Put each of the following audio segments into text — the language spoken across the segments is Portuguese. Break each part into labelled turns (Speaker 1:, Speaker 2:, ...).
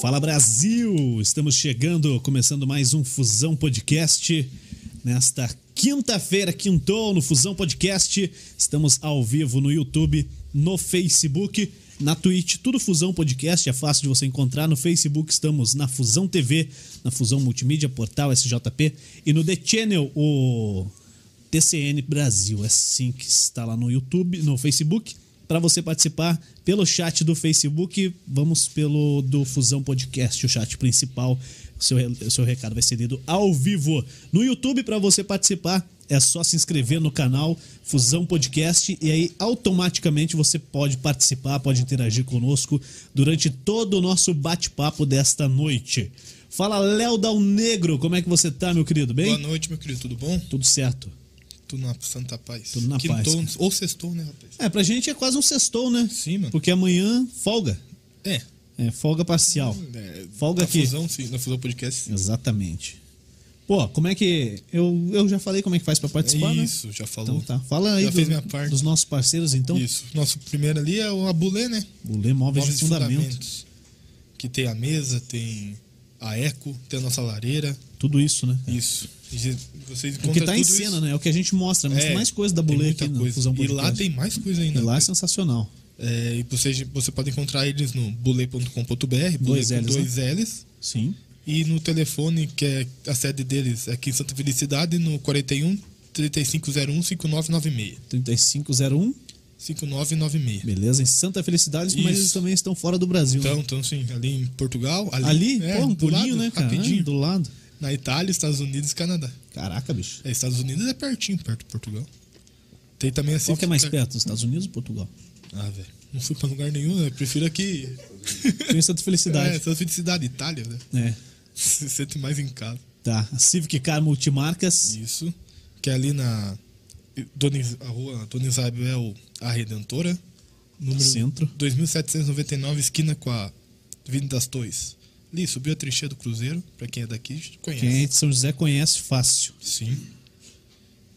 Speaker 1: Fala Brasil! Estamos chegando, começando mais um Fusão Podcast. Nesta quinta-feira, quintou no Fusão Podcast. Estamos ao vivo no YouTube, no Facebook, na Twitch, tudo Fusão Podcast, é fácil de você encontrar. No Facebook estamos na Fusão TV, na Fusão Multimídia, Portal SJP e no The Channel, o TCN Brasil. É assim que está lá no YouTube, no Facebook. Para você participar pelo chat do Facebook, vamos pelo do Fusão Podcast, o chat principal. O seu, o seu recado vai ser lido ao vivo. No YouTube, para você participar, é só se inscrever no canal Fusão Podcast e aí automaticamente você pode participar, pode interagir conosco durante todo o nosso bate-papo desta noite. Fala, Léo Dal Negro, como é que você tá, meu querido? Bem?
Speaker 2: Boa noite, meu querido, tudo bom?
Speaker 1: Tudo certo.
Speaker 2: Tudo na santa paz.
Speaker 1: Tudo na paz, cara.
Speaker 2: Ou sextou, né, rapaz?
Speaker 1: É, pra gente é quase um sextou, né?
Speaker 2: Sim, mano.
Speaker 1: Porque amanhã folga.
Speaker 2: É.
Speaker 1: É, folga parcial.
Speaker 2: É,
Speaker 1: Folga
Speaker 2: na
Speaker 1: aqui.
Speaker 2: Fusão, sim, na Fusão Podcast, sim.
Speaker 1: Exatamente. Pô, como é que. Eu, eu já falei como é que faz pra participar, né?
Speaker 2: Isso, já falou.
Speaker 1: Então tá. Fala aí
Speaker 2: Já
Speaker 1: do-
Speaker 2: fez minha parte.
Speaker 1: dos nossos parceiros, então.
Speaker 2: Isso. Nosso primeiro ali é o Abulê, né?
Speaker 1: O Lê Móveis, de fundamento.
Speaker 2: Que tem a mesa, tem a eco, tem a nossa lareira.
Speaker 1: Tudo isso, né?
Speaker 2: Isso. E Vocês
Speaker 1: O
Speaker 2: encontram
Speaker 1: que tá em
Speaker 2: tudo
Speaker 1: cena,
Speaker 2: isso.
Speaker 1: né? É o que a gente mostra. Mostra
Speaker 2: É,
Speaker 1: mais coisa da
Speaker 2: tem
Speaker 1: Bolê
Speaker 2: muita
Speaker 1: aqui no
Speaker 2: coisa.
Speaker 1: Fusão
Speaker 2: E lá
Speaker 1: Podcast.
Speaker 2: tem mais coisa ainda.
Speaker 1: E lá é sensacional.
Speaker 2: É, e você, você pode encontrar eles no bule.com.br, bule
Speaker 1: Dois Ls,
Speaker 2: com
Speaker 1: né?
Speaker 2: dois L's.
Speaker 1: Sim.
Speaker 2: E no telefone, que é a sede deles aqui em Santa Felicidade, no 41 3501 5996.
Speaker 1: 3501,
Speaker 2: 5996.
Speaker 1: beleza? Em Santa Felicidade, mas
Speaker 2: Isso.
Speaker 1: eles também estão fora do Brasil. né?
Speaker 2: Então, então, sim, ali em Portugal.
Speaker 1: Ali,
Speaker 2: é,
Speaker 1: pô, um
Speaker 2: do
Speaker 1: pulinho,
Speaker 2: lado,
Speaker 1: né, cara?
Speaker 2: Rapidinho.
Speaker 1: Ah, Do lado.
Speaker 2: Na Itália, Estados Unidos e Canadá.
Speaker 1: Caraca, bicho.
Speaker 2: É, Estados Unidos é pertinho, perto de Portugal. Tem também assim.
Speaker 1: Qual que é mais perto, os Estados Unidos ou Portugal?
Speaker 2: Ah, velho. Não fui pra lugar nenhum, né? Prefiro aqui.
Speaker 1: Tô em Santa
Speaker 2: é,
Speaker 1: Felicidade.
Speaker 2: Santa Felicidade, Itália, né?
Speaker 1: É.
Speaker 2: Se sente mais em casa.
Speaker 1: Tá. A Civic Car Multimarcas.
Speaker 2: Isso. Que é ali na Dona, Is- a rua Dona Isabel a Redentora, número
Speaker 1: Centro.
Speaker 2: 2799, esquina com a Avenida das Tois. Ali, subiu a trincheira do Cruzeiro, pra quem é daqui, conhece.
Speaker 1: Quem é de São José conhece fácil.
Speaker 2: Sim.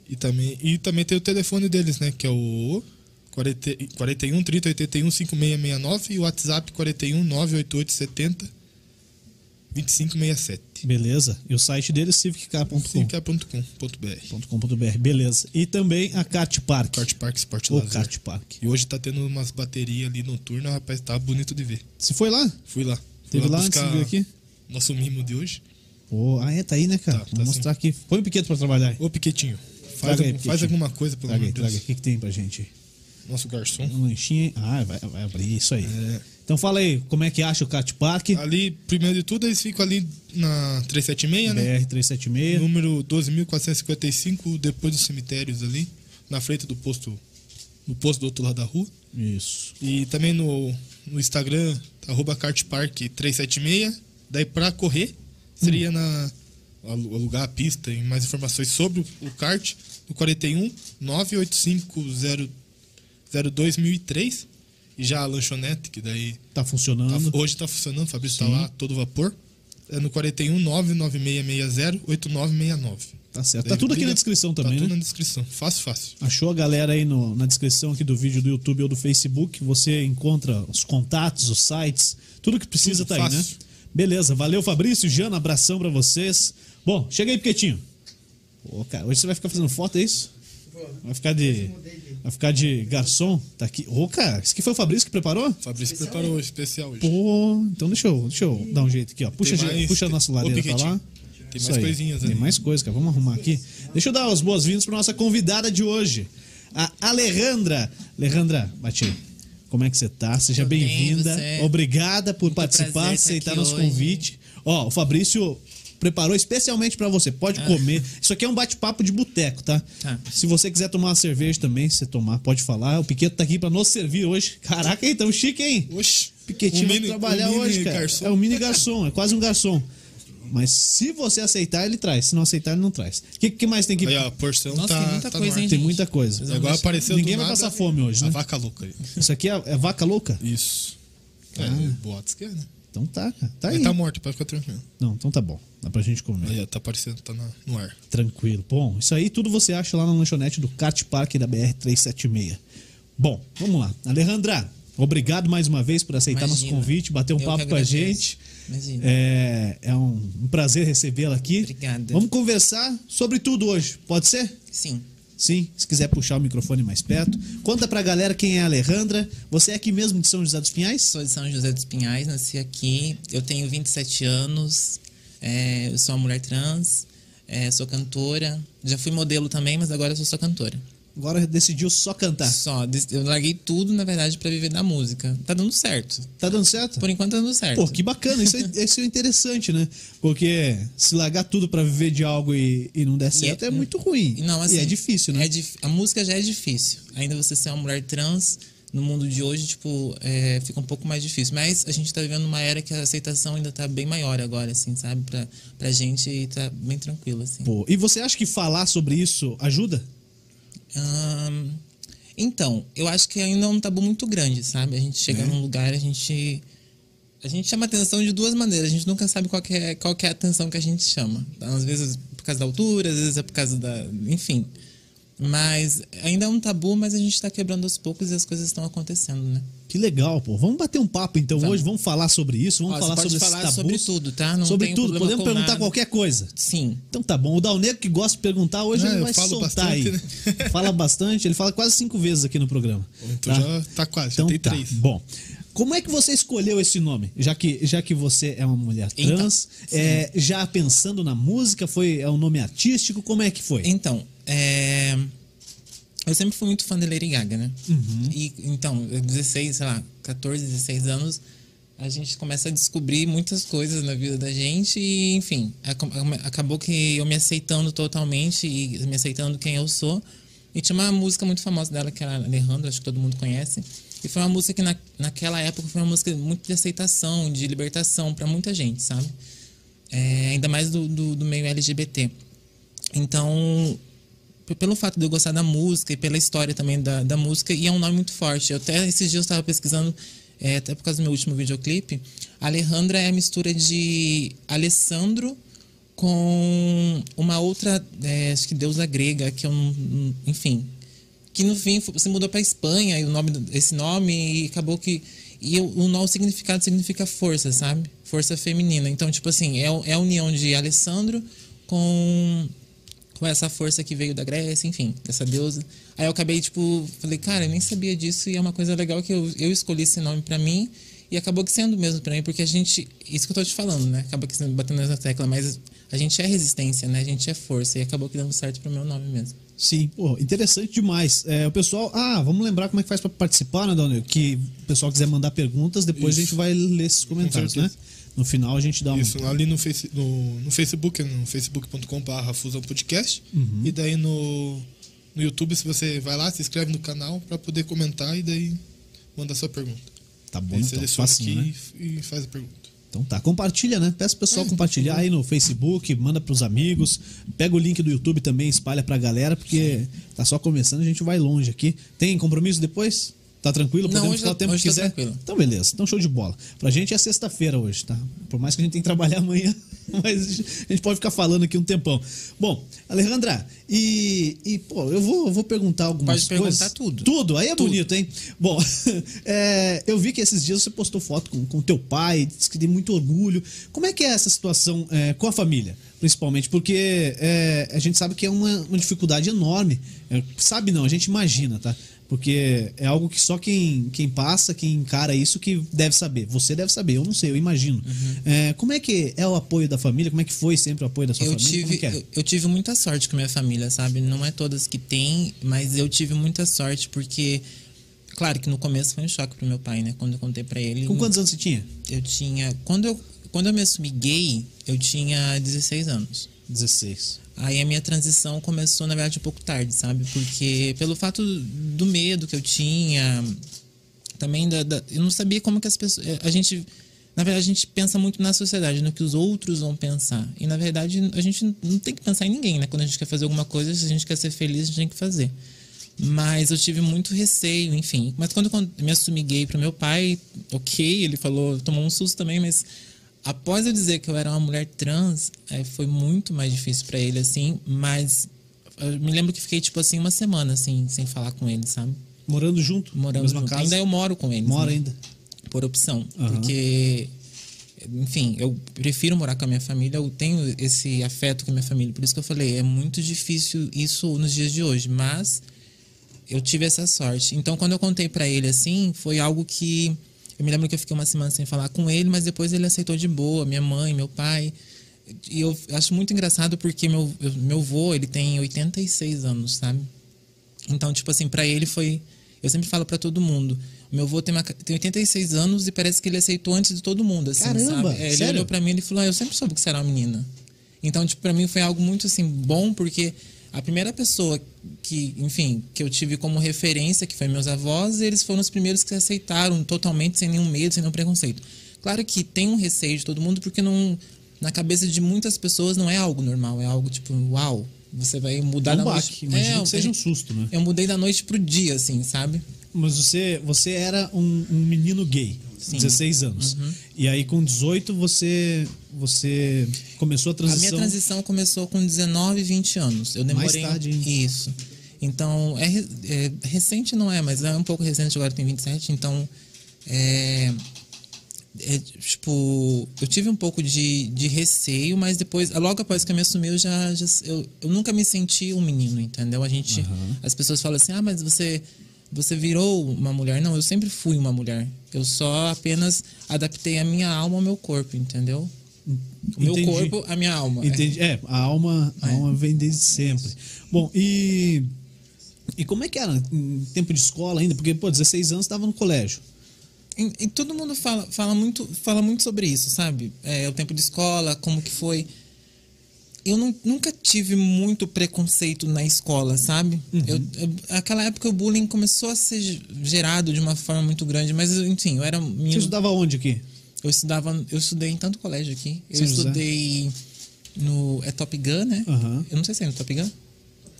Speaker 2: E também, e também tem o telefone deles, né? Que é o 40, 41 30 81 5669 e um, o WhatsApp 41 988 70 2567.
Speaker 1: Beleza? E o site dele é civiccar.com.br.
Speaker 2: é Sim,
Speaker 1: Beleza. E também a Kart Park.
Speaker 2: Kart Park Sport
Speaker 1: Ou
Speaker 2: Lazer.
Speaker 1: Kart Park.
Speaker 2: E hoje tá tendo umas baterias ali noturna, rapaz, tá bonito de ver.
Speaker 1: Você foi lá?
Speaker 2: Fui lá. Fui
Speaker 1: Teve lá antes
Speaker 2: buscar
Speaker 1: de vir aqui?
Speaker 2: Nosso mimo de hoje.
Speaker 1: Pô, ah, é, tá aí, né, cara?
Speaker 2: Tá, tá
Speaker 1: Vou mostrar aqui. Põe o Piqueto pra trabalhar. aí.
Speaker 2: Ô, Piquetinho, faz,
Speaker 1: Traga aí,
Speaker 2: algum-
Speaker 1: Piquetinho.
Speaker 2: faz alguma coisa, pelo
Speaker 1: Traga
Speaker 2: amor
Speaker 1: aí,
Speaker 2: de Deus.
Speaker 1: traga aí. O que, que tem pra gente?
Speaker 2: Nosso garçom.
Speaker 1: Um lanchinho, hein? Ah, vai, vai abrir isso aí.
Speaker 2: É.
Speaker 1: Então fala aí, como é que acha o Kart Park?
Speaker 2: Ali, primeiro de tudo, eles ficam ali na 376, né?
Speaker 1: BR-376.
Speaker 2: Número 12.455, depois dos cemitérios ali, na frente do posto, no posto do outro lado da rua.
Speaker 1: Isso.
Speaker 2: E também no, no Instagram, arroba kartpark376. Daí pra correr, seria
Speaker 1: Hum.
Speaker 2: na alu- alugar a pista e mais informações sobre o, o kart no 41 985-02-2003. E já a lanchonete, que daí
Speaker 1: Tá
Speaker 2: tá-
Speaker 1: funcionando.
Speaker 2: hoje tá funcionando, o Fabrício tá
Speaker 1: Sim.
Speaker 2: lá a todo vapor. É no 41 99660 8969.
Speaker 1: Tá certo. Tá tudo aqui na descrição
Speaker 2: Tá
Speaker 1: também,
Speaker 2: tudo
Speaker 1: né?
Speaker 2: na descrição. Fácil, fácil.
Speaker 1: Achou a galera aí no- na descrição aqui do vídeo do YouTube ou do Facebook? Você encontra os contatos, os sites, tudo que precisa
Speaker 2: Tudo
Speaker 1: tá aí, né?
Speaker 2: fácil.
Speaker 1: Beleza, valeu Fabrício, Jana, abração pra vocês. Bom, chega aí, Piquetinho. Pô, cara, hoje você vai ficar fazendo foto, é isso? Vai ficar de. Vai ficar de garçom? Tá aqui. Ô, cara, isso aqui foi o Fabrício que preparou?
Speaker 2: O Fabrício preparou hoje, especial hoje.
Speaker 1: Pô, então deixa eu, deixa eu dar um jeito aqui, ó. Puxa,
Speaker 2: Tem mais-
Speaker 1: puxa a nossa
Speaker 2: tem-
Speaker 1: ladeira
Speaker 2: Ô,
Speaker 1: pra lá.
Speaker 2: Piquetinho, Tem
Speaker 1: Isso
Speaker 2: mais
Speaker 1: aí.
Speaker 2: coisinhas ali.
Speaker 1: Tem mais coisa, cara. Vamos arrumar aqui. Deixa eu dar as boas-vindas para nossa convidada de hoje, a Alejandra. Alejandra, bati. aí. Como é que você tá? Seja
Speaker 3: Tô bem,
Speaker 1: bem-vinda.
Speaker 3: você?
Speaker 1: Obrigada por
Speaker 3: prazer
Speaker 1: participar,
Speaker 3: tá
Speaker 1: aceitar
Speaker 3: aqui
Speaker 1: nosso
Speaker 3: hoje.
Speaker 1: convite. Ó, o Fabrício preparou especialmente para você. Pode
Speaker 3: Ah.
Speaker 1: comer. Isso aqui é um bate-papo de boteco, tá?
Speaker 3: Tá.
Speaker 1: Se você quiser tomar uma cerveja também, você tomar, pode falar. O Piqueto tá aqui para nos servir hoje. Caraca, hein? Tamo chique, hein?
Speaker 2: Oxi,
Speaker 1: Piquetinho
Speaker 2: um
Speaker 1: vai
Speaker 2: mini-
Speaker 1: trabalhar
Speaker 2: um mini
Speaker 1: hoje, cara.
Speaker 2: garçom.
Speaker 1: É um mini garçom, é quase um garçom. Mas se você aceitar, ele traz. Se não aceitar, ele não traz. O que, que mais tem que.
Speaker 2: Aí, ó, a porção
Speaker 3: Nossa,
Speaker 2: tá,
Speaker 3: tem muita
Speaker 2: tá
Speaker 3: coisa,
Speaker 2: no ar.
Speaker 3: hein,
Speaker 1: tem
Speaker 3: gente.
Speaker 1: muita coisa.
Speaker 3: Vocês vão
Speaker 2: Agora
Speaker 3: deixar-
Speaker 2: apareceu
Speaker 1: Ninguém
Speaker 2: do
Speaker 1: vai
Speaker 2: nada,
Speaker 1: passar fome hoje,
Speaker 2: A
Speaker 1: né?
Speaker 2: vaca louca aí.
Speaker 1: Isso aqui é, é vaca louca?
Speaker 2: Isso. É, boatos que é, né?
Speaker 1: Então Ah. tá, cara. Tá aí.
Speaker 2: Mas tá morto, pode ficar tranquilo.
Speaker 1: Não, então tá bom. Dá pra gente comer.
Speaker 2: Aí, ó, tá aparecendo, tá na- no ar.
Speaker 1: Tranquilo. Bom, isso aí tudo você acha lá na lanchonete do Kart Park da BR-376. Bom, vamos lá. Alejandra, Obrigado mais uma vez por aceitar
Speaker 3: Imagina.
Speaker 1: nosso convite, bater um
Speaker 3: Eu
Speaker 1: papo
Speaker 3: que
Speaker 1: com a
Speaker 3: agradeço.
Speaker 1: gente.
Speaker 3: Imagina.
Speaker 1: É, é um, um prazer recebê-la aqui.
Speaker 3: Obrigada.
Speaker 1: Vamos conversar sobre tudo hoje, pode ser?
Speaker 3: Sim.
Speaker 1: Sim, se quiser puxar o microfone mais perto. Conta pra galera quem é a Alejandra. Você é aqui mesmo de São José dos Pinhais?
Speaker 3: Sou de São José dos Pinhais, nasci aqui. Eu tenho 27 anos. é, eu sou uma mulher trans. é, sou cantora. Já fui modelo também, mas agora eu sou só cantora.
Speaker 1: Agora decidiu só cantar.
Speaker 3: Só. des- Eu larguei tudo, na verdade, pra viver da música. Tá dando certo.
Speaker 1: Tá dando certo?
Speaker 3: Por enquanto tá dando certo.
Speaker 1: Pô, que bacana. Isso é, isso é interessante, né? Porque se largar tudo pra viver de algo e, e não der certo é, muito ruim.
Speaker 3: E não, assim,
Speaker 1: e é difícil, né?
Speaker 3: é dif- a música já é difícil. Ainda você ser uma mulher trans no mundo de hoje, tipo, é, fica um pouco mais difícil. Mas a gente tá vivendo uma era que a aceitação ainda tá bem maior agora, assim, sabe? Pra, pra gente e tá bem tranquilo, assim.
Speaker 1: Pô, e você acha que falar sobre isso ajuda?
Speaker 3: Ahn, então, eu acho que ainda é um tabu muito grande, sabe? A gente chega num lugar, a gente. A gente chama atenção de duas maneiras. A gente nunca sabe qual que é, qual que é a atenção que a gente chama. Então, Às vezes por causa da altura, às vezes é por causa da. Enfim. Mas ainda é um tabu, mas a gente tá quebrando aos poucos e as coisas estão acontecendo, né?
Speaker 1: Que legal, pô. Vamos bater um papo então hoje, vamos falar sobre isso, vamos
Speaker 3: Ó,
Speaker 1: falar
Speaker 3: Ah, você pode
Speaker 1: sobre
Speaker 3: falar
Speaker 1: esses
Speaker 3: sobre
Speaker 1: tabus.
Speaker 3: tudo, tá? Não
Speaker 1: sobre
Speaker 3: tem
Speaker 1: tudo,
Speaker 3: problema
Speaker 1: podemos
Speaker 3: com
Speaker 1: perguntar
Speaker 3: nada.
Speaker 1: qualquer coisa.
Speaker 3: Sim.
Speaker 1: Então tá bom. O Dalnego que gosta de perguntar, hoje
Speaker 2: Ah,
Speaker 1: ele
Speaker 2: eu
Speaker 1: vai
Speaker 2: falo
Speaker 1: soltar
Speaker 2: bastante,
Speaker 1: aí.
Speaker 2: né?
Speaker 1: Fala bastante, ele fala quase cinco vezes aqui no programa.
Speaker 2: Então já tá quase, já
Speaker 1: Então
Speaker 2: tem
Speaker 1: tá.
Speaker 2: três.
Speaker 1: Bom. Como é que você escolheu esse nome? Já que, já que você é uma mulher
Speaker 3: Então,
Speaker 1: trans, é, já pensando na música, foi é um nome artístico, como é que foi?
Speaker 3: Então, é... eu sempre fui muito fã da Lady Gaga, né? E, então, eu 16, sei lá, 14, 16 anos, a gente começa a descobrir muitas coisas na vida da gente e, enfim, aca- acabou que eu me aceitando totalmente e me aceitando quem eu sou. E tinha uma música muito famosa dela, que era Alejandra, acho que todo mundo conhece. E foi uma música que na, naquela época foi uma música muito de aceitação, de libertação para muita gente, sabe? É, ainda mais do- do, do meio LGBT. Então, p- pelo fato de eu gostar da música e pela história também da, da música, e é um nome muito forte. Eu até esses dias eu estava pesquisando, é, até por causa do meu último videoclipe, Alejandra é a mistura de Alessandro com uma outra, é, acho que deusa grega, que eu não. não- Enfim. Que no fim fo- se mudou para Espanha, e o nome, do- esse nome, e acabou que. E o, o nosso significado significa força, sabe? Força feminina. Então, tipo assim, é, o- é a união de Alessandro com com essa força que veio da Grécia, enfim, dessa deusa. Aí eu acabei, tipo, falei, cara, eu nem sabia disso e é uma coisa legal que eu, eu escolhi esse nome pra mim e acabou que sendo mesmo pra mim, porque a gente, isso que eu tô te falando, né? Acaba que sendo batendo nessa tecla, mas a gente é resistência, né? A gente é força e acabou que dando certo pro meu nome mesmo.
Speaker 1: Sim, pô, interessante demais. É, o pessoal, ah, vamos lembrar como é que faz pra participar, né, Dalnego? Que o pessoal quiser mandar perguntas, depois a gente
Speaker 2: Isso.
Speaker 1: vai ler esses comentários, né?
Speaker 2: certeza.
Speaker 1: No final a gente dá um,
Speaker 2: Isso, lá ali no, face, no, no Facebook, né? no facebook.com.br Fusão Podcast.
Speaker 1: Uhum.
Speaker 2: E daí no, no YouTube, se você vai lá, se inscreve no canal pra poder comentar e daí manda a sua pergunta.
Speaker 1: Tá bom,
Speaker 2: Aí
Speaker 1: então,
Speaker 2: seleciona
Speaker 1: facinho, né?
Speaker 2: aqui e e faz a pergunta.
Speaker 1: Então tá, compartilha, né? Peço pro
Speaker 3: É.
Speaker 1: pessoal compartilhar aí no Facebook, manda pros amigos, pega o link do YouTube também, espalha pra galera, porque tá só começando, a gente vai longe aqui. Tem compromisso depois? Tá tranquilo?
Speaker 3: Não,
Speaker 1: Podemos
Speaker 3: hoje
Speaker 1: ficar o
Speaker 3: tá-
Speaker 1: tempo que
Speaker 3: hoje tá
Speaker 1: quiser?
Speaker 3: tranquilo.
Speaker 1: Então beleza, então show de bola. Pra gente é sexta-feira hoje, tá? Por mais que a gente tenha que trabalhar amanhã, mas a gente pode ficar falando aqui um tempão. Bom, Alejandra, e, e, pô, eu vou, eu vou perguntar algumas
Speaker 3: Pode
Speaker 1: coisas.
Speaker 3: perguntar tudo.
Speaker 1: Tudo, aí é bonito, hein? Bom, é, eu vi que esses dias você postou foto com, com teu pai, disse que tem muito orgulho. Como é que é essa situação é, com a família, principalmente? Porque é, a gente sabe que é uma, uma dificuldade enorme. É, sabe não, a gente imagina, tá? Porque é algo que só quem, quem passa, quem encara isso que deve saber. Você deve saber, eu não sei, eu imagino. É, como é que é o apoio da família? Como é que foi sempre o apoio da sua
Speaker 3: Uhum. eu
Speaker 1: família? Como
Speaker 3: tive,
Speaker 1: é que é?
Speaker 3: eu, eu tive muita sorte com minha família, sabe? Não é todas que têm, mas eu tive muita sorte porque, claro que no começo foi um choque pro meu pai, né? Quando eu contei pra ele.
Speaker 1: Com
Speaker 3: não-
Speaker 1: quantos anos você tinha?
Speaker 3: Eu tinha. Quando eu, quando eu me assumi gay, eu tinha 16 anos.
Speaker 1: 16.
Speaker 3: Aí a minha transição começou, na verdade, um pouco tarde, sabe? Porque pelo fato do medo que eu tinha, também da, da- eu não sabia como que as pessoas. eh, A gente. Na verdade, a gente pensa muito na sociedade, no que os outros vão pensar. E, na verdade, a gente não tem que pensar em ninguém, né? Quando a gente quer fazer alguma coisa, se a gente quer ser feliz, a gente tem que fazer. Mas eu tive muito receio, enfim. Mas quando eu me assumi gay pro meu pai, ok, ele falou, tomou um susto também, mas após eu dizer que eu era uma mulher trans, eh, foi muito mais difícil pra ele, assim. Mas eu me lembro que fiquei, tipo assim, uma semana, assim, sem falar com ele, sabe?
Speaker 1: Morando junto?
Speaker 3: Morando
Speaker 1: mesma
Speaker 3: junto.
Speaker 1: casa?
Speaker 3: Ainda eu moro com eles.
Speaker 1: Mora
Speaker 3: né?
Speaker 1: ainda.
Speaker 3: Por opção.
Speaker 1: Aham.
Speaker 3: Porque, enfim, eu prefiro morar com a minha família, eu tenho esse afeto com a minha família. Por isso que eu falei, é muito difícil isso nos dias de hoje, mas eu tive essa sorte. Então, quando eu contei pra ele assim, foi algo que. Eu me lembro que eu fiquei uma semana sem falar com ele, mas depois ele aceitou de boa, minha mãe, meu pai. E eu acho muito engraçado porque meu, eu- meu avô, ele tem 86 anos, sabe? Então, tipo assim, pra ele foi. Eu sempre falo pra todo mundo. Meu avô tem, uma ca- tem 86 anos e parece que ele aceitou antes de todo mundo, assim,
Speaker 1: Caramba,
Speaker 3: sabe? É, ele
Speaker 1: sério?
Speaker 3: olhou pra mim e ele falou: ah, Eu sempre soube que você era uma menina. Então, tipo, pra mim foi algo muito, assim, bom, porque a primeira pessoa que, enfim, que eu tive como referência, que foi meus avós, eles foram os primeiros que aceitaram totalmente, sem nenhum medo, sem nenhum preconceito. Claro que tem um receio de todo mundo, porque não. Na cabeça de muitas pessoas não é algo normal, é algo tipo, uau, você vai mudar
Speaker 1: É um
Speaker 3: da
Speaker 1: baque.
Speaker 3: noite.
Speaker 1: Imagino
Speaker 3: É,
Speaker 1: que seja
Speaker 3: é-
Speaker 1: um susto, né?
Speaker 3: eu mudei da noite pro dia, assim, sabe?
Speaker 1: Mas você, você era um, um menino gay, 16 anos. E aí com 18 você você começou a
Speaker 3: A minha
Speaker 1: transição.
Speaker 3: transição começou com 19, 20 anos. Eu demorei.
Speaker 1: Mais tarde ainda.
Speaker 3: Isso. Então, é, re- é recente não é, mas é um pouco recente, agora tem 27, então. É, é, tipo, eu tive um pouco de, de receio, mas depois, logo após que eu me assumi, eu já, já- eu, eu nunca me senti um menino, entendeu? A gente, as pessoas falam assim, ah, mas você, você virou uma mulher? Não, eu sempre fui uma mulher. Eu só apenas adaptei a minha alma ao meu corpo, entendeu? O meu
Speaker 1: Entendi.
Speaker 3: corpo, a minha alma.
Speaker 1: Entendi. É, a alma, a
Speaker 3: É.
Speaker 1: alma vem desde sempre. Bom, e e como é que era em tempo de escola ainda? Porque pô, 16 anos estava no colégio.
Speaker 3: É. E, e todo mundo fala, fala, muito, fala muito sobre isso, sabe? É, o tempo de escola, como que foi. Eu nu- nunca tive muito preconceito na escola, sabe? Eu, eu- aquela época o bullying começou a ser ge- gerado de uma forma muito grande, mas enfim, eu era um
Speaker 1: Você
Speaker 3: menino
Speaker 1: estudava onde aqui?
Speaker 3: eu estudava, eu estudei em tanto colégio aqui. Eu
Speaker 1: São José.
Speaker 3: estudei no é Top Gun, né?
Speaker 1: Aham.
Speaker 3: Eu não sei se é no Top Gun.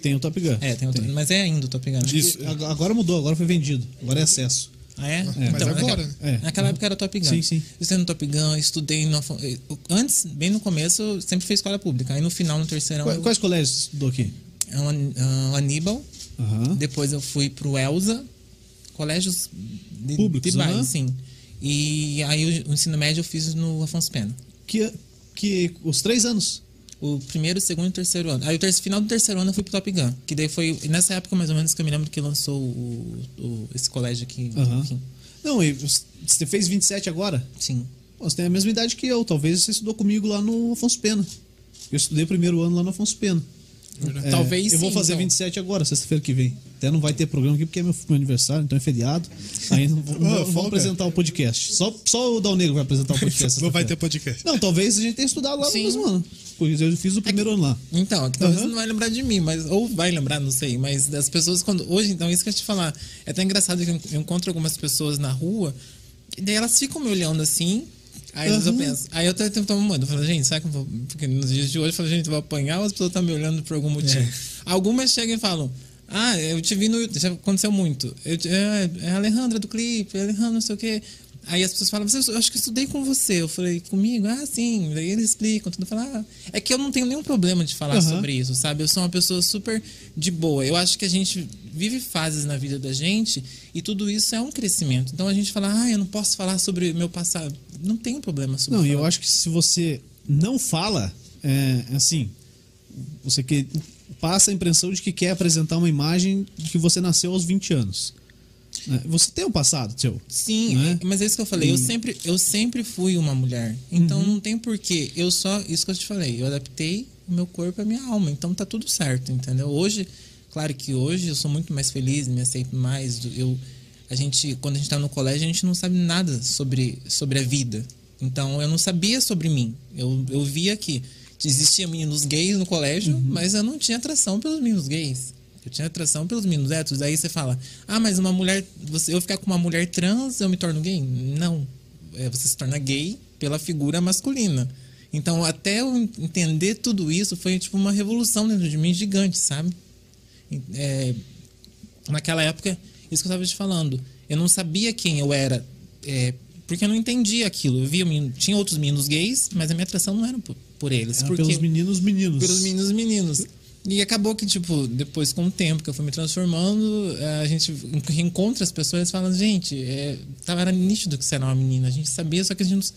Speaker 1: Tem o Top Gun.
Speaker 3: É, tem, outro, mas é ainda o Top Gun. né?
Speaker 2: Isso.
Speaker 1: E ag- Agora mudou, agora foi vendido. Agora é acesso.
Speaker 3: Ah, é?
Speaker 2: Mas agora,
Speaker 3: naquela,
Speaker 2: né?
Speaker 1: É.
Speaker 3: naquela época era Top Gun.
Speaker 1: Sim, sim.
Speaker 3: Eu Estudei no Top Gun, estudei no, Afon- eh, antes, bem no começo, eu sempre fiz escola pública. Aí no final, no terceiro
Speaker 1: Quais,
Speaker 3: ano,
Speaker 1: quais colégios você estudou aqui?
Speaker 3: eu- An- ah, Aníbal.
Speaker 1: Aham.
Speaker 3: Depois eu fui pro Elza, colégios de,
Speaker 1: Públicos,
Speaker 3: de bairro,
Speaker 1: aham.
Speaker 3: sim. E aí o, o ensino médio eu fiz no Afonso Pena.
Speaker 1: Que que os três anos.
Speaker 3: O primeiro, o segundo e o terceiro ano. Aí o terceiro, final do terceiro ano eu fui pro Top Gun. Que daí foi nessa época mais ou menos que eu me lembro que lançou o, o- esse colégio aqui.
Speaker 1: Aham.
Speaker 3: enfim.
Speaker 1: Não, e você você fez 27 agora?
Speaker 3: Sim.
Speaker 1: Pô, Você tem a mesma idade que eu, talvez você estudou comigo lá no Afonso Pena. Eu estudei primeiro ano lá no Afonso Pena.
Speaker 2: Verdade.
Speaker 1: É,
Speaker 3: Talvez
Speaker 1: Eu vou
Speaker 3: sim,
Speaker 1: fazer
Speaker 3: então.
Speaker 1: 27 agora, sexta-feira que vem. Até não vai ter programa aqui porque é meu, meu aniversário, então é feriado. Aí não vou, não vou- não vou
Speaker 2: folga.
Speaker 1: apresentar o podcast. Só, só o Dal Negro vai apresentar o podcast.
Speaker 2: Não vai ter
Speaker 1: sexta-feira.
Speaker 2: podcast.
Speaker 1: Não, talvez a gente tenha estudado lá
Speaker 3: Sim. É
Speaker 1: no mesmo ano. Pois eu fiz o primeiro ano lá.
Speaker 3: Então, é que talvez
Speaker 1: Aham.
Speaker 3: você não vai lembrar de mim, mas ou vai lembrar, não sei, mas das pessoas quando hoje, então isso que eu ia te falar, é até engraçado que eu eu encontro algumas pessoas na rua, e daí elas ficam me olhando assim, aí às vezes eu
Speaker 1: Aham.
Speaker 3: penso, aí eu até tento mando, um eu falo, gente, sabe como eu vou- porque nos dias de hoje eu falo, gente, eu vou apanhar ou as pessoas estão me olhando por algum motivo. Algumas chegam e falam: "Ah, eu te vi no, já aconteceu muito. Eu te- é, é a Alejandra do clipe, é a Alejandra, não sei o quê. Aí as pessoas falam, "Você- eu acho que eu estudei com você. Eu falei, comigo? Ah, sim. Daí eles explicam, tudo. Eu falo, ah, é que eu não tenho nenhum problema de falar
Speaker 1: Aham.
Speaker 3: sobre isso, sabe? Eu sou uma pessoa super de boa. Eu acho que a gente vive fases na vida da gente e tudo isso é um crescimento. Então a gente fala, ah, eu não posso falar sobre meu passado. Não tem problema sobre
Speaker 1: Não, e
Speaker 3: falar.
Speaker 1: eu acho que se você não fala, é, assim, você que passa a impressão de que quer apresentar uma imagem de que você nasceu aos 20 anos. né? Você tem um passado seu.
Speaker 3: Sim,
Speaker 1: né?
Speaker 3: mas é isso que eu falei. Eu sempre, eu sempre fui uma mulher. Então não tem porquê. Eu só. Isso que eu te falei. Eu adaptei o meu corpo à minha alma. Então tá tudo certo, entendeu? Hoje, claro que hoje eu sou muito mais feliz, me aceito mais. do- Eu, a gente, quando a gente tá no colégio, a gente não sabe nada sobre, sobre a vida. Então eu não sabia sobre mim. Eu, eu via que existiam meninos gays no colégio, mas eu não tinha atração pelos meninos gays. Eu tinha atração pelos meninos héteros. Aí você fala, ah, mas uma mulher. Você, eu ficar com uma mulher trans, eu me torno gay? Não. É, você se torna gay pela figura masculina. Então, até eu en- entender tudo isso, foi tipo uma revolução dentro de mim gigante, sabe? E- é, naquela época, isso que eu estava te falando. Eu não sabia quem eu era, é, porque eu não entendia aquilo. Eu via, o menino- tinha outros meninos gays, mas a minha atração não era por, por eles.
Speaker 1: Era
Speaker 3: porque
Speaker 1: pelos É, meninos, meninos.
Speaker 3: pelos meninos meninos. E acabou que, tipo, depois, com o tempo que eu fui me transformando, eh, a gente reencontra as pessoas e fala, gente, é, tava, era nítido que você era uma menina, a gente sabia, só que a gente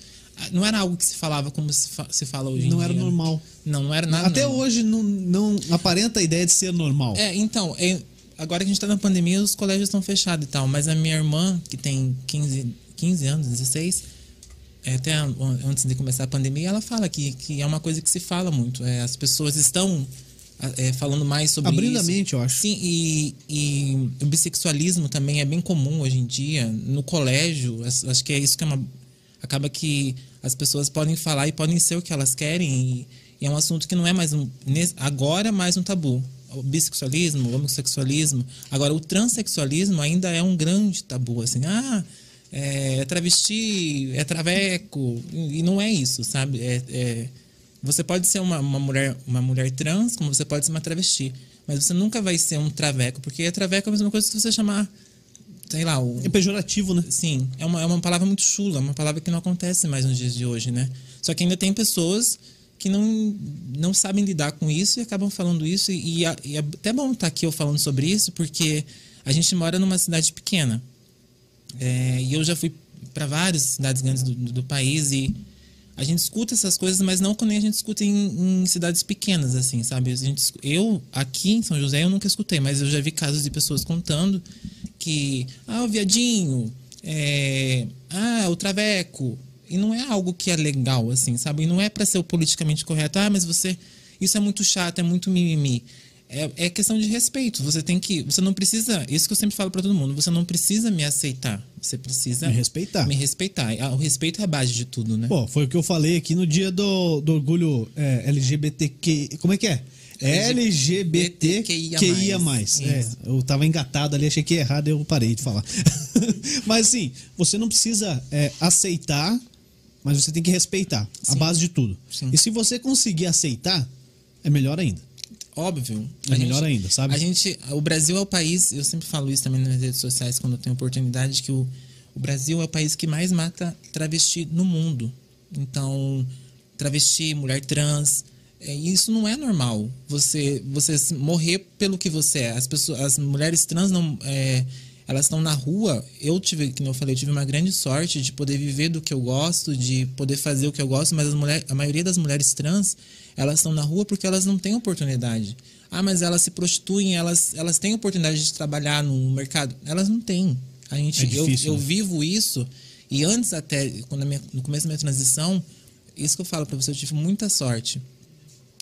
Speaker 3: não, não era algo que se falava como se, fa- se fala hoje em
Speaker 1: Não
Speaker 3: dia.
Speaker 1: era
Speaker 3: né?
Speaker 1: normal.
Speaker 3: Não, não era nada.
Speaker 1: Até
Speaker 3: não.
Speaker 1: hoje não, não aparenta a ideia de ser normal.
Speaker 3: É, então, é, agora que a gente tá na pandemia, os colégios estão fechados e tal, mas a minha irmã, que tem 15, 15 anos, 16, é, até an- antes de começar a pandemia, ela fala que, que é uma coisa que se fala muito. é, as pessoas estão a- é, falando mais sobre
Speaker 1: Abrindo
Speaker 3: isso.
Speaker 1: a mente, eu acho.
Speaker 3: Sim, e, e o bissexualismo também é bem comum hoje em dia. No colégio, as- acho que é isso que é uma. Acaba que as pessoas podem falar e podem ser o que elas querem. E, e é um assunto que não é mais um. nes- Agora mais um tabu. O bissexualismo, o homossexualismo. Agora, o transexualismo ainda é um grande tabu, assim. Ah, é, é travesti, é traveco. E e não é isso, sabe? É- é, você pode ser uma, uma mulher, uma mulher trans, como você pode ser uma travesti. Mas você nunca vai ser um traveco, porque traveco é a mesma coisa se você chamar, sei lá, o.
Speaker 1: É pejorativo, né?
Speaker 3: Sim, é uma, é uma palavra muito chula, é uma palavra que não acontece mais nos dias de hoje, né? Só que ainda tem pessoas que não, não sabem lidar com isso e acabam falando isso. E, e a- e é até bom estar aqui eu falando sobre isso, porque a gente mora numa cidade pequena. É, e eu já fui para várias cidades grandes do, do- do país e a gente escuta essas coisas, mas não quando a gente escuta em, em cidades pequenas, assim, sabe? A gente, escu- eu, aqui em São José, eu nunca escutei, mas eu já vi casos de pessoas contando que, ah, o viadinho, é, ah, o traveco. E não é algo que é legal, assim, sabe? E não é para ser o politicamente correto, ah, mas você. Isso é muito chato, é muito mimimi. É, é questão de respeito. Você tem que. Você não precisa. Isso que eu sempre falo pra todo mundo. Você não precisa me aceitar. Você precisa.
Speaker 1: Me respeitar.
Speaker 3: Me respeitar. Ah, O respeito é a base de tudo, né?
Speaker 1: Pô, foi o que eu falei aqui no dia do, do orgulho é, LGBTQ. Como é que é? LGBTQIA. É,
Speaker 3: Isso.
Speaker 1: eu tava engatado ali, achei que ia errado eu parei de falar. mas assim, você não precisa é, aceitar, mas você tem que respeitar a
Speaker 3: Sim.
Speaker 1: base de tudo.
Speaker 3: Sim.
Speaker 1: E se você conseguir aceitar, é melhor ainda.
Speaker 3: Óbvio.
Speaker 1: É melhor ainda, sabe?
Speaker 3: A gente, o Brasil é o país. Eu sempre falo isso também nas redes sociais quando eu tenho oportunidade que o, o Brasil é o país que mais mata travesti no mundo. Então, travesti, mulher trans, é, isso não é normal. Você, você se- morrer pelo que você é. As pessoas, as mulheres trans não, é, elas estão na rua. Eu tive, como eu falei, eu tive uma grande sorte de poder viver do que eu gosto, de poder fazer o que eu gosto, mas as mulher, a maioria das mulheres trans, elas estão na rua porque elas não têm oportunidade. Ah, mas elas se prostituem, elas, elas têm oportunidade de trabalhar no mercado. Elas não têm. A gente,
Speaker 1: É difícil,
Speaker 3: eu, eu
Speaker 1: né?
Speaker 3: vivo isso e antes até, quando a minha- no começo da minha transição, isso que eu falo pra você, eu tive muita sorte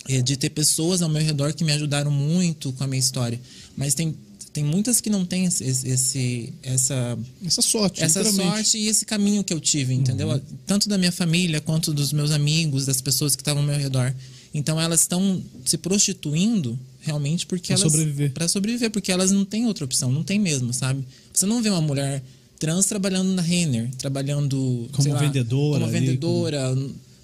Speaker 3: é, de ter pessoas ao meu redor que me ajudaram muito com a minha história. Mas tem, tem muitas que não têm esse, esse, essa
Speaker 1: Essa sorte,
Speaker 3: essa
Speaker 1: literalmente.
Speaker 3: sorte e esse caminho que eu tive, entendeu?
Speaker 1: Uhum.
Speaker 3: Tanto da minha família quanto dos meus amigos, das pessoas que estavam ao meu redor. Então elas estão se prostituindo realmente porque
Speaker 1: Pra
Speaker 3: elas
Speaker 1: sobreviver.
Speaker 3: para sobreviver, porque elas não têm outra opção, não tem mesmo, sabe? Você não vê uma mulher trans trabalhando na Renner, trabalhando
Speaker 1: Como
Speaker 3: sei lá,
Speaker 1: vendedora
Speaker 3: como
Speaker 1: ali,
Speaker 3: vendedora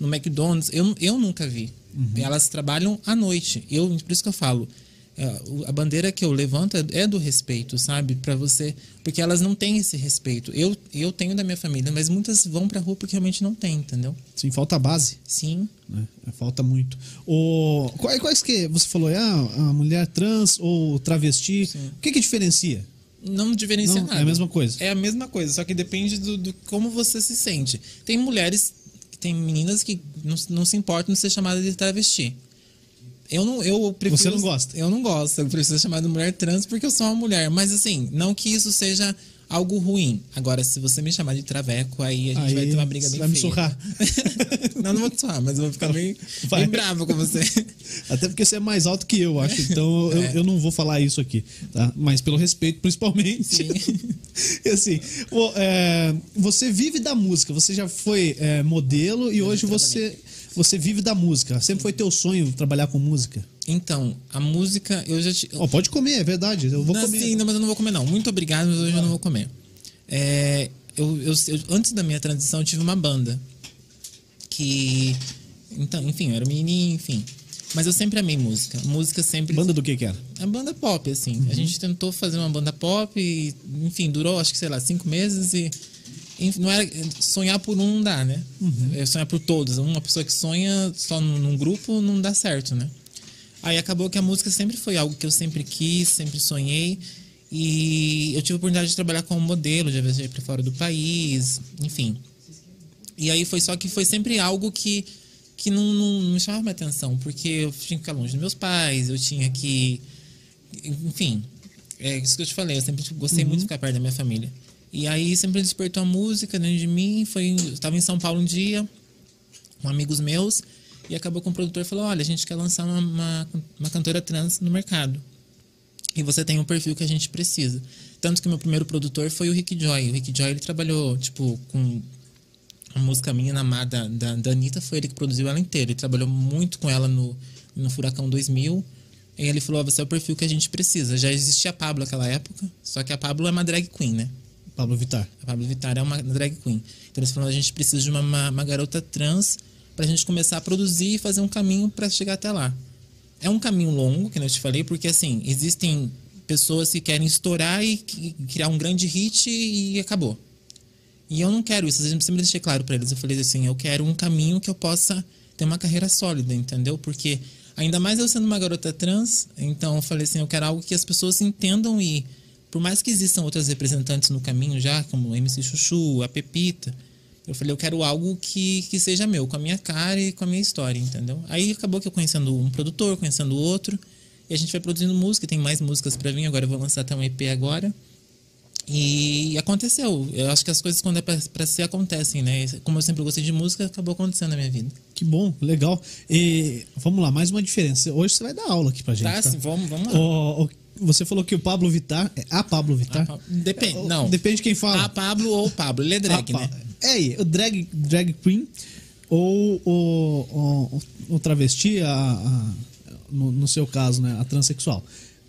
Speaker 3: no McDonald's. Eu, eu nunca vi.
Speaker 1: Uhum.
Speaker 3: Elas trabalham à noite. Eu por isso que eu falo. é, o- A bandeira que eu levanto é- é do respeito, sabe? Para você, porque elas não têm esse respeito. Eu, eu tenho da minha família, mas muitas vão pra rua porque realmente não tem, entendeu?
Speaker 1: Sim, falta a base.
Speaker 3: Sim.
Speaker 1: né? Falta muito. O, quais, quais que você falou? É a, a mulher trans ou travesti? O que que diferencia?
Speaker 3: Não diferencia
Speaker 1: Não, é a
Speaker 3: nada.
Speaker 1: mesma coisa.
Speaker 3: É a mesma coisa, só que depende do, do como você se sente. Tem mulheres, tem meninas que não, não se importam de ser chamada de travesti. Eu não, eu prefiro.
Speaker 1: Você não gosta?
Speaker 3: Eu não gosto. Eu prefiro ser chamada de mulher trans porque eu sou uma mulher. Mas assim, não que isso seja algo ruim. Agora, se você me chamar de traveco, aí a gente
Speaker 1: Aí
Speaker 3: vai ter uma briga
Speaker 1: você
Speaker 3: bem
Speaker 1: vai me
Speaker 3: feia.
Speaker 1: surrar.
Speaker 3: não, não vou te surrar, mas eu vou ficar bem,
Speaker 1: Vai.
Speaker 3: bem bravo com você.
Speaker 1: Até porque você é mais alto que eu, acho. Então
Speaker 3: É.
Speaker 1: eu, eu não vou falar isso aqui, tá? Mas pelo respeito, principalmente. e assim, o- é, você vive da música. Você já foi é, modelo e hoje você, você vive da música. Sempre foi teu sonho trabalhar com música.
Speaker 3: Então, a música, eu já te,
Speaker 1: Ó, pode comer, é verdade. Eu vou
Speaker 3: Então. não,
Speaker 1: comer.
Speaker 3: sim, não, mas eu não vou comer, não. Muito obrigado, mas hoje eu não vou comer. É, eu, eu- eu- antes da minha transição, eu tive uma banda. Que. Então, enfim, eu era um menininho, enfim. Mas eu sempre amei música. Música sempre.
Speaker 1: Banda do que que era?
Speaker 3: A banda pop, assim. A gente tentou fazer uma banda pop e, enfim, durou acho que, sei lá, cinco meses e. Enfim, não era, sonhar por um não dá, né? É sonhar por todos. Uma pessoa que sonha só num, num grupo não dá certo, né? Aí acabou que a música sempre foi algo que eu sempre quis, sempre sonhei. E eu tive a oportunidade de trabalhar como modelo, já viajei para fora do país, enfim. E aí foi só que foi sempre algo que, que não, não, não me chamava minha atenção, porque eu tinha que ficar longe dos meus pais, eu tinha que. Enfim, é isso que eu te falei, eu sempre gostei muito de ficar perto da minha família. E aí sempre despertou a música dentro de mim. Foi, eu estava em São Paulo um dia, com amigos meus, e acabou com o produtor e falou: Olha, a gente quer lançar uma, uma, uma cantora trans no mercado. E você tem o perfil que a gente precisa. Tanto que meu primeiro produtor foi o Rick Joy. O Rick Joy ele trabalhou, tipo, com a música Minha na Mar da, da, da Anitta, foi ele que produziu ela inteira. Ele trabalhou muito com ela no, no Furacão 2000. E ele falou: ó, Você é o perfil que a gente precisa. Já existia a Pablo naquela época, só que a Pablo é uma drag queen, né?
Speaker 1: Pablo Vittar.
Speaker 3: A Pablo Vittar é uma drag queen. Então eles falaram: a gente precisa de uma, uma, uma garota trans pra gente começar a produzir e fazer um caminho pra chegar até lá. É um caminho longo, que nem eu te falei, porque assim, existem pessoas que querem estourar e que- criar um grande hit e acabou. E eu não quero isso, eu sempre deixei claro pra eles. Eu falei assim: eu quero um caminho que eu possa ter uma carreira sólida, entendeu? Porque ainda mais eu sendo uma garota trans, então eu falei assim: eu quero algo que as pessoas entendam e, por mais que existam outras representantes no caminho já, como MC Chuchu, a Pepita, eu falei: eu quero algo que, que seja meu, com a minha cara e com a minha história, entendeu? Aí acabou que eu conhecendo um produtor, conhecendo outro, e a gente vai produzindo música, tem mais músicas pra vir, agora eu vou lançar até um EP agora. E aconteceu. Eu acho que as coisas, quando é pra, pra ser, acontecem, né? Como eu sempre gostei de música, acabou acontecendo na minha vida.
Speaker 1: Que bom, legal. E vamos lá, mais uma diferença. Hoje você vai dar aula aqui pra gente.
Speaker 3: Tá, sim, vamos, vamos lá.
Speaker 1: Ó, ó, você falou que o Pablo Vittar. É a Pablo Vittar?
Speaker 3: A Pa- Ah, Depende,
Speaker 1: É, ó,
Speaker 3: não.
Speaker 1: Depende de quem fala.
Speaker 3: A Ah, Pablo ou o Pablo? Ele é drag,
Speaker 1: Apa-
Speaker 3: né?
Speaker 1: É aí, o drag, drag queen ou o, o, o travesti, a, a- no, no seu caso, né, a transexual.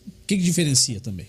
Speaker 1: O que, que diferencia também?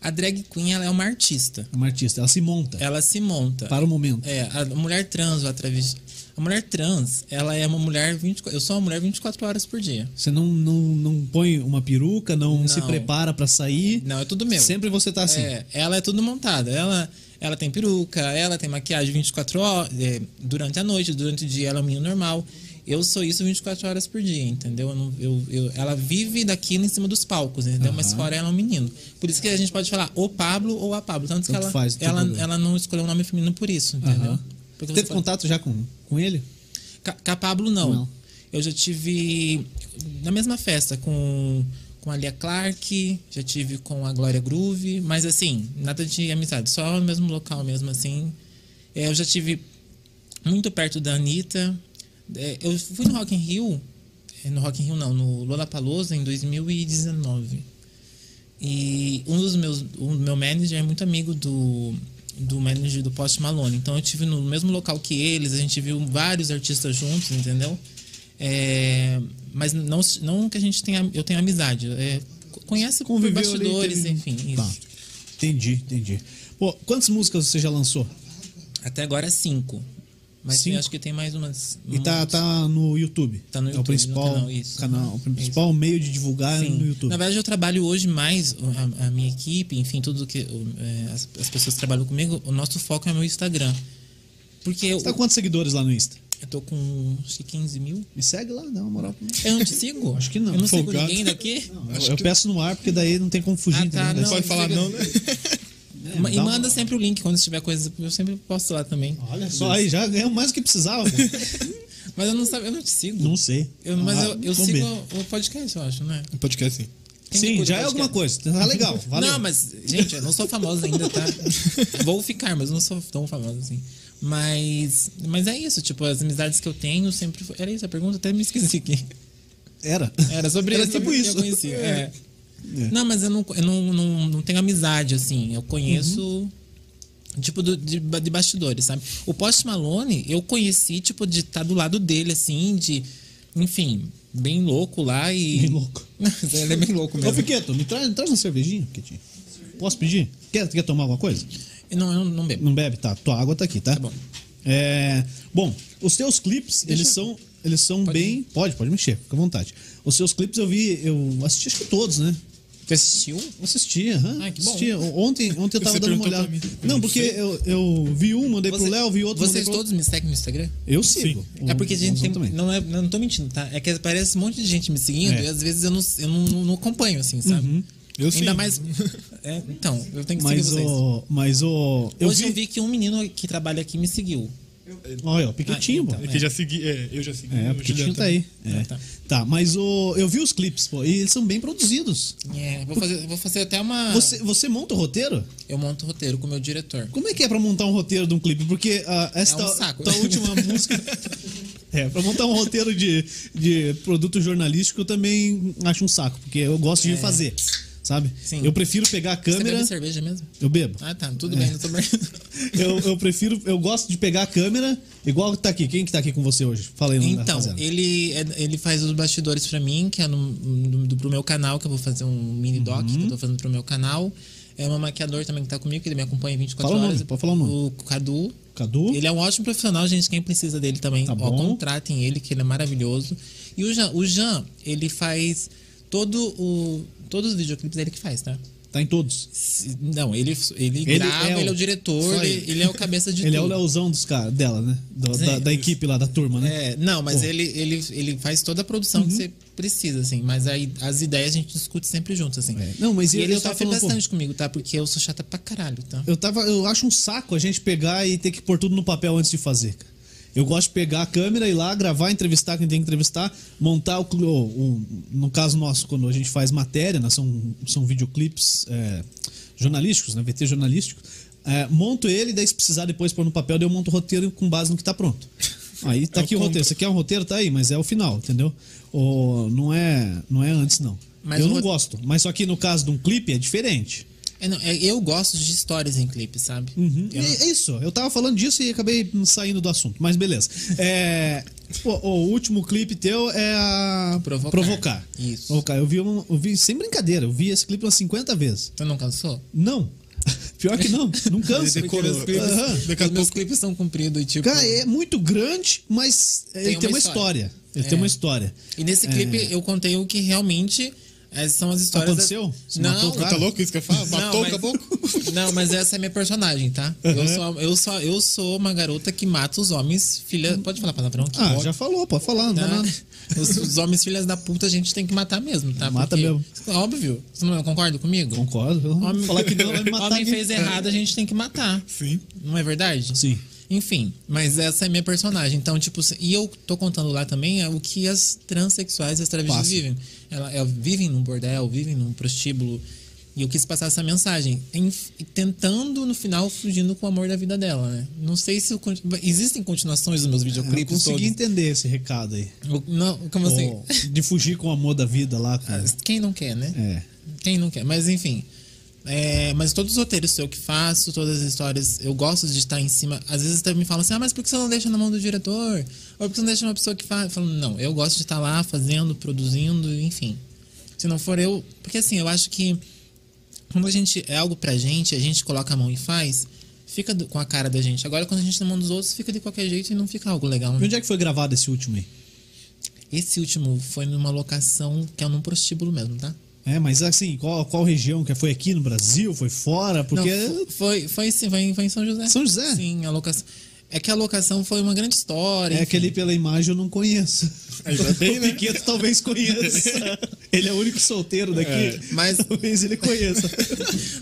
Speaker 3: A drag queen, ela é uma artista.
Speaker 1: Uma artista, ela se monta
Speaker 3: Ela se monta.
Speaker 1: para o momento.
Speaker 3: É, a mulher trans ou a travesti. A mulher trans, ela é uma mulher 24... Eu sou uma mulher 24 horas por dia.
Speaker 1: Você não, não, não põe uma peruca, não, se prepara para sair.
Speaker 3: Não, é tudo meu.
Speaker 1: Sempre você tá assim.
Speaker 3: É, ela é tudo montada. Ela, ela tem peruca, ela tem maquiagem 24 horas é, durante a noite, durante o dia ela é um menino normal. Eu sou isso 24 horas por dia, entendeu? Eu não- eu- eu- ela vive daquilo em cima dos palcos, entendeu? Mas fora ela é um menino. Por isso que a gente pode falar o Pablo ou a Pablo. Tanto, que
Speaker 1: Tanto
Speaker 3: ela,
Speaker 1: faz, não tem
Speaker 3: ela,
Speaker 1: problema.
Speaker 3: ela não escolheu um nome feminino por isso, entendeu?
Speaker 1: Aham.
Speaker 3: Porque você
Speaker 1: Teve
Speaker 3: pode-
Speaker 1: contato já com, com ele?
Speaker 3: Ca- Com a Pablo, não.
Speaker 1: Não.
Speaker 3: Eu já tive na mesma festa com, com a Lia Clark, já tive com a Glória Groove, mas assim, nada de amizade, só no mesmo local mesmo, assim. É, eu já tive muito perto da Anitta. É, eu fui no Rock in Rio, é, no Rock in Rio não, no Lollapalooza em 2019. E um dos meus, o meu manager é muito amigo do, do manager do Post Malone. Então eu tive no mesmo local que eles, a gente viu vários artistas juntos, entendeu? É, mas não, não que a gente tenha, eu tenha amizade. É, co- conhece por
Speaker 1: Conviveu ali,
Speaker 3: bastidores,
Speaker 1: teve-
Speaker 3: enfim. Isso.
Speaker 1: Tá. Entendi, entendi. Pô, quantas músicas você já lançou?
Speaker 3: Até agora cinco. Mas
Speaker 1: Cinco?
Speaker 3: eu acho que tem mais umas.
Speaker 1: E tá,
Speaker 3: umas-
Speaker 1: tá no YouTube.
Speaker 3: Tá no
Speaker 1: É o
Speaker 3: YouTube,
Speaker 1: principal
Speaker 3: no canal, isso.
Speaker 1: canal, o principal meio de divulgar é
Speaker 3: Sim.
Speaker 1: no YouTube.
Speaker 3: Na verdade, eu trabalho hoje mais o- a, a minha equipe, enfim, tudo que o- é, as, as pessoas que trabalham comigo. O nosso foco é o meu Instagram. Porque eu,
Speaker 1: Você tá com quantos seguidores lá no Insta?
Speaker 3: eu tô com acho que 15 mil.
Speaker 1: Me segue lá, dá uma moral pra mim.
Speaker 3: Eu não te sigo?
Speaker 1: Acho que não.
Speaker 3: Eu não sigo
Speaker 2: Folgado.
Speaker 3: ninguém daqui?
Speaker 1: Eu, eu peço no ar, porque daí não tem como fugir.
Speaker 3: Ah, tá,
Speaker 1: entendeu?
Speaker 3: não.
Speaker 2: Pode falar não, né?
Speaker 3: Ma- e
Speaker 1: dá
Speaker 3: manda sempre o link quando tiver coisa. Eu sempre posto lá também.
Speaker 1: Olha só, aí já ganhou mais do que precisava.
Speaker 3: Mas eu não, sabe, eu não te sigo.
Speaker 1: não sei.
Speaker 3: Eu- mas
Speaker 1: Ah,
Speaker 3: eu, eu
Speaker 1: vamos
Speaker 3: sigo
Speaker 1: ver.
Speaker 3: o podcast, eu acho, né?
Speaker 2: Um podcast sim.
Speaker 3: Quem
Speaker 1: Sim,
Speaker 3: escuta
Speaker 1: já é
Speaker 3: podcast?
Speaker 1: alguma coisa. Tá legal, valeu.
Speaker 3: Não, mas, gente, eu não sou famosa ainda, tá? Vou ficar, mas não sou tão famosa assim. Mas, mas é isso, tipo, as amizades que eu tenho sempre foi. Era isso a pergunta, até me esqueci aqui.
Speaker 1: Era.
Speaker 3: Era sobre
Speaker 1: Era
Speaker 3: isso,
Speaker 1: tipo
Speaker 3: sobre quem
Speaker 1: isso.
Speaker 3: Eu conheci, é.
Speaker 1: É.
Speaker 3: Não, mas eu não, eu não, não, não tenho amizade, assim. Eu conheço.
Speaker 1: Uhum.
Speaker 3: Tipo, do- de, ba- de bastidores, sabe? O Post Malone, eu conheci, tipo, de estar do lado dele, assim, de. Enfim, bem louco lá e.
Speaker 1: Bem louco.
Speaker 3: Ele é bem louco
Speaker 1: Ô,
Speaker 3: mesmo.
Speaker 1: Piqueto, me traz, me traz uma cervejinha, Piquetinho. Posso pedir? Quer, quer tomar alguma coisa?
Speaker 3: Não, eu não bebo.
Speaker 1: Não bebe? Tá, tua água tá aqui, tá?
Speaker 3: Tá bom.
Speaker 1: É, bom, os teus clipes, eles são, eles são bem. Pode, pode mexer, fica à vontade. Os seus clipes eu vi, eu assisti acho que todos, né?
Speaker 3: Você assistiu?
Speaker 1: Assisti, aham.
Speaker 3: Ah, que bom.
Speaker 1: Assisti. Ontem, ontem eu tava
Speaker 2: Você
Speaker 1: dando uma
Speaker 2: perguntou
Speaker 1: olhada.
Speaker 2: pra mim. Eu
Speaker 1: Não,
Speaker 2: não
Speaker 1: porque
Speaker 2: sei.
Speaker 1: eu, eu vi um, mandei pro
Speaker 3: Você-
Speaker 1: Léo, vi outro, mandei
Speaker 3: Vocês
Speaker 1: pro...
Speaker 3: todos me seguem no Instagram?
Speaker 1: Eu sigo.
Speaker 3: É porque a gente
Speaker 1: Gonzalo também.
Speaker 3: tem, não, é, não tô mentindo, tá? É que aparece um monte de gente me seguindo
Speaker 1: É. Uhum.
Speaker 3: e às vezes eu não, eu não, não acompanho, assim, sabe?
Speaker 2: Eu
Speaker 3: Ainda
Speaker 2: sigo.
Speaker 3: mais. é, então, eu tenho que
Speaker 1: Mas
Speaker 3: seguir vocês.
Speaker 1: o... Mas o... Eu
Speaker 3: Hoje
Speaker 1: vi...
Speaker 3: eu vi que um menino que trabalha aqui me seguiu.
Speaker 1: Olha, o Piquetinho,
Speaker 3: Ah,
Speaker 1: pô.
Speaker 3: então.
Speaker 2: É que já segui, é, eu já segui.
Speaker 1: É,
Speaker 2: o
Speaker 1: o Piquetinho
Speaker 2: Juliano
Speaker 1: tá aí.
Speaker 3: também.
Speaker 1: É.
Speaker 3: Ah, tá.
Speaker 1: Tá, mas o... Eu vi os clipes, pô. E eles são bem produzidos.
Speaker 3: É, vou fazer, vou fazer até uma.
Speaker 1: Você, você monta o roteiro?
Speaker 3: Eu monto o roteiro com o meu diretor.
Speaker 1: Como é que é pra montar um roteiro de um clipe? Porque ah, esta
Speaker 3: É um saco.
Speaker 1: tua última música. É, pra montar um roteiro de, de produto jornalístico eu também acho um saco, porque eu gosto de fazer, sabe?
Speaker 3: É. Sim.
Speaker 1: Eu prefiro pegar a
Speaker 3: Você
Speaker 1: câmera. É.
Speaker 3: bebe cerveja mesmo?
Speaker 1: Eu bebo.
Speaker 3: Ah, tá. Tudo bem, não tô brincando.
Speaker 1: Eu, eu prefiro, eu gosto de pegar a câmera, igual tá aqui. Quem que tá aqui com você hoje? Fala aí,
Speaker 3: Então,
Speaker 1: rapaziada.
Speaker 3: ele, é- ele faz os bastidores pra mim, que é no, do, do- pro meu canal, que eu vou fazer um mini doc que
Speaker 1: Uhum.
Speaker 3: eu tô fazendo pro meu canal. É um maquiador também que tá comigo, que ele me acompanha 24
Speaker 1: Fala o nome,
Speaker 3: horas.
Speaker 1: pode falar o nome.
Speaker 3: O Cadu.
Speaker 1: Cadu?
Speaker 3: Ele é um ótimo profissional, gente. Quem precisa dele também,
Speaker 1: Tá
Speaker 3: ó,
Speaker 1: bom.
Speaker 3: contratem ele, que ele é maravilhoso. E o Jean, o Jean, ele faz todo o. Todos os videoclipes dele que faz, tá?
Speaker 1: Tá em todos.
Speaker 3: Se- Não, ele, ele,
Speaker 1: Ele
Speaker 3: grava,
Speaker 1: é o-
Speaker 3: ele é o diretor,
Speaker 2: Só
Speaker 3: ele,
Speaker 2: ele.
Speaker 3: ele é o cabeça de
Speaker 1: Ele é o
Speaker 3: tudo.
Speaker 1: Leozão dos caras, dela, né? Do-
Speaker 3: Sim.
Speaker 1: da, da equipe lá, da turma, né?
Speaker 3: É, não, mas
Speaker 1: Pô.
Speaker 3: ele, ele, ele faz toda a produção
Speaker 1: Uhum.
Speaker 3: que você precisa, assim. Mas aí as ideias a gente discute sempre junto, assim.
Speaker 1: É. Não, mas
Speaker 3: e
Speaker 1: eu-
Speaker 3: ele
Speaker 1: eu tava
Speaker 3: sofre
Speaker 1: falando, pô-
Speaker 3: bastante comigo, tá? Porque eu sou chata pra caralho, tá?
Speaker 1: Eu, tava, eu acho um saco a gente pegar e ter que pôr tudo no papel antes de fazer. cara. Eu gosto de pegar a câmera, ir lá, gravar, entrevistar quem tem que entrevistar, montar o. cli- o- o- no caso nosso, quando a gente faz matéria, né, são, são videoclipes é, jornalísticos, né, VT jornalístico. é, monto ele, daí se precisar depois pôr no papel, daí eu monto o roteiro com base no que tá pronto. Aí tá
Speaker 2: É o
Speaker 1: aqui o
Speaker 2: combo.
Speaker 1: roteiro. Você quer um roteiro? Tá aí, mas é o final, entendeu? Ou não é, não é antes, não.
Speaker 3: Mas
Speaker 1: eu
Speaker 3: o
Speaker 1: não
Speaker 3: rote-
Speaker 1: gosto. Mas só que no caso de um clipe é diferente.
Speaker 3: É, não, é- eu gosto de histórias em clipe, sabe?
Speaker 1: É é isso, eu tava falando disso e acabei saindo do assunto, mas beleza. É, o, o último clipe teu é a.
Speaker 3: Provocar. Isso.
Speaker 1: Provocar. Eu, vi um- eu vi, sem brincadeira, eu vi esse clipe umas 50 vezes.
Speaker 3: Tu não cansou?
Speaker 1: Não. Pior que não, não canso.
Speaker 2: Ele decorou.
Speaker 3: Porque meus clipes,
Speaker 1: Aham.
Speaker 3: os
Speaker 2: Daqui a
Speaker 3: meus
Speaker 2: pouco-
Speaker 3: clipes são compridos, tipo...
Speaker 1: Cara, é muito grande, mas ele
Speaker 3: uma
Speaker 1: tem uma
Speaker 3: história.
Speaker 1: história. Ele tem
Speaker 3: É.
Speaker 1: uma história.
Speaker 3: E nesse
Speaker 1: é.
Speaker 3: clipe eu contei o que realmente eh, são as histórias...
Speaker 1: Aconteceu?
Speaker 3: das-
Speaker 1: Você matou
Speaker 3: Não,
Speaker 1: o cara?
Speaker 2: Tá louco isso que eu falo? Matou o caboclo?
Speaker 3: Não, mas essa é minha personagem, tá?
Speaker 1: Uhum.
Speaker 3: Eu, sou, eu, sou, eu sou uma garota que mata os homens, filha. Pode falar palavrão aqui?
Speaker 1: Ah, já falou, pode falar, não dá
Speaker 3: Tá?
Speaker 1: nada.
Speaker 3: Os, os homens filhas da puta a gente tem que matar mesmo, tá?
Speaker 1: Mata mesmo.
Speaker 3: Óbvio. Você não concorda comigo?
Speaker 1: Concordo.
Speaker 3: Homem,
Speaker 1: Falar que não vai me matar.
Speaker 3: homem
Speaker 1: ninguém.
Speaker 3: fez errado, a gente tem que matar.
Speaker 2: Sim.
Speaker 3: Não é verdade?
Speaker 1: Sim.
Speaker 3: Enfim, mas essa é minha personagem. Então, tipo, se- e eu tô contando lá também é o que as transexuais e as travestis
Speaker 1: Passa.
Speaker 3: vivem. Ela- Elas vivem num bordel, vivem num prostíbulo. E eu quis passar essa mensagem. em- e tentando, no final, fugindo com o amor da vida dela, né? Não sei se. eu con- existem continuações dos meus
Speaker 1: É, Eu
Speaker 3: videoclipes.
Speaker 1: consegui
Speaker 3: todos.
Speaker 1: entender esse recado aí.
Speaker 3: Eu- Não, como assim? Ah,
Speaker 1: Ou de fugir com o amor da vida lá, cara.
Speaker 3: Quem não quer, né?
Speaker 1: É.
Speaker 3: Quem não quer? Mas enfim. É, mas todos os roteiros sou eu que faço, todas as histórias, eu gosto de estar em cima. Às vezes até me falam assim, ah, mas por que você não deixa na mão do diretor? Ou por que você não deixa uma pessoa que faz? Eu falo, não, eu gosto de estar lá fazendo, produzindo, enfim. Se não for eu. Porque assim, eu acho que quando a gente é algo pra gente, a gente coloca a mão e faz, fica do- com a cara da gente. Agora, quando a gente tá na mão dos outros, fica de qualquer jeito e não fica algo legal. né?
Speaker 1: E onde é que foi gravado esse último aí?
Speaker 3: Esse último foi numa locação que é num prostíbulo mesmo, tá?
Speaker 1: É, mas assim, qual, qual região que foi aqui no Brasil? Foi fora? Porque. é
Speaker 3: Não, fo- foi, foi, sim, foi, em- foi em São José.
Speaker 1: São José?
Speaker 3: Sim, a locação. É que a locação foi uma grande história.
Speaker 1: É
Speaker 3: enfim. É,
Speaker 1: aquele pela imagem eu não conheço.
Speaker 2: Ainda bem,
Speaker 1: o
Speaker 2: né?
Speaker 1: Piqueto talvez conheça. ele é o único solteiro daqui.
Speaker 2: É,
Speaker 3: mas-
Speaker 1: talvez ele conheça.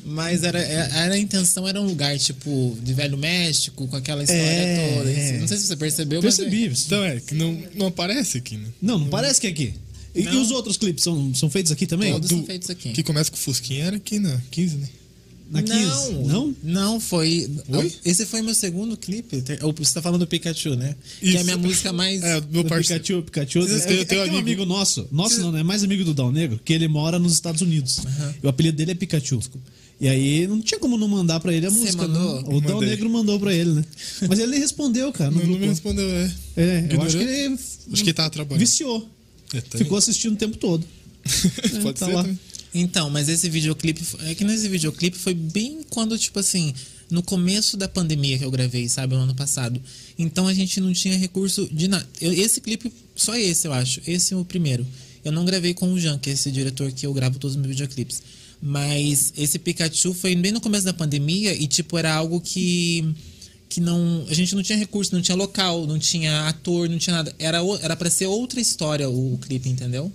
Speaker 3: Mas era, é- era a intenção, era um lugar, tipo, de Velho México, com aquela história
Speaker 1: É,
Speaker 3: toda.
Speaker 1: é.
Speaker 3: Não sei se você percebeu, mas.
Speaker 1: Percebi.
Speaker 2: Então é, que não, não aparece aqui, né?
Speaker 1: Não, não parece que é aqui. E, e
Speaker 3: Não.
Speaker 1: os outros clipes são, são feitos aqui também?
Speaker 3: é, Todos
Speaker 1: Do-
Speaker 3: são feitos aqui.
Speaker 2: Que começa com o Fusquinha era aqui na 15, né?
Speaker 1: Na 15?
Speaker 3: Não,
Speaker 1: Não?
Speaker 3: não foi.
Speaker 2: Oi?
Speaker 3: Esse foi meu segundo clipe. Ter- ou Você tá falando do Pikachu, né? Que é a
Speaker 2: Isso.
Speaker 3: minha música mais.
Speaker 2: É, do meu
Speaker 1: Do
Speaker 2: parceiro.
Speaker 1: Pikachu, Pikachu.
Speaker 2: Vocês
Speaker 1: É,
Speaker 2: têm-
Speaker 1: é,
Speaker 2: têm
Speaker 1: tem
Speaker 2: um
Speaker 1: um
Speaker 2: amigo-
Speaker 1: amigo nosso. Nosso não, né? É mais amigo do Dal Negro, que ele mora nos Estados Unidos. E o apelido dele é Pikachu. E aí não tinha como não mandar pra ele a
Speaker 3: Você
Speaker 1: música.
Speaker 3: mandou?
Speaker 1: Né? O Dal
Speaker 2: Mandei.
Speaker 1: Negro mandou pra ele, né? Mas ele nem respondeu, cara. No
Speaker 2: Meu
Speaker 1: grupo. né?
Speaker 2: nome respondeu, é.
Speaker 1: É, eu
Speaker 2: Ignorou?
Speaker 1: acho que ele
Speaker 2: Acho que ele tava trabalhando.
Speaker 1: viciou.
Speaker 2: É, tá aí.
Speaker 1: Ficou assistindo o tempo todo. É,
Speaker 2: Pode
Speaker 1: tá
Speaker 2: ser
Speaker 1: lá.
Speaker 2: também.
Speaker 3: Então, mas esse videoclipe. É que nesse videoclipe foi bem quando, tipo assim, no começo da pandemia que eu gravei, sabe? No ano passado. Então a gente não tinha recurso de nada. Esse clipe, só esse, eu acho. Esse é o primeiro. Eu não gravei com o Jean, que é esse diretor que eu gravo todos os meus videoclipes. Mas esse Pikachu foi bem no começo da pandemia e, tipo, era algo que. Que não. A gente não tinha recurso, não tinha local, não tinha ator, não tinha nada. Era, o- era pra ser outra história o, o clipe, entendeu?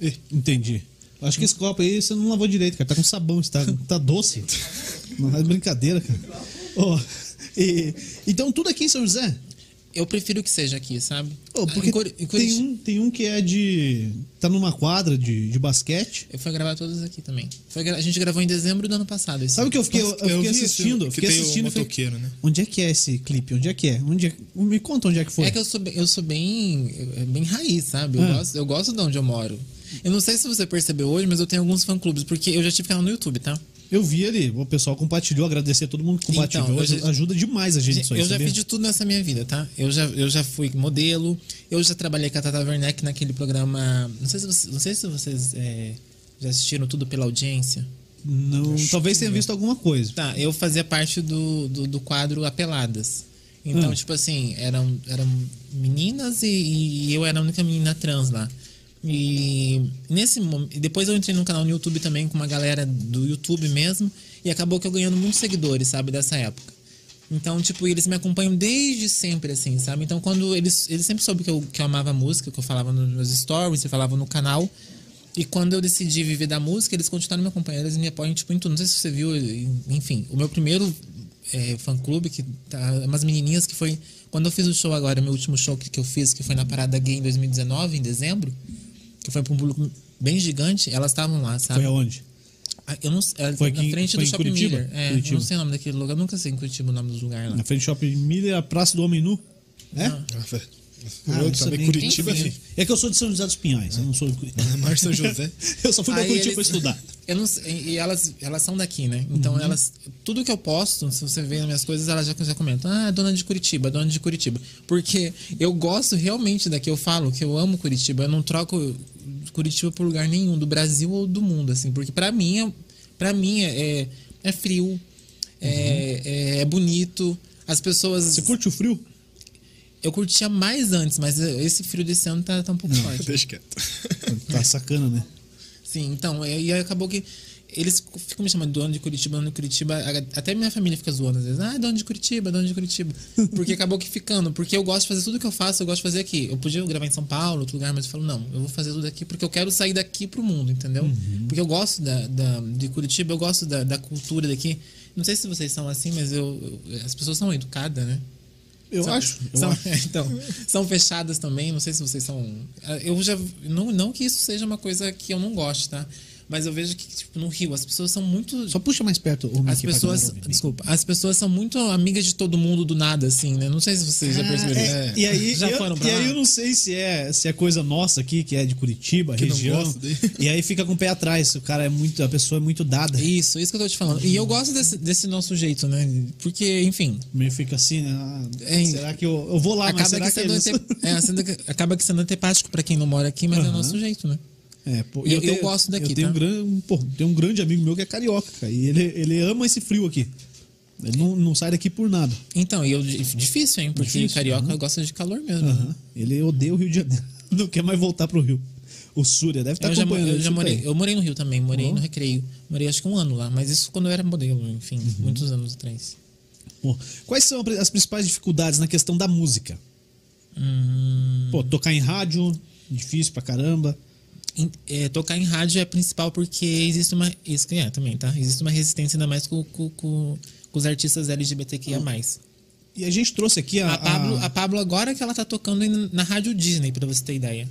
Speaker 1: Ih, Entendi. Eu Acho que esse copo aí você não lavou direito, cara. Tá com sabão, está tá doce. Não é brincadeira, cara. Ó, e- então tudo aqui em São José?
Speaker 3: Eu prefiro que seja aqui, sabe? Ah,
Speaker 1: Ô,
Speaker 3: Em
Speaker 1: porque
Speaker 3: Curi- em Curiti-
Speaker 1: tem, um, tem um que é de. tá numa quadra de, de basquete.
Speaker 3: Eu fui gravar todos aqui também. Foi gra- a gente gravou em dezembro do ano passado. esse.
Speaker 1: Sabe o que eu fiquei, eu, eu fiquei
Speaker 2: vi esse-
Speaker 1: assistindo? Eu
Speaker 2: que
Speaker 1: fiquei
Speaker 2: tem o
Speaker 1: assistindo. e falei,
Speaker 2: motoqueiro, né?
Speaker 1: Onde é que é esse clipe? Onde é que é? Onde é- Me conta onde é que foi.
Speaker 3: É que eu sou, bem- eu sou bem, é bem raiz, sabe? Eu,
Speaker 1: Ah.
Speaker 3: gosto, eu gosto de onde eu moro. Eu não sei se você percebeu hoje, mas eu tenho alguns fã-clubes, porque eu já tive canal no YouTube, tá?
Speaker 1: Eu vi ali, o pessoal compartilhou, agradecer a todo mundo que compartilhou.
Speaker 3: Então, eu já-
Speaker 1: aj- Ajuda demais a gente isso aí.
Speaker 3: eu já
Speaker 1: sabia?
Speaker 3: fiz de tudo nessa minha vida, tá? Eu já, eu já fui modelo, eu já trabalhei com a Tata Werneck naquele programa. Não sei se vocês, não sei se vocês é, já assistiram tudo pela audiência.
Speaker 1: Não, talvez tenha visto alguma coisa.
Speaker 3: Tá, eu fazia parte do, do, do quadro Apeladas. Então,
Speaker 1: Hum.
Speaker 3: tipo assim, eram, eram meninas e, e eu era a única menina trans lá. E nesse mom- e depois eu entrei num canal no YouTube também com uma galera do YouTube mesmo e acabou que eu ganhando muitos seguidores, sabe, dessa época. Então, tipo, eles me acompanham desde sempre, assim, sabe? Então, quando eles, eles sempre soube que eu, que eu amava música, que eu falava nos meus stories, eu falava no canal. E quando eu decidi viver da música, eles continuaram me acompanhando, eles me apoiam, tipo, em tudo. Não sei se você viu, enfim, o meu primeiro é, fã-clube, que tá, umas menininhas que foi... Quando eu fiz o show agora, meu último show que, que eu fiz, que foi na Parada Gay em 2019, em dezembro, que foi pra um público bem gigante, elas estavam lá, sabe?
Speaker 1: Foi aonde?
Speaker 3: Ah, Eu não, era
Speaker 1: Foi
Speaker 3: na
Speaker 1: aqui-
Speaker 3: frente
Speaker 1: foi
Speaker 3: do
Speaker 1: em
Speaker 3: Shopping
Speaker 1: Curitiba?
Speaker 3: Miller. É, eu
Speaker 1: Curitiba.
Speaker 3: não sei o nome daquele lugar, eu nunca sei em Curitiba o nome dos lugares lá.
Speaker 1: Na frente do shopping Miller, a Praça do Homem Nu? É?
Speaker 2: Ah, velho.
Speaker 1: Ah,
Speaker 2: eu
Speaker 1: isso
Speaker 2: também,
Speaker 1: também-
Speaker 2: Curitiba,
Speaker 3: Enfim.
Speaker 2: filho.
Speaker 1: É que eu sou de São José dos Pinhais, eu não sou de Curitiba.
Speaker 2: Mar São José.
Speaker 1: Eu só fui pra
Speaker 3: Aí
Speaker 1: Curitiba
Speaker 3: eles-
Speaker 1: pra estudar.
Speaker 3: Eu não sei, e elas, elas são daqui, né?
Speaker 1: Uhum.
Speaker 3: Então elas. Tudo que eu posto, se você vê nas minhas coisas, elas já, já comentam. Ah, dona de Curitiba, dona de Curitiba. Porque eu gosto realmente daqui, eu falo que eu amo Curitiba. Eu não troco Curitiba por lugar nenhum, do Brasil ou do mundo, assim. Porque pra mim, é- pra mim é, é frio, é, é, é bonito. As pessoas.
Speaker 1: Uhum. Você curte o frio?
Speaker 3: Eu curtia mais antes, mas esse frio desse ano tá, tá um pouco forte.
Speaker 2: Deixa quieto.
Speaker 1: Tá sacana, né?
Speaker 3: Sim, então, e e aí acabou que eles ficam me chamando dono de Curitiba, dono de Curitiba. a- Até minha família fica zoando às vezes. Ah, dono de Curitiba, dono de Curitiba. Porque acabou que ficando. Porque eu gosto de fazer tudo que eu faço, eu gosto de fazer aqui. Eu podia gravar em São Paulo, outro lugar, mas eu falo, não, eu vou fazer tudo aqui porque eu quero sair daqui pro mundo, entendeu? Porque eu gosto da, da- de Curitiba, eu gosto da, da cultura daqui. Não sei se vocês são assim, mas eu, eu- as pessoas são educadas, né?
Speaker 1: Eu
Speaker 3: São-
Speaker 1: acho. eu
Speaker 3: são,
Speaker 1: acho.
Speaker 3: então, são fechadas também, não sei se vocês são. Ah, Eu já. Não, não que isso seja uma coisa que eu não goste, tá? Mas eu vejo que, tipo, no Rio, as pessoas são muito.
Speaker 1: Só um puxa mais perto o
Speaker 3: as pessoas. Desculpa. As pessoas são muito amigas de todo mundo do nada, assim, né? Não sei se vocês já perceberam.
Speaker 1: É, e aí,
Speaker 3: já
Speaker 1: eu,
Speaker 3: foram pra
Speaker 1: e
Speaker 3: lá?
Speaker 1: aí eu não sei se é, se é coisa nossa aqui, que é de Curitiba,
Speaker 2: Que não
Speaker 1: região.
Speaker 2: gosta daí.
Speaker 1: E aí fica com o pé atrás. O cara é muito. A pessoa é muito dada.
Speaker 3: Isso, isso que eu tô te falando. E eu gosto desse, desse nosso jeito, né? Porque, enfim.
Speaker 1: Meio fica assim, né? Ah,
Speaker 3: É,
Speaker 1: será que eu, eu vou lá, Ah, mas será
Speaker 3: Acaba que,
Speaker 1: que,
Speaker 3: sendo
Speaker 1: eles...
Speaker 3: ante- é, sendo que- acaba que sendo antipático pra quem não mora aqui, mas é o
Speaker 1: Aham.
Speaker 3: nosso jeito, né?
Speaker 1: É, pô,
Speaker 3: Eu- eu gosto daqui,
Speaker 1: Eu tenho,
Speaker 3: tá?
Speaker 1: um grande, pô, tenho um grande amigo meu que é carioca, cara, e ele, ele ama esse frio aqui. Ele não, não sai daqui por nada.
Speaker 3: Então, e eu, difícil, hein? Porque
Speaker 1: Difícil,
Speaker 3: carioca gosta de calor mesmo. né?
Speaker 1: Aham. Ele odeia o Rio de Janeiro. Não quer mais voltar pro Rio. O Surya deve estar
Speaker 3: eu já, mo-
Speaker 1: acompanhando.
Speaker 3: eu
Speaker 1: ele,
Speaker 3: já
Speaker 1: chuta
Speaker 3: morei,
Speaker 1: aí.
Speaker 3: eu morei no Rio também, morei no Recreio. Morei acho que um ano lá, mas isso quando eu era modelo, enfim, muitos anos atrás.
Speaker 1: Bom, quais são as principais dificuldades na questão da música?
Speaker 3: Hum,
Speaker 1: Pô, tocar em rádio, difícil pra caramba.
Speaker 3: em- é, tocar em rádio é principal porque existe uma. Isso que é também, tá? Existe uma resistência ainda mais com, com, com- com os artistas LGBTQIA.
Speaker 1: E a gente trouxe aqui a.
Speaker 3: A Pablo, a Pablo agora que ela tá tocando em- na Rádio Disney, pra você ter ideia.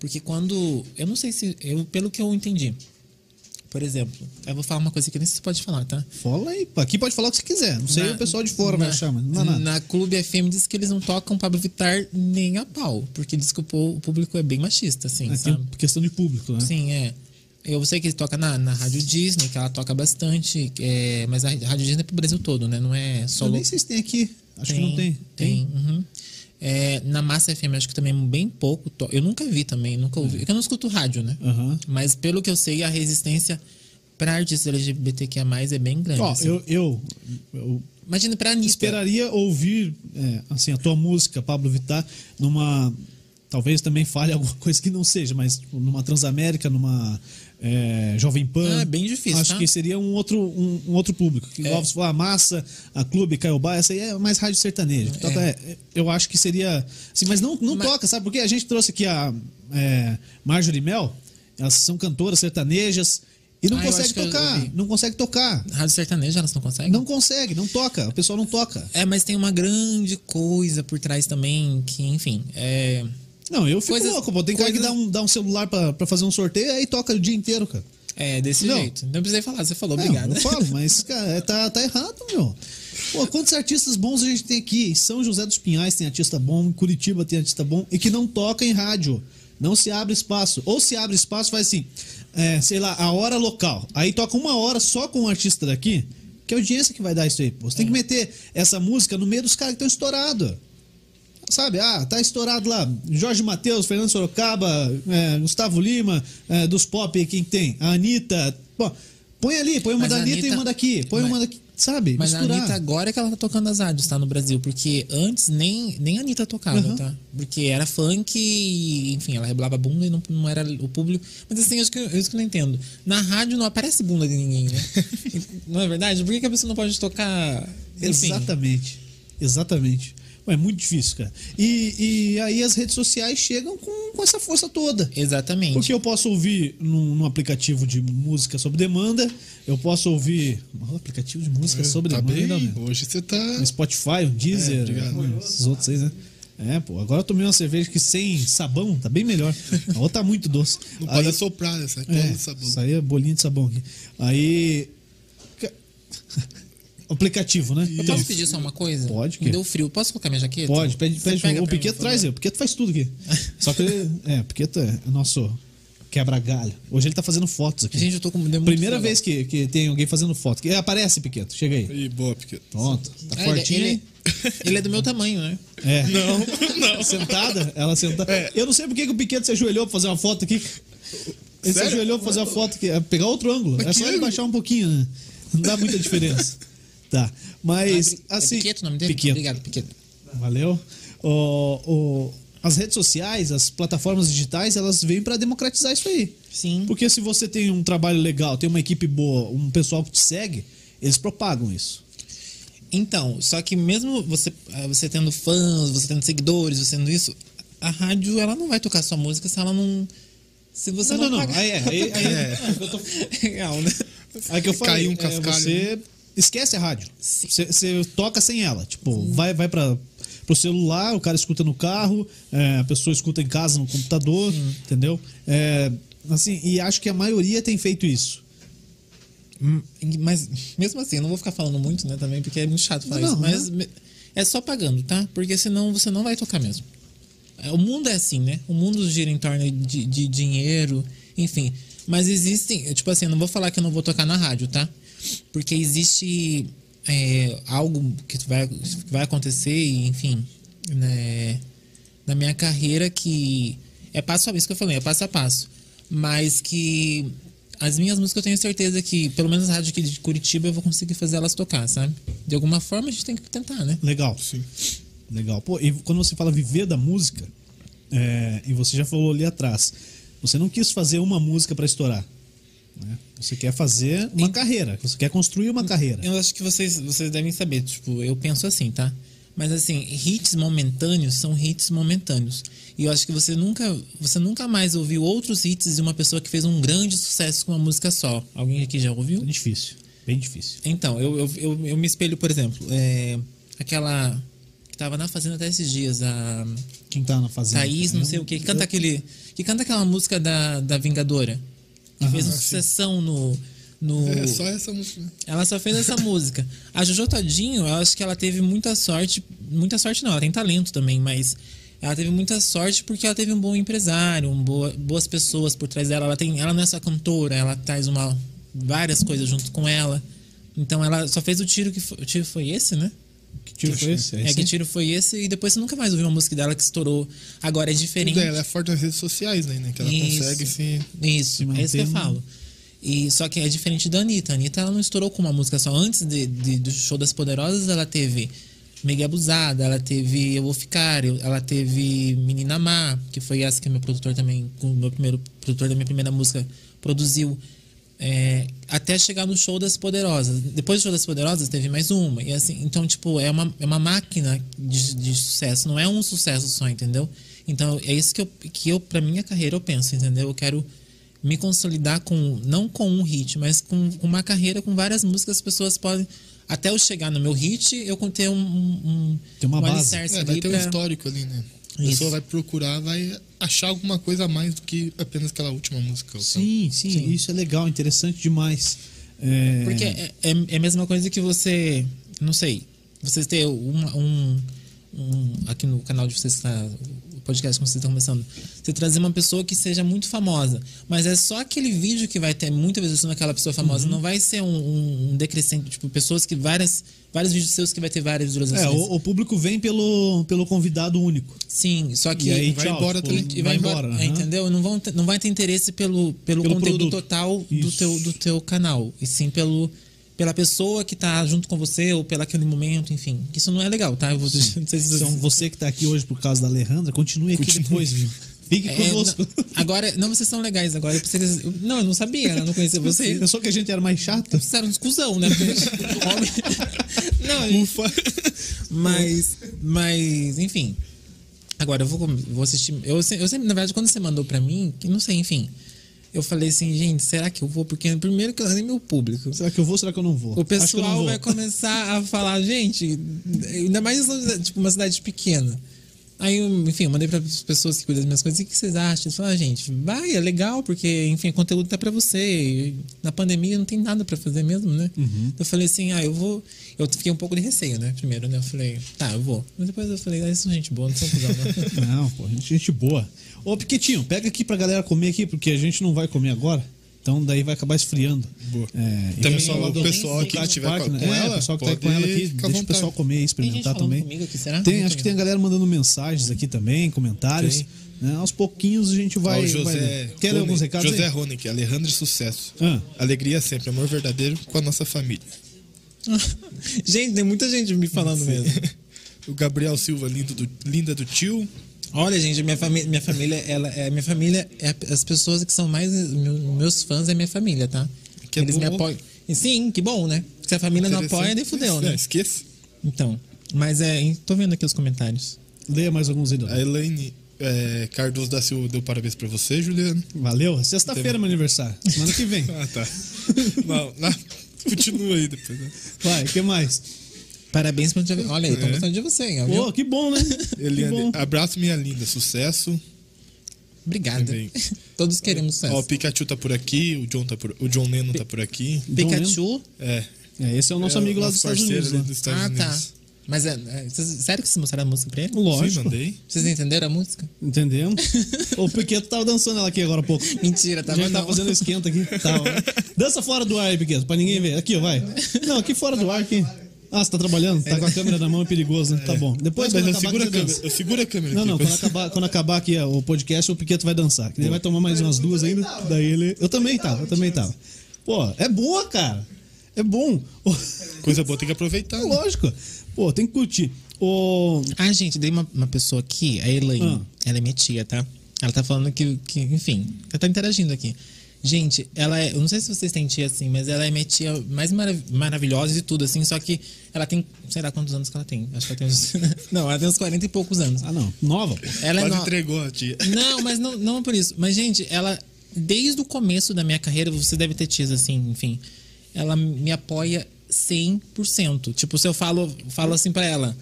Speaker 3: Porque quando. Eu não sei se. Eu, pelo que eu entendi. Por exemplo, eu vou falar uma coisa que nem se pode falar, tá?
Speaker 1: Fala aí, pô. aqui pode falar o que você quiser. Não sei
Speaker 3: Na-
Speaker 1: o pessoal de fora vai
Speaker 3: na-
Speaker 1: achar, mas não é nada.
Speaker 3: Na Clube FM diz que eles não tocam Pablo Vittar nem a pau, porque diz que o po- o público é bem machista, assim,
Speaker 1: É, tem
Speaker 3: sabe?
Speaker 1: questão de público, né?
Speaker 3: Sim, é. Eu sei que ele toca na, na Rádio Disney, que ela toca bastante, é, mas a Rádio Disney é pro Brasil todo, né? Não é só
Speaker 1: Eu
Speaker 3: lo-
Speaker 1: nem sei se tem aqui. Acho que não tem.
Speaker 3: Tem. uhum. É, na Massa FM, acho que também é bem pouco. to- Eu nunca vi também, nunca ouvi. É que eu não escuto rádio, né?
Speaker 1: Aham.
Speaker 3: Mas pelo que eu sei, a resistência pra artistas LGBTQIA é bem grande.
Speaker 1: Ó,
Speaker 3: assim.
Speaker 1: eu, eu, eu
Speaker 3: Imagina pra Anitta.
Speaker 1: esperaria ouvir é, assim, a tua música, Pablo Vittar, numa, Talvez também fale alguma coisa que não seja, mas tipo, numa Transamérica, numa é, Jovem Pan.
Speaker 3: Ah, é bem difícil,
Speaker 1: Acho
Speaker 3: tá?
Speaker 1: que seria um outro, um, um outro público. Que,
Speaker 3: É.
Speaker 1: igual você falou, a Massa, a Clube, Caiobá, essa aí é mais rádio sertaneja. Então, tá, é, eu acho que seria. assim, mas não, não
Speaker 3: Mas-
Speaker 1: toca, sabe? Porque a gente trouxe aqui a é, Marjorie Mel, elas são cantoras sertanejas e não
Speaker 3: Ah, eu
Speaker 1: consegue
Speaker 3: acho que eu
Speaker 1: tocar.
Speaker 3: vi.
Speaker 1: Não consegue tocar.
Speaker 3: Rádio sertaneja, elas não conseguem?
Speaker 1: Não consegue, não toca. O pessoal não toca.
Speaker 3: É, mas tem uma grande coisa por trás também, que, enfim, é.
Speaker 1: Não, eu fico
Speaker 3: Coisas-
Speaker 1: louco, pô. Tem cara que dá um, dá um celular pra, pra fazer um sorteio, aí toca o dia inteiro, cara.
Speaker 3: É, desse
Speaker 1: Não.
Speaker 3: jeito. Não precisei falar, você falou, obrigado.
Speaker 1: Não, eu falo, mas, cara, é, tá, tá errado, meu. Pô, quantos artistas bons a gente tem aqui? Em São José dos Pinhais tem artista bom, em Curitiba tem artista bom, e que não toca em rádio. Não se abre espaço. Ou se abre espaço, faz assim, é, sei lá, a hora local. Aí toca uma hora só com um artista daqui, que é audiência que vai dar isso aí, pô. Você tem que meter essa música no meio dos caras que estão estourados. Sabe, ah, tá estourado lá. Jorge Matheus, Fernando Sorocaba, é, Gustavo Lima, é, dos pop, quem que tem? A Anitta. Bom, põe ali, põe uma
Speaker 3: Mas
Speaker 1: da
Speaker 3: a
Speaker 1: Anitta, e
Speaker 3: Anitta-
Speaker 1: uma daqui. Põe
Speaker 3: mas-
Speaker 1: uma daqui. Sabe?
Speaker 3: Mas a
Speaker 1: misturar.
Speaker 3: Anitta agora é que ela tá tocando as rádios, tá? No Brasil. Porque antes nem, nem a Anitta tocava,
Speaker 1: Aham.
Speaker 3: tá? Porque era funk e, enfim, ela reblava bunda e não, não era o público. Mas assim, isso que, eu- isso que eu não entendo. Na rádio não aparece bunda de ninguém, né? não é verdade? Por que, que a pessoa não pode tocar. Enfim,
Speaker 1: Exatamente. Exatamente. Ué, É muito difícil, cara. E, e aí as redes sociais chegam com, com essa força toda.
Speaker 3: Exatamente.
Speaker 1: Porque eu posso ouvir num, num aplicativo de música sob demanda, eu posso ouvir. Um aplicativo de música sob
Speaker 2: tá
Speaker 1: demanda,
Speaker 2: bem,
Speaker 1: né?
Speaker 2: hoje você tá.
Speaker 1: no Spotify, o Deezer,
Speaker 2: É, obrigado.
Speaker 1: esses outros aí, né? É, pô, agora eu tomei uma cerveja que sem sabão tá bem melhor. A outra tá muito doce.
Speaker 2: Não
Speaker 1: Aí-
Speaker 2: pode assoprar né? essa aqui,
Speaker 1: é,
Speaker 2: olha essa bola.
Speaker 1: isso aí é bolinho de sabão aqui. Aí. ca- Aplicativo, né?
Speaker 3: Eu posso pedir só uma coisa?
Speaker 1: Pode,
Speaker 3: Me
Speaker 1: quê?
Speaker 3: deu frio. Posso colocar minha jaqueta?
Speaker 1: Pode, pede,
Speaker 3: Você
Speaker 1: pede o
Speaker 3: pega pra mim,
Speaker 1: Piqueto
Speaker 3: por favor.
Speaker 1: traz, eu. o Piqueto faz tudo aqui. Só que. É, o Piqueto é o nosso quebra-galho. Hoje ele tá fazendo fotos aqui.
Speaker 3: Gente, eu tô com. deu muito
Speaker 1: Primeira
Speaker 3: frio
Speaker 1: vez que, que tem alguém fazendo foto. Que- é, Aparece, Piqueto, chega aí.
Speaker 2: E boa, Piquet.
Speaker 1: Pronto, tá
Speaker 3: agora. Ah, ele,
Speaker 1: fortinho.
Speaker 3: ele, ele é do meu tamanho, né?
Speaker 1: É. Não, não. Sentada? Ela sentada. Eu não sei por que que o Piquet se ajoelhou pra fazer uma foto aqui. Ele se
Speaker 2: Sério?
Speaker 1: ajoelhou pra fazer uma foto aqui. É pegar outro ângulo. É
Speaker 2: Mas
Speaker 1: só
Speaker 2: que
Speaker 1: ele
Speaker 2: ângulo?
Speaker 1: baixar um pouquinho, né? Não dá muita diferença. Tá. Mas,
Speaker 3: É
Speaker 1: assim.
Speaker 3: Piqueto o nome dele?
Speaker 1: Piquet.
Speaker 3: Obrigado, Piqueto.
Speaker 1: Valeu. O, o- as redes sociais, as plataformas digitais, elas vêm para democratizar isso aí.
Speaker 3: Sim.
Speaker 1: Porque se você tem um trabalho legal, tem uma equipe boa, um pessoal que te segue, eles propagam isso.
Speaker 3: Então, só que mesmo você, ah, você tendo fãs, você tendo seguidores, você tendo isso, a rádio ela não vai tocar sua música se ela não. Se você
Speaker 1: não,
Speaker 3: não.
Speaker 1: não, não.
Speaker 3: pagar.
Speaker 1: Aí, é, aí, aí, eu tô
Speaker 3: Legal, né?
Speaker 1: Aí que eu falei,
Speaker 2: Caiu um
Speaker 1: é,
Speaker 2: cascalho,
Speaker 1: você esquece a rádio. Você, você toca sem ela. Tipo, vai, vai para pro celular, o cara escuta no carro, é, a pessoa escuta em casa, no computador, entendeu? É, assim, e acho que a maioria tem feito isso.
Speaker 3: Hum, Mas mesmo assim, eu não vou ficar falando muito, né, também, porque é muito chato falar
Speaker 1: Não, né?
Speaker 3: isso. Mas me- é só pagando, tá? Porque senão você não vai tocar mesmo. É, O mundo é assim, né? O mundo gira em torno de, de dinheiro, enfim. Mas existem, tipo assim, eu não vou falar que eu não vou tocar na rádio, tá? Porque existe é, algo que vai, que vai acontecer, e, enfim, né, na minha carreira que é passo a isso que eu falei, é passo a passo. Mas que as minhas músicas eu tenho certeza que, pelo menos a rádio aqui de Curitiba, eu vou conseguir fazer elas tocar, sabe? De alguma forma a gente tem que tentar, né?
Speaker 1: Legal. Sim. Legal. Pô, e quando você fala viver da música, é, e você já falou ali atrás, você não quis fazer uma música para estourar. né? Você quer fazer uma carreira, você quer construir
Speaker 2: Hum.
Speaker 1: uma carreira.
Speaker 3: Eu acho que vocês, vocês devem saber, tipo, eu penso assim, tá? Mas assim, hits momentâneos são hits momentâneos. E eu acho que você nunca, você nunca mais ouviu outros hits de uma pessoa que fez um grande sucesso com uma música só. Alguém aqui já ouviu?
Speaker 1: É difícil, bem difícil.
Speaker 3: Então, eu, eu, eu, eu me espelho, por exemplo, é, aquela que tava na fazenda até esses dias, a
Speaker 1: Quem tá na fazenda?
Speaker 3: Thaís, não sei o quê, que canta aquele. Que canta aquela música da, da Vingadora. Que fez uma sucessão no. no
Speaker 2: Ah, É só essa música. né?
Speaker 3: Ela só fez essa música. A Jojo Todinho, eu acho que ela teve muita sorte. Muita sorte não, ela tem talento também, mas ela teve muita sorte porque ela teve um bom empresário, um boa- boas pessoas por trás dela. Ela, tem, ela não é só cantora, ela traz uma, várias coisas junto com ela. Então ela só fez o tiro que foi, o tiro foi esse, né?
Speaker 1: Que tiro foi esse?
Speaker 3: É, que tiro foi esse e depois você nunca mais ouviu uma música dela que estourou. Agora é diferente.
Speaker 2: Tudo é, Ela é forte nas redes sociais, né? né? Que ela
Speaker 3: Isso.
Speaker 2: consegue se.
Speaker 3: Isso, é isso que eu
Speaker 1: mantendo.
Speaker 3: falo. E, só que é diferente da Anitta. A Anitta ela não estourou com uma música só. Antes de, de- do show das Poderosas, ela teve Mega Abusada, ela teve Eu Vou Ficar, eu- ela teve Menina Má, que foi essa que meu produtor também, com o meu primeiro produtor da minha primeira música, produziu. É, até chegar no show das Poderosas. Depois do show das Poderosas teve mais uma. E assim, então, tipo, é uma, é uma máquina de, de sucesso, não é um sucesso só, entendeu? Então, é isso que eu, que eu, pra minha carreira, eu penso, entendeu? Eu quero me consolidar com, não com um hit, mas com uma carreira com várias músicas, as pessoas podem. Até eu chegar no meu hit, eu contei um. um
Speaker 1: Tem uma
Speaker 3: um
Speaker 1: base.
Speaker 3: alicerce
Speaker 2: É,
Speaker 3: ali
Speaker 2: vai ter um
Speaker 3: pra-
Speaker 2: histórico ali, né? A
Speaker 3: Isso.
Speaker 2: pessoa vai procurar, vai achar alguma coisa a mais do que apenas aquela última música. Então, ou tal.
Speaker 1: Sim, sim,
Speaker 3: Sim.
Speaker 1: isso é legal, interessante demais. É,
Speaker 3: Porque é, é- é a mesma coisa que você. Não sei. Vocês têm um, um- um- Aqui no canal de vocês, que tá, o podcast que vocês estão começando. Você trazer uma pessoa que seja muito famosa. Mas é só aquele vídeo que vai ter muita visualização daquela pessoa famosa.
Speaker 1: Uhum.
Speaker 3: Não vai ser um, um- um decrescente. Tipo, pessoas que. várias Vários vídeos seus que vai ter várias
Speaker 1: é,
Speaker 3: visualizações.
Speaker 1: o, o público vem pelo, pelo convidado único.
Speaker 3: Sim, só que.
Speaker 1: E aí
Speaker 2: vai
Speaker 1: tchau,
Speaker 2: embora
Speaker 1: tipo,
Speaker 2: também.
Speaker 3: e vai embora,
Speaker 1: aham.
Speaker 3: entendeu? Não, vão ter- não vai ter interesse pelo, pelo,
Speaker 1: Pelo
Speaker 3: conteúdo
Speaker 1: produto.
Speaker 3: total do
Speaker 1: Isso.
Speaker 3: teu, do teu canal, e sim pelo, pela pessoa que tá junto com você ou pelo aquele momento, enfim. Que Isso não é legal, tá? Eu vou, não sei se
Speaker 1: Então, você que tá aqui hoje por causa da Alejandra, continue aqui depois, viu? Fique
Speaker 3: É,
Speaker 1: conosco.
Speaker 3: não- agora, não, vocês são legais agora. Eu pensei que vocês- eu- não, eu não sabia, eu não conhecia vocês.
Speaker 1: Pensou que a gente era mais chato?
Speaker 3: Vocês eram discussão, né? Porque- homem- não,
Speaker 2: Ufa!
Speaker 3: mas, mas, enfim. Agora, eu vou, com- vou assistir. Eu, se- eu sempre, na verdade, quando você mandou pra mim, que não sei, enfim. Eu falei assim, gente, será que eu vou? Porque primeiro que eu nem meu público.
Speaker 1: Será que eu vou ou será que eu não vou?
Speaker 3: O
Speaker 1: Acho que eu não
Speaker 3: pessoal
Speaker 1: vou.
Speaker 3: vai começar a falar, gente, ainda mais em São José, tipo, uma cidade pequena. Aí, eu, enfim, eu mandei para as pessoas que cuidam das minhas coisas, e o que vocês acham? Eles falaram, ah, gente, vai, é legal, porque, enfim, o conteúdo tá para você. E na pandemia não tem nada para fazer mesmo, né?
Speaker 1: Uhum.
Speaker 3: Eu falei assim, ah, eu vou. Eu fiquei um pouco de receio, né? Primeiro, né? Eu falei, tá, eu vou. Mas depois eu falei, ah, isso é gente boa, não são cuzão, não.
Speaker 1: Não, pô, gente, gente boa. Ô, Piquetinho, pega aqui pra galera comer aqui, porque a gente não vai comer agora. Então daí vai acabar esfriando.
Speaker 2: Boa.
Speaker 1: É, e
Speaker 2: Também
Speaker 1: pessoal lá
Speaker 2: o
Speaker 1: do-
Speaker 2: pessoal
Speaker 1: do
Speaker 2: aqui que
Speaker 1: Cat
Speaker 2: tiver
Speaker 1: Park,
Speaker 2: com-
Speaker 1: né?
Speaker 2: com
Speaker 1: É,
Speaker 2: ela,
Speaker 1: o pessoal que tá
Speaker 2: pode
Speaker 1: com ela aqui,
Speaker 2: ficar
Speaker 1: deixa
Speaker 2: à
Speaker 1: o pessoal
Speaker 2: vontade.
Speaker 1: comer e
Speaker 3: Tem gente
Speaker 1: experimentar
Speaker 3: falando
Speaker 1: também.
Speaker 3: comigo aqui, será?
Speaker 1: Tem,
Speaker 3: Muito
Speaker 1: acho que tem a
Speaker 3: legal.
Speaker 1: galera mandando mensagens aqui também, comentários. né? Aos pouquinhos a gente vai.
Speaker 2: Ó, o
Speaker 1: vai
Speaker 2: José.
Speaker 1: ler. Quer ler
Speaker 2: Honig-
Speaker 1: alguns recados?
Speaker 2: José
Speaker 1: aí?
Speaker 2: Ronick, Alejandro e Sucesso.
Speaker 1: Ah.
Speaker 2: Alegria sempre, amor verdadeiro com a nossa família.
Speaker 3: gente, tem muita gente me falando mesmo.
Speaker 2: o Gabriel Silva, lindo do- linda do tio.
Speaker 3: Olha, gente, minha, fami minha família, ela é minha família, é a- as pessoas que são mais meu- meus fãs é minha família, tá?
Speaker 2: Que
Speaker 3: Eles
Speaker 2: bom.
Speaker 3: me apoiam. E sim, que bom, né? Se a família não apoia, daí fudeu, né?
Speaker 2: Esqueça.
Speaker 3: Então, mas é, em- tô vendo aqui os comentários.
Speaker 1: Leia mais alguns aí, Dom.
Speaker 2: A Elaine é, Cardoso da Silva deu parabéns pra você, Juliano.
Speaker 1: Valeu. Sexta-feira é meu aniversário. Semana que vem.
Speaker 2: Ah, tá. não, não, continua aí depois, né?
Speaker 1: Vai, o que mais?
Speaker 3: Parabéns pelo dia. Olha, eu tô
Speaker 2: É.
Speaker 3: gostando de você, hein? ó, viu?
Speaker 1: Pô, que bom, né? que
Speaker 2: Eliane,
Speaker 1: bom.
Speaker 2: é abraço, minha linda. Sucesso.
Speaker 3: Obrigada.
Speaker 2: Também.
Speaker 3: Todos queremos sucesso.
Speaker 2: Ó, o Pikachu tá por aqui, o John, tá por, o John Lennon tá por aqui.
Speaker 3: Pikachu.
Speaker 2: É.
Speaker 1: É, esse é o nosso
Speaker 2: É,
Speaker 1: amigo lá dos
Speaker 2: nosso
Speaker 1: Estados
Speaker 2: parceiro
Speaker 1: Unidos.
Speaker 2: ali
Speaker 1: Né?
Speaker 2: dos Estados
Speaker 3: Ah, tá.
Speaker 2: Unidos.
Speaker 3: Mas é, é, vocês- sério que vocês mostraram a música pra ele?
Speaker 2: Sim,
Speaker 1: Lógico.
Speaker 2: mandei.
Speaker 3: Vocês entenderam a música?
Speaker 1: Entendemos? o Piqueto tava dançando ela aqui agora há pouco.
Speaker 3: Mentira,
Speaker 1: A
Speaker 3: tava
Speaker 1: gente tá
Speaker 3: não.
Speaker 1: fazendo esquenta aqui. Tá, ó. Dança fora do ar aí, Piqueto, pra ninguém ver. Aqui, ó, vai. Não, aqui fora do ar, aqui. Ah, você tá trabalhando? Tá com a câmera na mão, é perigoso, né? Tá bom. Depois
Speaker 2: Mas
Speaker 1: quando
Speaker 2: eu
Speaker 1: acabar,
Speaker 2: seguro, a
Speaker 1: você
Speaker 2: câmera,
Speaker 1: dança.
Speaker 2: eu seguro a câmera
Speaker 1: Não,
Speaker 2: aqui.
Speaker 1: não,
Speaker 2: pra-
Speaker 1: quando acabar, quando acabar aqui ó, o podcast, o Piqueto vai dançar. que Ele vai tomar mais umas duas ainda. Daí ele. Eu também tava, eu também tava. Pô, é boa, cara. É bom.
Speaker 2: Coisa boa, tem que aproveitar. né?
Speaker 1: Lógico. Pô, tem que curtir. Ô,
Speaker 3: Ah, gente, dei uma, uma pessoa aqui, a Elaine.
Speaker 1: Ah.
Speaker 3: Ela é minha tia, tá? Ela tá falando que, que, enfim, ela tá interagindo aqui. Gente, ela é. Eu não sei se vocês têm tia assim, mas ela é minha tia mais marav- maravilhosa de tudo, assim. Só que ela tem. Sei lá quantos anos que ela tem. Acho que ela tem uns. não, ela tem uns 40 e poucos anos.
Speaker 1: Ah, não. Nova, pô.
Speaker 3: Ela é
Speaker 2: Quase
Speaker 3: no...
Speaker 2: entregou a tia.
Speaker 3: Não, mas não, não por isso. Mas, gente, ela, desde o começo da minha carreira, você deve ter tido assim, enfim. Ela me apoia 100%. Tipo, se eu falo, falo assim pra ela,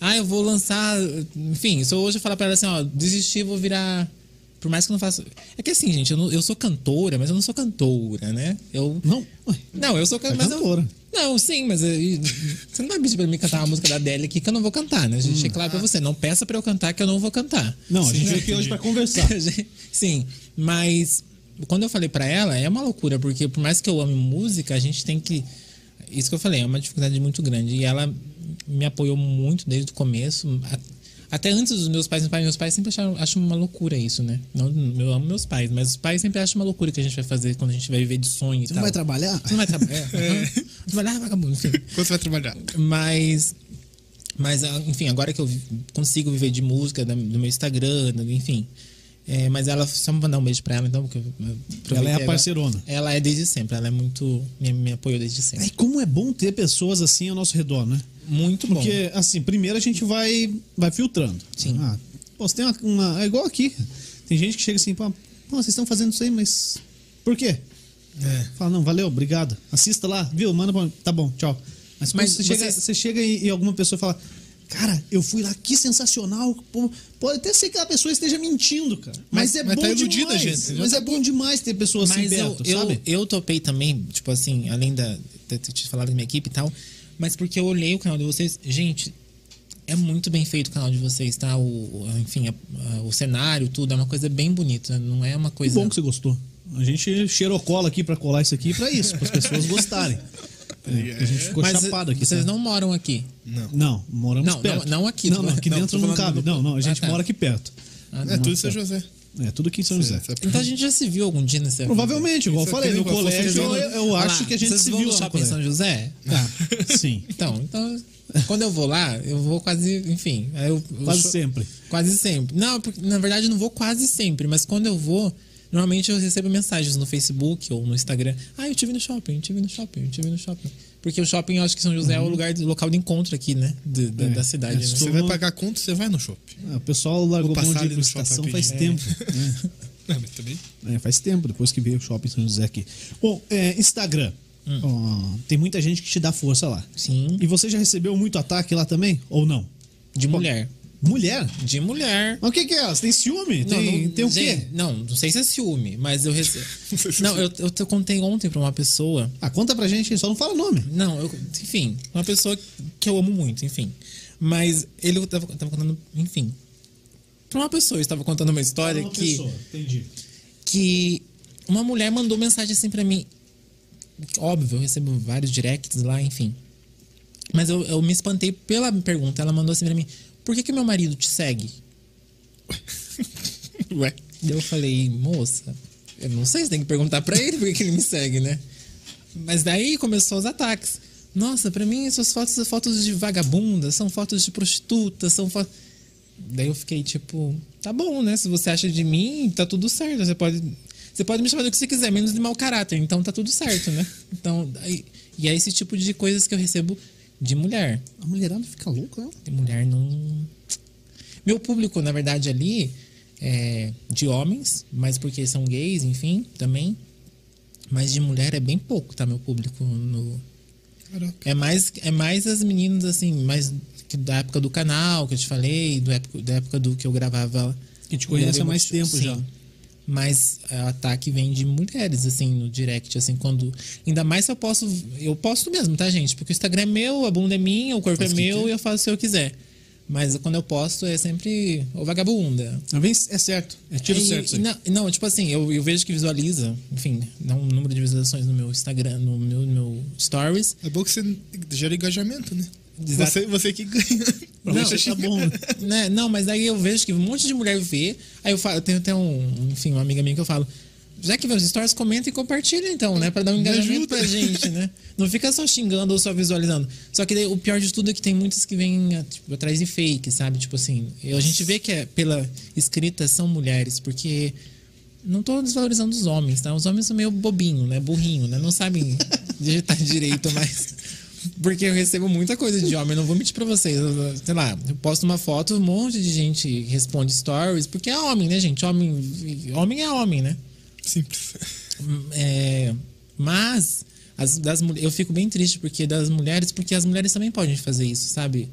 Speaker 3: ah, eu vou lançar. Enfim, se eu hoje eu falar pra ela assim, ó, desistir, vou virar. Por mais que eu não faça. É que assim, gente, eu, não- eu sou cantora, mas eu não sou cantora, né? Eu.
Speaker 1: Não. Ué.
Speaker 3: Não, eu sou can-
Speaker 1: É
Speaker 3: mas eu-
Speaker 1: cantora.
Speaker 3: não, sim, mas eu- e- você não vai pedir pra mim cantar uma música da Adele aqui que eu não vou cantar, né? Gente, é claro pra você. Não peça pra eu cantar que eu não vou cantar.
Speaker 1: Hum. Não, a
Speaker 3: Sim,
Speaker 1: gente
Speaker 3: né?
Speaker 1: veio aqui hoje pra conversar.
Speaker 3: Sim, mas quando eu falei pra ela, é uma loucura, porque por mais que eu ame música, a gente tem que. Isso que eu falei, é uma dificuldade muito grande. E ela me apoiou muito desde o começo. a- Até antes dos meus pais, meus pais, meus pais sempre acharam acham uma loucura isso, né? Não, eu amo meus pais, mas os pais sempre acham uma loucura que a gente vai fazer quando a gente vai viver de sonho e
Speaker 1: Você
Speaker 3: tal.
Speaker 1: não vai trabalhar?
Speaker 3: Você não vai trabalhar. Trabalhar, vagabundo.
Speaker 2: Quando você vai trabalhar?
Speaker 3: Mas Mas, ah, enfim, agora que eu vi- consigo viver de música, da- do meu Instagram, do- enfim. É, mas ela, só mandar um beijo pra ela, então, porque eu- eu aproveitei agora.
Speaker 1: parceirona.
Speaker 3: Ela é desde sempre, ela é muito. Me, me apoiou desde sempre.
Speaker 1: Ai, como é bom ter pessoas assim ao nosso redor, né?
Speaker 3: Muito bom.
Speaker 1: Porque, assim, primeiro a gente vai, vai filtrando.
Speaker 3: Sim.
Speaker 1: Ah, pô, você tem uma, uma- É igual aqui. Tem gente que chega assim, pô, pô, vocês estão fazendo isso aí, mas. Por quê?
Speaker 2: É.
Speaker 1: Fala, não, valeu, obrigado. Assista lá, viu? Manda pra... Tá bom, tchau. Mas, quando
Speaker 3: Mas
Speaker 1: você, chega,
Speaker 3: vocês-
Speaker 1: você chega e, e alguma pessoa fala, cara, eu fui lá, que sensacional. Pô, pode até ser que a pessoa esteja mentindo, cara. Mas,
Speaker 2: Mas-
Speaker 1: é
Speaker 2: mas
Speaker 1: bom
Speaker 2: tá iludida,
Speaker 1: demais.
Speaker 2: gente. Já
Speaker 1: Mas é bom demais ter pessoas assim
Speaker 3: Mas eu,
Speaker 1: perto,
Speaker 3: eu,
Speaker 1: sabe?
Speaker 3: eu topei também, tipo assim, além da. de ter te falado da minha equipe e tal. Mas porque eu olhei o canal de vocês. Gente, é muito bem feito o canal de vocês, tá? O, o- enfim, a- a- o cenário, tudo, é uma coisa bem bonita. Não é uma
Speaker 1: Que
Speaker 3: coisa.
Speaker 1: bom que você gostou. A gente cheirou cola aqui pra colar isso aqui pra isso, para as pessoas gostarem. É, a gente ficou
Speaker 3: Mas
Speaker 1: chapado aqui. tá?
Speaker 3: vocês
Speaker 1: sabe?
Speaker 3: não moram aqui.
Speaker 2: Não.
Speaker 1: Não, moramos
Speaker 3: Não,
Speaker 1: perto.
Speaker 3: não- não aqui,
Speaker 1: Não,
Speaker 3: tô-
Speaker 1: não, aqui
Speaker 3: não, tô
Speaker 1: dentro não
Speaker 3: falando
Speaker 1: cabe.
Speaker 3: do-
Speaker 1: Não, não, a gente
Speaker 3: Ah, tá.
Speaker 1: mora aqui perto.
Speaker 3: Ah,
Speaker 2: É tudo em São José.
Speaker 1: É, tudo aqui em São José.
Speaker 2: Essa-
Speaker 3: Então a gente já se viu algum dia nesse
Speaker 1: Provavelmente, igual eu
Speaker 2: Isso
Speaker 1: falei,
Speaker 2: aqui
Speaker 1: no
Speaker 2: não vai
Speaker 1: colégio eu,
Speaker 2: funcionar.
Speaker 1: eu
Speaker 3: Olha
Speaker 1: acho
Speaker 3: lá,
Speaker 1: que a gente
Speaker 3: vocês
Speaker 1: se
Speaker 3: vão
Speaker 1: viu
Speaker 3: no
Speaker 1: lá no
Speaker 3: shopping São
Speaker 1: colégio.
Speaker 3: José?
Speaker 1: Ah, sim,
Speaker 3: Então, então, quando eu vou lá, eu vou quase, enfim, aí eu, eu
Speaker 1: quase
Speaker 3: sou-
Speaker 1: sempre.
Speaker 3: Quase sempre. Não, porque, na verdade eu não vou quase sempre, mas quando eu vou, normalmente eu recebo mensagens no Facebook ou no Instagram. Ah, eu tive no shopping, eu tive no shopping, eu tive no shopping. Porque o shopping, eu acho que São José é o lugar, o local de encontro aqui, né? Do- da-
Speaker 1: Uhum. É,
Speaker 3: da cidade.
Speaker 1: é
Speaker 3: né?
Speaker 1: só-
Speaker 2: Você vai pagar quanto, você vai no shopping.
Speaker 1: Ah, o pessoal largou mão
Speaker 2: Vou passar
Speaker 1: de ir
Speaker 2: ali
Speaker 1: pra
Speaker 2: no shopping
Speaker 1: estação faz tempo. né?
Speaker 2: rapidinho. Não, mas também.
Speaker 1: É, faz tempo, depois que veio o shopping São José aqui. Bom, é, Instagram. Ó, tem muita gente que te dá força lá.
Speaker 3: Sim.
Speaker 1: E você já recebeu muito ataque lá também? Ou não?
Speaker 3: De mulher.
Speaker 1: Mulher?
Speaker 3: De mulher.
Speaker 1: Mas o que, que é? Você tem ciúme? tem tem o quê?
Speaker 3: gente, Não, não sei se é ciúme, mas eu recebo.
Speaker 2: sei se é
Speaker 3: não, eu, eu te contei ontem pra uma pessoa
Speaker 1: Ah, conta pra gente, só não fala o nome.
Speaker 3: Não, eu, enfim, uma pessoa que eu amo muito, enfim. Mas ele tava, tava contando, enfim. Pra uma pessoa, eu estava contando uma história
Speaker 1: Uma
Speaker 3: que,
Speaker 1: pessoa, entendi.
Speaker 3: que uma mulher mandou mensagem assim pra mim. Óbvio, eu recebo vários directs lá, enfim. Mas eu, eu me espantei pela pergunta. Ela mandou assim pra mim: Por que, que meu marido te segue?
Speaker 2: Ué.
Speaker 3: Daí eu falei, moça, eu não sei, você tem que perguntar pra ele porque que ele me segue, né? Mas daí começou os ataques. Nossa, pra mim essas fotos são fotos de vagabunda, são fotos de prostituta, são fotos. Daí eu fiquei tipo, tá bom, né? Se você acha de mim, tá tudo certo. Você pode, você pode me chamar do que você quiser, menos de mau caráter. Então tá tudo certo, né? Então, aí- e é esse tipo de coisas que eu recebo de mulher.
Speaker 1: A mulherada fica louca, né?
Speaker 3: Tem mulher não. Meu público, na verdade, ali é de homens, mas porque são gays, enfim, também. Mas de mulher é bem pouco, tá? Meu público no.
Speaker 2: Caraca.
Speaker 3: É mais, é mais as meninas, assim, mais que da época do canal que eu te falei, do época, da época do que eu gravava.
Speaker 1: Que te conhece há mais tempo já.
Speaker 3: Mas é, o ataque vem de mulheres, assim, no direct, assim, quando. Ainda mais se eu posso. Eu posso mesmo, tá, gente? Porque o Instagram é meu, a bunda é minha, o corpo
Speaker 2: Faz
Speaker 3: é
Speaker 2: o que
Speaker 3: meu
Speaker 2: quer.
Speaker 3: e eu faço o que eu quiser. Mas quando eu posto é sempre. Ô vagabunda.
Speaker 1: Vem, é certo. É tiro
Speaker 3: E-
Speaker 1: certo isso aí.
Speaker 3: Não, não, tipo assim, eu, eu vejo que visualiza, enfim, dá um número de visualizações no meu Instagram, no meu, no meu Stories.
Speaker 2: É bom que você gera engajamento, né?
Speaker 3: Exato.
Speaker 2: Você, você que ganha.
Speaker 1: Pra
Speaker 3: Não,
Speaker 1: você
Speaker 3: tá
Speaker 1: chegar.
Speaker 3: bom. né? Não, mas aí eu vejo que um monte de mulher vê. Aí eu falo, eu tenho até um, enfim, uma amiga minha que eu falo. Já que vê os stories, comenta e compartilha então, né? Pra dar um engajamento
Speaker 2: ajuda.
Speaker 3: pra gente, né? Não fica só xingando ou só visualizando. Só que daí, o pior de tudo é que tem muitas que vêm ah, tipo, atrás de fake, sabe? Tipo assim, eu- a gente vê que é, pela escrita são mulheres, porque não tô desvalorizando os homens, tá? Os homens são meio bobinho, né? Burrinho, né? Não sabem digitar direito, mas. Porque eu recebo muita coisa de homem, eu não vou mentir pra vocês. Eu- Sei lá, eu posto uma foto, um monte de gente responde stories, porque é homem, né, gente? Homem, homem é homem, né?
Speaker 2: Simples.
Speaker 3: É, mas as- das, mul- eu fico bem triste porque das mulheres, porque as mulheres também podem fazer isso, sabe?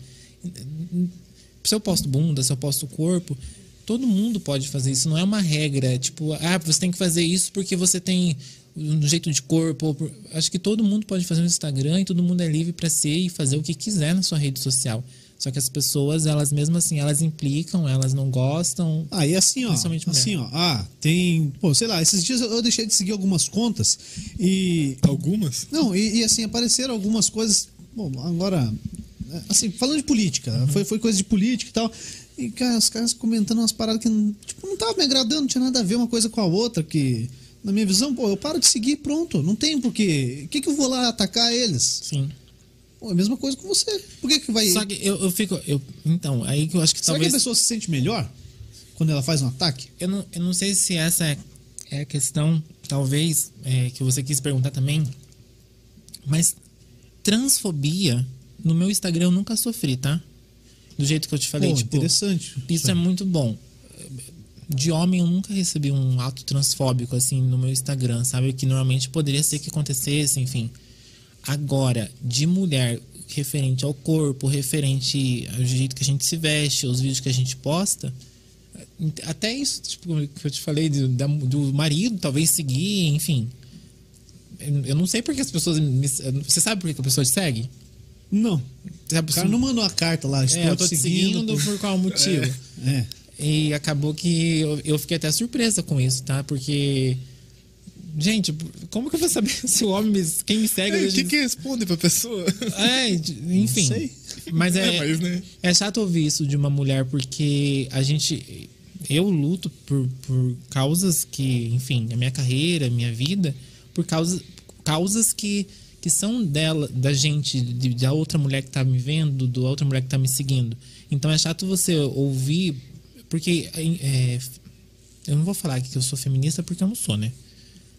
Speaker 3: Se eu posto bunda, se eu posto corpo, todo mundo pode fazer isso. Não é uma regra, é tipo, ah, você tem que fazer isso porque você tem um jeito de corpo. ou por- Acho que todo mundo pode fazer no Instagram e todo mundo é livre para ser e fazer o que quiser na sua rede social. Só que as pessoas, elas mesmo assim, elas implicam, elas não gostam.
Speaker 1: Aí assim, ó.
Speaker 3: Principalmente mulher.
Speaker 1: Assim, ó. Ah, tem. Pô, sei lá, esses dias eu eu deixei de seguir algumas contas e.
Speaker 2: Algumas?
Speaker 1: Não, e, e, assim, apareceram algumas coisas. Bom, agora. é, Assim, falando de política,
Speaker 3: Uhum.
Speaker 1: foi, foi coisa de política e tal. E, cara, os caras comentando umas paradas que não- tipo, não tava me agradando, não tinha nada a ver uma coisa com a outra, que. Na minha visão, pô, eu paro de seguir, pronto. Não tem porque. O que, que eu vou lá atacar eles?
Speaker 3: Sim.
Speaker 1: Pô,
Speaker 4: Pô, é a mesma coisa com você. Por que, que vai.
Speaker 3: Só que eu, eu fico. Eu, então, aí que eu acho que
Speaker 1: Será
Speaker 3: talvez.
Speaker 1: que a pessoa se sente melhor quando ela faz um ataque?
Speaker 3: eu, não, eu não sei se essa é, é a questão, talvez, é, que você quis perguntar também. Mas transfobia, no meu Instagram eu nunca sofri, tá? Do jeito que eu te falei,
Speaker 1: Pô,
Speaker 3: tipo.
Speaker 1: interessante.
Speaker 3: Isso é muito bom. De homem eu nunca recebi um ato transfóbico assim no meu Instagram, sabe? Que normalmente poderia ser que acontecesse, enfim. Agora, de mulher, referente ao corpo, referente ao jeito que a gente se veste, aos vídeos que a gente posta, até isso tipo, que eu te falei do, da- do marido, talvez seguir, enfim. Eu- Eu não sei porque as pessoas. Me, você sabe por que que a pessoa te segue?
Speaker 1: Não.
Speaker 3: Sabe, assim,
Speaker 1: O cara não mandou uma carta lá, estou
Speaker 3: é, eu
Speaker 1: te
Speaker 3: tô te seguindo por qual motivo?
Speaker 1: É.
Speaker 3: E acabou que eu, eu fiquei até surpresa com isso, tá? Porque. Gente, como que eu vou saber se o homem. me- Quem me segue.
Speaker 2: É,
Speaker 3: hoje
Speaker 2: o que que responde pra pessoa?
Speaker 3: É, enfim.
Speaker 1: Não sei.
Speaker 3: Mas é.
Speaker 2: É, mas, né?
Speaker 3: É chato ouvir isso de uma mulher, porque a gente. Eu luto por, por causas que, enfim, a minha carreira, a minha vida, por causa, causas que, que são dela, da gente, de- da outra mulher que tá me vendo, da outra mulher que tá me seguindo. Então é chato você ouvir, porque. é, eu não vou falar aqui que eu sou feminista porque eu não sou, né?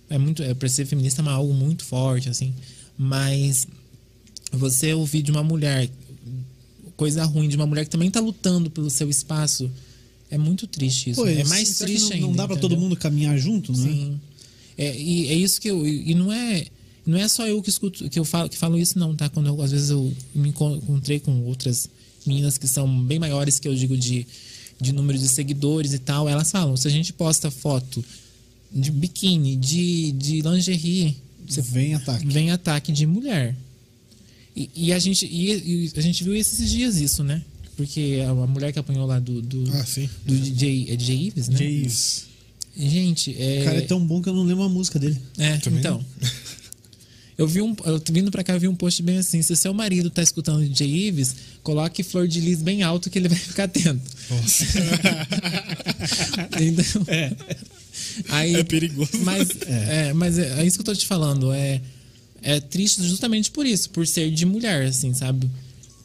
Speaker 3: É muito, é, pra ser feminista é uma- algo muito forte, assim. Mas você ouvir de uma mulher coisa ruim de uma mulher que também tá lutando pelo seu espaço é muito triste isso
Speaker 1: Pô,
Speaker 3: é mais
Speaker 1: será que
Speaker 3: triste
Speaker 1: não,
Speaker 3: ainda
Speaker 1: Não dá pra
Speaker 3: entendeu?
Speaker 1: todo mundo caminhar junto, né?
Speaker 3: sim é, e é isso que eu e não é não é só eu que escuto que eu falo que falo isso não tá quando eu, às vezes eu me encon- encontrei com outras meninas que são bem maiores que eu digo de de número de seguidores e tal elas falam se a gente posta foto de biquíni de de lingerie
Speaker 1: Você vem ataque.
Speaker 3: vem ataque de mulher. E, e a gente, e, e a gente viu esses dias isso, né? Porque a, a mulher que apanhou lá do, do,
Speaker 2: Ah, sim.
Speaker 3: do DJ, é DJ Ives, né?
Speaker 1: Jays.
Speaker 3: Gente, é.
Speaker 1: O cara é tão bom que eu não lembro a música dele.
Speaker 3: É,
Speaker 2: Também
Speaker 3: então. Eu vi um. Eu tô vindo pra cá, eu vi um post bem assim. Se o seu marido tá escutando o DJ Ives, coloque flor de lis bem alto que ele vai ficar atento.
Speaker 2: Nossa.
Speaker 3: Então,
Speaker 1: É.
Speaker 3: Aí,
Speaker 2: É perigoso.
Speaker 3: Mas é. mas é, é isso que eu tô te falando. É, é triste justamente por isso, por ser de mulher, assim, sabe?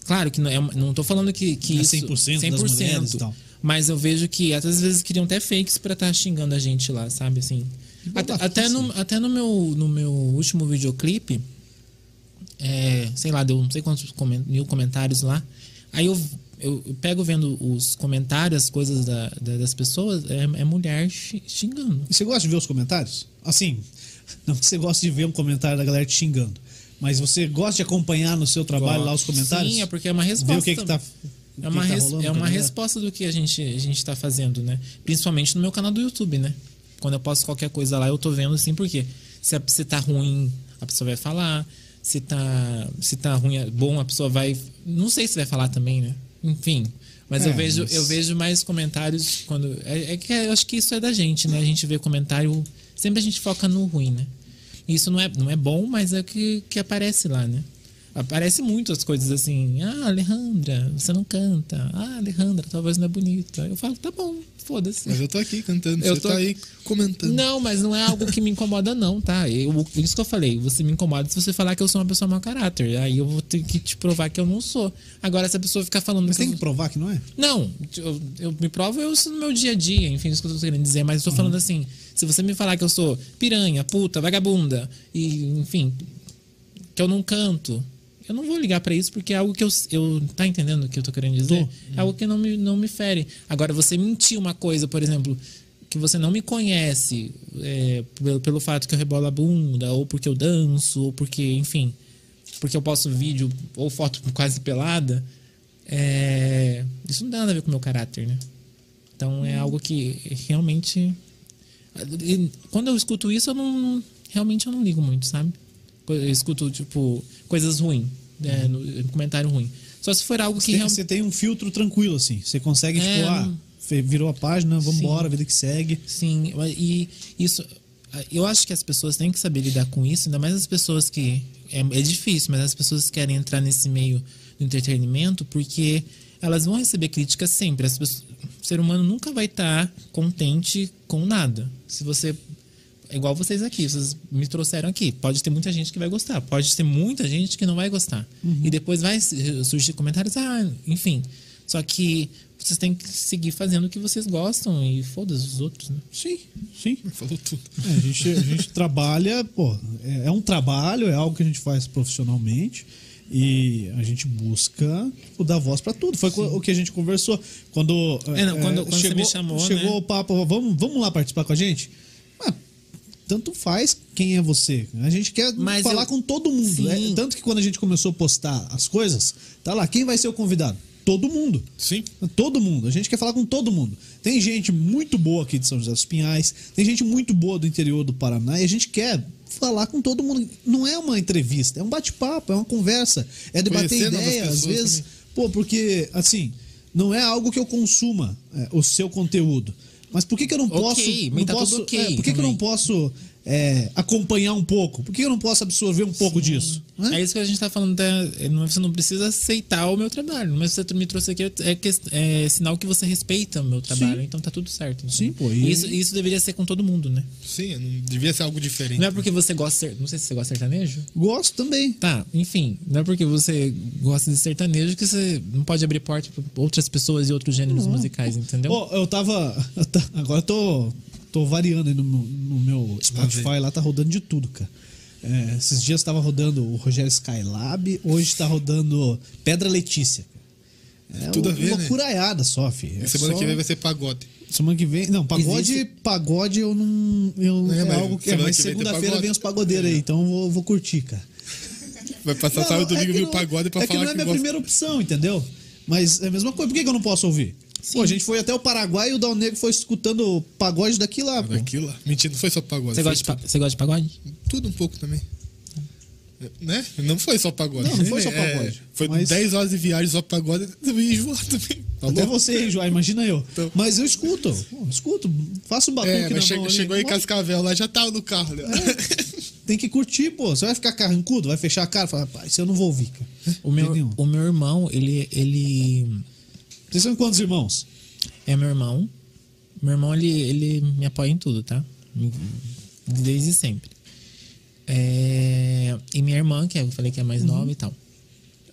Speaker 3: Claro que não, é, uma- não tô falando que, que
Speaker 1: É
Speaker 3: isso.
Speaker 1: 100% das mulheres e tal.
Speaker 3: Mas eu vejo que até às vezes criam até fakes pra estar xingando a gente lá, sabe? Assim. Até,
Speaker 1: babaquice.
Speaker 3: até no, até no, meu, no meu último videoclipe, é, sei lá, deu não sei quantos comen- mil comentários lá. Aí eu, eu, eu pego vendo os comentários, as coisas da- da- das pessoas, é, é mulher xi- xingando.
Speaker 1: E Você gosta de ver os comentários? Assim, não que você goste de ver um comentário da galera te xingando, mas você gosta de acompanhar no seu trabalho lá os comentários?
Speaker 3: Sim, é porque é uma resposta.
Speaker 1: Ver o que que tá. o que
Speaker 3: É uma,
Speaker 1: que tá
Speaker 3: res-
Speaker 1: rolando
Speaker 3: é
Speaker 1: com a
Speaker 3: uma
Speaker 1: galera.
Speaker 3: resposta do que a gente, a gente tá fazendo, né? Principalmente no meu canal do YouTube, né? Quando eu posto qualquer coisa lá, eu tô vendo assim, porque se, a- se tá ruim, a pessoa vai falar. Se tá, se tá ruim, é bom, a pessoa vai. Não sei se vai falar também, né? Enfim. Mas,
Speaker 1: É,
Speaker 3: eu, vejo,
Speaker 1: mas-
Speaker 3: eu vejo mais comentários quando. É, é que eu acho que isso é da gente, né? A gente vê comentário. Sempre a gente foca no ruim, né? Isso não é, não é bom, mas é o que, que aparece lá, né? Aparece muito as coisas assim. Ah, Alejandra, você não canta. Ah, Alejandra, tua voz não é bonita. Eu falo, tá bom, foda-se.
Speaker 2: Mas eu tô aqui cantando,
Speaker 3: Eu
Speaker 2: você
Speaker 3: tô-
Speaker 2: tá aí comentando.
Speaker 3: Não, mas não é algo que me incomoda, não, tá? Eu, isso que eu falei, você me incomoda se você falar que eu sou uma pessoa mau caráter. Aí eu vou ter que te provar que eu não sou. Agora, se a pessoa ficar falando
Speaker 1: Mas
Speaker 3: que eu
Speaker 1: tem que provar que não é?
Speaker 3: não, eu, eu me provo eu isso no meu dia a dia, enfim, isso que eu tô querendo dizer, mas eu tô falando assim, se você me falar que eu sou piranha, puta, vagabunda, e enfim, que eu não canto, eu não vou ligar pra isso porque é algo que eu, eu tá entendendo o que eu tô querendo dizer? É algo que não me, não me fere. Agora, você mentir uma coisa, por exemplo, que você não me conhece é, pelo, pelo fato que eu rebolo a bunda, ou porque eu danço, ou porque, enfim, porque eu posto vídeo ou foto quase pelada, é, isso não tem nada a ver com o meu caráter, né? Então é algo que realmente. e Quando eu escuto isso, eu não. não- Realmente eu não ligo muito, sabe? Co- Eu escuto, tipo, coisas ruins, né? no- comentário ruim. Só se for algo que
Speaker 1: Tem-
Speaker 3: realmente.
Speaker 1: Uhum. Você tem um filtro tranquilo, assim. Você consegue,
Speaker 3: É,
Speaker 1: tipo, ah,
Speaker 3: não-
Speaker 1: fe- virou a página, vambora, vida que segue.
Speaker 3: Sim, e isso. Eu acho que as pessoas têm que saber lidar com isso, ainda mais as pessoas que. É, é difícil, mas as pessoas que querem entrar nesse meio do entretenimento, porque elas vão receber críticas sempre. tá As pessoas- o ser humano nunca vai estar contente com nada. Se você é igual vocês aqui, vocês me trouxeram aqui. Pode ter muita gente que vai gostar, pode ter muita gente que não vai gostar.
Speaker 1: Uhum.
Speaker 3: E depois vai eh, surgir comentários, ah, enfim. Só que vocês têm que seguir fazendo o que vocês gostam e foda-se os outros, né?
Speaker 1: Sim, sim.
Speaker 2: Falou tudo.
Speaker 1: É, a, gente, a gente trabalha, pô, é, é um trabalho, é algo que a gente faz profissionalmente e a gente busca o dar voz pra tudo. Foi co- o que a gente conversou quando,
Speaker 3: É, não,
Speaker 1: eh,
Speaker 3: quando- quando você
Speaker 1: chegou,
Speaker 3: me chamou,
Speaker 1: chegou
Speaker 3: né?
Speaker 1: o papo, vamos, vamos lá participar com a gente. Ah, tanto faz quem é você. A gente quer
Speaker 3: Mas
Speaker 1: falar
Speaker 3: eu-
Speaker 1: com todo mundo.
Speaker 3: Sim.
Speaker 1: né? Tanto que quando a gente começou a postar as coisas, tá lá, quem vai ser o convidado? Todo mundo.
Speaker 2: Sim.
Speaker 1: Todo mundo. A gente quer falar com todo mundo. Tem gente muito boa aqui de São José dos Pinhais, tem gente muito boa do interior do Paraná e a gente quer falar com todo mundo. Não é uma entrevista, é um bate-papo, é uma conversa, é debater
Speaker 2: Conhecer novas
Speaker 1: ideia, às
Speaker 2: pessoas
Speaker 1: vezes.
Speaker 2: também.
Speaker 1: Pô, porque, assim, não é algo que eu consuma é, o seu conteúdo. Mas por que, que eu não
Speaker 3: Ok,
Speaker 1: posso.
Speaker 3: mas
Speaker 1: não
Speaker 3: tá tudo
Speaker 1: posso
Speaker 3: ok
Speaker 1: é, por que, que eu
Speaker 3: também.
Speaker 1: não posso é, acompanhar um pouco? Por que eu não posso absorver um pouco disso? né?
Speaker 3: É isso que a gente tá falando, tá? É, não- você não precisa aceitar o meu trabalho, mas você me trouxe aqui, é, ques- é sinal que você respeita o meu trabalho, então tá tudo certo. entendeu?
Speaker 1: Sim, pô, e-
Speaker 3: Isso, isso deveria ser com todo mundo, né?
Speaker 2: Sim, não devia ser algo diferente.
Speaker 3: Não é porque você gosta de ser- Não sei se você gosta de sertanejo.
Speaker 1: Gosto também.
Speaker 3: Tá, enfim, não é porque você gosta de sertanejo que você não pode abrir porta pra outras pessoas e outros gêneros musicais, entendeu?
Speaker 2: um
Speaker 1: Ó, eu tava. eu ta- agora eu tô, tô variando aí no meu, no meu Spotify, lá tá rodando de tudo, cara. É, esses dias tava rodando o Rogério Skylab, hoje tá rodando Pedra Letícia. cara. É
Speaker 2: Tudo a
Speaker 1: uma
Speaker 2: ver, né?
Speaker 1: loucuraiada só, filho. É
Speaker 2: E semana
Speaker 1: só-
Speaker 2: que vem vai ser pagode.
Speaker 1: Semana que vem. Não, pagode,
Speaker 3: Existe-
Speaker 1: pagode eu não. Eu,
Speaker 2: É,
Speaker 1: é,
Speaker 2: mas
Speaker 1: algo que. É,
Speaker 2: semana
Speaker 1: mas
Speaker 2: que vem tem
Speaker 1: segunda-feira
Speaker 2: pagode. É.
Speaker 1: vem os pagodeiros aí, então eu vou, vou curtir, cara.
Speaker 2: Vai passar
Speaker 1: Não,
Speaker 2: sábado e
Speaker 1: é
Speaker 2: domingo
Speaker 1: que
Speaker 2: e o
Speaker 1: não-
Speaker 2: pagode pra
Speaker 1: é que
Speaker 2: falar
Speaker 1: não é
Speaker 2: que
Speaker 1: minha
Speaker 2: gosta.
Speaker 1: primeira opção, entendeu? Mas é a mesma coisa. Por que, que eu não posso ouvir? Pô, a gente foi até o Paraguai e o Dal Negro foi escutando o pagode daqui lá, pô.
Speaker 2: Daquilo lá. Mentira, não foi só pagode.
Speaker 3: Você
Speaker 2: foi
Speaker 3: gosta, de, pa- você gosta de pagode?
Speaker 2: Tudo um pouco também. Né? Não foi só pagode.
Speaker 1: Não, não foi só
Speaker 2: É,
Speaker 1: pagode,
Speaker 2: foi
Speaker 1: mas-
Speaker 2: 10 horas de viagem só pagode. Eu ia enjoar também. Tá
Speaker 1: Até
Speaker 2: louco?
Speaker 1: você, Joá, imagina eu.
Speaker 2: Então.
Speaker 1: Mas eu escuto, pô, escuto, faço um batuque
Speaker 2: É,
Speaker 1: na
Speaker 2: mas che-
Speaker 1: mão ali. É.
Speaker 2: chegou em
Speaker 1: Pô,
Speaker 2: Cascavel lá, já tava no carro. Né?
Speaker 1: Tem que curtir, pô. Você vai ficar carrancudo, vai fechar a cara e falar, rapaz, isso eu não vou ouvir, cara.
Speaker 3: O
Speaker 1: De
Speaker 3: meu,
Speaker 1: nenhum.
Speaker 3: o meu irmão, ele, ele
Speaker 1: Vocês são quantos irmãos?
Speaker 3: É meu irmão. Meu irmão, ele, ele me apoia em tudo, tá? Desde sempre. É, E minha irmã, que eu falei que é
Speaker 1: Uhum.
Speaker 3: mais nova e tal.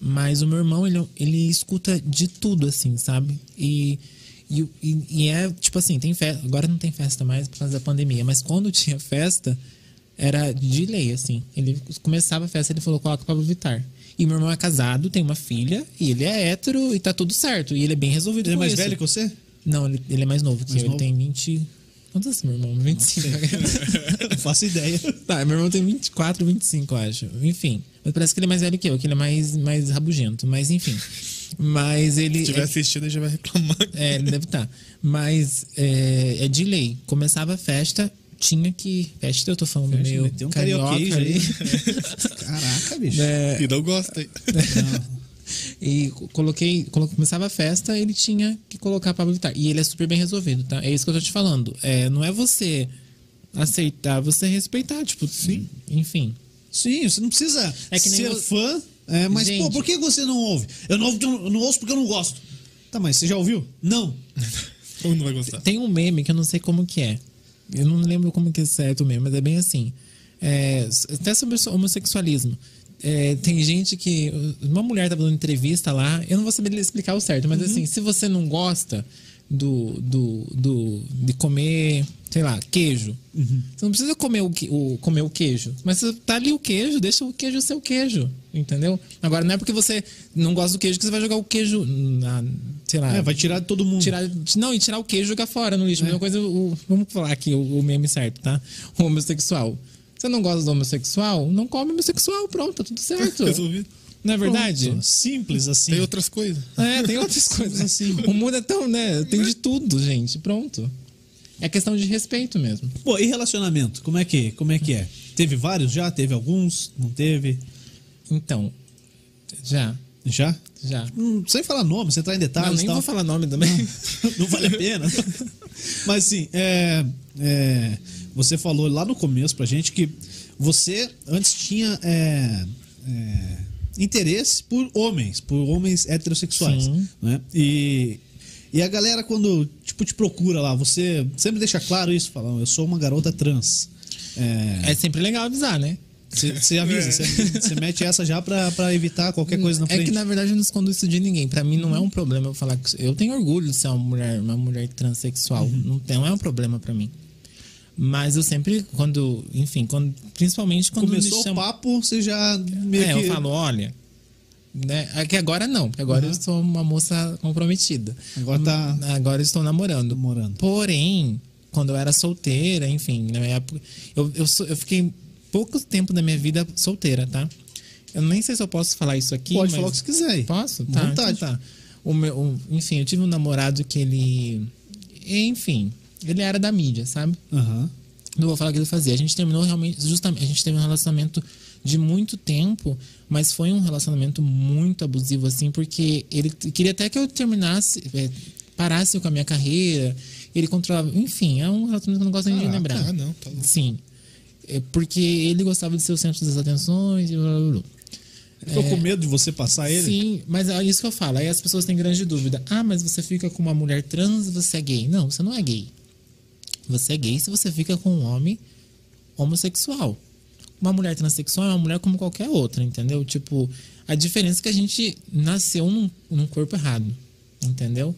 Speaker 3: Mas o meu irmão, ele, ele escuta de tudo, assim, sabe? E, e, o- e- e é, tipo assim, tem festa. Agora não tem festa mais por causa da pandemia. Mas quando tinha festa, era de lei, assim. Ele começava a festa, ele falou, coloca o Pablo Vittar. E meu irmão é casado, tem uma filha, e ele é hétero e tá tudo certo. E ele é bem resolvido
Speaker 1: Ele é
Speaker 3: com
Speaker 1: mais
Speaker 3: isso.
Speaker 1: velho que você?
Speaker 3: Não, ele, ele é mais novo que
Speaker 1: Mais
Speaker 3: eu.
Speaker 1: novo?
Speaker 3: Ele tem 20. Quantos anos, meu irmão? 25.
Speaker 1: Não faço ideia.
Speaker 3: tá, meu irmão tem 24, 25, eu acho. Enfim. Mas parece que ele é mais velho que eu, que ele é mais, mais rabugento. Mas enfim. Mas ele.
Speaker 2: Se tiver assistindo, ele já vai reclamar.
Speaker 3: É, ele deve estar. Mas é, é de lei. Começava a festa, tinha que. Festa, eu tô falando
Speaker 1: Fecha,
Speaker 3: meio.
Speaker 1: meteu um
Speaker 3: carioca
Speaker 1: carioquês
Speaker 3: ali.
Speaker 1: aí. Caraca, bicho.
Speaker 3: É,
Speaker 2: E não gosta. hein?
Speaker 3: E co- coloquei, colo- começava a festa, ele tinha que colocar Pablo Vittar. E ele é super bem resolvido, tá? É isso que eu tô te falando. É, não é você aceitar, você respeitar, tipo, sim. Enfim.
Speaker 1: Sim, você não precisa
Speaker 3: É que nem
Speaker 1: ser
Speaker 3: vo-
Speaker 1: fã. é, mas,
Speaker 3: Gente.
Speaker 1: pô, por que você não ouve? Eu não, ouvo porque eu não- eu não ouço porque eu não gosto. Tá, mas você já ouviu? Não.
Speaker 2: Ou não vai gostar.
Speaker 3: Tem um meme que eu não sei como que é. Eu não lembro como que é certo o meme, mas é bem assim. É, s- até sobre o homossexualismo. É, tem gente que. Uma mulher tava dando entrevista lá, eu não vou saber explicar o certo,
Speaker 1: Uhum.
Speaker 3: mas assim, se você não gosta do, do, do- de comer, sei lá, queijo,
Speaker 1: Uhum.
Speaker 3: você não precisa comer o, que- o- comer o queijo. Mas você tá ali o queijo, deixa o queijo ser o queijo, entendeu? Agora, não é porque você não gosta do queijo que você vai jogar o queijo na. Sei lá.
Speaker 1: É, vai tirar de todo mundo.
Speaker 3: Ah. Tirar, não, e tirar o queijo e jogar fora no lixo. Mesma coisa, o- vamos falar aqui o, o meme certo, tá? O homossexual. Você não gosta do homossexual? Não come homossexual, pronto, tá tudo certo.
Speaker 2: Resolvido.
Speaker 3: Não é verdade?
Speaker 1: Simples assim.
Speaker 2: Tem outras coisas.
Speaker 3: É, tem outras coisas assim. O mundo é tão, né? Tem de tudo, gente. Pronto. É questão de respeito mesmo.
Speaker 1: Pô, e relacionamento? Como é que, como é, que é? Teve vários já? Teve alguns? Não teve?
Speaker 3: Então, já,
Speaker 1: Já?
Speaker 3: já.
Speaker 1: Hum, sem falar nome, sem entrar em
Speaker 3: não,
Speaker 1: detalhes e
Speaker 3: nem
Speaker 1: tal.
Speaker 3: vou falar nome também.
Speaker 1: não vale a pena. Mas assim, é, é, você falou lá no começo pra gente que você antes tinha é, é, interesse por homens, por homens heterossexuais.
Speaker 3: Sim.
Speaker 1: Né? E, e a galera, quando tipo, te procura lá, você sempre deixa claro isso, fala, eu sou uma garota trans. É,
Speaker 3: É sempre legal avisar, né?
Speaker 1: Você você avisa, você você mete essa já pra, pra evitar qualquer coisa na
Speaker 3: é
Speaker 1: frente.
Speaker 3: que na verdade eu não escondo isso de ninguém. Pra mim não é um problema eu falar que eu tenho orgulho de ser uma mulher, uma mulher transexual.
Speaker 1: Uhum.
Speaker 3: Não, tem, não é um problema pra mim. Mas eu sempre quando, enfim, quando principalmente quando
Speaker 1: Começou
Speaker 3: me
Speaker 1: o
Speaker 3: chamam,
Speaker 1: papo, você já meio
Speaker 3: é,
Speaker 1: que...
Speaker 3: eu falo, olha, né? É que agora não, porque agora eu sou uma moça comprometida.
Speaker 1: Uhum. Agora tá
Speaker 3: Agora eu estou namorando.
Speaker 1: Namorando.
Speaker 3: Porém, quando eu era solteira, enfim, na minha época, eu, eu, sou- eu fiquei pouco tempo da minha vida solteira, tá? Eu nem sei se eu posso falar isso aqui.
Speaker 1: Pode
Speaker 3: mas-
Speaker 1: falar o que você quiser aí.
Speaker 3: Posso?
Speaker 1: À
Speaker 3: Tá,
Speaker 1: vontade.
Speaker 3: então tá. O meu, o- enfim, eu tive um namorado que ele. Enfim, ele era da mídia, sabe?
Speaker 1: Aham.
Speaker 3: Não vou falar o que ele fazia. A gente terminou realmente, justamente, a gente teve um relacionamento de muito tempo, mas foi um relacionamento muito abusivo, assim, porque ele t- queria até que eu terminasse, é, parasse com a minha carreira, ele controlava. Enfim, é um relacionamento que eu não gosto nem de
Speaker 1: Caraca,
Speaker 3: lembrar.
Speaker 2: ah, não, tá louco.
Speaker 3: Sim. É porque ele gostava de ser o centro das atenções e blá blá blá.
Speaker 1: Ele Ficou com medo de você passar ele?
Speaker 3: É. Sim, mas é isso que eu falo. Aí as pessoas têm grande dúvida. Ah, mas você fica com uma mulher trans, você é gay. Não, você não é gay. Você é gay se você fica com um homem homossexual. Uma mulher transexual é uma mulher como qualquer outra, entendeu? Tipo, a diferença é que a gente nasceu num, num corpo errado, entendeu?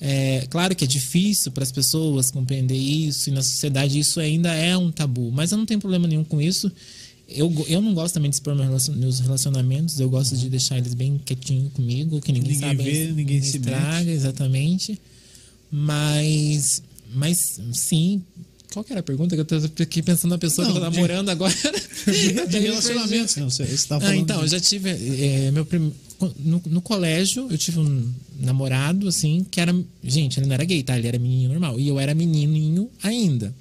Speaker 3: É, claro que é difícil para as pessoas compreender isso e na sociedade isso ainda é um tabu, mas eu não tenho problema nenhum com isso. Eu, go- eu não gosto também de expor meus relacion- meus relacionamentos, eu gosto de deixar eles bem quietinho comigo, que ninguém,
Speaker 1: Ninguém
Speaker 3: sabe.
Speaker 1: vê, ninguém se
Speaker 3: estraga, exatamente. Mas, mas sim. Qual que era a pergunta que eu tô aqui pensando na pessoa que eu
Speaker 1: Não,
Speaker 3: tô
Speaker 1: de-
Speaker 3: namorando agora?
Speaker 1: De relacionamentos, não. Você, você tá falando
Speaker 3: Ah, então, eu já tive. eh, meu prim- no, no colégio, eu tive um namorado, assim, que era. Gente, ele não era gay, tá? Ele era menino normal. E eu era menininho ainda.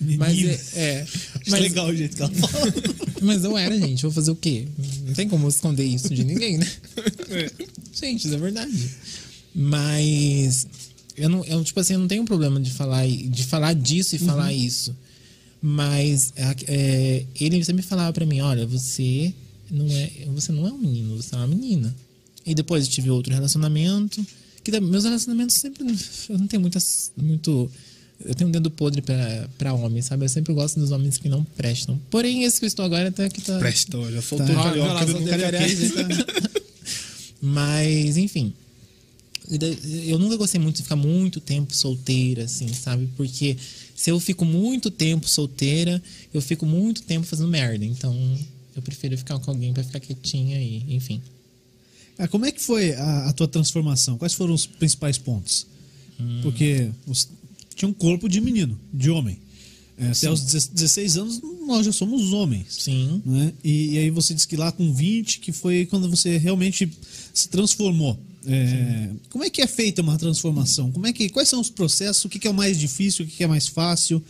Speaker 1: de
Speaker 3: Mas,
Speaker 1: menino.
Speaker 3: é, é,
Speaker 1: Acho
Speaker 3: mas,
Speaker 1: legal o jeito que ela fala.
Speaker 3: mas eu era, gente. Vou fazer o quê? Não tem como eu esconder isso de ninguém, né? Gente, isso é verdade. Mas eu não, eu, tipo assim, eu não tenho problema de falar e- de falar disso e falar isso. Mas é, é, ele sempre falava pra mim, olha, você não é, você não é um menino, você é uma menina. E depois eu tive outro relacionamento, que da- meus relacionamentos sempre eu não tenho muitas muito eu tenho um dedo podre pra pra homem, sabe? Eu sempre gosto dos homens que não prestam. Porém, esse que eu estou agora até que tá
Speaker 2: Presta, olha, soltou o
Speaker 3: Tá.
Speaker 2: carioca
Speaker 3: Olha lá,
Speaker 2: do
Speaker 3: soltei o
Speaker 2: carioquês.
Speaker 3: Mas, enfim. E da- Eu nunca gostei muito de ficar muito tempo solteira, assim, sabe? Porque se eu fico muito tempo solteira, eu fico muito tempo fazendo merda. Então, eu prefiro ficar com alguém pra ficar quietinha e, enfim.
Speaker 1: Ah, como é que foi a, a tua transformação? Quais foram os principais pontos?
Speaker 3: Hum.
Speaker 1: Porque você tinha um corpo de menino, de homem. É, até os 16 anos, nós já somos homens.
Speaker 3: Sim.
Speaker 1: né? E, e aí você disse que lá com 20, que foi quando você realmente se transformou. É, como é que é feita uma transformação? Como é que, quais são os processos? O que, que é o mais difícil? O que, que é mais fácil?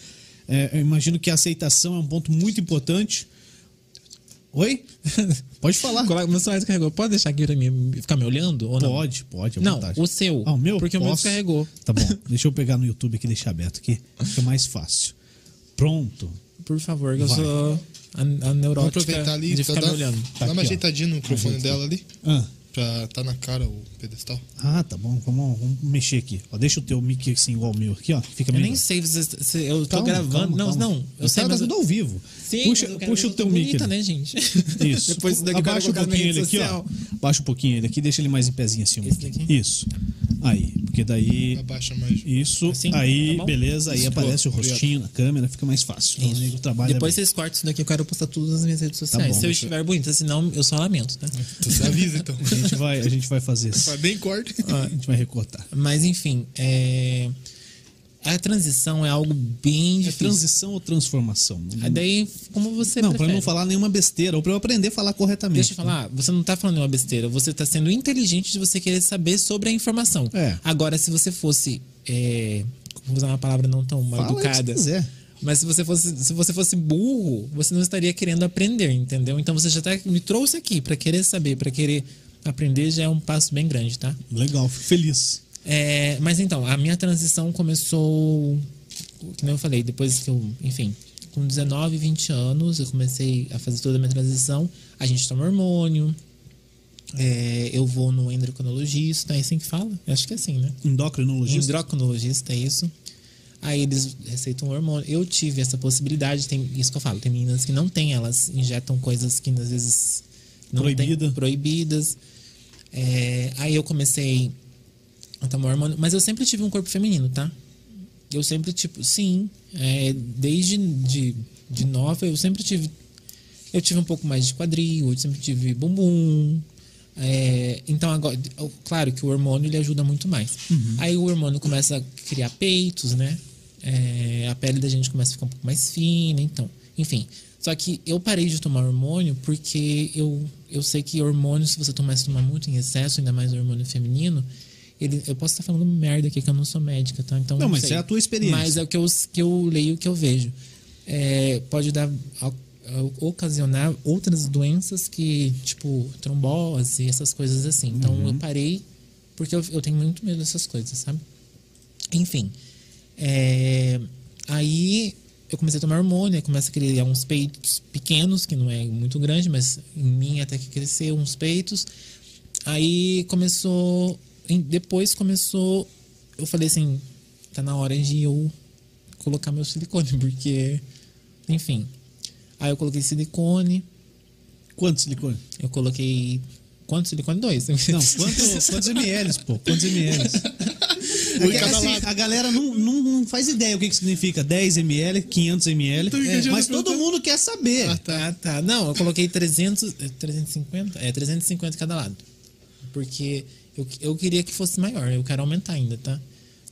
Speaker 1: É, eu imagino que a aceitação é um ponto muito importante. Oi? Pode falar.
Speaker 3: Coloca- Meu celular descarregou. Pode deixar aqui pra mim ficar me olhando ou não?
Speaker 1: Pode, pode. à
Speaker 3: Não,
Speaker 1: vontade.
Speaker 3: o seu.
Speaker 1: Ah, o meu?
Speaker 3: Porque o meu
Speaker 1: Posso?
Speaker 3: descarregou.
Speaker 1: Tá bom. Deixa eu pegar no YouTube aqui e deixar aberto aqui. Fica mais fácil. Pronto.
Speaker 3: Por favor, que eu
Speaker 1: Vai.
Speaker 3: sou a, a
Speaker 2: Vamos
Speaker 3: neurótica
Speaker 2: aproveitar ali,
Speaker 3: de
Speaker 2: só
Speaker 3: ficar
Speaker 2: dá,
Speaker 3: me olhando. Tá
Speaker 2: dá
Speaker 1: aqui, ó.
Speaker 2: uma ajeitadinha no
Speaker 3: Uhum.
Speaker 2: microfone dela ali,
Speaker 1: Ah,
Speaker 2: pra tá na cara o pedestal.
Speaker 1: ah, tá bom. Vamos, vamos mexer aqui. Ó, deixa o teu mic assim igual o meu aqui, ó. que Fica
Speaker 3: Eu
Speaker 1: melhor.
Speaker 3: nem sei se, se eu tô
Speaker 1: Calma,
Speaker 3: gravando.
Speaker 1: calma,
Speaker 3: não,
Speaker 1: calma.
Speaker 3: não. Eu
Speaker 1: Você
Speaker 3: sei,
Speaker 1: tá
Speaker 3: mas eu-
Speaker 1: gravando ao vivo.
Speaker 3: Sim,
Speaker 1: puxa
Speaker 3: mas eu quero
Speaker 1: puxa
Speaker 3: ver
Speaker 1: o
Speaker 3: se
Speaker 1: teu
Speaker 3: eu tô
Speaker 1: mic.
Speaker 3: bonita,
Speaker 1: ali.
Speaker 3: né, gente?
Speaker 1: Isso.
Speaker 3: Depois disso daqui
Speaker 1: Abaixa
Speaker 3: eu
Speaker 1: um
Speaker 3: quero colocar na
Speaker 1: pouquinho
Speaker 3: rede
Speaker 1: ele aqui, ó.
Speaker 3: social.
Speaker 1: Abaixa um pouquinho ele aqui, deixa ele mais em pezinho assim. um
Speaker 3: Esse
Speaker 1: pouquinho.
Speaker 3: daqui?
Speaker 1: Isso. Aí, porque daí.
Speaker 2: Abaixa mais.
Speaker 1: Isso,
Speaker 3: Assim?
Speaker 1: aí,
Speaker 3: Tá bom?
Speaker 1: beleza, aí
Speaker 3: Isso,
Speaker 1: aparece o
Speaker 2: boa.
Speaker 1: rostinho na câmera, fica mais fácil. Então, o nego trabalha
Speaker 3: Depois
Speaker 1: bem. Tá
Speaker 3: vocês cortam isso daqui, eu quero postar tudo nas minhas redes sociais.
Speaker 1: bom,
Speaker 3: Se eu
Speaker 1: deixa-
Speaker 3: estiver bonita, senão eu só lamento, tá?
Speaker 2: Tu se avisa então.
Speaker 1: A gente vai, a gente vai fazer isso.
Speaker 2: Faz bem corte.
Speaker 3: Ah,
Speaker 1: A gente vai recortar.
Speaker 3: Mas enfim, é... a transição é algo bem
Speaker 1: É
Speaker 3: difícil.
Speaker 1: transição ou transformação?
Speaker 3: Aí Daí, como você
Speaker 1: não, pra
Speaker 3: prefere.
Speaker 1: não falar nenhuma besteira, ou pra eu aprender a falar corretamente.
Speaker 3: Deixa eu falar, você não tá falando uma besteira, você tá sendo inteligente de você querer saber sobre a informação.
Speaker 1: É.
Speaker 3: Agora, se você fosse. é, Vou usar uma palavra não tão mal
Speaker 1: Fala o que
Speaker 3: educada.
Speaker 1: você quiser.
Speaker 3: Mas se você, fosse, se você fosse burro, você não estaria querendo aprender, entendeu? Então você já tá, me trouxe aqui pra querer saber, pra querer aprender, já é um passo bem grande, tá?
Speaker 1: Legal, fico feliz.
Speaker 3: É, mas então, a minha transição começou, como eu falei, depois que eu, enfim, com 19, 20 anos, eu comecei a fazer toda a minha transição. A gente toma hormônio, é, eu vou no endocrinologista, é assim que fala? Eu acho que é assim, né?
Speaker 1: Endocrinologista.
Speaker 3: Endocrinologista, é isso. Aí eles receitam um hormônio. Eu tive essa possibilidade, tem isso que eu falo, tem meninas que não têm, elas injetam coisas que às vezes não tem-
Speaker 1: Proibida.
Speaker 3: proibidas. É, aí eu comecei a tomar hormônio, mas eu sempre tive um corpo feminino, tá? Eu sempre, tipo, sim, é, desde de, de nova eu sempre tive. Eu tive um pouco mais de quadril, eu sempre tive bumbum. é, então, agora, eu- claro que o hormônio ele ajuda muito mais.
Speaker 1: Uhum.
Speaker 3: Aí o hormônio começa a criar peitos, né? É, a pele da gente começa a ficar um pouco mais fina, então. Enfim. Só que eu parei de tomar hormônio porque eu, eu sei que hormônio, se você começa a tomar muito em excesso, ainda mais hormônio feminino, ele, eu posso estar falando merda aqui que eu não sou médica, tá? Então,
Speaker 1: Não, mas
Speaker 3: sei.
Speaker 1: é a tua experiência.
Speaker 3: Mas é o que eu, que eu leio, o que eu vejo. É, pode dar ao- ao- ocasionar outras doenças que, tipo, trombose, essas coisas assim. Então eu parei porque eu, eu tenho muito medo dessas coisas, sabe? Enfim. é, aí eu comecei a tomar hormônio, aí começa a criar uns peitos pequenos, que não é muito grande, mas em mim até que cresceu uns peitos. Aí começou. em- Depois começou. Eu falei assim: tá na hora de eu colocar meu silicone, porque. Enfim. Aí eu coloquei silicone,
Speaker 1: Quantos silicone?
Speaker 3: eu coloquei. Quanto silicone? Dois.
Speaker 1: Não, quanto, quantos ml, pô? Quantos ml?
Speaker 2: Um
Speaker 1: É
Speaker 2: em
Speaker 1: que,
Speaker 2: cada
Speaker 1: assim,
Speaker 2: lado.
Speaker 1: a galera não, não, não faz ideia o que, que significa 10 ml, 500 ml,
Speaker 2: Então, o que que eu
Speaker 1: mas
Speaker 2: tô
Speaker 1: todo
Speaker 2: perguntando?
Speaker 1: mundo quer saber.
Speaker 3: tá, tá. Não, eu coloquei 300, é, 350? É, 350 cada lado. Porque eu, eu queria que fosse maior, eu quero aumentar ainda, tá?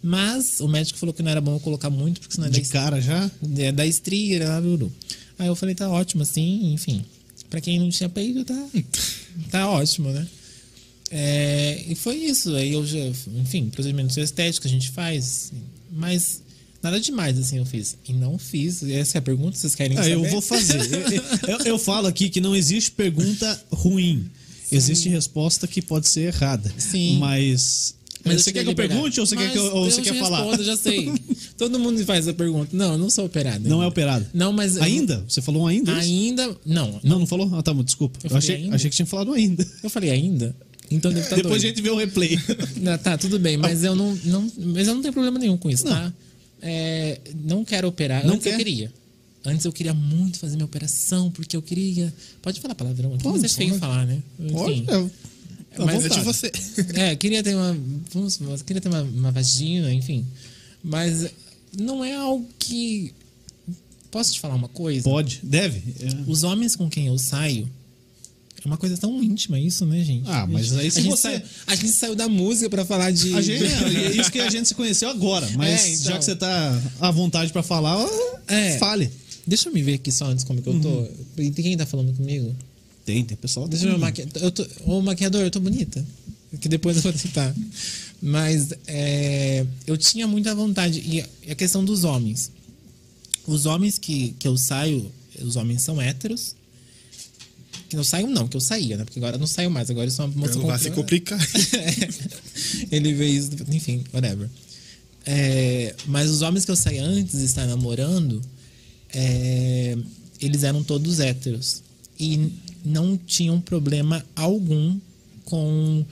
Speaker 3: Mas o médico falou que não era bom eu colocar muito, porque senão é
Speaker 1: De
Speaker 3: daí-
Speaker 1: cara já?
Speaker 3: É, da estria, lá, bluru. Aí eu falei, tá ótimo, assim, enfim. Pra quem não tinha peito, tá, tá ótimo, né? É, e foi isso. Aí eu já, enfim, procedimentos estéticos a gente faz, assim. mas nada demais, assim, eu fiz. E não fiz. Essa é a pergunta, vocês querem
Speaker 1: Ah,
Speaker 3: saber?
Speaker 1: eu vou fazer. Eu, eu- eu falo aqui que não existe pergunta ruim. Existe resposta que pode ser errada.
Speaker 3: Sim.
Speaker 1: Mas.
Speaker 3: Mas
Speaker 1: você
Speaker 3: eu
Speaker 1: quer
Speaker 3: tinha
Speaker 1: que eu
Speaker 3: liberdade.
Speaker 1: pergunte ou você quer
Speaker 3: Mas
Speaker 1: que eu, ou você
Speaker 3: eu
Speaker 1: quer
Speaker 3: já
Speaker 1: falar?
Speaker 3: respondo, já sei. Todo mundo faz a pergunta. Não, eu não sou operado.
Speaker 1: Não é
Speaker 3: ainda.
Speaker 1: operado.
Speaker 3: Não, mas. eu-
Speaker 1: Ainda? Você falou um ainda?
Speaker 3: Ainda. Não.
Speaker 1: Não, não falou? Ah, tá, desculpa. Eu,
Speaker 3: falei
Speaker 1: achei,
Speaker 3: ainda.
Speaker 1: achei que tinha falado ainda.
Speaker 3: Eu falei ainda? Então deve estar
Speaker 1: Depois
Speaker 3: doido.
Speaker 1: a gente vê o replay.
Speaker 3: Ah, tá, tudo bem, mas eu não, não, mas eu não tenho problema nenhum com isso, tá? É, não quero operar.
Speaker 1: Não
Speaker 3: Antes
Speaker 1: quer?
Speaker 3: eu queria. Antes eu queria muito fazer minha operação, porque eu queria. Pode falar palavrão aqui,
Speaker 1: Pode,
Speaker 3: mas é feio
Speaker 1: pode.
Speaker 3: falar, né?
Speaker 1: Pode,
Speaker 3: Enfim.
Speaker 1: é, tá
Speaker 3: Mas
Speaker 2: É de
Speaker 1: vontade.
Speaker 2: você.
Speaker 3: É, queria ter uma. Vamos, eu queria ter uma, uma vagina, enfim. Mas não é algo que. Posso te falar uma coisa?
Speaker 1: Pode, deve. É.
Speaker 3: Os homens com quem eu saio. É uma coisa tão íntima isso, né, gente?
Speaker 1: Ah, mas aí se
Speaker 3: a gente,
Speaker 1: você-
Speaker 3: saiu, a gente saiu da música pra falar de.
Speaker 1: A gente, é, é isso que a gente se conheceu agora, mas
Speaker 3: É, então.
Speaker 1: já que você tá à vontade pra falar, ó,
Speaker 3: É.
Speaker 1: fale.
Speaker 3: Deixa eu me ver aqui só antes como que eu
Speaker 1: Uhum.
Speaker 3: tô. Tem quem tá falando comigo?
Speaker 1: Tem, tem pessoal.
Speaker 3: Deixa eu ver o maquiador. Eu tô, ô, maquiador, eu tô bonita. Que depois eu vou tentar. Mas é, eu tinha muita vontade. E a- e a questão dos homens. Os homens que, que eu saio, os homens são héteros. Que eu saio, não, que eu saía, né? Porque agora eu não saio mais, agora eu sou uma moça
Speaker 2: Então Vai se
Speaker 3: com-
Speaker 2: complicar.
Speaker 3: É ele vê isso, enfim, whatever. É, mas os homens que eu saí antes de estar namorando, é, eles eram todos héteros. E não tinham problema algum com,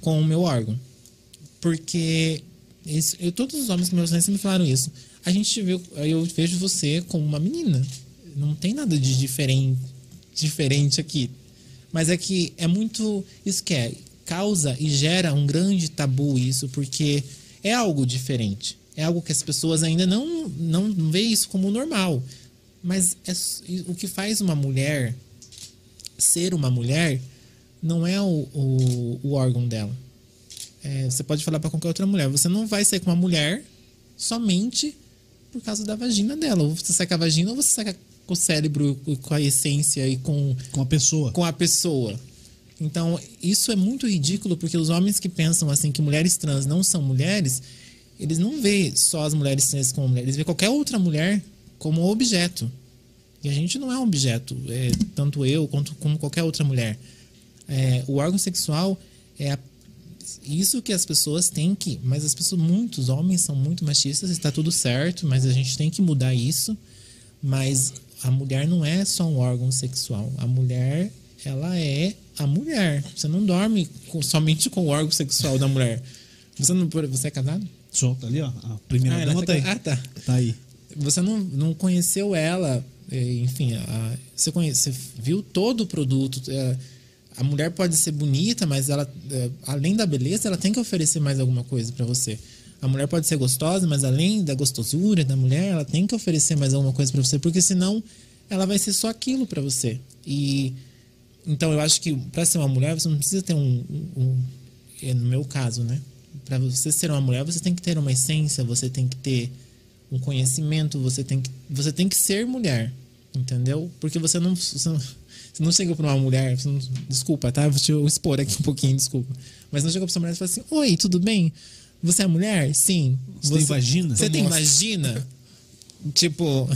Speaker 3: com o meu órgão. Porque isso, eu, todos os homens que meus né, sempre me falaram isso. A gente viu, eu vejo você como uma menina. Não tem nada de diferente, diferente aqui. Mas é que é muito. Isso que é. Causa e gera um grande tabu isso, porque é algo diferente. É algo que as pessoas ainda não, não vê isso como normal. Mas é s- o que faz uma mulher ser uma mulher não é o, o, o órgão dela. É, você pode falar pra qualquer outra mulher. Você não vai ser com uma mulher somente por causa da vagina dela. Ou você sai com a vagina, ou você sai com o cérebro, com a essência e com
Speaker 1: Com a pessoa.
Speaker 3: com a pessoa. Então, isso é muito ridículo, porque os homens que pensam assim que mulheres trans não são mulheres, eles não veem só as mulheres trans como mulheres, eles veem qualquer outra mulher como objeto. E a gente não é um objeto, é, tanto eu quanto como qualquer outra mulher. É, o órgão sexual é a- isso que as pessoas têm que, mas as pessoas, muitos homens são muito machistas, está tudo certo, mas a gente tem que mudar isso. Mas a mulher não é só um órgão sexual. A mulher, ela é a mulher. Você não dorme com- somente com o órgão sexual da mulher. Você não, por- você é casado?
Speaker 1: Solta tá ali, ó. A primeira
Speaker 3: Ah, ela
Speaker 1: dama tá
Speaker 3: tá
Speaker 1: aí.
Speaker 3: com- ah, tá.
Speaker 1: Tá aí.
Speaker 3: Você não, não conheceu ela, eh, enfim, a- você, conhece, você viu todo o produto. eh, A mulher pode ser bonita, mas ela, eh, além da beleza, ela tem que oferecer mais alguma coisa pra você. A mulher pode ser gostosa, mas além da gostosura da mulher, ela tem que oferecer mais alguma coisa pra você, porque senão ela vai ser só aquilo pra você. E então eu acho que pra ser uma mulher você não precisa ter um, um- um- é, no meu caso, né? Pra você ser uma mulher você tem que ter uma essência, você tem que ter um conhecimento, você tem que você tem que ser mulher, entendeu? Porque você não você não, você não chega pra uma mulher, você não- desculpa, tá? Deixa eu expor aqui um pouquinho, desculpa. Mas não chega pra uma mulher e fala assim: "Oi, tudo bem? Você é mulher? Sim.
Speaker 1: Você tem vagina?"
Speaker 3: Você tem
Speaker 2: Nossa.
Speaker 3: vagina?" tipo,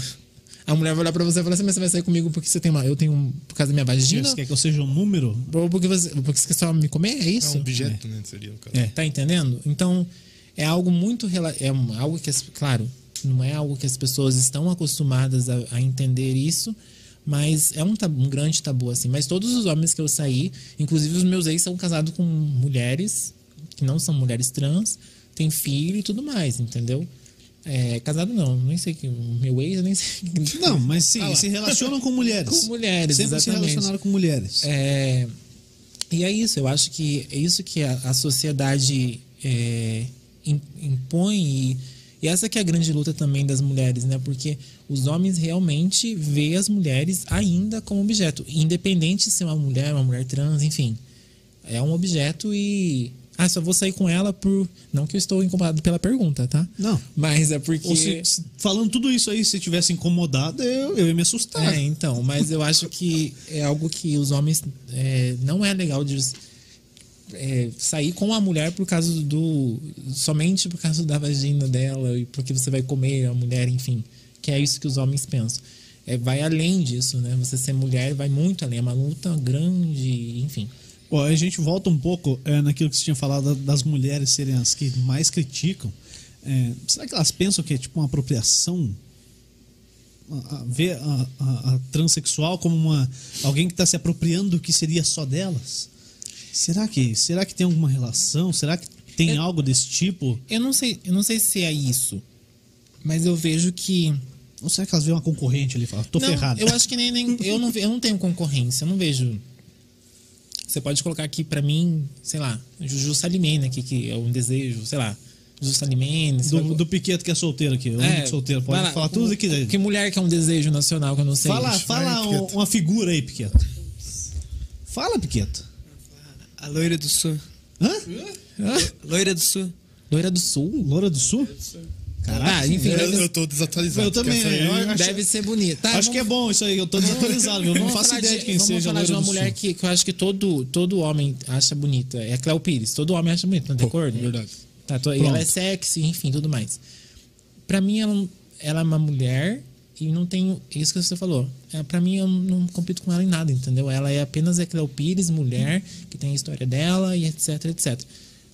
Speaker 3: a mulher vai olhar pra você e falar assim: "Mas você vai sair comigo porque você tem uma, eu tenho um, por causa da minha vagina?"
Speaker 1: Você quer que eu seja um número?
Speaker 3: Ou porque você, porque você quer só me comer? É
Speaker 2: É
Speaker 3: isso?
Speaker 2: um objeto, né? Seria no caso.
Speaker 1: É.
Speaker 3: Tá entendendo? Então, é algo muito. rela- É um- algo que. as- Claro, não é algo que as pessoas estão acostumadas a, a entender isso, mas é um, tabu- um grande tabu, assim. Mas todos os homens que eu saí, inclusive os meus ex, são casados com mulheres que não são mulheres trans, têm filho e tudo mais, entendeu? É, casado não, nem sei que. Meu ex, eu nem sei. que-
Speaker 1: Não, mas sim,
Speaker 3: Ah lá.
Speaker 1: se relacionam com mulheres.
Speaker 3: Com mulheres,
Speaker 1: Sempre se
Speaker 3: exatamente.
Speaker 1: relacionaram com mulheres.
Speaker 3: É, e é isso, eu acho que é isso que a, a sociedade é, im- impõe e, e essa que é a grande luta também das mulheres, né? Porque os homens realmente veem as mulheres ainda como objeto, independente de ser uma mulher, uma mulher trans, enfim. É um objeto e... Ah, só vou sair com ela por... Não que eu estou incomodado pela pergunta, tá?
Speaker 1: Não.
Speaker 3: Mas é porque...
Speaker 1: Ou se, se- falando tudo isso aí, se tivesse incomodado, eu, eu ia me assustar.
Speaker 3: É, então, mas eu acho que é algo que os homens é, não é legal de é, sair com a mulher por causa do somente por causa da vagina dela e porque você vai comer a mulher, enfim, que é isso que os homens pensam. É, vai além disso, né? Você ser mulher vai muito além, é uma luta grande, enfim.
Speaker 1: Ó, a gente volta um pouco é, naquilo que você tinha falado das mulheres serem as que mais criticam. É, será que elas pensam que é tipo uma apropriação? A- a- Ver a, a- a transexual como uma alguém que está se apropriando do que seria só delas? Será que será que tem alguma relação? Será que tem
Speaker 3: É-
Speaker 1: algo desse tipo?
Speaker 3: Eu não sei, eu não sei se é isso, mas eu vejo que
Speaker 1: Ou será que elas veem uma concorrente ali e falam, tô
Speaker 3: não,
Speaker 1: ferrado?
Speaker 3: Eu acho que nem, nem- eu, não, ve- eu não tenho concorrência, eu não vejo. Você pode colocar aqui pra mim, sei lá, Juju Salimene aqui, que é um desejo, sei lá. Juju Salimene. sei lá.
Speaker 1: do, do Piqueto que é solteiro aqui, o
Speaker 3: É,
Speaker 1: único solteiro, pode
Speaker 3: vai lá,
Speaker 1: falar tudo
Speaker 3: o-
Speaker 1: que quiser.
Speaker 3: Que mulher que é um desejo nacional que eu não sei.
Speaker 1: Fala,
Speaker 3: Ixi,
Speaker 1: fala
Speaker 2: vai,
Speaker 1: um-
Speaker 2: Piqueto.
Speaker 1: uma figura aí, Piqueto. Fala, Piqueto.
Speaker 5: A loira do sul.
Speaker 1: Hã?
Speaker 3: Hã?
Speaker 5: Loira do sul.
Speaker 3: Loira do Sul?
Speaker 1: Loura do Sul? é.
Speaker 3: Ah, enfim,
Speaker 2: Eu,
Speaker 3: deve,
Speaker 2: eu tô desatualizado.
Speaker 1: Eu também,
Speaker 2: porque essa aí é
Speaker 1: eu
Speaker 2: eu-
Speaker 1: acho-
Speaker 3: deve ser bonita. Tá,
Speaker 1: Acho
Speaker 3: vamos-
Speaker 1: que é bom isso aí, eu tô desatualizado, eu não
Speaker 3: Vamos
Speaker 1: faço
Speaker 3: falar
Speaker 1: ideia de, quem
Speaker 3: vamos
Speaker 1: seja a
Speaker 3: falar
Speaker 1: Loura
Speaker 3: de uma
Speaker 1: do
Speaker 3: mulher
Speaker 1: Sul.
Speaker 3: que, que eu acho que todo, todo homem acha bonita. É a Cleo Pires. Todo homem acha bonita, não tem acordo?
Speaker 2: é verdade.
Speaker 3: Tá, tô- e
Speaker 1: Pronto.
Speaker 3: ela é sexy, enfim, tudo mais. Pra mim, ela, ela é uma mulher e não tem. Isso que você falou. É, pra mim, eu não compito com ela em nada, entendeu? Ela é apenas a Cleo Pires, mulher, que tem a história dela e etc, etc.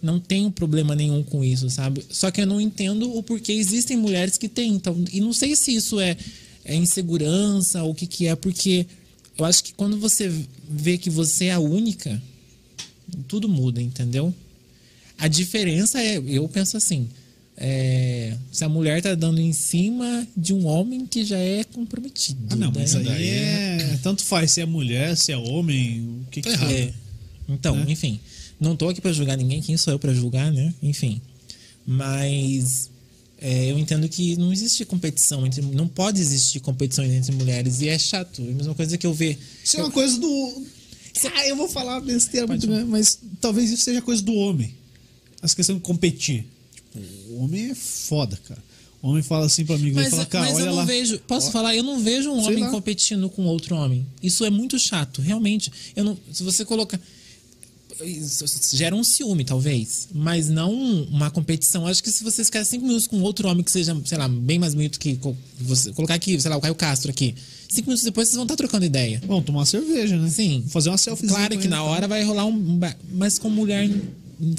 Speaker 3: Não tenho problema nenhum com isso, sabe? Só que eu não entendo o porquê existem mulheres que têm. Então, e não sei se isso é, é insegurança ou o que, que é, porque eu acho que quando você vê que você é a única, tudo muda, entendeu? A diferença é, eu penso assim, é, se a mulher tá dando em cima de um homem que já é comprometido.
Speaker 1: Ah, não, mas
Speaker 3: né?
Speaker 1: aí é. Tanto faz se é mulher, se é homem, o que que
Speaker 2: Tá errado.
Speaker 1: é.
Speaker 3: É. Então, enfim, não tô aqui pra julgar ninguém, quem sou eu pra julgar, né? Enfim. Mas é, eu entendo que não existe competição entre. Não pode existir competição entre mulheres. E é chato. É a mesma coisa que eu ver.
Speaker 1: Isso é uma coisa do. Ah, eu vou falar besteira muito grande, mas talvez isso seja coisa do homem. As questões de competir. Tipo, o homem é foda, cara. O homem fala assim pra mim, ele
Speaker 3: Mas, é-
Speaker 1: fala, cara,
Speaker 3: mas eu
Speaker 1: olha
Speaker 3: não
Speaker 1: lá.
Speaker 3: vejo. Posso falar? Eu não vejo um
Speaker 1: Sei
Speaker 3: homem
Speaker 1: lá.
Speaker 3: competindo com outro homem. Isso é muito chato, realmente. Eu não, se você colocar. isso Gera um ciúme, talvez. Mas não uma competição. Acho que se você ficar cinco minutos com outro homem que seja, sei lá, bem mais bonito que co- você. Colocar aqui, sei lá, o Caio Castro aqui. Cinco minutos depois vocês vão estar trocando ideia.
Speaker 1: Vão tomar uma cerveja, né?
Speaker 3: Sim.
Speaker 1: Vou fazer uma selfie.
Speaker 3: Claro que na hora vai rolar um. ba- Mas com mulher,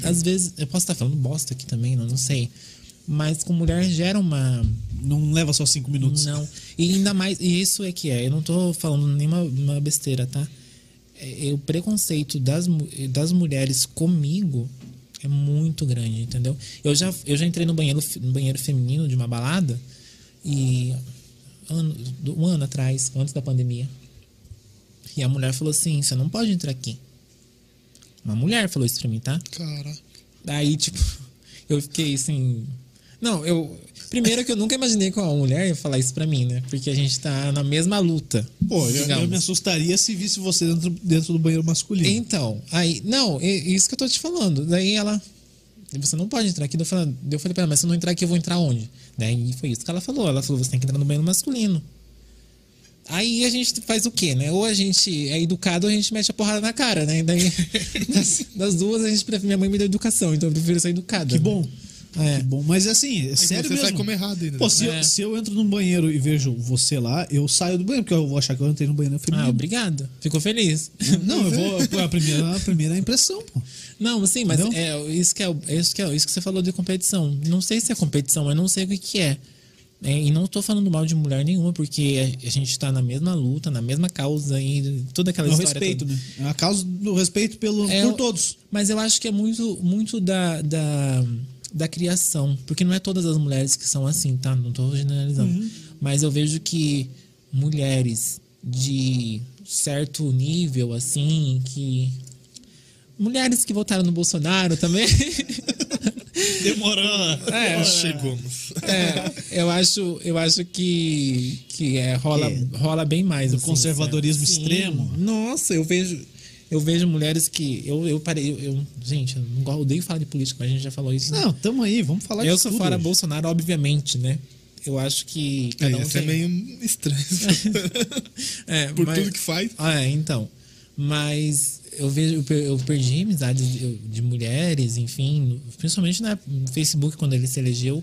Speaker 3: às vezes. Eu posso estar falando bosta aqui também, não, não sei. Mas com mulher gera uma.
Speaker 1: Não leva só cinco minutos.
Speaker 3: Não. E ainda mais, e isso é que é, eu não tô falando nenhuma uma besteira, tá? É, é o preconceito das, mu- das mulheres comigo É muito grande, entendeu? Eu já, eu já entrei no banheiro, no banheiro feminino de uma balada e ano, do- um ano atrás, antes da pandemia. E a mulher falou assim: você não pode entrar aqui. Uma mulher falou isso pra mim, tá?
Speaker 2: Cara.
Speaker 3: Daí, tipo, eu fiquei assim. Não, eu. Primeiro que eu nunca imaginei que uma mulher ia falar isso pra mim, né? Porque a gente tá na mesma luta.
Speaker 1: Pô, eu,
Speaker 3: digamos.
Speaker 1: eu me assustaria se visse você dentro, dentro do banheiro masculino.
Speaker 3: Então, aí. Não, é isso que eu tô te falando. Daí ela. Você não pode entrar aqui. Daí eu falei, daí eu falei pra ela, mas se eu não entrar aqui, eu vou entrar onde? Daí foi isso que ela falou. Ela falou, você tem que entrar no banheiro masculino. Aí a gente faz o quê, né? Ou a gente é educado ou a gente mete a porrada na cara, né? Daí, das, das duas, a gente prefere. Minha mãe me deu educação, então eu prefiro ser educada.
Speaker 1: Que bom.
Speaker 3: É.
Speaker 1: Que bom. Mas assim, é sério
Speaker 2: você
Speaker 1: mesmo.
Speaker 2: sai como errado ainda,
Speaker 1: Pô,
Speaker 2: né?
Speaker 1: se,
Speaker 3: É.
Speaker 1: eu, se eu entro num banheiro e vejo você lá, eu saio do banheiro, porque eu vou achar que eu entrei no banheiro
Speaker 3: Ah,
Speaker 1: feminino.
Speaker 3: obrigado. Ficou feliz.
Speaker 1: Não, eu vou. pô, A primeira, a primeira impressão, pô.
Speaker 3: Não, sim, mas
Speaker 1: Não?
Speaker 3: é isso que é, o- é isso que é isso que você falou de competição. Não sei se é competição, eu não sei o que, que é. É, E não tô falando mal de mulher nenhuma, porque a, a gente tá na mesma luta, na mesma causa e toda
Speaker 1: É
Speaker 3: aquela
Speaker 1: o
Speaker 3: história.
Speaker 1: respeito,
Speaker 3: toda.
Speaker 1: né? É a causa do respeito pelo,
Speaker 3: É,
Speaker 1: por
Speaker 3: eu-
Speaker 1: todos.
Speaker 3: Mas eu acho que é muito, muito da, da, da criação. Porque não é todas as mulheres que são assim, tá? Não tô generalizando. Mas eu vejo que mulheres de certo nível, assim, que. Mulheres que votaram no Bolsonaro também.
Speaker 1: Demorou.
Speaker 2: É, chegamos.
Speaker 3: É, eu acho, eu acho que, que é, rola,
Speaker 1: É.
Speaker 3: rola bem mais. assim,
Speaker 1: Do conservadorismo extremo.
Speaker 3: Nossa, eu vejo. Eu vejo mulheres que. Eu, eu parei. Eu, eu- gente, eu não gosto- odeio falar de política, mas a gente já falou isso. né?
Speaker 1: Não, tamo aí, vamos falar
Speaker 3: eu
Speaker 1: disso
Speaker 3: sou
Speaker 1: tudo
Speaker 3: fora
Speaker 1: hoje.
Speaker 3: Bolsonaro, obviamente, né? Eu acho que
Speaker 2: É,
Speaker 3: cada um
Speaker 2: isso é
Speaker 3: tem-
Speaker 2: meio estranho.
Speaker 3: É,
Speaker 2: Por
Speaker 3: mas-
Speaker 2: tudo que faz.
Speaker 3: Ah, é, então. Mas eu vejo, eu per- eu perdi amizades de, de mulheres, enfim, no- principalmente na- no Facebook quando ele se elegeu.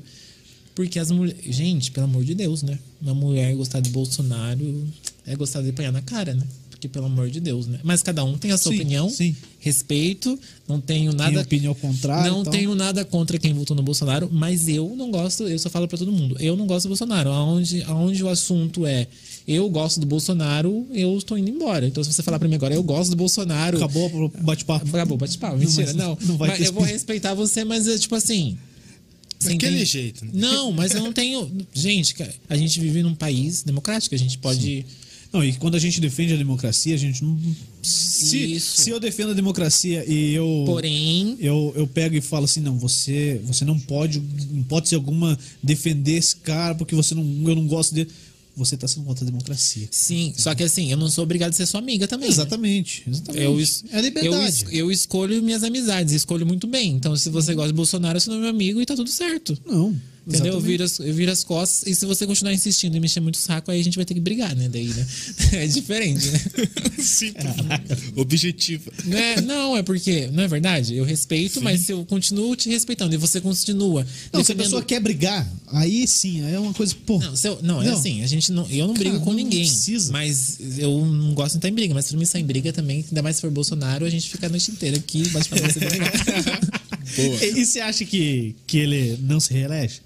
Speaker 3: Porque as mulheres. Gente, pelo amor de Deus, né? Uma mulher gostar de Bolsonaro é gostar de apanhar na cara, né? Porque, pelo amor de Deus, né? Mas cada um tem a sua
Speaker 1: Sim,
Speaker 3: opinião.
Speaker 1: sim.
Speaker 3: Respeito. Não tenho nada.
Speaker 1: opinião contrária,
Speaker 3: Não
Speaker 1: então.
Speaker 3: tenho nada contra quem votou no Bolsonaro, mas eu não gosto, eu só falo pra todo mundo, eu não gosto do Bolsonaro. Aonde, aonde o assunto é eu gosto do Bolsonaro, eu estou indo embora. Então, se você falar pra mim agora, eu gosto do Bolsonaro.
Speaker 1: Acabou o bate-papo.
Speaker 3: Acabou, bate pau. Mentira,
Speaker 1: mas
Speaker 3: não.
Speaker 1: não vai
Speaker 3: Mas
Speaker 1: ter
Speaker 3: eu vou
Speaker 1: esse-
Speaker 3: respeitar você, mas é tipo assim. você
Speaker 2: Daquele
Speaker 3: entende?
Speaker 2: jeito, né?
Speaker 3: Não, mas eu não tenho. Gente, cara, a gente vive num país democrático, a gente pode.
Speaker 1: Não, e quando a gente defende a democracia, a gente não. Se,
Speaker 3: Isso.
Speaker 1: se eu defendo a democracia e eu.
Speaker 3: Porém.
Speaker 1: eu, eu pego e falo assim, não, você, você não pode, não pode ser alguma defender esse cara porque você não, eu não gosto dele. Você tá sendo contra a democracia.
Speaker 3: Sim, só que assim, eu não sou obrigado a ser sua amiga também. né?
Speaker 1: Exatamente, exatamente.
Speaker 3: Eu, es-
Speaker 1: é a
Speaker 3: Eu, es-
Speaker 1: liberdade.
Speaker 3: eu escolho minhas amidades, escolho muito bem. Então, se você gosta de Bolsonaro, você não é meu amigo e tá tudo certo.
Speaker 1: Não.
Speaker 3: Entendeu? Eu
Speaker 1: exatamente.
Speaker 3: viro, as, eu viro as costas e se você continuar insistindo e mexer muito o saco, aí a gente vai ter que brigar, né? Daí, né? É diferente, né?
Speaker 2: Sim,
Speaker 3: É.
Speaker 2: Objetiva.
Speaker 3: Né? Não, é porque, não é verdade? Eu respeito, mas se eu continuo te respeitando e você
Speaker 1: Não,
Speaker 3: continua.
Speaker 1: tá se a
Speaker 3: defendendo-
Speaker 1: pessoa quer brigar, aí sim, aí é uma coisa, pô.
Speaker 3: Não, se eu- não, é
Speaker 1: Não.
Speaker 3: assim, a gente não, eu não brigo
Speaker 1: Cara,
Speaker 3: com
Speaker 1: não
Speaker 3: ninguém.
Speaker 1: precisa.
Speaker 3: Mas eu não gosto de estar em briga, mas pra mim estar em briga também, ainda mais se for Bolsonaro, a gente fica a noite inteira aqui, bate pra você
Speaker 2: Boa.
Speaker 1: E, e você acha que, que ele não se reelege?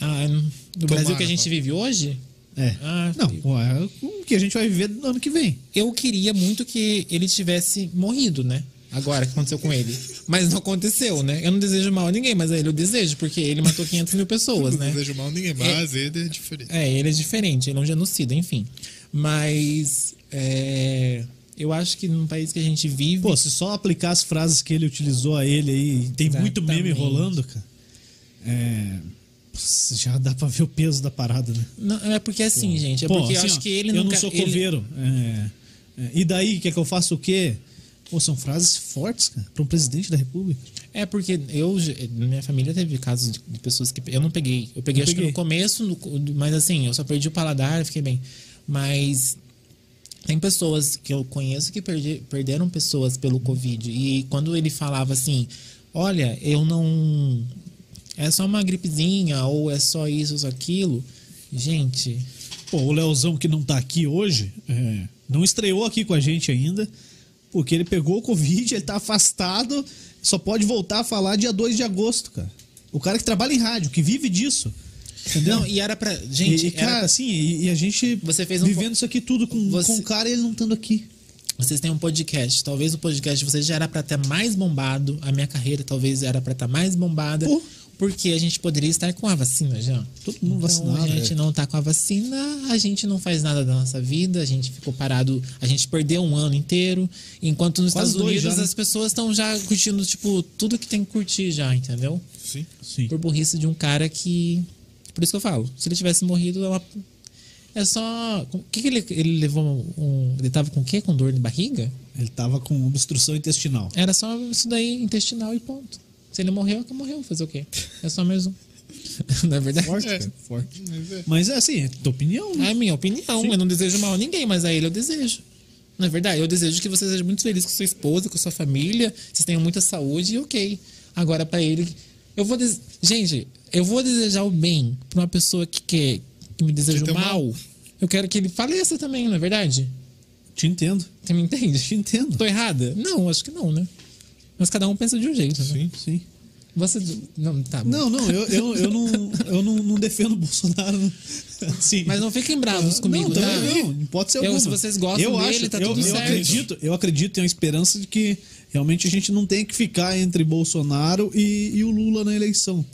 Speaker 3: Ah, no
Speaker 2: Tomara,
Speaker 3: Brasil que a gente
Speaker 2: pá.
Speaker 3: vive hoje,
Speaker 1: É.
Speaker 3: Ah,
Speaker 1: não, ué, o que a gente vai viver no ano que vem.
Speaker 3: eu queria muito que ele tivesse morrido, né? Agora que aconteceu com ele. Mas não aconteceu, né? Eu não desejo mal a ninguém, mas a ele eu desejo, porque ele matou 500 mil pessoas,
Speaker 2: Não
Speaker 3: né?
Speaker 2: desejo mal a ninguém, mas ele é diferente.
Speaker 3: É, ele é diferente, ele é um genocida, enfim. Mas é, eu acho que num país que a gente vive.
Speaker 1: Pô, se só aplicar as frases que ele utilizou a ele aí, tem muito meme
Speaker 3: Exatamente.
Speaker 1: rolando, cara. É. pss, Já dá pra ver o peso da parada, né?
Speaker 3: não, é porque assim, gente. É
Speaker 1: Pô,
Speaker 3: porque eu
Speaker 1: assim,
Speaker 3: acho
Speaker 1: ó,
Speaker 3: que ele
Speaker 1: Eu
Speaker 3: nunca-
Speaker 1: não sou
Speaker 3: ele-
Speaker 1: coveiro. é, é, e daí, quer que eu faça o quê? Pô, são frases fortes, cara, pra um presidente da república.
Speaker 3: É porque eu, na minha família teve casos de, de pessoas que eu não peguei. Eu peguei
Speaker 1: Não
Speaker 3: acho que
Speaker 1: peguei.
Speaker 3: no começo, no co- mas assim, eu só perdi o paladar, fiquei bem. Mas tem pessoas que eu conheço que perdi- perderam pessoas pelo Covid. E quando ele falava assim, olha, eu não. É só uma gripezinha, ou é só isso, só aquilo. Gente,
Speaker 1: Pô, o Leozão que não tá aqui hoje, é, não estreou aqui com a gente ainda, porque ele pegou o Covid, ele tá afastado, só pode voltar a falar dia 2 de agosto, cara. O cara que trabalha em rádio, que vive disso. Entendeu?
Speaker 3: não, e era pra.
Speaker 1: E,
Speaker 3: Gente,
Speaker 1: e, cara,
Speaker 3: era-
Speaker 1: assim, e, e a gente
Speaker 3: Você fez um
Speaker 1: vivendo
Speaker 3: po-
Speaker 1: isso aqui tudo com,
Speaker 3: Você-
Speaker 1: com o cara e ele não estando aqui.
Speaker 3: Vocês têm um podcast. Talvez o podcast de vocês já era pra estar mais bombado. A minha carreira talvez era pra estar mais bombada.
Speaker 1: Pô.
Speaker 3: Porque a gente poderia estar com a vacina já. Todo mundo
Speaker 1: vacinado,
Speaker 3: A gente
Speaker 1: é.
Speaker 3: não tá com a vacina, a gente não faz nada da nossa vida, a gente ficou parado, a gente perdeu um ano inteiro. Enquanto nos
Speaker 1: Quase
Speaker 3: Estados
Speaker 1: dois
Speaker 3: Unidos
Speaker 1: já, né?
Speaker 3: as pessoas estão já curtindo, tipo, tudo que tem que curtir já, entendeu?
Speaker 2: Sim.
Speaker 1: Sim.
Speaker 3: por burrice de um cara que. Por isso que eu falo, se ele tivesse morrido, é uma. É só. O que, que ele, ele levou um. Ele tava com o quê? Com dor de barriga?
Speaker 1: Ele tava com obstrução intestinal.
Speaker 3: Era só isso daí, intestinal e ponto. Se ele morreu, é que morreu. Fazer o quê? É só mais um. Não é verdade?
Speaker 1: Forte,
Speaker 2: É.
Speaker 1: cara, forte.
Speaker 2: Mas é.
Speaker 1: Mas é assim, é tua opinião, né?
Speaker 3: É a minha opinião. Eu não desejo mal a ninguém, mas a ele eu desejo. Não é verdade? Eu desejo que você seja muito feliz com sua esposa, com sua família, vocês tenham muita saúde e ok. Agora, pra ele. Eu vou. des- Gente, eu vou desejar o bem pra uma pessoa que quer. que me deseja
Speaker 2: Que
Speaker 3: o
Speaker 2: tem um
Speaker 3: mal. Eu quero que ele faleça também, não é verdade?
Speaker 1: Te entendo.
Speaker 3: Você me entende?
Speaker 1: Te entendo.
Speaker 3: Tô errada? Não, acho que não, né? Mas cada um pensa de um jeito, né?
Speaker 2: Sim.
Speaker 1: Sim.
Speaker 3: Você. Não, tá. bom.
Speaker 1: Não, não, eu, eu, eu não, eu não, não defendo o Bolsonaro. Assim,
Speaker 3: Mas não fiquem bravos comigo,
Speaker 1: não,
Speaker 3: tá?
Speaker 1: também não, não pode ser
Speaker 3: Eu-
Speaker 1: alguma.
Speaker 3: se vocês gostam
Speaker 1: eu
Speaker 3: dele,
Speaker 1: acho,
Speaker 3: tá
Speaker 1: eu,
Speaker 3: tudo
Speaker 1: eu
Speaker 3: certo.
Speaker 1: acredito, eu acredito, tenho a esperança de que realmente a gente não tenha que ficar entre Bolsonaro e, e o Lula na eleição.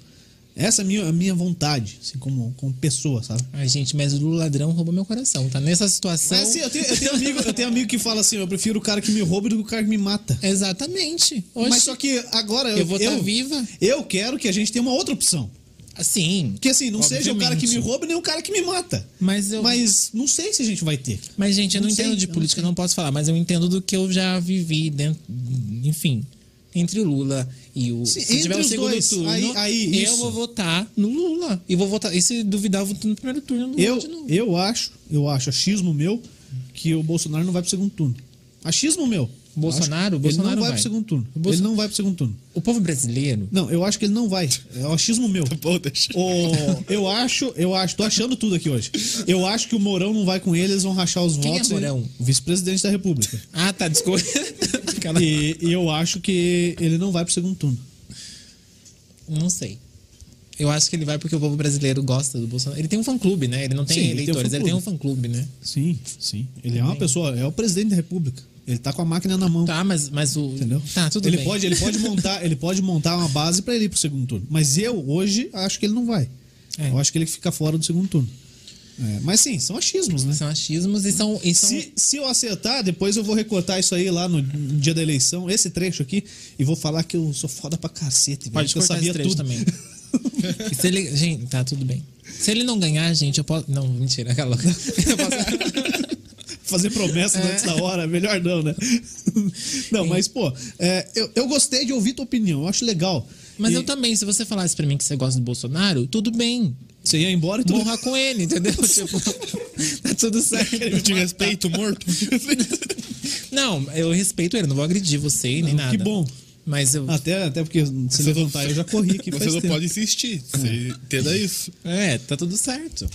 Speaker 1: Essa é a minha, a minha vontade, assim, como, como pessoa, sabe?
Speaker 3: Ai, gente, mas o Lula ladrão roubou meu coração, tá? Nessa situação.
Speaker 1: Mas assim, eu tenho, eu tenho amigo, eu tenho amigo que fala assim, eu prefiro o cara que me rouba do que o cara que me mata.
Speaker 3: Exatamente. Hoje,
Speaker 1: Mas só que agora eu,
Speaker 3: eu vou estar viva.
Speaker 1: Eu quero que a gente tenha uma outra opção.
Speaker 3: Assim.
Speaker 1: Que assim, não seja o cara que me
Speaker 3: Obviamente.
Speaker 1: rouba nem o cara que me mata.
Speaker 3: Mas eu.
Speaker 1: Mas
Speaker 3: Mas,
Speaker 1: não sei se a gente vai ter.
Speaker 3: gente, eu
Speaker 1: não
Speaker 3: não,
Speaker 1: sei,
Speaker 3: entendo de
Speaker 1: eu não
Speaker 3: política, não, posso falar, mas eu entendo do que eu já vivi dentro. Enfim. Entre o Lula e o.
Speaker 1: Sim,
Speaker 3: se
Speaker 1: entre
Speaker 3: tiver o
Speaker 1: os
Speaker 3: segundo
Speaker 1: dois,
Speaker 3: turno,
Speaker 1: aí- aí,
Speaker 3: eu
Speaker 1: isso.
Speaker 3: vou votar no Lula. E vou votar. E se duvidar, eu voto no primeiro turno eu não
Speaker 1: Eu,
Speaker 3: voto de novo.
Speaker 1: eu acho, eu acho, achismo meu, que o Bolsonaro não vai pro segundo turno. Achismo meu.
Speaker 3: Bolsonaro?
Speaker 1: Acho-
Speaker 3: Bolsonaro
Speaker 1: ele não vai,
Speaker 3: vai.
Speaker 1: pro segundo turno.
Speaker 3: O Bolso-
Speaker 1: Ele não vai pro segundo turno.
Speaker 3: O povo brasileiro.
Speaker 1: Não, eu acho que ele não vai. É o achismo meu.
Speaker 2: Bom, deixa.
Speaker 1: Ô, eu acho, eu acho, tô achando tudo aqui hoje. Eu acho que o Mourão não vai com ele, eles vão rachar os
Speaker 3: Quem é
Speaker 1: votos. e-
Speaker 3: Mourão?
Speaker 1: Vice-presidente da República.
Speaker 3: Ah, tá, desculpa. Aquela-
Speaker 1: E, e eu acho que ele não vai pro segundo turno.
Speaker 3: Não sei. Eu acho que ele vai porque o povo brasileiro gosta do Bolsonaro. Ele tem um fã-clube, né? Ele não tem
Speaker 1: Sim, ele tem um
Speaker 3: eleitores, ele tem um
Speaker 1: fã-clube.
Speaker 3: fã-clube, né?
Speaker 1: Sim, sim. Ele é uma pessoa, é o presidente da República. Ele tá com a máquina na mão.
Speaker 3: Tá, mas, mas o.
Speaker 1: Entendeu?
Speaker 3: Tá, tudo
Speaker 1: ele
Speaker 3: bem.
Speaker 1: Pode, ele, pode montar, ele pode montar uma base pra ele ir pro segundo turno. Mas eu, hoje, acho que ele não vai.
Speaker 3: É.
Speaker 1: Eu acho que ele fica fora do segundo turno. É, mas sim, são achismos, né?
Speaker 3: São achismos e são. E são
Speaker 1: Se, se eu acertar, depois eu vou recortar isso aí lá no dia da eleição, esse trecho aqui, e vou falar que eu sou foda pra cacete. velho,
Speaker 3: Pode
Speaker 1: que eu
Speaker 3: cortar
Speaker 1: sabia
Speaker 3: esse trecho
Speaker 1: tudo.
Speaker 3: também. E se ele. Gente, tá, tudo bem. Se ele não ganhar, gente, eu posso. Não, mentira, aquela louca. Eu posso.
Speaker 1: Fazer promessa antes da hora, melhor não, né? Não, mas, pô, é, eu, eu gostei de ouvir tua opinião, eu acho legal.
Speaker 3: Mas
Speaker 1: E
Speaker 3: eu também, se você falasse pra mim que você gosta do Bolsonaro, tudo bem.
Speaker 1: Você ia embora e tudo.
Speaker 3: Morra com ele, entendeu? Tipo, tá tudo certo.
Speaker 2: Eu te respeito, morto.
Speaker 3: Não, eu respeito ele, não vou agredir você nem nada.
Speaker 1: que bom. Ah.
Speaker 3: Mas eu.
Speaker 1: Até, até porque se levantar, eu já corri aqui.
Speaker 2: Você
Speaker 1: faz
Speaker 2: não
Speaker 1: tempo. É.
Speaker 2: pode insistir. Você entenda isso.
Speaker 3: É, tá tudo certo.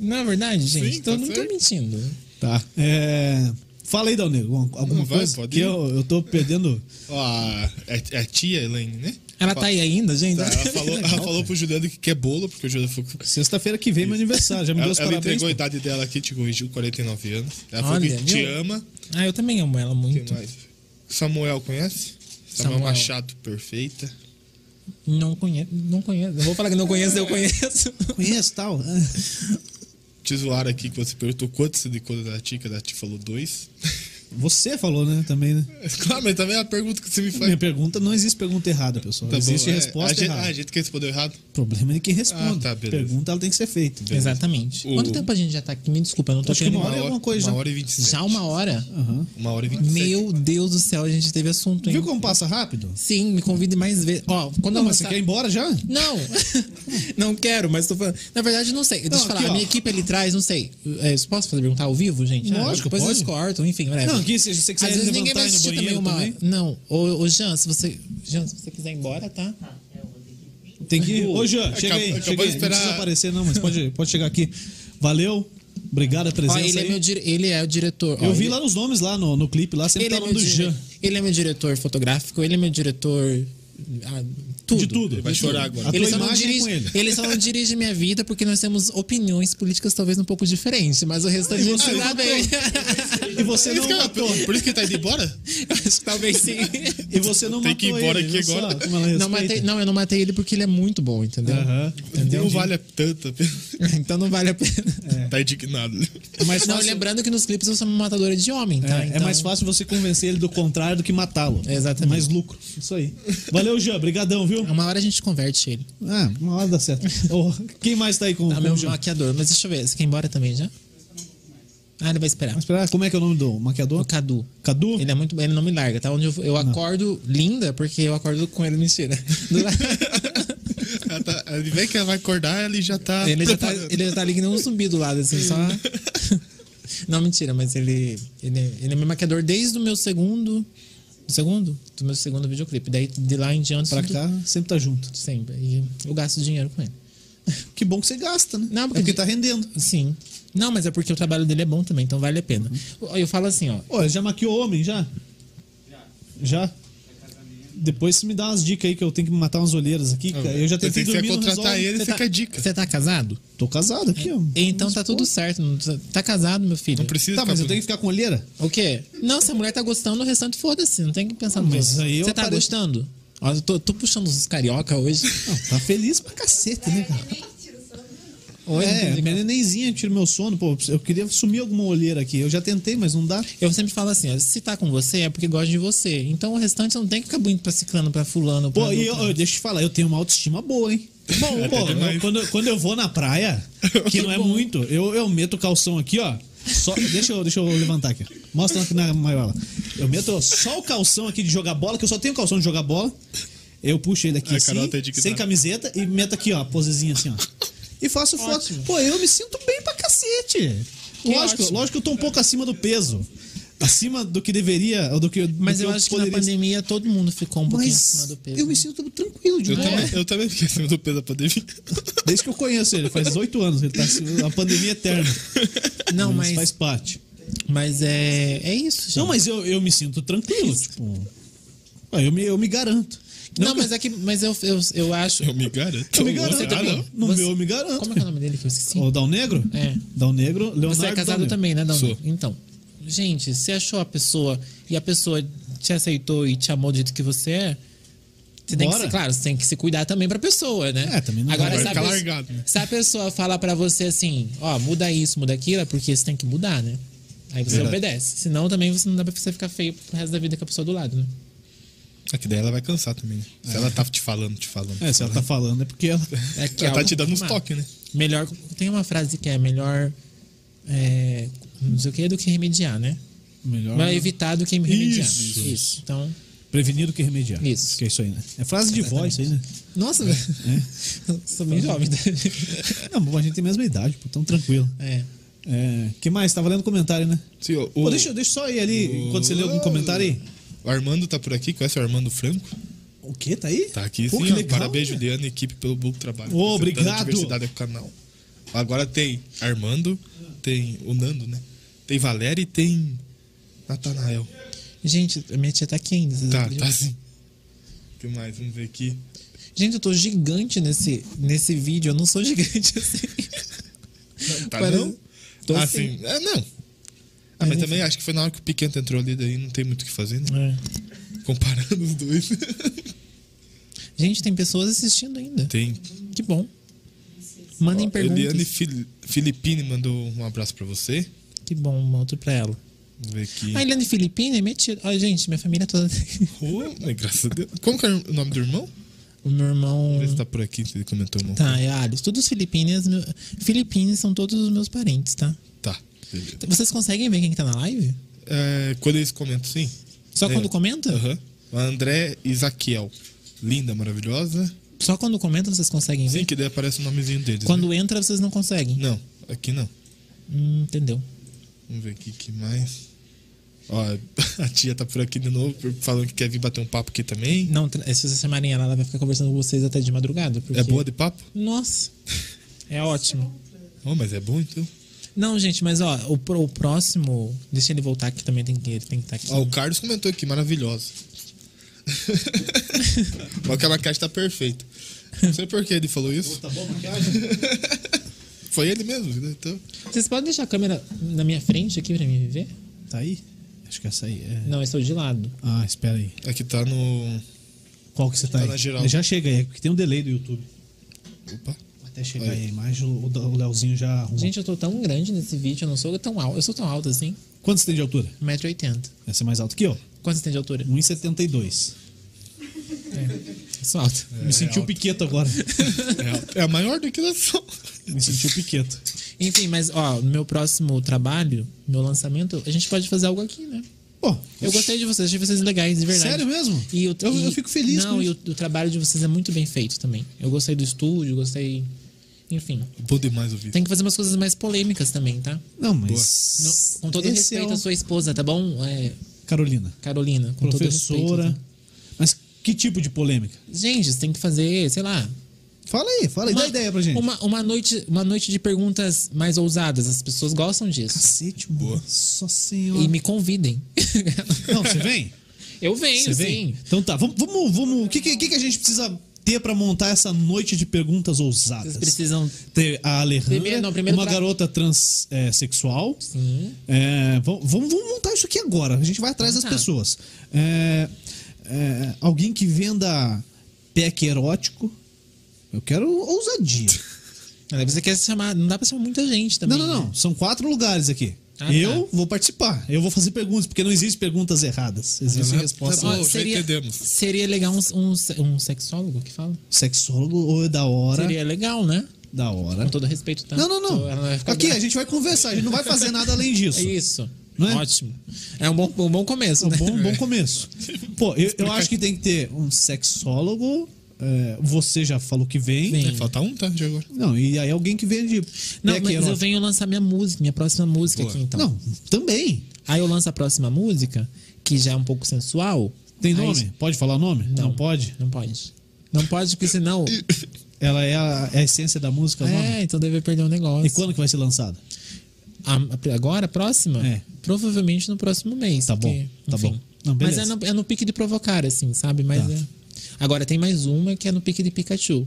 Speaker 3: Não é verdade, gente?
Speaker 2: Sim,
Speaker 3: então
Speaker 2: tá
Speaker 3: eu não tô
Speaker 2: certo.
Speaker 3: mentindo.
Speaker 1: Tá. É... Fala aí, Dalnego, alguma- alguma
Speaker 2: Não, vai,
Speaker 1: coisa?
Speaker 2: pode
Speaker 1: que
Speaker 2: ir.
Speaker 1: eu, eu tô perdendo.
Speaker 2: Ó, a, é, a- a tia Elaine, né?
Speaker 3: Ela tá aí ainda, gente?
Speaker 2: Tá, Ela
Speaker 1: É
Speaker 2: falou, ela
Speaker 3: Legal,
Speaker 2: falou
Speaker 3: cara.
Speaker 2: pro Juliano que quer bolo, porque o Juliano falou que
Speaker 1: Sexta-feira que vem é meu aniversário. Já me deu
Speaker 2: Ela,
Speaker 1: os
Speaker 2: ela
Speaker 1: parabéns.
Speaker 2: entregou a
Speaker 1: pô.
Speaker 2: idade dela aqui, tipo, te corrigiu, 49 anos. Ela falou
Speaker 3: Olha,
Speaker 2: que te
Speaker 3: viu?
Speaker 2: ama.
Speaker 3: Ah, eu também amo ela
Speaker 2: Quem
Speaker 3: muito.
Speaker 2: mais? Samuel conhece? Samuel
Speaker 3: Samuel.
Speaker 2: Machado, perfeita. é?
Speaker 3: Não conheço, não conheço. Eu vou falar que não conheço, eu conheço.
Speaker 2: então.
Speaker 1: Conheço tal. Ah,
Speaker 2: Te zoaram aqui que você perguntou quantos silicones da tica, da tia falou dois.
Speaker 1: Você falou, né? Também, né?
Speaker 2: claro, mas também é a pergunta que você me faz.
Speaker 1: Minha pergunta não existe pergunta errada, pessoal.
Speaker 2: Tá bom,
Speaker 1: existe
Speaker 2: é,
Speaker 1: resposta
Speaker 2: a gente,
Speaker 1: errada.
Speaker 2: ah, a gente que respondeu errado.
Speaker 1: O problema é de quem responde.
Speaker 2: Ah, tá, beleza.
Speaker 1: pergunta ela tem que ser feita.
Speaker 3: Exatamente.
Speaker 2: O-
Speaker 3: Quanto tempo a gente já tá aqui? Me desculpa, eu não tô
Speaker 1: Acho que
Speaker 3: querendo.
Speaker 2: é
Speaker 1: uma hora e alguma coisa.
Speaker 2: Uma hora e vinte e sete.
Speaker 3: Já uma hora?
Speaker 1: Aham.
Speaker 2: Uma hora e vinte e sete.
Speaker 3: Meu Deus do céu, a gente teve assunto, hein?
Speaker 1: Viu como passa rápido?
Speaker 3: Sim, me convide mais vezes. Ó, quando
Speaker 1: Não,
Speaker 3: eu
Speaker 1: mas você
Speaker 2: tá.
Speaker 3: lançar-
Speaker 1: quer ir embora já?
Speaker 3: Não, não quero, mas tô falando. Na verdade, não sei. Deixa
Speaker 1: Não,
Speaker 3: eu falar,
Speaker 1: aqui, ó.
Speaker 3: a minha equipe ali traz, não sei. É, eu posso fazer perguntar ao vivo, gente?
Speaker 1: Lógico,
Speaker 3: depois
Speaker 1: pode.
Speaker 3: eles cortam, enfim, breve.
Speaker 1: Não, aqui, se se você quiser
Speaker 3: Às vezes ninguém
Speaker 1: levantar
Speaker 3: vai
Speaker 1: e ir no
Speaker 3: assistir
Speaker 1: banheiro
Speaker 3: também uma.
Speaker 1: também.
Speaker 3: Não, ô, ô Jean, se você. Jean, se você quiser ir embora, tá?
Speaker 1: Tem que ir. Ô, Jean, chega aí.
Speaker 2: acabou
Speaker 1: chega
Speaker 2: de
Speaker 1: aí. Não
Speaker 2: esperar-
Speaker 1: precisa aparecer, não, mas pode, pode chegar aqui. Valeu. Obrigado a
Speaker 3: Ó,
Speaker 1: presença.
Speaker 3: ele, é
Speaker 1: aí.
Speaker 3: meu dire- ele é o diretor. ó,
Speaker 1: Eu vi
Speaker 3: ele-
Speaker 1: lá nos nomes, lá no, no clipe, lá sempre
Speaker 3: Ele
Speaker 1: tá
Speaker 3: é,
Speaker 1: o
Speaker 3: meu
Speaker 1: nome do
Speaker 3: dire-
Speaker 1: Jean.
Speaker 3: ele é meu diretor fotográfico, ele é meu diretor ah, Tudo.
Speaker 1: De tudo.
Speaker 2: Ele vai
Speaker 1: de tudo.
Speaker 2: chorar agora.
Speaker 1: A tua
Speaker 3: Ele só, não
Speaker 1: imagem é
Speaker 3: dirige,
Speaker 1: com ele.
Speaker 3: ele só não dirige minha vida porque nós temos opiniões políticas talvez um pouco diferentes, mas o restante a gente
Speaker 1: você
Speaker 3: se dá
Speaker 1: não
Speaker 3: bem.
Speaker 1: E você
Speaker 2: Por isso,
Speaker 1: não
Speaker 2: que ela-
Speaker 1: matou.
Speaker 2: por isso que ele tá indo embora?
Speaker 3: Acho que talvez sim.
Speaker 1: E você não
Speaker 2: Tem
Speaker 1: matou
Speaker 2: que ir embora
Speaker 1: ele,
Speaker 2: aqui
Speaker 1: olha só
Speaker 2: agora.
Speaker 1: como ela é
Speaker 3: Não,
Speaker 1: respeita.
Speaker 3: matei, não, eu não matei ele porque ele é muito bom, entendeu?
Speaker 1: Aham.
Speaker 2: Não vale a tanto. a pena.
Speaker 3: Então não vale a pena.
Speaker 2: Tá indignado.
Speaker 1: Mas
Speaker 3: Não,
Speaker 1: É, fácil-
Speaker 3: lembrando que nos clipes eu sou uma matadora de homem,
Speaker 1: É,
Speaker 3: tá?
Speaker 1: é
Speaker 3: Então-
Speaker 1: mais fácil você convencer ele do contrário do que matá-lo.
Speaker 3: Exatamente.
Speaker 1: Mais lucro. Isso aí. Valeu, Jean. Obrigadão, viu?
Speaker 3: é Uma hora a gente converte ele.
Speaker 1: Ah, uma hora dá certo. Ô, quem mais tá aí com,
Speaker 3: Tá,
Speaker 1: com
Speaker 3: meu
Speaker 1: o Jean?
Speaker 3: maquiador. Mas deixa eu ver, você quer ir embora também já? Ah, ele vai esperar.
Speaker 1: Mas espera, como é que é o nome do
Speaker 3: O
Speaker 1: maquiador?
Speaker 3: Cadu.
Speaker 1: Cadu?
Speaker 3: Ele é muito ele não me larga, tá? Onde eu, eu acordo linda, porque eu acordo com ele, mentira. Do lado-
Speaker 2: Ela tá- Ele vê que ela vai acordar, ele já tá.
Speaker 3: ele, já tá,
Speaker 2: preparando.
Speaker 3: ele já tá ali que nem um zumbi do lado, assim, só. Não, mentira, mas ele, ele, ele é meu maquiador desde o meu segundo. do Segundo? Do meu segundo videoclipe. Daí de lá em diante.
Speaker 1: Pra
Speaker 3: tudo-
Speaker 1: cá, sempre tá junto.
Speaker 3: Sempre. E eu gasto dinheiro com ele.
Speaker 1: Que bom que você gasta, né?
Speaker 3: Não,
Speaker 1: é
Speaker 3: porque-
Speaker 1: porque tá rendendo.
Speaker 3: Sim. Não, mas é porque o trabalho dele é bom também, então vale a pena. Eu falo assim, ó.
Speaker 1: Ô, já maquiou homem, já? Já. Depois você me dá umas dicas aí que eu tenho que matar umas olheiras aqui. cara. Eu já
Speaker 2: Você
Speaker 1: tentei
Speaker 2: tem que
Speaker 1: dormir não
Speaker 2: contratar
Speaker 1: resolve.
Speaker 2: ele,
Speaker 1: Você
Speaker 2: fica
Speaker 1: tá-
Speaker 2: a dica.
Speaker 3: Você tá casado?
Speaker 1: Tô casado aqui, ó.
Speaker 3: Então tá tudo certo. não precisa- Tá casado, meu filho.
Speaker 2: Não precisa
Speaker 1: Tá, mas eu
Speaker 2: ficar
Speaker 1: tenho que ficar com olheira?
Speaker 3: O quê? Não, se a mulher tá gostando, o restante foda-se. Não tem que pensar no
Speaker 1: mas
Speaker 3: mais.
Speaker 1: aí eu
Speaker 3: Você tá
Speaker 1: apareço.
Speaker 3: gostando? Ó, eu tô, tô puxando os carioca hoje.
Speaker 1: Tá feliz pra cacete, né, cara?
Speaker 3: Hoje, né?
Speaker 1: É,
Speaker 3: não tem-
Speaker 1: minha nenenzinha tira meu sono, pô. Eu queria sumir alguma olheira aqui. Eu já tentei, mas não dá.
Speaker 3: Eu sempre falo assim, ó, se tá com você é porque gosta de você. Então o restante não tem que ficar bonito pra ciclano, pra fulano, pra...
Speaker 1: Pô, e eu,
Speaker 3: outro.
Speaker 1: eu- deixa eu te falar, eu tenho uma autoestima boa, hein?
Speaker 3: É,
Speaker 1: Bom, pô, eu- quando, eu- quando eu vou na praia, que não é muito, eu, eu meto o calção aqui, ó. Só, deixa, eu, deixa eu levantar aqui. ó. Mostra aqui na é maiola. Eu meto só o calção aqui de jogar bola, que eu só tenho calção de jogar bola. Eu puxo ele
Speaker 3: É,
Speaker 1: aqui
Speaker 2: A
Speaker 1: assim,
Speaker 2: Carol tá indignada.
Speaker 1: sem camiseta, e meto aqui, ó, posezinha assim, ó. E faço foto. Pô, eu me sinto bem pra cacete. Lógico,
Speaker 3: ótimo.
Speaker 1: lógico que eu tô um pouco acima do peso. Acima do que deveria, ou do que do
Speaker 3: Mas
Speaker 1: que
Speaker 3: eu, acho que na
Speaker 1: poderia
Speaker 3: pandemia todo mundo ficou um pouquinho acima
Speaker 1: mas
Speaker 3: do peso.
Speaker 1: eu
Speaker 3: né?
Speaker 1: me sinto tranquilo de
Speaker 2: Eu,
Speaker 1: boa.
Speaker 2: também, eu também fiquei acima do peso da pandemia.
Speaker 1: Desde que eu conheço ele, faz oito anos, ele tá assim, a pandemia eterna.
Speaker 3: Não,
Speaker 1: Mas
Speaker 3: mas,
Speaker 1: faz
Speaker 3: mas,
Speaker 1: parte.
Speaker 3: é, é isso, gente.
Speaker 1: Não, mas eu, eu me sinto tranquilo, tipo. ah, Eu me, eu me garanto.
Speaker 3: Não, mas é que... Mas eu, eu, eu acho...
Speaker 2: Eu me garanto.
Speaker 1: Eu me
Speaker 2: Você
Speaker 1: garanto.
Speaker 2: tá-
Speaker 1: cara.
Speaker 2: não.
Speaker 1: no
Speaker 3: Você-
Speaker 1: meu eu me garanto.
Speaker 3: Como é que é o nome dele que eu esqueci?
Speaker 1: O Dal Negro?
Speaker 3: É.
Speaker 1: Dal Negro, Leonardo.
Speaker 3: Você é casado
Speaker 1: Dal Negro.
Speaker 3: também, né, Dal
Speaker 2: Sou.
Speaker 3: Negro? Então, gente, você achou a pessoa e a pessoa te aceitou e te amou do jeito que você é? Você tem que
Speaker 1: Bora.
Speaker 3: se, claro, você tem que se cuidar também pra pessoa, né?
Speaker 1: É, também não
Speaker 3: Agora,
Speaker 1: vai
Speaker 3: se a
Speaker 2: ficar
Speaker 3: pe-
Speaker 2: largado, né?
Speaker 3: Se a pessoa fala pra você assim, ó, muda isso, muda aquilo, é porque você tem que mudar, né? Aí você
Speaker 2: Verdade.
Speaker 3: obedece. Senão também você não dá pra você ficar feio pro resto da vida com a pessoa do lado, né?
Speaker 2: É que daí ela vai cansar também, né? Se ela tá te falando, te falando.
Speaker 1: É, se ela tá falando, é porque ela.
Speaker 3: É que é
Speaker 2: ela tá
Speaker 3: algo
Speaker 2: te dando uns
Speaker 3: acostumado.
Speaker 2: toques, né?
Speaker 3: Melhor. Tem uma frase que é melhor. é, não sei o que do que remediar, né?
Speaker 1: Melhor
Speaker 3: Mas evitar do que remediar.
Speaker 1: Isso.
Speaker 3: Isso. Então.
Speaker 1: prevenir do que remediar.
Speaker 3: Isso.
Speaker 1: Que é isso aí, né? É frase de voz isso aí, né?
Speaker 3: Nossa,
Speaker 2: É.
Speaker 3: sou bem jovem. né?
Speaker 1: Não, bom, a gente tem a mesma idade, pô, tão tranquilo.
Speaker 3: é.
Speaker 1: É, que mais? Tava lendo comentário, né?
Speaker 2: Sim, o,
Speaker 1: Pô, deixa, eu- deixa eu só ir ali, enquanto você lê algum comentário aí.
Speaker 2: o Armando tá por aqui, conhece o Armando Franco?
Speaker 1: O que? Tá aí?
Speaker 2: Tá aqui
Speaker 1: Pô,
Speaker 2: sim,
Speaker 1: que
Speaker 2: ó.
Speaker 1: legal,
Speaker 2: Parabéns,
Speaker 1: né?
Speaker 2: Juliana e equipe pelo bom trabalho.
Speaker 1: Ô,
Speaker 2: Representando
Speaker 1: obrigado.
Speaker 2: a Diversidade do canal. Agora tem Armando, tem o Nando, né? Tem Valéria e tem Natanael.
Speaker 3: Gente, a minha tia tá aqui ainda. vocês
Speaker 2: Tá,
Speaker 3: acreditam?
Speaker 2: tá sim. O que mais? Vamos ver aqui.
Speaker 3: Gente, eu tô gigante nesse, nesse vídeo. Eu não sou gigante assim.
Speaker 2: Tá
Speaker 3: Parece-
Speaker 2: não?
Speaker 1: Então,
Speaker 3: Tô
Speaker 2: ah, sim.
Speaker 3: sim.
Speaker 2: É, não. Ah, mas também acho que foi na hora que o Piquento entrou ali, daí não tem muito o que fazer, né?
Speaker 3: É.
Speaker 2: Comparando os dois.
Speaker 3: Gente, tem pessoas assistindo ainda.
Speaker 2: tem.
Speaker 3: Que bom. Mandem perguntas.
Speaker 2: Eliane Fili- Filipine mandou um abraço pra você.
Speaker 3: Que bom, um outro pra ela.
Speaker 2: Vamos ver aqui.
Speaker 3: A Eliane Filipina é metida. Ai, gente, minha família toda.
Speaker 2: Ô, né, graças a Deus. Como que é o nome do irmão?
Speaker 3: o meu irmão.
Speaker 2: Ele tá por aqui, se ele comentou irmão.
Speaker 3: Tá, é Alice. Todos Filipinas. Meu... Filipinas são todos os meus parentes, tá?
Speaker 2: Tá.
Speaker 3: Vocês conseguem ver quem que tá na live?
Speaker 2: É, quando eles comentam, sim.
Speaker 3: Só
Speaker 2: É.
Speaker 3: quando comenta?
Speaker 2: Aham. André Isaquiel. Linda, maravilhosa.
Speaker 3: Só quando comenta vocês conseguem ver?
Speaker 2: Sim, que daí aparece o nomezinho deles.
Speaker 3: Quando
Speaker 2: né?
Speaker 3: entra, vocês não conseguem.
Speaker 2: Não, aqui não.
Speaker 3: Hum, entendeu?
Speaker 2: Vamos ver aqui que mais. Ó, a tia tá por aqui de novo, falando que quer vir bater um papo aqui também.
Speaker 3: Não, tra- é, se vocês chamarem ela, ela vai ficar conversando com vocês até de madrugada. porque-
Speaker 2: É boa de papo?
Speaker 3: Nossa. É ótimo.
Speaker 2: Oh, mas é bom então.
Speaker 3: Não, gente, mas ó, o, pro- o próximo. tá Deixa ele voltar que também tem que ele tem que estar aqui.
Speaker 2: Ó, o Carlos comentou aqui, maravilhosa. Mas aquela caixa tá perfeita. Não sei por que ele falou isso.
Speaker 1: Tá bom, maquiagem?
Speaker 2: Foi ele mesmo, né? Então,
Speaker 3: Vocês podem deixar a câmera na minha frente aqui pra mim ver?
Speaker 1: Tá aí? Acho que essa aí é.
Speaker 3: Não, eu estou de lado.
Speaker 1: Ah, espera aí.
Speaker 2: aqui tá no.
Speaker 1: Qual que você tá,
Speaker 2: Tá
Speaker 1: aí?
Speaker 2: na geral.
Speaker 1: Já chega aí, é porque tem um delay do YouTube.
Speaker 2: Opa.
Speaker 1: Até chegar aí a imagem, o o Leozinho já arrumou.
Speaker 3: Gente, eu tô tão grande nesse vídeo, eu não sou tão alto. Eu sou tão alto assim,
Speaker 1: Quanto você tem de altura?
Speaker 3: 1,80m.
Speaker 1: Essa é mais alta que eu.
Speaker 3: Quanto você tem de altura?
Speaker 1: 1,72.
Speaker 3: Eu sou É alto.
Speaker 2: É,
Speaker 1: Me senti o
Speaker 2: alta.
Speaker 1: piqueto agora.
Speaker 2: É alto. É a maior do que nação.
Speaker 1: Me senti o piqueto.
Speaker 3: Enfim, mas ó, no meu próximo trabalho, meu lançamento, a gente pode fazer algo aqui, né?
Speaker 1: Pô,
Speaker 3: Eu gostei de vocês, achei vocês legais, de verdade.
Speaker 1: Sério mesmo?
Speaker 3: E o-
Speaker 1: Eu-
Speaker 3: e-
Speaker 1: eu fico feliz
Speaker 3: Não,
Speaker 1: com
Speaker 3: e o, o trabalho de vocês é muito bem feito também. Eu gostei do estúdio, gostei. Enfim.
Speaker 2: Bom demais ouvir.
Speaker 3: Tem que fazer umas coisas mais polêmicas também, tá?
Speaker 1: não, mas.
Speaker 3: No- com todo
Speaker 1: Esse é
Speaker 3: respeito
Speaker 1: o-
Speaker 3: à sua esposa, tá bom? É,
Speaker 1: Carolina,
Speaker 3: Carolina, com todo
Speaker 1: professora.
Speaker 3: respeito. tá?
Speaker 1: Mas que tipo de polêmica?
Speaker 3: Gente, você tem que fazer, sei lá.
Speaker 1: Fala aí, fala aí, dá ideia pra gente.
Speaker 3: Uma, uma, noite, uma noite de perguntas mais ousadas. As pessoas gostam disso.
Speaker 1: Cacete, boa. Só senhor.
Speaker 3: E me convidem.
Speaker 1: Não, você vem?
Speaker 3: Eu venho,
Speaker 1: Você vem?
Speaker 3: sim.
Speaker 1: Então tá, vamos. vamos, vamos o que, que, que a gente precisa ter pra montar essa noite de perguntas ousadas?
Speaker 3: Vocês precisam.
Speaker 1: Ter a Alejandra,
Speaker 3: Primeiro- não, primeiro
Speaker 1: uma
Speaker 3: tra-
Speaker 1: garota é, transexual.
Speaker 3: Sim.
Speaker 1: vamos, É, vamos montar isso aqui agora. A gente vai atrás
Speaker 3: Então
Speaker 1: das
Speaker 3: tá.
Speaker 1: pessoas. É, é, alguém que venda pack erótico. Eu quero ousadia.
Speaker 3: Mas Você quer se chamar. Não dá pra chamar muita gente também. né?
Speaker 1: Não, não, não. São quatro lugares aqui.
Speaker 3: Ah,
Speaker 1: eu vou participar. Eu vou fazer perguntas, porque não existem perguntas erradas. Existem
Speaker 2: Ah,
Speaker 1: respostas.
Speaker 2: tá bom.
Speaker 3: Ó,
Speaker 2: já
Speaker 3: seria,
Speaker 2: entendemos.
Speaker 3: seria legal um, um, se- um sexólogo que fala?
Speaker 1: Sexólogo ou é da hora?
Speaker 3: Seria legal, né?
Speaker 1: Da hora.
Speaker 3: Com todo respeito, tá?
Speaker 1: Não, não,
Speaker 3: Tô- ela
Speaker 1: não.
Speaker 3: vai ficar
Speaker 1: Aqui,
Speaker 3: brava.
Speaker 1: a gente vai conversar. A gente não vai fazer nada além disso.
Speaker 3: É isso.
Speaker 1: Não é?
Speaker 3: Ótimo. É um bom, um bom começo,
Speaker 1: Um
Speaker 3: né?
Speaker 1: bom, bom começo. Pô, eu, eu acho que tem que ter um sexólogo. é, você já falou que vem.
Speaker 3: Vem.
Speaker 2: É, falta um, tá? De agora.
Speaker 1: Não, e aí alguém que vende.
Speaker 3: Não,
Speaker 1: pack
Speaker 3: mas eu
Speaker 1: erótico.
Speaker 3: venho lançar minha música, minha próxima música aqui, então.
Speaker 1: Não, também.
Speaker 3: Aí eu lanço a próxima música, que já é um pouco sensual.
Speaker 1: Tem
Speaker 3: Aí-
Speaker 1: nome? Pode falar o nome? Não, pode?
Speaker 3: Não pode. Não pode, porque senão.
Speaker 1: Ela é a, é a essência da música, o nome?
Speaker 3: é, então deve perder o negócio.
Speaker 1: E quando que vai ser lançada?
Speaker 3: A- a- agora, a próxima?
Speaker 1: É.
Speaker 3: Provavelmente no próximo mês.
Speaker 1: Tá bom, tá bom. Não,
Speaker 3: Mas
Speaker 1: beleza.
Speaker 3: é no, é no pique de provocar, assim, sabe? Mas
Speaker 1: Tá.
Speaker 3: é- Agora tem mais uma que é no pique de Pikachu.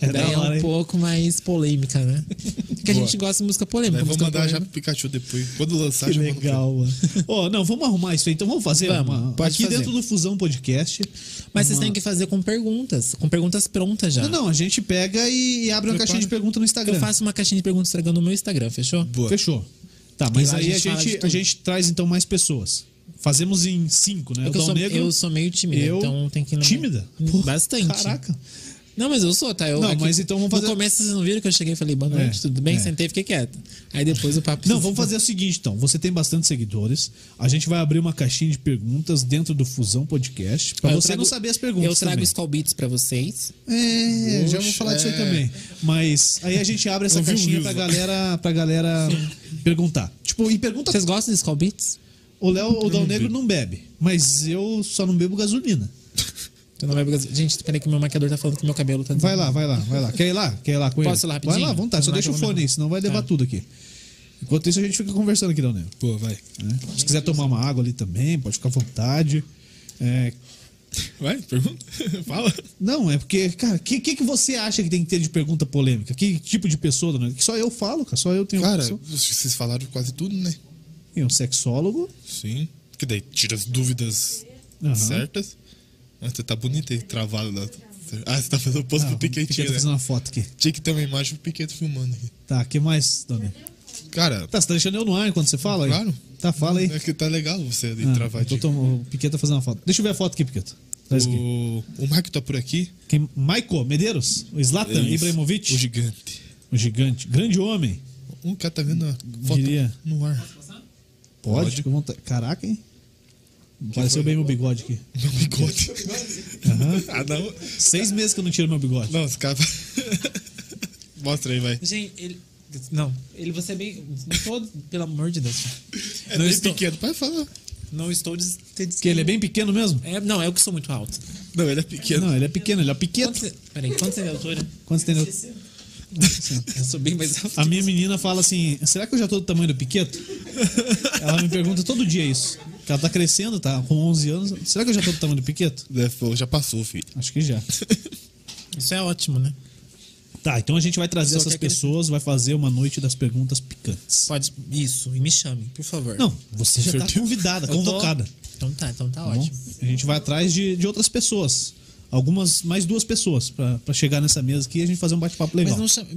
Speaker 1: É
Speaker 3: Daí é
Speaker 1: da
Speaker 3: um
Speaker 1: hora, hein?
Speaker 3: pouco mais polêmica, né? Porque a
Speaker 2: Boa.
Speaker 3: gente gosta de música polêmica.
Speaker 2: Daí vamos
Speaker 3: música
Speaker 2: mandar já
Speaker 3: polêmica.
Speaker 2: pro Pikachu depois. Quando lançar,
Speaker 1: Que
Speaker 2: já manda pro-
Speaker 1: legal, mano. Ó, não, vamos arrumar isso aí. Então vamos fazer
Speaker 3: Vamos,
Speaker 1: uma-
Speaker 3: pode
Speaker 1: aqui
Speaker 3: fazer.
Speaker 1: dentro do Fusão Podcast.
Speaker 3: Mas vocês têm que fazer com perguntas. Com perguntas prontas já.
Speaker 1: Não, não, a gente pega e, e abre uma
Speaker 2: Prepara.
Speaker 1: caixinha de pergunta no
Speaker 3: Eu
Speaker 1: Instagram.
Speaker 3: faço uma caixinha de perguntas Instagram no meu Instagram, fechou?
Speaker 2: Boa.
Speaker 1: Fechou. Tá, mas
Speaker 3: E lá
Speaker 1: aí a
Speaker 3: a gente fala de
Speaker 1: gente, a
Speaker 3: tudo.
Speaker 1: gente traz então mais pessoas. Fazemos em cinco, né?
Speaker 3: É
Speaker 1: o
Speaker 3: que eu,
Speaker 1: Dal
Speaker 3: sou,
Speaker 1: Negro.
Speaker 3: eu sou meio tímida,
Speaker 1: eu-
Speaker 3: então tem que lembrar-
Speaker 1: Tímida? Porra,
Speaker 3: Bastante.
Speaker 1: Caraca.
Speaker 3: Não, mas eu sou, tá? Eu,
Speaker 1: Não,
Speaker 3: é que
Speaker 1: mas então vamos fazer-
Speaker 3: No começo vocês não viram que eu cheguei e falei, boa
Speaker 1: É,
Speaker 3: noite, tudo bem?
Speaker 1: é.
Speaker 3: Sentei e fiquei quieto. Aí depois o papo.
Speaker 1: Não, vamos fazer o seguinte então. Você tem bastante seguidores. A gente vai abrir uma caixinha de perguntas dentro do Fusão Podcast. Pra
Speaker 3: Aí Ah, eu
Speaker 1: você
Speaker 3: trago-
Speaker 1: não saber as perguntas.
Speaker 3: Eu trago
Speaker 1: também.
Speaker 3: Skull Beats pra vocês.
Speaker 1: É, já vou
Speaker 2: Oxe,
Speaker 1: falar disso aí
Speaker 2: é.
Speaker 1: também. Mas aí a gente abre essa
Speaker 2: Eu vi um
Speaker 1: caixinha pra
Speaker 2: livro.
Speaker 1: galera, pra galera perguntar. Tipo, e pergunta.
Speaker 3: Vocês gostam de Skull Beats?
Speaker 1: O Léo, o Dal Negro não bebe, mas eu só não bebo gasolina.
Speaker 3: Então não vai- Gente, peraí que meu maquiador tá falando que meu cabelo tá
Speaker 1: Vai lá, vai lá, vai lá. Quer ir lá? Quer ir lá com ele?
Speaker 3: Posso ir lá rapidinho?
Speaker 1: Vai lá, à vontade. Só
Speaker 3: Vamos lá
Speaker 1: deixa o
Speaker 3: que eu vou
Speaker 1: fone aí, senão vai levar
Speaker 3: Tá.
Speaker 1: tudo aqui. Enquanto isso, a gente fica conversando aqui, Dal Negro.
Speaker 2: Boa, vai.
Speaker 1: né? Se quiser tomar uma água ali também, pode ficar à vontade. É,
Speaker 2: Vai, pergunta. Fala.
Speaker 1: Não, é porque, cara, o que, que, que você acha que tem que ter de pergunta polêmica? Que tipo de pessoa, Dal Negro? Que só eu falo, cara. Só eu tenho
Speaker 2: Cara,
Speaker 1: sou-
Speaker 2: vocês falaram quase tudo, né?
Speaker 1: E um sexólogo.
Speaker 2: Sim. Que daí tira as dúvidas
Speaker 1: Aham.
Speaker 2: certas. Mas você tá bonito aí, travado lá. Ah, você tá fazendo post
Speaker 1: Ah,
Speaker 2: pro
Speaker 1: o Piquet
Speaker 2: Piquetinho,
Speaker 1: tá
Speaker 2: né?
Speaker 1: fazendo uma foto aqui.
Speaker 2: Tinha que ter uma imagem do Piquet filmando aqui.
Speaker 1: Tá, que mais, Dona?
Speaker 2: Cara,
Speaker 1: Tá, você tá deixando eu no ar enquanto você fala aí?
Speaker 2: Claro.
Speaker 1: Tá, fala aí.
Speaker 2: é que tá legal você ali
Speaker 1: Ah,
Speaker 2: travadinho.
Speaker 1: eu tô tom- o Piquet tá fazendo uma foto. Deixa eu ver a foto aqui, Piquet. Traz aqui.
Speaker 2: O, o Marco tá por aqui.
Speaker 1: Quem, Maicon Medeiros? O Zlatan
Speaker 2: Isso.
Speaker 1: Ibrahimovic?
Speaker 2: O
Speaker 1: O,
Speaker 2: gigante.
Speaker 1: gigante. Grande homem.
Speaker 2: O cara tá vendo a foto
Speaker 1: Diria.
Speaker 2: no ar.
Speaker 1: Pode,
Speaker 2: Pode.
Speaker 1: fica à vontade. Caraca, hein? Pareceu bem meu bigode aqui.
Speaker 2: Meu bigode. ah, não.
Speaker 1: Seis meses que eu não tiro meu bigode.
Speaker 2: Não, os caras. Mostra aí, vai.
Speaker 3: Gente, ele. Não, ele você é bem. Todo, pelo amor de Deus.
Speaker 2: É
Speaker 3: Não
Speaker 2: bem
Speaker 3: estou-
Speaker 2: pequeno, pode falar.
Speaker 3: Não estou des...
Speaker 1: Porque ele é bem pequeno mesmo?
Speaker 3: É, não, eu que sou muito alto.
Speaker 2: Não, ele é pequeno.
Speaker 1: Não, ele é pequeno, ele é pequeno.
Speaker 3: Quanto você... Peraí, quanto você é de altura?
Speaker 1: Quanto você tem? no-
Speaker 3: Eu sou bem mais alto.
Speaker 1: A minha menina fala assim: será que eu já tô do tamanho do Piqueto? Ela me pergunta todo dia isso. Porque ela tá crescendo, tá com 11 anos. Será que eu já tô do tamanho do Piqueto?
Speaker 2: Deve- É, pô, Já passou, filho.
Speaker 1: Acho que já.
Speaker 3: Isso é ótimo, né?
Speaker 1: Tá, então a gente vai trazer
Speaker 3: Só
Speaker 1: essas
Speaker 3: que aquele-
Speaker 1: pessoas, vai fazer uma noite das perguntas picantes.
Speaker 3: Pode. Isso, e me chame, por favor.
Speaker 1: Não, você já tá convidada,
Speaker 3: Eu tô-
Speaker 1: convocada.
Speaker 3: Então tá, então tá
Speaker 1: Tá bom?
Speaker 3: ótimo.
Speaker 1: A gente vai atrás de, de outras pessoas. Algumas, mais duas pessoas, pra pra chegar nessa mesa aqui e a gente fazer um bate-papo legal.
Speaker 3: Mas não chama.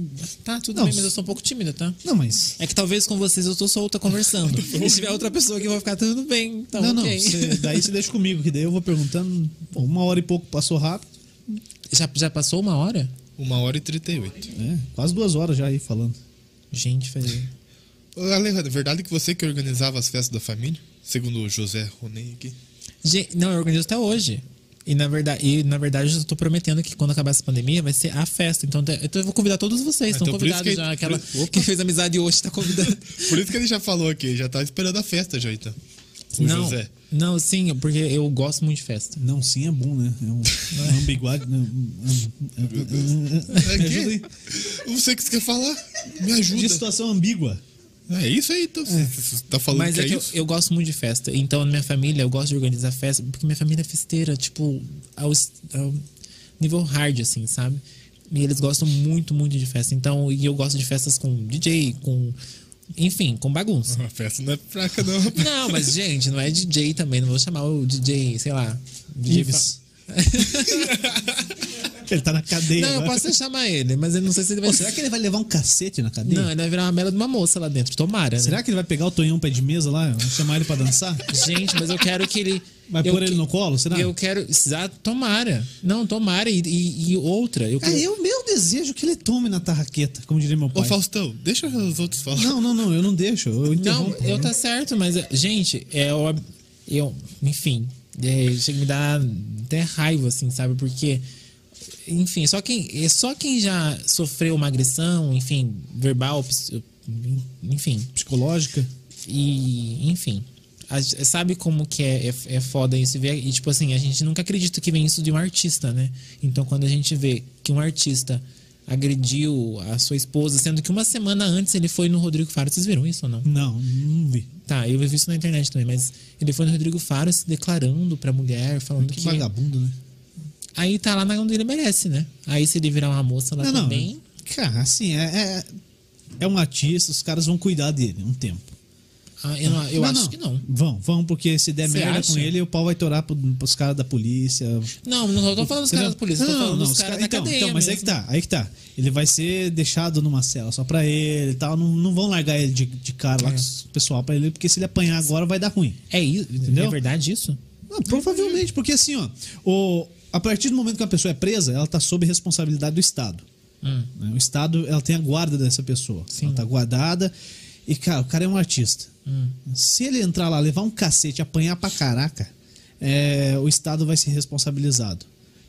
Speaker 3: Tá, tudo
Speaker 1: Não,
Speaker 3: bem,
Speaker 1: se-
Speaker 3: mas eu sou um pouco tímida, tá?
Speaker 1: Não, mas.
Speaker 3: É que talvez com vocês eu tô solta conversando. E se tiver outra pessoa que vai ficar tudo bem, então
Speaker 1: não, não.
Speaker 3: ok.
Speaker 1: você- daí você deixa comigo, que daí eu vou perguntando. Pô, uma hora e pouco passou rápido.
Speaker 3: Já, já passou uma hora?
Speaker 2: Uma hora e 38.
Speaker 1: É, quase duas horas já aí falando.
Speaker 3: Gente, fez.
Speaker 2: Ô, Alejandro, é verdade que você que organizava as festas da família? Segundo o José Ronen aqui.
Speaker 3: Gente, não, eu organizo até hoje. E na verdade, e, na verdade eu tô prometendo que quando acabar essa pandemia vai ser a festa. Então, te- então eu vou convidar todos vocês. Estão
Speaker 2: Então, por isso
Speaker 3: convidados
Speaker 2: que-
Speaker 3: já. Aquela
Speaker 2: por isso- opa.
Speaker 3: que fez amizade hoje tá convidada.
Speaker 2: Por isso que ele já falou aqui, já tá esperando a festa já então. O
Speaker 3: não,
Speaker 2: José.
Speaker 3: não, sim, porque eu gosto muito de festa.
Speaker 1: Não, sim é bom, né? É um, uma ambiguidade. né?
Speaker 2: É
Speaker 1: Me ajuda aí.
Speaker 2: que? Você que você quer falar? Me
Speaker 1: De
Speaker 2: ajuda.
Speaker 1: situação ambígua.
Speaker 2: É isso aí, então. Você tá falando
Speaker 3: Mas
Speaker 2: que
Speaker 3: é
Speaker 2: é,
Speaker 3: que eu,
Speaker 2: isso?
Speaker 3: eu gosto muito de festa. Então, na minha família, eu gosto de organizar festa, porque minha família é festeira, tipo, ao, es- ao nível hard, assim, sabe? E eles gostam muito, muito de festa. Então, e eu gosto de festas com DJ, com. Enfim, com bagunça.
Speaker 2: A festa não é fraca, não. rapaz.
Speaker 3: Não, mas, gente, não é DJ também. Não vou chamar o DJ, sei lá. DJ
Speaker 1: Ives.
Speaker 3: Fa-
Speaker 1: Ele tá na cadeia.
Speaker 3: Não, eu
Speaker 1: agora.
Speaker 3: posso até chamar ele, mas eu não sei se ele vai.
Speaker 1: Pô, será que ele vai levar um cacete na cadeia?
Speaker 3: Não, ele vai virar uma bela de uma moça lá dentro. Tomara. né?
Speaker 1: Será que ele vai pegar o Tonhão pé de mesa lá? Vamos chamar ele pra dançar?
Speaker 3: Gente, mas eu quero que ele.
Speaker 1: Vai
Speaker 3: eu
Speaker 1: pôr ele
Speaker 3: que-
Speaker 1: no colo, será?
Speaker 3: Eu quero. Exato, tomara. Não, tomara. E, e- e outra. Eu quero.
Speaker 1: É eu meu desejo que ele tome na tarraqueta, como diria meu
Speaker 2: Ô,
Speaker 1: pai.
Speaker 2: Faustão, deixa os outros falar.
Speaker 1: Não, não, não, eu não deixo. Eu
Speaker 3: não,
Speaker 1: interrompo.
Speaker 3: eu tá certo, mas. Gente, é ó- Eu. Enfim. É, chega a me dar até raiva, assim, sabe? Porque. Enfim, só quem, é só quem já sofreu uma agressão, enfim, verbal, ps- enfim,
Speaker 1: Psicológica.
Speaker 3: E, enfim. a gen- sabe como que é, é, é foda isso? Ver, e, tipo assim, a gente nunca acredita que vem isso de um artista, né? Então, quando a gente vê que um artista agrediu a sua esposa, sendo que uma semana antes ele foi no Rodrigo Faro. Vocês viram isso ou não?
Speaker 1: Não, não vi.
Speaker 3: Tá, eu vi isso na internet também, mas ele foi no Rodrigo Faro se declarando pra mulher, falando
Speaker 1: Que,
Speaker 3: que.
Speaker 1: vagabundo, né?
Speaker 3: Aí tá lá na onde ele merece, né? Aí se ele virar uma moça lá
Speaker 1: Não, não.
Speaker 3: também.
Speaker 1: Cara, assim, é, é, é um artista, os caras vão cuidar dele um tempo.
Speaker 3: ah, eu não- eu acho que não.
Speaker 1: Vão, vão, porque se der
Speaker 3: Você
Speaker 1: merda
Speaker 3: acha?
Speaker 1: com ele, o pau vai torar pro, pros caras da polícia.
Speaker 3: Não, não tô falando dos caras da polícia, tô
Speaker 1: Não, não,
Speaker 3: falando
Speaker 1: não,
Speaker 3: dos
Speaker 1: os
Speaker 3: caras
Speaker 1: caras-
Speaker 3: da
Speaker 1: então,
Speaker 3: cadeia.
Speaker 1: então, mas aí
Speaker 3: mesmo.
Speaker 1: que tá, aí que tá. Ele vai ser deixado numa cela só pra ele e tal. Não, não vão largar ele de, de cara lá
Speaker 3: É.
Speaker 1: com o pessoal pra ele, porque se ele apanhar agora vai dar ruim.
Speaker 3: É isso,
Speaker 1: tá- Entendeu?
Speaker 3: é verdade isso?
Speaker 1: Não, Ah, provavelmente, porque assim, ó, o, a partir do momento que uma pessoa é presa, ela tá sob responsabilidade do Estado.
Speaker 3: Hum.
Speaker 1: né? O Estado, ela tem a guarda dessa pessoa. Ela tá guardada. E, cara, o cara é um artista.
Speaker 3: Hum.
Speaker 1: Se ele entrar lá, levar um cacete, apanhar pra caraca, é, o Estado vai ser responsabilizado.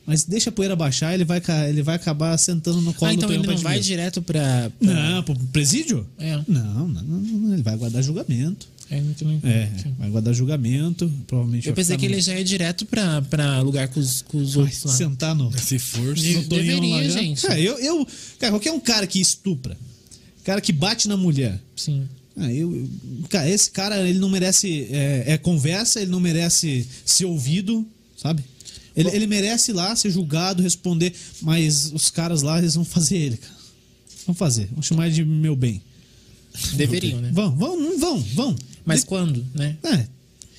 Speaker 1: Mas deixa a poeira baixar, ele vai, ca- ele vai acabar sentando no colo
Speaker 3: Ah, então
Speaker 1: do
Speaker 3: ele
Speaker 1: Tonhão
Speaker 3: não vai
Speaker 1: Padilha.
Speaker 3: direto pra. pra-
Speaker 1: Não, pro presídio?
Speaker 3: É.
Speaker 1: Não, não, não, não, ele vai guardar julgamento.
Speaker 3: É, muito- muito-
Speaker 1: É, vai guardar julgamento, provavelmente
Speaker 3: Eu
Speaker 1: vai
Speaker 3: pensei
Speaker 1: ficar
Speaker 3: que
Speaker 1: no-
Speaker 3: ele já ia direto pra, pra lugar com os, com os
Speaker 1: vai
Speaker 3: outros lá.
Speaker 1: sentar no,
Speaker 2: Se for,
Speaker 3: De-
Speaker 1: no Tonhão
Speaker 3: deveria,
Speaker 1: lá já.
Speaker 3: gente.
Speaker 1: Cara, É, eu, eu, cara, qualquer um cara que estupra, cara que bate na mulher,
Speaker 3: Sim.
Speaker 1: Ah, eu, eu- cara, esse cara, ele não merece é, é, conversa, ele não merece ser ouvido, sabe? Ele, ele merece ir lá ser julgado, responder, mas os caras lá, eles vão fazer ele, cara. Vão fazer, vão chamar ele de meu bem.
Speaker 3: Deveriam, né?
Speaker 1: Vão, vão, não vão, vão.
Speaker 3: Mas quando, né?
Speaker 1: É,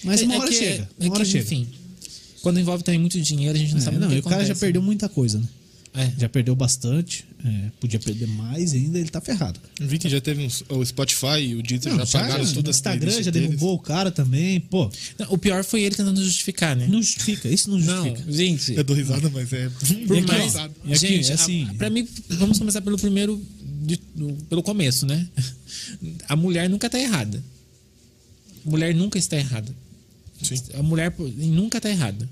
Speaker 1: mas uma
Speaker 3: É- é
Speaker 1: hora
Speaker 3: que-
Speaker 1: chega,
Speaker 3: é
Speaker 1: uma hora
Speaker 3: que,
Speaker 1: chega.
Speaker 3: Enfim. Quando envolve também muito dinheiro, a gente não
Speaker 1: É,
Speaker 3: sabe
Speaker 1: não,
Speaker 3: o que
Speaker 1: e o cara já
Speaker 3: acontece,
Speaker 1: perdeu muita coisa, né?
Speaker 3: né? É.
Speaker 1: Já perdeu bastante, é, podia perder mais ainda, ele tá ferrado.
Speaker 2: Vi que já teve uns, o Spotify e o Deezer
Speaker 1: Não,
Speaker 2: já pagaram tudo
Speaker 1: o
Speaker 2: as
Speaker 1: Instagram
Speaker 2: playlists
Speaker 1: já
Speaker 2: deles.
Speaker 1: derrubou o cara também, pô.
Speaker 3: Não, O pior foi ele tentando justificar, né?
Speaker 1: Não justifica, isso não
Speaker 3: Não,
Speaker 1: justifica.
Speaker 3: gente.
Speaker 2: Eu dou risada, mas é.
Speaker 3: Por
Speaker 1: E aqui,
Speaker 3: mais.
Speaker 1: ó, e aqui,
Speaker 3: gente,
Speaker 1: é assim-
Speaker 3: a- pra mim, vamos começar pelo primeiro. de- do- pelo começo, né? A mulher nunca tá errada. Mulher nunca está errada.
Speaker 2: Sim.
Speaker 3: A mulher pô, nunca tá errada.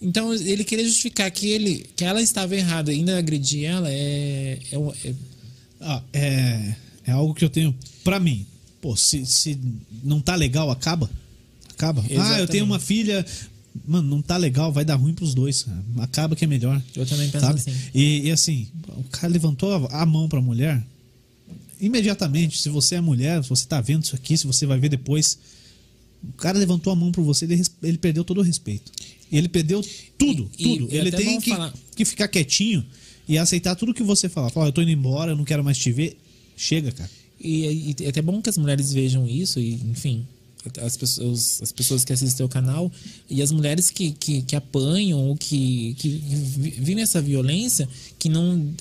Speaker 3: Então, ele querer justificar que, ele, que ela estava errada e ainda agredir ela é. é, um- é-
Speaker 1: Ah, é, é algo que eu tenho pra mim. Pô, se, se não tá legal, acaba. Acaba. Ah, eu
Speaker 3: Exatamente.
Speaker 1: tenho uma filha. Mano, não tá legal, vai dar ruim pros dois. cara. Acaba que é melhor.
Speaker 3: Eu também penso assim.
Speaker 1: E, e assim, o cara levantou a mão pra mulher. Imediatamente, se você é mulher, se você tá vendo isso aqui, se você vai ver depois, O cara levantou a mão pra você, ele, res- ele perdeu todo o respeito. Ele perdeu tudo,
Speaker 3: E- e
Speaker 1: tudo.
Speaker 3: é
Speaker 1: ele
Speaker 3: até
Speaker 1: tem
Speaker 3: bom
Speaker 1: que,
Speaker 3: falar.
Speaker 1: que ficar quietinho e aceitar tudo que você falar. Falar, "Ó, eu tô indo embora, eu não quero mais te ver. Chega, cara.
Speaker 3: E, e é até bom que as mulheres vejam isso, e, enfim, as pessoas, as pessoas que assistem ao canal e as mulheres que, que, que apanham ou que, que vi- vivem essa violência, que não.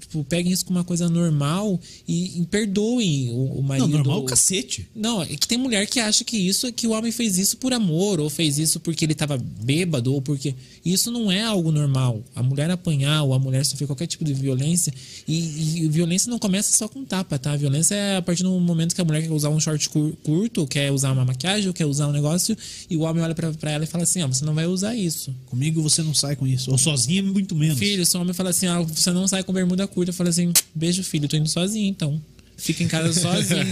Speaker 3: Tipo, peguem isso como uma coisa normal e, e perdoem o, o marido.
Speaker 1: Não, normal o cacete.
Speaker 3: Não, é que tem mulher que acha que isso é que o homem fez isso por amor, ou fez isso porque ele tava bêbado, ou porque. Isso não é algo normal. A mulher apanhar, ou a mulher sofrer qualquer tipo de violência. E, e violência não começa só com tapa, tá? A violência é a partir do momento que a mulher quer usar um short cur- curto, ou quer usar uma maquiagem, ou quer usar um negócio, e o homem olha pra, pra ela e fala assim: ó, você não vai usar isso.
Speaker 1: Comigo você não sai com isso. Ou sozinha, muito menos.
Speaker 3: Filho, se o homem fala assim: ah, você não sai com bermuda curta, fala assim: beijo, filho, tô indo sozinho então. Fica em casa sozinho.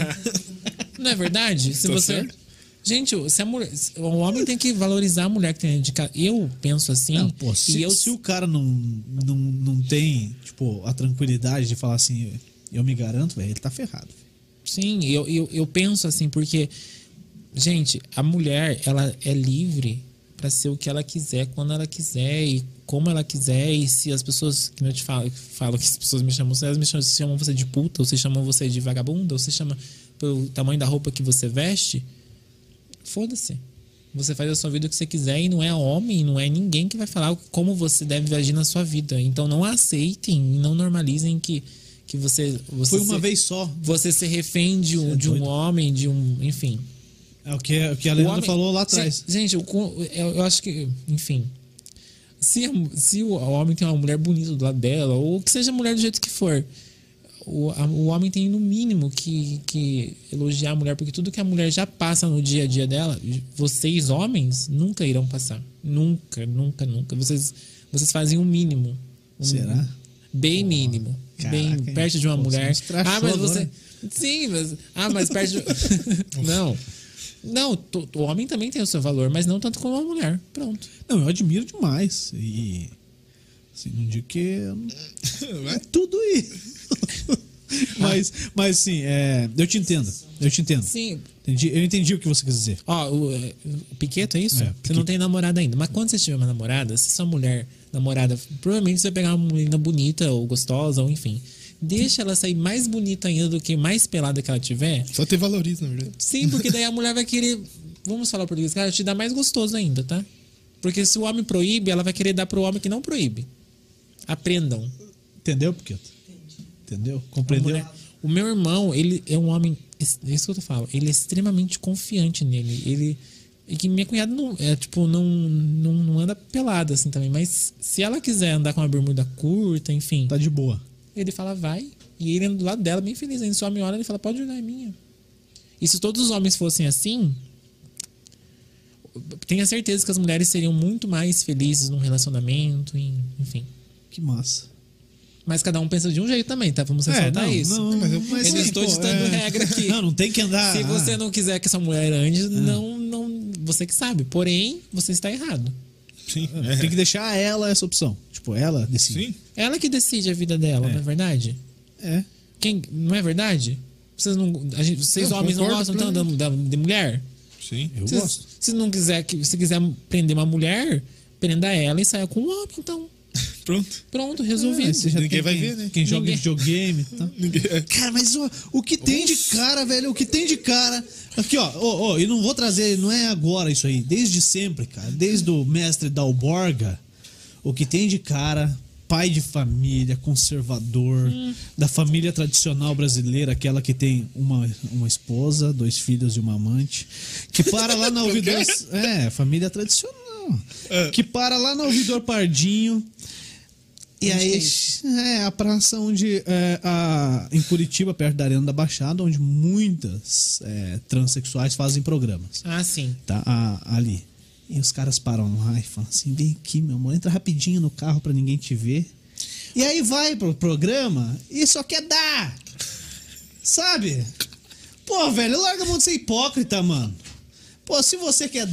Speaker 3: não é verdade? Se
Speaker 2: Tô
Speaker 3: você.
Speaker 2: certo.
Speaker 3: Gente, se a mulher, se- o homem tem que valorizar a mulher que tem dentro de casa. Eu penso assim.
Speaker 1: Não, pô, se,
Speaker 3: e eu,
Speaker 1: se o cara não, não, não tem, tipo, a tranquilidade de falar assim, eu me garanto, velho, ele tá ferrado.
Speaker 3: Sim, eu, eu, eu penso assim, porque, gente, a mulher, ela é livre para ser o que ela quiser, quando ela quiser e como ela quiser. E se as pessoas, que nem eu te falo, que falo que as pessoas me chamam, se elas me chamam, se chamam você de puta, ou se chamam você de vagabunda, ou se chama pelo tamanho da roupa que você veste, foda-se. Você faz a sua vida o que você quiser e não é homem, não é ninguém que vai falar como você deve agir na sua vida. Então não aceitem, não normalizem que, que você, você.
Speaker 1: Foi uma
Speaker 3: se-
Speaker 1: vez só.
Speaker 3: você ser refém de um,
Speaker 1: é
Speaker 3: de um
Speaker 1: doido.
Speaker 3: homem, de um. Enfim.
Speaker 1: É o que, é o que a
Speaker 3: O
Speaker 1: Leandra
Speaker 3: homem-
Speaker 1: falou lá
Speaker 3: Se-
Speaker 1: atrás.
Speaker 3: gente, eu, co- eu, eu acho que. Enfim. Se, a mu- se o homem tem uma mulher bonita do lado dela, ou que seja mulher do jeito que for, o, a- o homem tem no mínimo que, que elogiar a mulher, porque tudo que a mulher já passa no dia a dia dela, vocês, homens, nunca irão passar. Nunca, nunca, nunca. Vocês, vocês fazem o mínimo. O
Speaker 1: Será?
Speaker 3: Bem mínimo.
Speaker 1: Caraca,
Speaker 3: bem
Speaker 1: hein?
Speaker 3: perto de uma
Speaker 1: Pô, você
Speaker 3: mulher.
Speaker 1: nos trachou
Speaker 3: Ah, mas você.
Speaker 1: agora.
Speaker 3: Sim, mas. Ah, mas perto de. não. Não, to- o homem também tem o seu valor, mas não tanto como a mulher. Pronto.
Speaker 1: Não, eu admiro demais. E. Assim, não digo que. eu não- É
Speaker 2: Vai.
Speaker 1: tudo isso. mas, mas sim, é, eu te entendo. Eu te entendo.
Speaker 3: Sim.
Speaker 1: Entendi, eu entendi o que você quis dizer.
Speaker 3: Ó, o, é, o Piqueto é isso?
Speaker 1: É,
Speaker 3: Você não tem namorada ainda. Mas quando você tiver uma namorada, se sua mulher, namorada, provavelmente você vai pegar uma menina bonita ou gostosa, ou enfim. Deixa ela sair mais bonita ainda do que mais pelada que ela tiver.
Speaker 2: Só ter valoriza, na verdade.
Speaker 3: Sim, porque daí a mulher vai querer. Vamos falar o português, cara, te dá mais gostoso ainda, tá? Porque se o homem proíbe, ela vai querer dar pro homem que não proíbe. Aprendam.
Speaker 1: Entendeu, Piqueto? Entendeu?
Speaker 3: A
Speaker 1: Compreendeu?
Speaker 3: mulher- O meu irmão, ele é um homem. É isso que eu falo. Ele é extremamente confiante nele. Ele. E que minha cunhada não. É, tipo, não, não, não anda pelada assim também. Mas se ela quiser andar com uma bermuda curta, enfim.
Speaker 1: Tá de boa.
Speaker 3: Ele fala, vai. E ele anda do lado dela, bem feliz. Aí só me olha e fala, pode olhar, é minha. E se todos os homens fossem assim, tenha certeza que as mulheres seriam muito mais felizes num relacionamento, em- enfim.
Speaker 1: Que massa.
Speaker 3: Mas cada um pensa de um jeito também, tá? Vamos ressaltar
Speaker 1: É, não,
Speaker 3: isso.
Speaker 1: Não,
Speaker 2: mas eu-
Speaker 1: mas
Speaker 3: eu
Speaker 1: sim,
Speaker 3: estou
Speaker 1: pô, é.
Speaker 3: ditando regra aqui.
Speaker 1: Não, não tem que andar.
Speaker 3: Se você
Speaker 1: ah,
Speaker 3: não quiser que sua mulher ande, não, não. Você que sabe. Porém, você está errado.
Speaker 2: Sim. É,
Speaker 1: Tem que deixar ela essa opção. Tipo, ela decide.
Speaker 2: Sim.
Speaker 3: Ela que decide a vida dela,
Speaker 1: É.
Speaker 3: não é verdade?
Speaker 1: É.
Speaker 3: Quem, não é verdade? Vocês, não, a gente- vocês
Speaker 2: Eu
Speaker 3: homens não
Speaker 2: concordo
Speaker 3: gostam tanto
Speaker 2: plenamente.
Speaker 3: da- da- de mulher?
Speaker 2: Sim.
Speaker 1: Eu
Speaker 3: Se,
Speaker 1: gosto.
Speaker 3: se não quiser que se quiser prender uma mulher, prenda ela e saia com um homem, então.
Speaker 2: Pronto.
Speaker 3: Pronto,
Speaker 1: É,
Speaker 3: resolvido.
Speaker 1: você já
Speaker 2: Ah, Ninguém
Speaker 1: tem
Speaker 2: vai
Speaker 1: quem-
Speaker 2: ver, né?
Speaker 1: Quem joga
Speaker 3: Ninguém.
Speaker 1: videogame e tal.
Speaker 2: Ninguém- é. assim?
Speaker 1: Cara, mas o, o que tem de cara, velho? O que tem de cara. Aqui, ó, ó, ó, e não vou trazer, não é agora isso aí, desde sempre, cara. Desde o mestre Dalborga, o que tem de cara, pai de família, conservador, da família tradicional brasileira, aquela que tem uma, uma esposa, dois filhos e uma amante, que para lá na ouvidor. É, família tradicional.
Speaker 2: É.
Speaker 1: Que para lá na ouvidor Pardinho. E
Speaker 5: Onde que é
Speaker 1: aí, é, a praça onde. é, a, em Curitiba, perto da Arena da Baixada, onde muitas é, transexuais fazem programas.
Speaker 3: Ah, sim.
Speaker 1: Tá? A- ali. E os caras param lá e falam assim: vem aqui, meu amor, entra rapidinho no carro pra ninguém te ver. E aí vai pro programa e só quer dar. Sabe? Pô, velho, larga a mão de ser hipócrita, mano. Pô, se você quer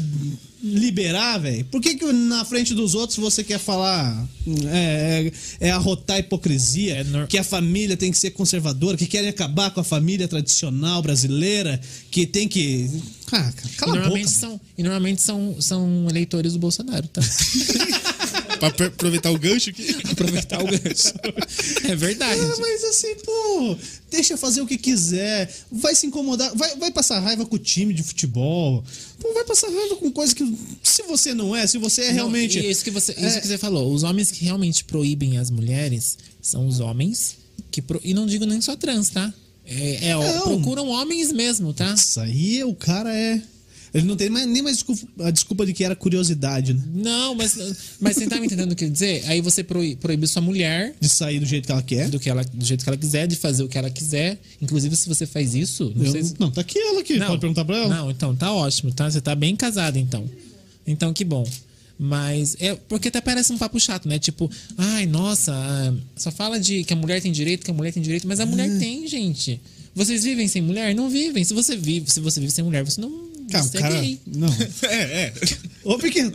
Speaker 1: liberar, velho, por que, que na frente dos outros você quer falar. É, é, é arrotar a hipocrisia,
Speaker 6: nor-
Speaker 1: que a família tem que ser conservadora, que querem acabar com a família tradicional brasileira, que tem que. Ah, cara,
Speaker 3: E
Speaker 1: cala a boca.
Speaker 3: normalmente, são, e normalmente são, são eleitores do Bolsonaro, tá?
Speaker 2: Pra apro- aproveitar o gancho aqui.
Speaker 3: Aproveitar o gancho. É verdade.
Speaker 1: Ah, mas assim, pô, deixa fazer o que quiser. Vai se incomodar, vai, vai passar raiva com o time de futebol. Pô, vai passar raiva com coisa que. Se você não é, se você é realmente.
Speaker 3: Não, e isso que você, isso
Speaker 1: É.
Speaker 3: que você falou. Os homens que realmente proíbem as mulheres são os homens que. pro- e não digo nem só trans, tá? É, é, ó,
Speaker 1: Não.
Speaker 3: procuram homens mesmo, tá?
Speaker 1: Isso aí o cara é. Ele não tem mais, nem mais desculpa- a desculpa de que era curiosidade, né?
Speaker 3: Não, mas, mas você tá me entendendo o que eu ia dizer? Aí você proí- proíbe sua mulher
Speaker 1: De sair do jeito que ela quer.
Speaker 3: do, que ela, do jeito que ela quiser, de fazer o que ela quiser. Inclusive, se você faz isso, não
Speaker 1: Eu-
Speaker 3: sei se.
Speaker 1: não, tá aqui ela aqui. Pode perguntar pra ela.
Speaker 3: Não, então tá ótimo, tá? Você tá bem casado, então. Então que bom. Mas é porque até parece um papo chato, né? Tipo, ai, nossa, ah, só fala de que a mulher tem direito, que a mulher tem direito, mas a mulher
Speaker 1: É.
Speaker 3: tem, gente. Vocês vivem sem mulher? Não vivem. Se você vive, se você vive sem mulher, você não
Speaker 1: Cara, o
Speaker 3: você é
Speaker 1: cara.
Speaker 3: gay.
Speaker 1: Não.
Speaker 2: É, é.
Speaker 1: Ô, pequeno.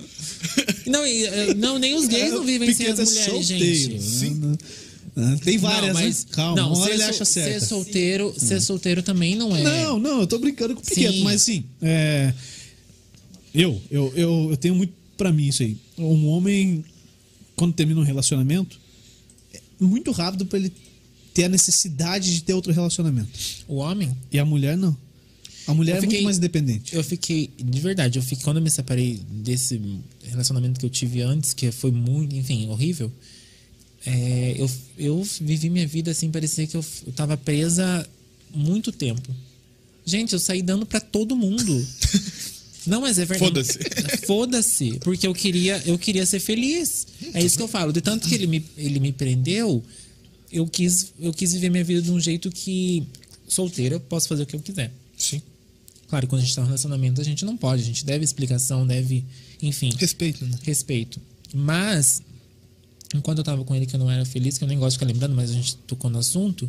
Speaker 3: Não, e, eh, não, nem os gays não vivem sem as
Speaker 1: Piqueta é
Speaker 3: mulheres,
Speaker 1: solteiro,
Speaker 3: gente.
Speaker 1: né? Ah, Tem várias,
Speaker 3: não,
Speaker 1: mas. Calma,
Speaker 3: não, é
Speaker 1: uma hora
Speaker 3: ser
Speaker 1: ele
Speaker 3: sol-
Speaker 1: acha certo.
Speaker 3: Ser solteiro, ser solteiro também não é.
Speaker 1: Não, não, eu tô brincando com o Piqueto,
Speaker 3: Sim.
Speaker 1: mas assim, é, eu, eu, eu, eu tenho muito pra mim isso aí. Um homem, quando termina um relacionamento, é muito rápido pra ele ter a necessidade de ter outro relacionamento.
Speaker 3: O homem
Speaker 1: E a mulher não. A mulher
Speaker 3: Eu
Speaker 1: é
Speaker 3: fiquei-
Speaker 1: muito mais independente.
Speaker 3: Eu fiquei, de verdade, eu fiquei, quando eu me separei desse relacionamento que eu tive antes, que foi muito, enfim, horrível, é, eu, eu vivi minha vida assim, parecia que eu, f- eu tava presa muito tempo. Gente, eu saí dando pra todo mundo. Não, mas é verdade.
Speaker 2: Foda-se.
Speaker 3: Foda-se, porque eu queria, eu queria ser feliz. É isso que eu falo. De tanto que ele me, ele me prendeu, eu quis, eu quis viver minha vida de um jeito que solteira eu posso fazer o que eu quiser.
Speaker 2: Sim.
Speaker 3: Claro, quando a gente tá em um relacionamento, a gente não pode, a gente deve explicação, deve, enfim,
Speaker 2: Respeito, né?
Speaker 3: respeito. Mas, enquanto eu tava com ele, que eu não era feliz, que eu nem gosto de ficar lembrando, mas a gente tocou no assunto,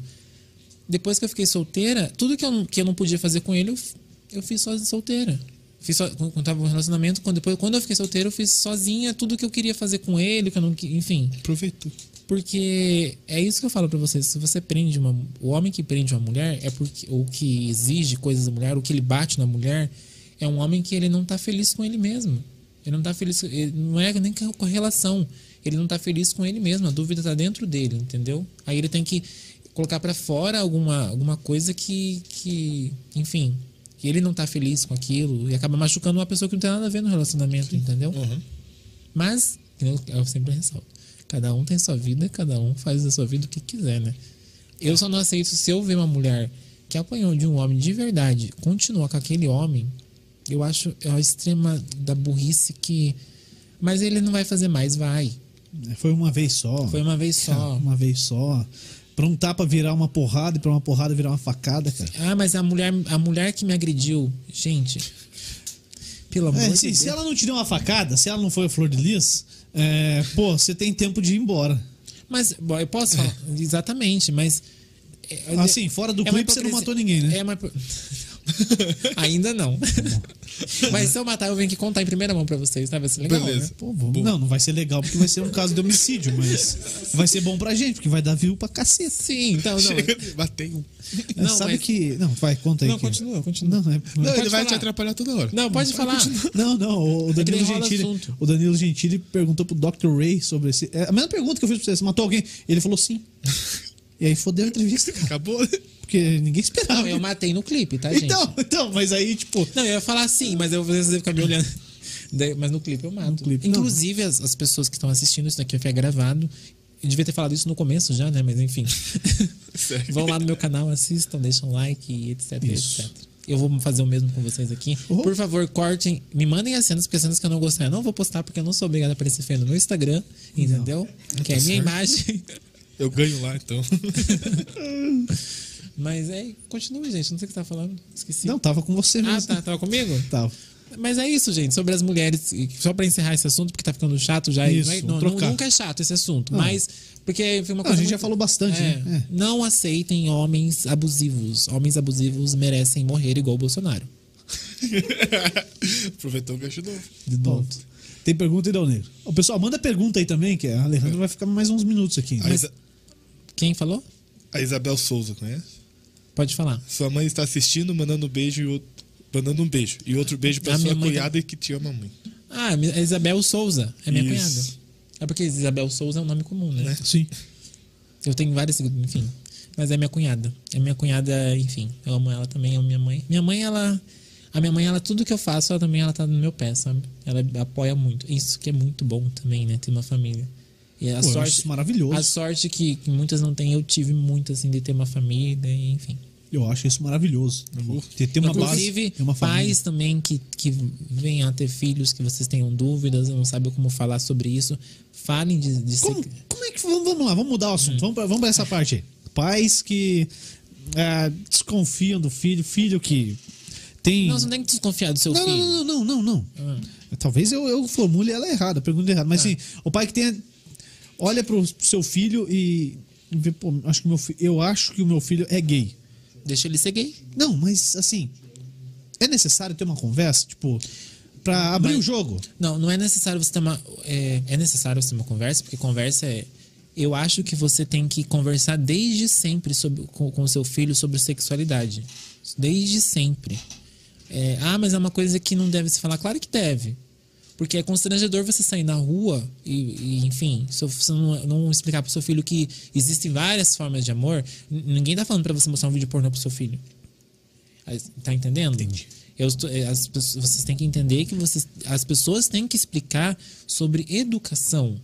Speaker 3: depois que eu fiquei solteira, tudo que eu, não- que eu não podia fazer com ele, eu, f- eu fiz sozinha solteira. Fiz so, quando quando tava no relacionamento, quando, depois, quando eu fiquei solteira, eu fiz sozinha tudo que eu queria fazer com ele, que eu não, que- enfim.
Speaker 2: Aproveitou.
Speaker 3: Porque é isso que eu falo pra vocês. Se você prende uma. O homem que prende uma mulher é porque. Ou que exige coisas da mulher, ou que ele bate na mulher, é um homem que ele não tá feliz com ele mesmo. Ele não tá feliz. com- ele não é nem com a relação. Ele não tá feliz com ele mesmo. A dúvida tá dentro dele, entendeu? Aí ele tem que colocar pra fora alguma, alguma coisa que. que. Enfim. Que ele não tá feliz com aquilo. E acaba machucando uma pessoa que não tem nada a ver no relacionamento, entendeu? Mas, que nem eu eu sempre ressalto, cada um tem sua vida, cada um faz da sua vida o que quiser, né? Eu só não aceito se eu ver uma mulher que apanhou de um homem de verdade, continuar com aquele homem, eu acho é a extrema da burrice que. Mas ele não vai fazer mais, vai.
Speaker 1: É, Foi uma vez só. É,
Speaker 3: Foi uma vez só.
Speaker 1: Uma vez só. Pra um tapa virar uma porrada e pra uma porrada virar uma facada, cara.
Speaker 3: Ah, mas a mulher, a mulher que me agrediu, gente. Pelo amor
Speaker 1: É,
Speaker 3: de
Speaker 1: se,
Speaker 3: Deus.
Speaker 1: se ela não te deu uma facada, se ela não foi a flor de lis, é, pô, você tem tempo de ir embora.
Speaker 3: Mas, bom, eu posso falar. Exatamente, mas. é-
Speaker 1: É. Assim, fora do
Speaker 3: uma
Speaker 1: clipe, você não
Speaker 3: hipocrisia-
Speaker 1: matou ninguém, né?
Speaker 3: É uma... hipo- Ainda não. mas se eu matar, eu venho aqui contar em primeira mão pra vocês, tá? Vai ser legal,
Speaker 2: Beleza.
Speaker 3: né?
Speaker 1: Pô, vamos- Não, não vai ser legal porque vai ser um caso de homicídio, mas vai ser bom pra gente, porque vai dar view pra caceta.
Speaker 3: Sim, então não.
Speaker 2: Chega, batei um.
Speaker 3: Não,
Speaker 1: Sabe
Speaker 3: mas-
Speaker 1: que. Não, vai, conta aí.
Speaker 3: Não,
Speaker 1: que-
Speaker 3: continua, continua.
Speaker 1: Não, é-
Speaker 2: Não, ele
Speaker 3: Pode
Speaker 2: vai
Speaker 3: falar.
Speaker 2: te atrapalhar toda hora.
Speaker 3: Não, pode falar. É
Speaker 1: não, não, o Danilo
Speaker 3: ele enrola
Speaker 1: Gentili.
Speaker 3: assunto.
Speaker 1: O Danilo Gentili perguntou pro Dr. Ray sobre esse. É a mesma pergunta que eu fiz pra você, você matou alguém? Ele falou sim. E aí fodeu a entrevista, cara.
Speaker 2: Acabou?
Speaker 1: Porque ninguém esperava.
Speaker 3: Não, eu matei no clipe, tá, É gente?
Speaker 1: então, então, mas aí, tipo,
Speaker 3: Não, eu ia falar sim, mas eu vocês ficar me olhando. Daí- Mas no clipe eu mato.
Speaker 1: clipe, não.
Speaker 3: Inclusive, as, as pessoas que estão assistindo isso daqui vai ficar gravado. Eu devia ter falado isso no começo já, né? Mas enfim.
Speaker 2: Sério.
Speaker 3: Vão lá no meu canal, assistam, deixam like e etc,
Speaker 1: Isso.
Speaker 3: etc. Eu vou fazer o mesmo com vocês aqui.
Speaker 1: Oh.
Speaker 3: Por favor, cortem, me mandem as cenas, porque as cenas que eu não gostar, eu não vou postar, porque eu não sou obrigado a aparecer feio no meu Instagram, entendeu? Que é a
Speaker 1: tá
Speaker 3: minha imagem.
Speaker 2: Eu ganho lá, então.
Speaker 3: Mas é, continua, gente. Não sei o que tá falando. Esqueci.
Speaker 1: não, tava com você
Speaker 3: ah,
Speaker 1: mesmo.
Speaker 3: tá. Tava comigo?
Speaker 1: Tava.
Speaker 3: Mas é isso, gente, sobre as mulheres. E Só pra encerrar esse assunto, porque tá ficando chato já. e
Speaker 1: Isso,
Speaker 3: vai- não,
Speaker 1: trocar.
Speaker 3: não- nunca é chato esse assunto, mas. Porque foi uma
Speaker 1: Não,
Speaker 3: coisa.
Speaker 1: a gente já
Speaker 3: muito-
Speaker 1: falou bastante,
Speaker 3: É,
Speaker 1: né?
Speaker 3: Não aceitem homens abusivos. Homens abusivos merecem morrer igual o Bolsonaro.
Speaker 2: Aproveitou que ajudou.
Speaker 4: De novo. Tem pergunta, Idão Negro? Ô, pessoal, manda pergunta aí também, que a
Speaker 3: É.
Speaker 4: Alejandra vai ficar mais uns minutos aqui.
Speaker 2: A, Isa-
Speaker 3: Quem falou?
Speaker 2: a Isabel Souza, conhece?
Speaker 3: Pode falar.
Speaker 2: Sua mãe está assistindo, mandando um beijo e outro. Mandando um beijo. E outro beijo pra
Speaker 3: A
Speaker 2: sua
Speaker 3: minha mãe tá-
Speaker 2: cunhada que te ama muito.
Speaker 3: Ah, é Isabel Souza. É minha
Speaker 2: Isso.
Speaker 3: cunhada. É porque Isabel Souza é um nome comum, né?
Speaker 4: Sim.
Speaker 3: Eu tenho várias, enfim. Mas é minha cunhada. É minha cunhada, enfim. Eu amo ela também, amo minha mãe. Minha mãe, ela. A minha mãe, ela, tudo que eu faço, ela também ela tá no meu pé, sabe? Ela apoia muito. Isso que é muito bom também, né? Ter uma família. E a
Speaker 4: Pô, eu acho
Speaker 3: sorte.
Speaker 4: isso maravilhoso.
Speaker 3: A sorte que, que muitas não têm, eu tive muito, assim, de ter uma família, e, enfim.
Speaker 4: Eu acho isso maravilhoso. Ter, ter uma
Speaker 3: Tá Inclusive,
Speaker 4: base, ter uma família.
Speaker 3: pais também que, que venham a ter filhos, que vocês tenham dúvidas, não sabem como falar sobre isso, falem de, de se-
Speaker 4: Como, como é que. Vamos, vamos lá, vamos mudar o
Speaker 3: É.
Speaker 4: assunto. Vamos, pra, vamos pra essa parte aí. Pais que ah, desconfiam do filho, filho que tem.
Speaker 3: Não, você não tem que desconfiar do seu
Speaker 4: Não,
Speaker 3: filho.
Speaker 4: não, não, não, não, não.
Speaker 3: Ah.
Speaker 4: Talvez eu, eu formule ela errada, a pergunta errada.
Speaker 3: Tá.
Speaker 4: Mas assim, o pai que tem. Olha pro seu filho e. vê, pô, acho que meu fi- eu acho que o meu filho é gay.
Speaker 3: Deixa ele ser gay.
Speaker 4: Não, mas assim. É necessário ter uma conversa, tipo. Pra abrir
Speaker 3: Mas-
Speaker 4: o jogo.
Speaker 3: Não, não é necessário você ter uma. É, é necessário você ter uma conversa, porque conversa é. Eu acho que você tem que conversar desde sempre sobre, com, com seu filho sobre sexualidade. Desde sempre. É, ah, mas é uma coisa que não deve se falar. Claro que deve. Porque é constrangedor você sair na rua e, e, enfim, se você não, não explicar pro seu filho que existem várias formas de amor, n- ninguém tá falando pra você mostrar um vídeo pornô pro seu filho. Aí, Tá entendendo? Entendi. Eu estou, eh, as, pessoas- vocês têm que entender que vocês, as pessoas têm que explicar sobre educação.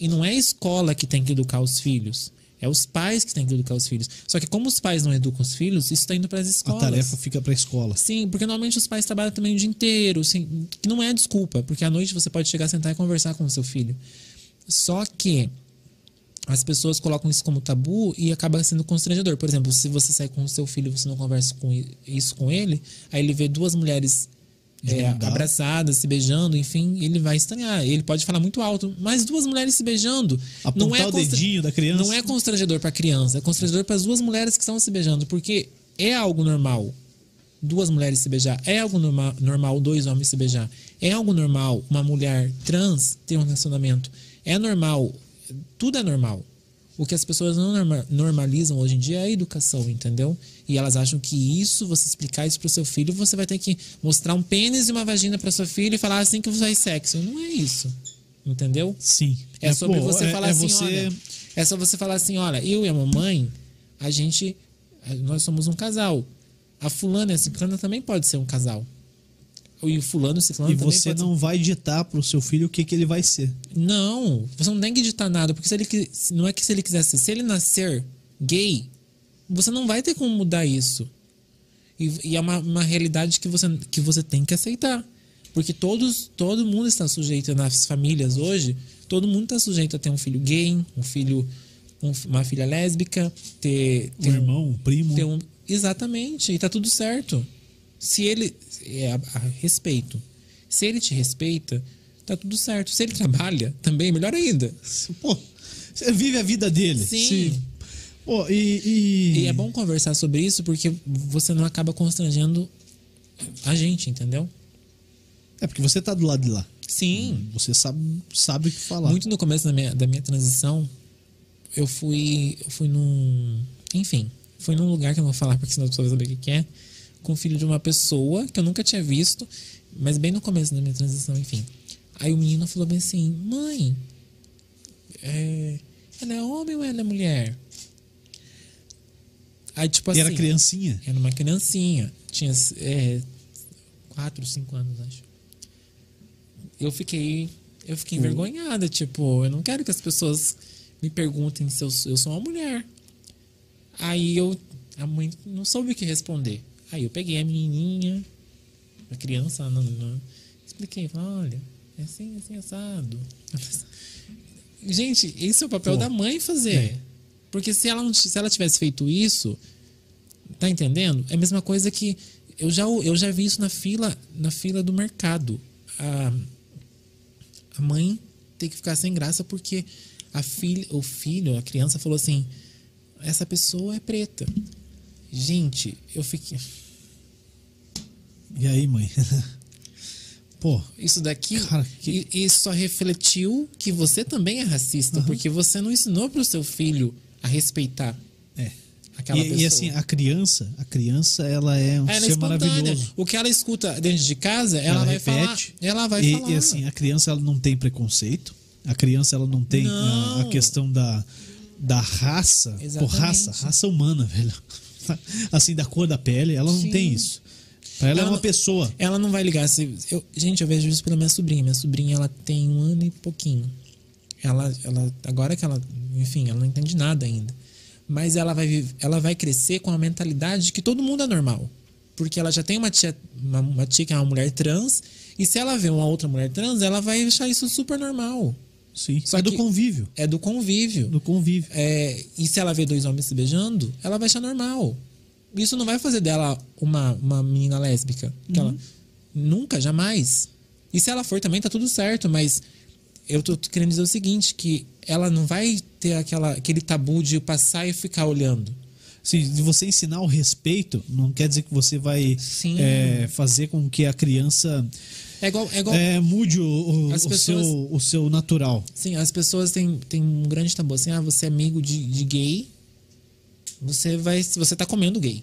Speaker 3: E não é a escola que tem que educar os filhos. É os pais que têm que educar os filhos. Só que como os pais não educam os filhos, isso está indo para as
Speaker 4: A
Speaker 3: escolas.
Speaker 4: tarefa fica pra escola.
Speaker 3: Sim, porque normalmente os pais trabalham também o dia inteiro, assim, que não é desculpa, porque à noite você pode chegar, sentar e conversar com o seu filho. Só que as pessoas colocam isso como tabu e acaba sendo constrangedor. Por exemplo, se você sai com o seu filho e você não conversa com i- isso com ele, aí ele vê duas mulheres é, abraçadas, se beijando, enfim, ele vai estranhar. Ele pode falar muito alto, mas duas mulheres se beijando. não
Speaker 4: Apontar
Speaker 3: é
Speaker 4: o
Speaker 3: constra-
Speaker 4: dedinho da criança.
Speaker 3: Não é constrangedor pra criança, é constrangedor para as duas mulheres que estão se beijando, porque é algo normal duas mulheres se beijar. É algo norma- normal dois homens se beijar. É algo normal uma mulher trans ter um relacionamento. É normal. Tudo é normal. O que as pessoas não norma- normalizam hoje em dia é a educação, entendeu? E elas acham que isso, você explicar isso pro seu filho, você vai ter que mostrar um pênis e uma vagina pra sua filha e falar assim que você faz sexo. Não é isso. Entendeu?
Speaker 4: Sim.
Speaker 3: É sobre
Speaker 4: pô,
Speaker 3: você
Speaker 4: é-
Speaker 3: falar
Speaker 4: é
Speaker 3: assim,
Speaker 4: você-
Speaker 3: olha. É só você falar assim, olha, eu e a mamãe, a gente. a- Nós somos um casal. A fulana e a ciclana também pode ser um casal. E o fulano e o ciclano
Speaker 4: E
Speaker 3: também
Speaker 4: você
Speaker 3: pode
Speaker 4: não vai ditar pro seu filho o que, que ele vai ser.
Speaker 3: ser. Não, você não tem que editar nada, porque se ele qui- se- não é que se ele quiser ser, se ele nascer gay, você não vai ter como mudar isso. E, e é uma, uma realidade que você, que você tem que aceitar. Porque todos, todo mundo está sujeito nas famílias hoje, todo mundo está sujeito a ter um filho gay, um filho, um- uma filha lésbica, ter,
Speaker 4: Um
Speaker 3: ter um-
Speaker 4: irmão, um primo.
Speaker 3: ter um- Exatamente, e tá tudo certo. Se ele. É, a, a respeito. Se ele te respeita, tá tudo certo. Se ele trabalha, também, melhor ainda.
Speaker 4: Pô, você vive a vida dele.
Speaker 3: Sim.
Speaker 4: Pô, e, e-
Speaker 3: E é bom conversar sobre isso porque você não acaba constrangendo a gente, entendeu?
Speaker 4: É porque você tá do lado de lá.
Speaker 3: Sim.
Speaker 4: Você sabe, sabe o que falar.
Speaker 3: Muito no começo da minha, da minha transição, eu fui. Eu fui num. Enfim, fui num lugar que eu não vou falar porque senão a pessoa vai saber o que que é. Com o filho de uma pessoa que eu nunca tinha visto, mas bem no começo da minha transição, enfim. Aí o menino falou bem assim: Mãe, é, ela é homem ou ela é mulher? Aí, tipo
Speaker 4: E
Speaker 3: assim.
Speaker 4: era criancinha.
Speaker 3: Era uma criancinha. Tinha 4, 5 anos, acho. Eu fiquei. Eu fiquei envergonhada, tipo, eu não quero que as pessoas me perguntem se eu, sou- eu sou uma mulher. Aí eu. A mãe não soube o que responder. Aí eu peguei a menininha, a criança, não, não, expliquei, falei, olha, é assim, assim, assado. Gente, esse é o papel da mãe fazer. Porque se ela, não t- se ela tivesse feito isso, Tá entendendo? É a mesma coisa que eu já, eu já vi isso na fila, na fila do mercado. A, a mãe tem que ficar sem graça porque a filha, o filho, a criança falou assim: essa pessoa é preta. Gente, eu fiquei.
Speaker 1: E aí, mãe? Pô,
Speaker 3: Isso daqui
Speaker 1: Cara, que- Uhum.
Speaker 3: e, e só refletiu que você também é racista, porque você não ensinou pro seu filho a respeitar
Speaker 1: é.
Speaker 3: aquela pessoa.
Speaker 1: E, e assim, a criança, a criança, ela é um
Speaker 3: Ela é
Speaker 1: ser
Speaker 3: espontânea.
Speaker 1: maravilhoso.
Speaker 3: O que ela escuta dentro de casa, ela,
Speaker 1: Ela
Speaker 3: vai
Speaker 1: repete.
Speaker 3: falar. Ela vai
Speaker 1: e,
Speaker 3: falar.
Speaker 1: e assim, a criança ela não tem preconceito. A criança ela não tem ah,
Speaker 3: Não.
Speaker 1: A, a questão da, da raça. Pô,
Speaker 3: Exatamente.
Speaker 1: raça, raça humana, velho. Assim, da cor da pele, ela não
Speaker 3: Sim.
Speaker 1: tem isso. Pra ela,
Speaker 3: Ela
Speaker 1: é uma
Speaker 3: não-
Speaker 1: pessoa.
Speaker 3: Ela não vai ligar se. Eu, gente, eu vejo isso pela minha sobrinha. Minha sobrinha, ela tem um ano e pouquinho. Ela, ela, agora que ela. Enfim, ela não entende nada ainda. Mas ela vai, vive- ela vai crescer com a mentalidade de que todo mundo é normal. Porque ela já tem uma tia, uma, uma tia que é uma mulher trans. E se ela vê uma outra mulher trans, ela vai achar isso super normal.
Speaker 1: Sim.
Speaker 3: Só
Speaker 1: é do
Speaker 3: que-
Speaker 1: convívio.
Speaker 3: É do convívio.
Speaker 1: Do convívio.
Speaker 3: É, e se ela vê dois homens se beijando, ela vai achar normal. Isso não vai fazer dela uma, uma menina lésbica. Que
Speaker 1: Uhum.
Speaker 3: ela- nunca, jamais. E se ela for também, tá tudo certo, mas eu tô querendo dizer o seguinte: que ela não vai ter aquela, aquele tabu de passar e ficar olhando.
Speaker 1: Sim, de você ensinar o respeito, não quer dizer que você vai
Speaker 3: Sim.
Speaker 1: é, fazer com que a criança
Speaker 3: É igual. É igual
Speaker 1: é, mude o, o-
Speaker 3: As
Speaker 1: o
Speaker 3: pessoas-
Speaker 1: seu, o seu natural.
Speaker 3: Sim, assim, as pessoas têm, têm um grande tabu assim, ah, você é amigo de, de gay, você vai. Você tá comendo gay.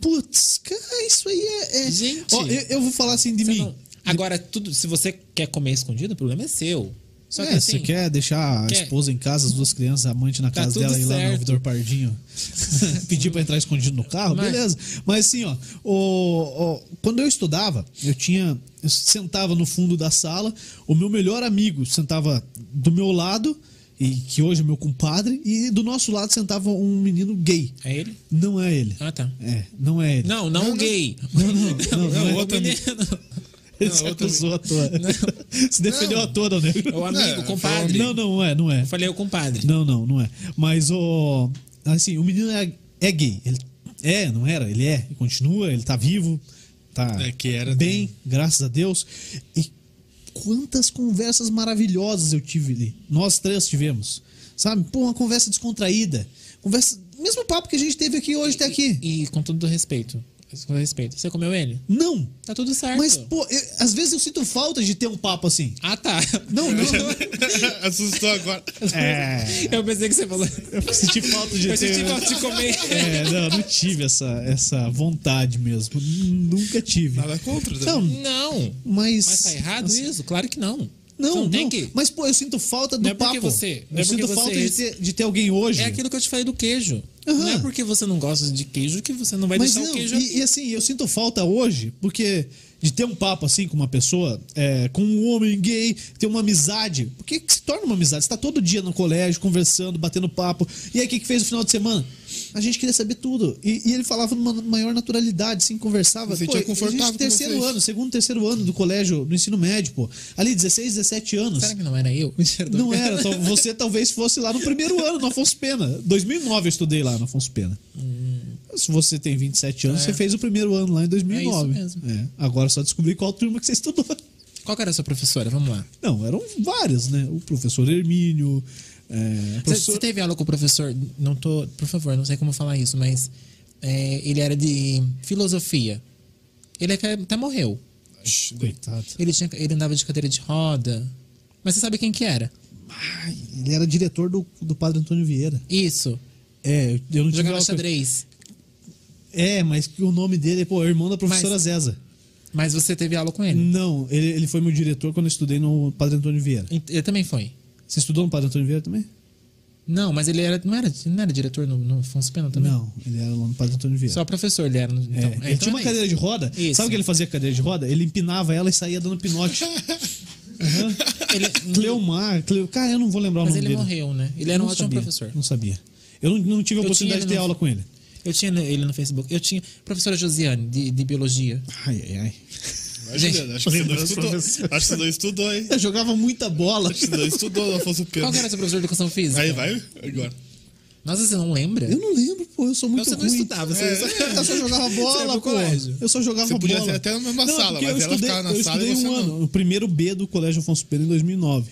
Speaker 1: Putz, cara, isso aí é. é-
Speaker 3: Gente.
Speaker 1: Ó, eu, eu vou falar assim de
Speaker 3: Você
Speaker 1: mim.
Speaker 3: não- Agora, tudo, se você quer comer escondido, o problema é seu. Só que
Speaker 1: é,
Speaker 3: assim,
Speaker 1: você quer deixar a
Speaker 3: quer-
Speaker 1: esposa em casa, as duas crianças, a amante na
Speaker 3: Tá
Speaker 1: casa
Speaker 3: tudo
Speaker 1: dela e lá no
Speaker 3: certo.
Speaker 1: ouvidor pardinho pedir pra entrar escondido no carro?
Speaker 3: Mas-
Speaker 1: Beleza. Mas assim, ó, o- o- quando eu estudava, eu tinha. Eu sentava no fundo da sala, o meu melhor amigo sentava do meu lado, e que hoje é meu compadre, e do nosso lado sentava um menino gay.
Speaker 3: É ele?
Speaker 1: Não é ele.
Speaker 3: Ah, tá.
Speaker 1: É, não é ele.
Speaker 3: Não, não, gay.
Speaker 1: Não, não, não, não
Speaker 2: não,
Speaker 1: é.
Speaker 2: outro
Speaker 3: O
Speaker 2: amigo.
Speaker 3: menino.
Speaker 1: Ele se acusou à toa. Se defendeu
Speaker 2: Não.
Speaker 1: à toa, não, nego.
Speaker 3: O amigo,
Speaker 2: É,
Speaker 3: o compadre.
Speaker 1: Não, não é, não é.
Speaker 3: Eu falei o compadre.
Speaker 1: Não, não, não é. Mas o. Assim, o menino é, é gay. Ele é, não era? Ele é. Ele continua, ele tá vivo. Tá
Speaker 2: É, que era
Speaker 1: bem, graças a Deus. E quantas conversas maravilhosas eu tive ali. Nós três tivemos. Sabe? Pô, uma conversa descontraída. Conversa. Mesmo papo que a gente teve aqui hoje até Tá aqui.
Speaker 3: E, com todo respeito. Com todo respeito. Você comeu ele?
Speaker 1: Não!
Speaker 3: Tá tudo certo.
Speaker 1: Mas, pô, eu- às vezes eu sinto falta de ter um papo assim.
Speaker 3: Ah, tá.
Speaker 1: Não, não.
Speaker 2: Assustou agora.
Speaker 1: É.
Speaker 3: Eu pensei que você falou.
Speaker 1: Eu senti falta de
Speaker 3: Eu
Speaker 1: ter.
Speaker 3: senti falta de comer.
Speaker 1: É, não, não tive essa, essa vontade mesmo. Nunca tive.
Speaker 2: Nada contra, né?
Speaker 1: Não,
Speaker 3: Não.
Speaker 1: mas.
Speaker 3: Mas tá errado
Speaker 1: assim,
Speaker 3: isso? Claro que não.
Speaker 1: Não,
Speaker 3: Você
Speaker 1: não.
Speaker 3: tem que.
Speaker 1: Mas, pô, eu sinto falta do
Speaker 3: Não é
Speaker 1: papo.
Speaker 3: porque você- não
Speaker 1: eu
Speaker 3: é porque
Speaker 1: sinto
Speaker 3: você-
Speaker 1: falta de ter, de ter alguém hoje.
Speaker 3: É aquilo que eu te falei do queijo.
Speaker 1: Aham.
Speaker 3: Não é porque você não gosta de queijo que você não vai
Speaker 1: Mas
Speaker 3: deixar o
Speaker 1: não,
Speaker 3: queijo.
Speaker 1: e, e assim, eu sinto falta hoje, porque de ter um papo assim com uma pessoa, é, com um homem gay, ter uma amizade. Porque que se torna uma amizade? Você tá todo dia no colégio, conversando, batendo papo. E aí, o que, que fez no final de semana? A gente queria saber tudo. E, e ele falava numa maior naturalidade, assim, conversava.
Speaker 2: Se
Speaker 1: Pô,
Speaker 2: sentia
Speaker 1: a gente
Speaker 2: confortável com
Speaker 1: terceiro
Speaker 2: vocês.
Speaker 1: ano, segundo, terceiro ano do colégio, do ensino médio, pô. Ali, 16, 17 anos.
Speaker 3: Será que não era eu? Mentira, tô
Speaker 1: Não é?
Speaker 3: brincando.
Speaker 1: era, tal- você talvez fosse lá no primeiro ano, no Afonso Pena. 2009 eu estudei lá no Afonso Pena. Hum. Se você tem 27 anos, você fez o primeiro ano lá em 2009.
Speaker 3: É isso mesmo.
Speaker 1: É, Agora só descobri qual turma que você estudou.
Speaker 3: Qual que era a sua professora? Vamos lá.
Speaker 1: Não, eram vários, né? O professor Hermínio. É,
Speaker 3: Você-
Speaker 1: professor...
Speaker 3: Você teve aula com o professor? Não tô, por favor, não sei como falar isso, mas é, ele era de filosofia. Ele até até morreu.
Speaker 1: Shhh, Coitado.
Speaker 3: Ele, tinha, ele andava de cadeira de roda. Mas você sabe quem que era?
Speaker 1: Ai, ele era diretor do, do padre Antônio Vieira.
Speaker 3: Isso.
Speaker 1: É, eu não tive
Speaker 3: Jogava
Speaker 1: aula com-
Speaker 3: xadrez.
Speaker 1: É, mas o nome dele é, pô, é o irmão da professora
Speaker 3: Mas-
Speaker 1: Zeza.
Speaker 3: Mas você teve aula com ele?
Speaker 1: Não, ele, ele foi meu diretor quando eu estudei no Padre Antônio Vieira.
Speaker 3: E- Ele também foi.
Speaker 1: Você estudou no Padre Antônio Vieira também?
Speaker 3: Não, mas ele era, não, era, não era diretor no, no Afonso Pena também?
Speaker 1: Não, ele era lá no Padre Antônio Vieira.
Speaker 3: Só professor ele era. no- Então,
Speaker 1: É,
Speaker 3: é,
Speaker 1: ele
Speaker 3: então
Speaker 1: tinha uma
Speaker 3: é
Speaker 1: cadeira de roda.
Speaker 3: Isso.
Speaker 1: Sabe o que ele fazia com a cadeira de roda? Ele empinava ela e saía dando pinote. Aham.
Speaker 3: Ele-
Speaker 1: Cleomar, Cleo... Cara, eu não vou lembrar
Speaker 3: Mas
Speaker 1: o nome
Speaker 3: ele
Speaker 1: dele.
Speaker 3: morreu, né? Ele era um
Speaker 1: Não
Speaker 3: ótimo
Speaker 1: sabia,
Speaker 3: professor.
Speaker 1: Não sabia. Eu não, não tive a
Speaker 3: Eu
Speaker 1: oportunidade
Speaker 3: tinha ele
Speaker 1: de ter
Speaker 3: no-
Speaker 1: aula com ele.
Speaker 3: Eu tinha ele no Facebook. Eu tinha. Professora Josiane, de, de biologia.
Speaker 1: Ai, ai, ai.
Speaker 2: Imagina,
Speaker 3: Gente,
Speaker 2: acho que você não
Speaker 1: lembra dos
Speaker 2: estudou.
Speaker 1: professores.
Speaker 2: Acho que você não estudou, hein?
Speaker 1: Eu jogava muita bola.
Speaker 2: Acho que você não estudou, Afonso Pedro.
Speaker 3: Qual que era seu professor de educação física?
Speaker 2: Aí vai agora.
Speaker 3: Nossa, você não lembra?
Speaker 1: Eu não lembro, pô. Eu sou muito
Speaker 3: você não
Speaker 1: ruim. É.
Speaker 3: estudava, você só-
Speaker 1: Eu só jogava
Speaker 3: Você era
Speaker 1: bola, pô.
Speaker 3: pro colégio.
Speaker 1: Eu só jogava
Speaker 2: Você podia
Speaker 1: bola.
Speaker 2: ser até na mesma
Speaker 1: Não, é
Speaker 2: sala,
Speaker 1: porque eu
Speaker 2: mas ela
Speaker 1: estudei,
Speaker 2: ficava na
Speaker 1: eu
Speaker 2: sala e
Speaker 1: estudei
Speaker 2: você
Speaker 1: um
Speaker 2: não.
Speaker 1: ano. No primeiro B do Colégio Afonso Pena em 2009.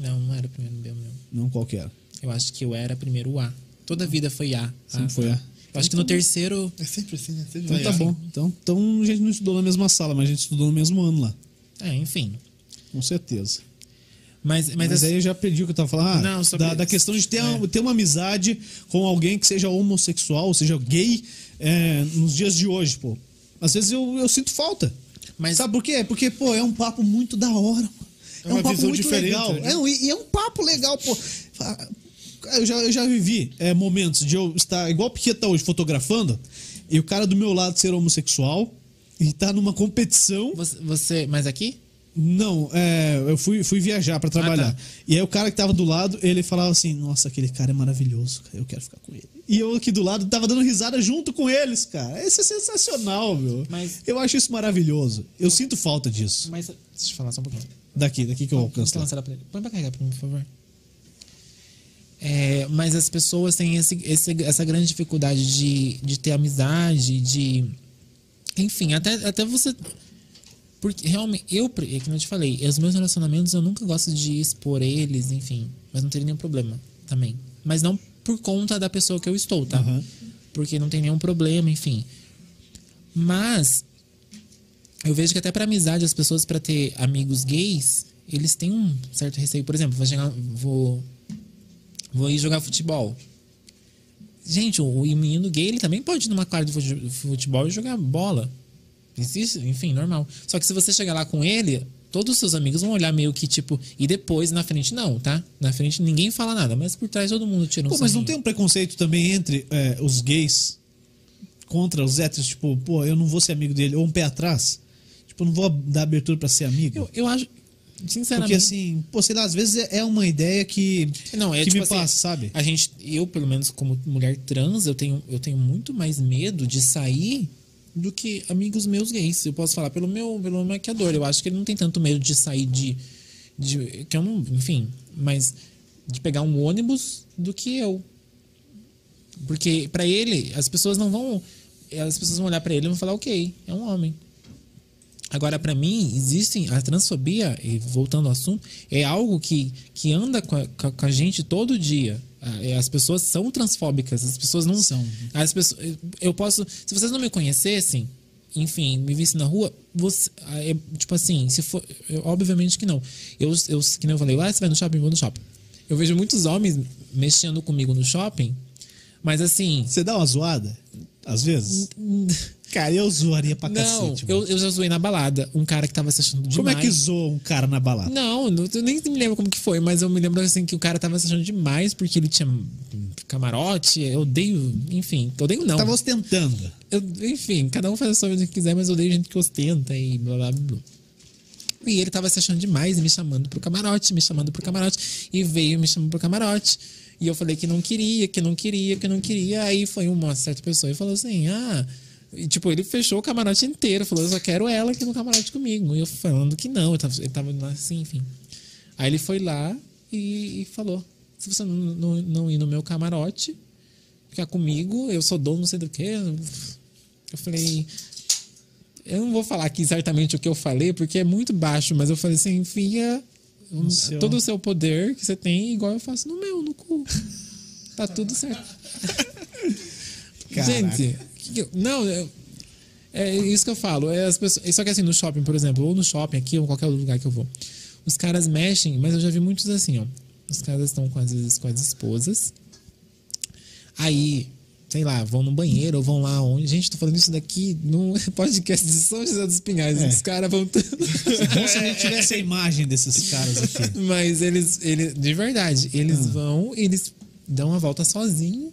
Speaker 3: Não, não era o primeiro B, meu.
Speaker 1: Não qualquer.
Speaker 3: Eu acho que eu era primeiro A. Toda a vida foi A.
Speaker 1: Sempre foi A.
Speaker 3: Acho que no terceiro.
Speaker 2: É sempre assim, né? Sempre
Speaker 1: Então tá bom. Então, então a gente não estudou na mesma sala, mas a gente estudou no mesmo ano lá.
Speaker 3: É, enfim.
Speaker 1: Com certeza.
Speaker 3: Mas, mas,
Speaker 1: Mas,
Speaker 3: essa-
Speaker 1: aí eu já perdi o que eu tava falando. Ah,
Speaker 3: Não, sobre-
Speaker 1: da, da questão de ter,
Speaker 2: É.
Speaker 1: uma, ter uma amizade com alguém que seja homossexual, ou seja gay, é, nos dias de hoje, pô. Às vezes eu, eu sinto falta.
Speaker 3: Mas-
Speaker 1: Sabe por quê? Porque, pô, é um papo muito da hora, mano. É,
Speaker 2: É
Speaker 1: um
Speaker 2: uma
Speaker 1: papo
Speaker 2: visão
Speaker 1: muito
Speaker 2: diferente,
Speaker 1: legal.
Speaker 2: né?
Speaker 1: É, um- e e é um papo legal, pô. Ah, Eu já, eu já vivi é, momentos de eu estar igual o Piquet tá hoje, fotografando, e o cara do meu lado ser homossexual e tá numa competição.
Speaker 3: você, você. Mas aqui?
Speaker 1: Não, é, eu fui, fui viajar pra trabalhar.
Speaker 3: Ah, tá.
Speaker 1: E aí o cara que tava do lado, ele falava assim: Nossa, aquele cara é maravilhoso, cara, eu quero ficar com ele. E eu aqui do lado tava dando risada junto com eles, cara. Isso é sensacional, meu.
Speaker 3: Mas-
Speaker 1: Eu acho isso maravilhoso. Eu sinto falta disso.
Speaker 3: Mas. Deixa eu falar só um pouquinho.
Speaker 1: Daqui, daqui que eu alcanço. lá.
Speaker 3: Vamos cancelar pra ele. Põe pra carregar pra mim, por favor. É, mas as pessoas têm esse- esse- essa grande dificuldade de, de ter amizade, de. Enfim, até, até você. Porque realmente, eu, pre- é que eu te falei, os meus relacionamentos eu nunca gosto de expor eles, enfim. Mas não teria nenhum problema também. Mas não por conta da pessoa que eu estou, tá? Porque não tem nenhum problema, enfim. Mas eu vejo que até pra amizade as pessoas pra ter amigos gays eles têm um certo receio por exemplo vou chegar- vou vou ir jogar futebol gente o, o menino gay ele também pode ir numa quadra de fute- futebol e jogar bola existe enfim normal só que se você chegar lá com ele todos os seus amigos vão olhar meio que tipo e depois na frente não tá na frente ninguém fala nada mas por trás todo mundo tira um
Speaker 1: Pô, mas não
Speaker 3: sarrinho.
Speaker 1: tem um preconceito também entre é, os gays contra os héteros? Tipo, pô, eu não vou ser amigo dele. Ou um pé atrás? Tipo, eu não vou dar abertura pra ser amigo?
Speaker 3: eu, eu acho
Speaker 1: Porque
Speaker 3: sinceramente
Speaker 1: assim, pô, sei lá, às vezes é é uma ideia que,
Speaker 3: Não, é
Speaker 1: que
Speaker 3: tipo
Speaker 1: me
Speaker 3: assim,
Speaker 1: passa, sabe?
Speaker 3: A gente, eu pelo menos como mulher trans, eu tenho, eu tenho muito mais medo de sair do que amigos meus gays. Eu posso falar pelo meu, pelo meu maquiador. Eu acho que ele não tem tanto medo de sair de, de que eu não, enfim, mas de pegar um ônibus do que eu. Porque pra ele, as pessoas não vão, as pessoas vão olhar pra ele e vão falar, OK, é um homem. Agora, pra mim, existem. A transfobia, e voltando ao assunto, é algo que, que anda com a, com a- com a gente todo dia. Ah, é, As pessoas são transfóbicas, as pessoas não são. As pessoas, eu posso. Se vocês não me conhecessem, enfim, me vissem na rua, você, ah, é, tipo assim, se for. eu- obviamente que não. Eu, eu, que nem eu falei, ah, você vai no shopping, eu vou no shopping. Eu vejo muitos homens mexendo comigo no shopping, mas assim.
Speaker 1: Você dá uma zoada, às vezes? Cara, eu zoaria pra
Speaker 3: Não,
Speaker 1: cacete. mano.
Speaker 3: eu, eu já zoei na balada. Um cara que tava se achando demais.
Speaker 1: Como é que zoa um cara na balada?
Speaker 3: Não, não- eu nem me lembro como que foi, mas eu me lembro assim que o cara tava se achando demais porque ele tinha camarote, eu odeio, enfim, eu odeio não.
Speaker 1: Tava ostentando.
Speaker 3: Eu- enfim, cada um faz a sua vida que quiser, mas eu odeio gente que ostenta e blá blá blá. blá. E ele tava se achando demais e me chamando pro camarote, me chamando pro camarote, e veio e me chamando pro camarote. E eu falei que não queria, que não queria, que não queria. Aí foi uma certa pessoa e falou assim: ah. E, tipo, ele fechou o camarote inteiro, falou: eu só quero ela aqui no camarote comigo. E eu falando que não, eu tava, ele tava assim, enfim. Aí ele foi lá e, e falou: se você não, não, não ir no meu camarote, ficar comigo, eu sou dono não sei do quê. Eu falei. Eu não vou falar aqui exatamente o que eu falei, porque é muito baixo, mas eu falei assim, enfia um-
Speaker 1: seu-
Speaker 3: todo o seu poder que você tem, igual eu faço no meu, no cu. Tá tudo certo.
Speaker 1: Caraca.
Speaker 3: Gente, que que eu- não, eu- é isso que eu falo. É as pessoas, só que assim, no shopping, por exemplo, ou no shopping aqui, ou em qualquer outro lugar que eu vou, os caras mexem, mas eu já vi muitos assim, ó. Os caras estão com, às vezes com as esposas. Aí, sei lá, vão no banheiro ou vão lá onde. Gente, tô falando isso daqui no podcast de São José dos Pinhais.
Speaker 1: É.
Speaker 3: Os caras vão.
Speaker 1: Bom se a gente tivesse a imagem desses caras aqui.
Speaker 3: Mas eles, eles, de verdade,
Speaker 1: Ah.
Speaker 3: eles vão, eles dão uma volta sozinho.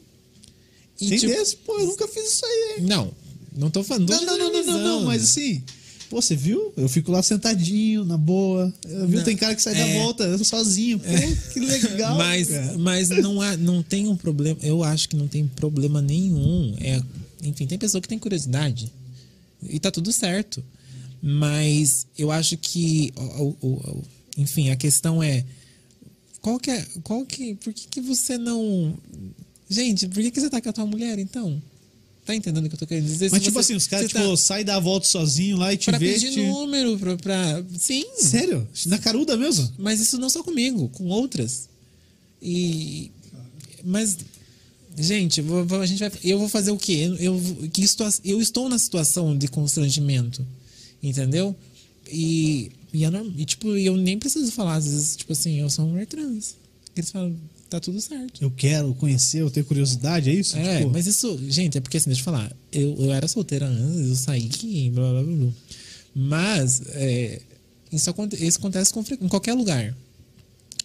Speaker 3: E,
Speaker 1: Tem
Speaker 3: tipo,
Speaker 1: desse? Pô, eu nunca fiz isso aí, hein?
Speaker 3: Não, não tô falando.
Speaker 1: Não, não, não, não, não, não,
Speaker 3: generalizando.
Speaker 1: mas assim. Pô, você viu? Eu fico lá sentadinho, na boa. Eu, viu?
Speaker 3: Não,
Speaker 1: Tem cara que sai
Speaker 3: é.
Speaker 1: da volta eu sozinho. Pô, que legal.
Speaker 3: Mas,
Speaker 1: cara.
Speaker 3: mas não, há, não tem um problema. Eu acho que não tem problema nenhum. É, enfim, tem pessoa que tem curiosidade. E tá tudo certo. Mas eu acho que. o- o- o- enfim, a questão é. Qual que é. Qual que. Por que, que você não. Gente, por que, que você tá com a tua mulher então? Tá entendendo o que eu tô querendo dizer?
Speaker 1: Mas
Speaker 3: Se
Speaker 1: tipo
Speaker 3: você-
Speaker 1: assim, os caras,
Speaker 3: você tá
Speaker 1: tipo, sai da volta sozinho lá e te
Speaker 3: Pra
Speaker 1: vê.
Speaker 3: pedir
Speaker 1: te-
Speaker 3: número, pra, pra- Sim.
Speaker 1: Sério? Na caruda mesmo?
Speaker 3: Mas isso não só comigo, com outras. E. Mas. Gente, vou- vou- a gente vai, eu vou fazer o quê? Eu, eu- que situa- eu estou na situação de constrangimento, entendeu? E, e, é norm- e, tipo, eu nem preciso falar, às vezes, tipo assim, eu sou uma mulher trans. Eles falam, tá tudo certo.
Speaker 4: Eu quero conhecer, eu tenho curiosidade, é isso?
Speaker 3: É,
Speaker 4: Tipo,
Speaker 3: mas isso, gente, é porque assim, deixa eu falar, eu, eu era solteira antes, eu saí, e blá blá blá. blá. Mas é, isso, aconte- isso acontece com fre- em qualquer lugar.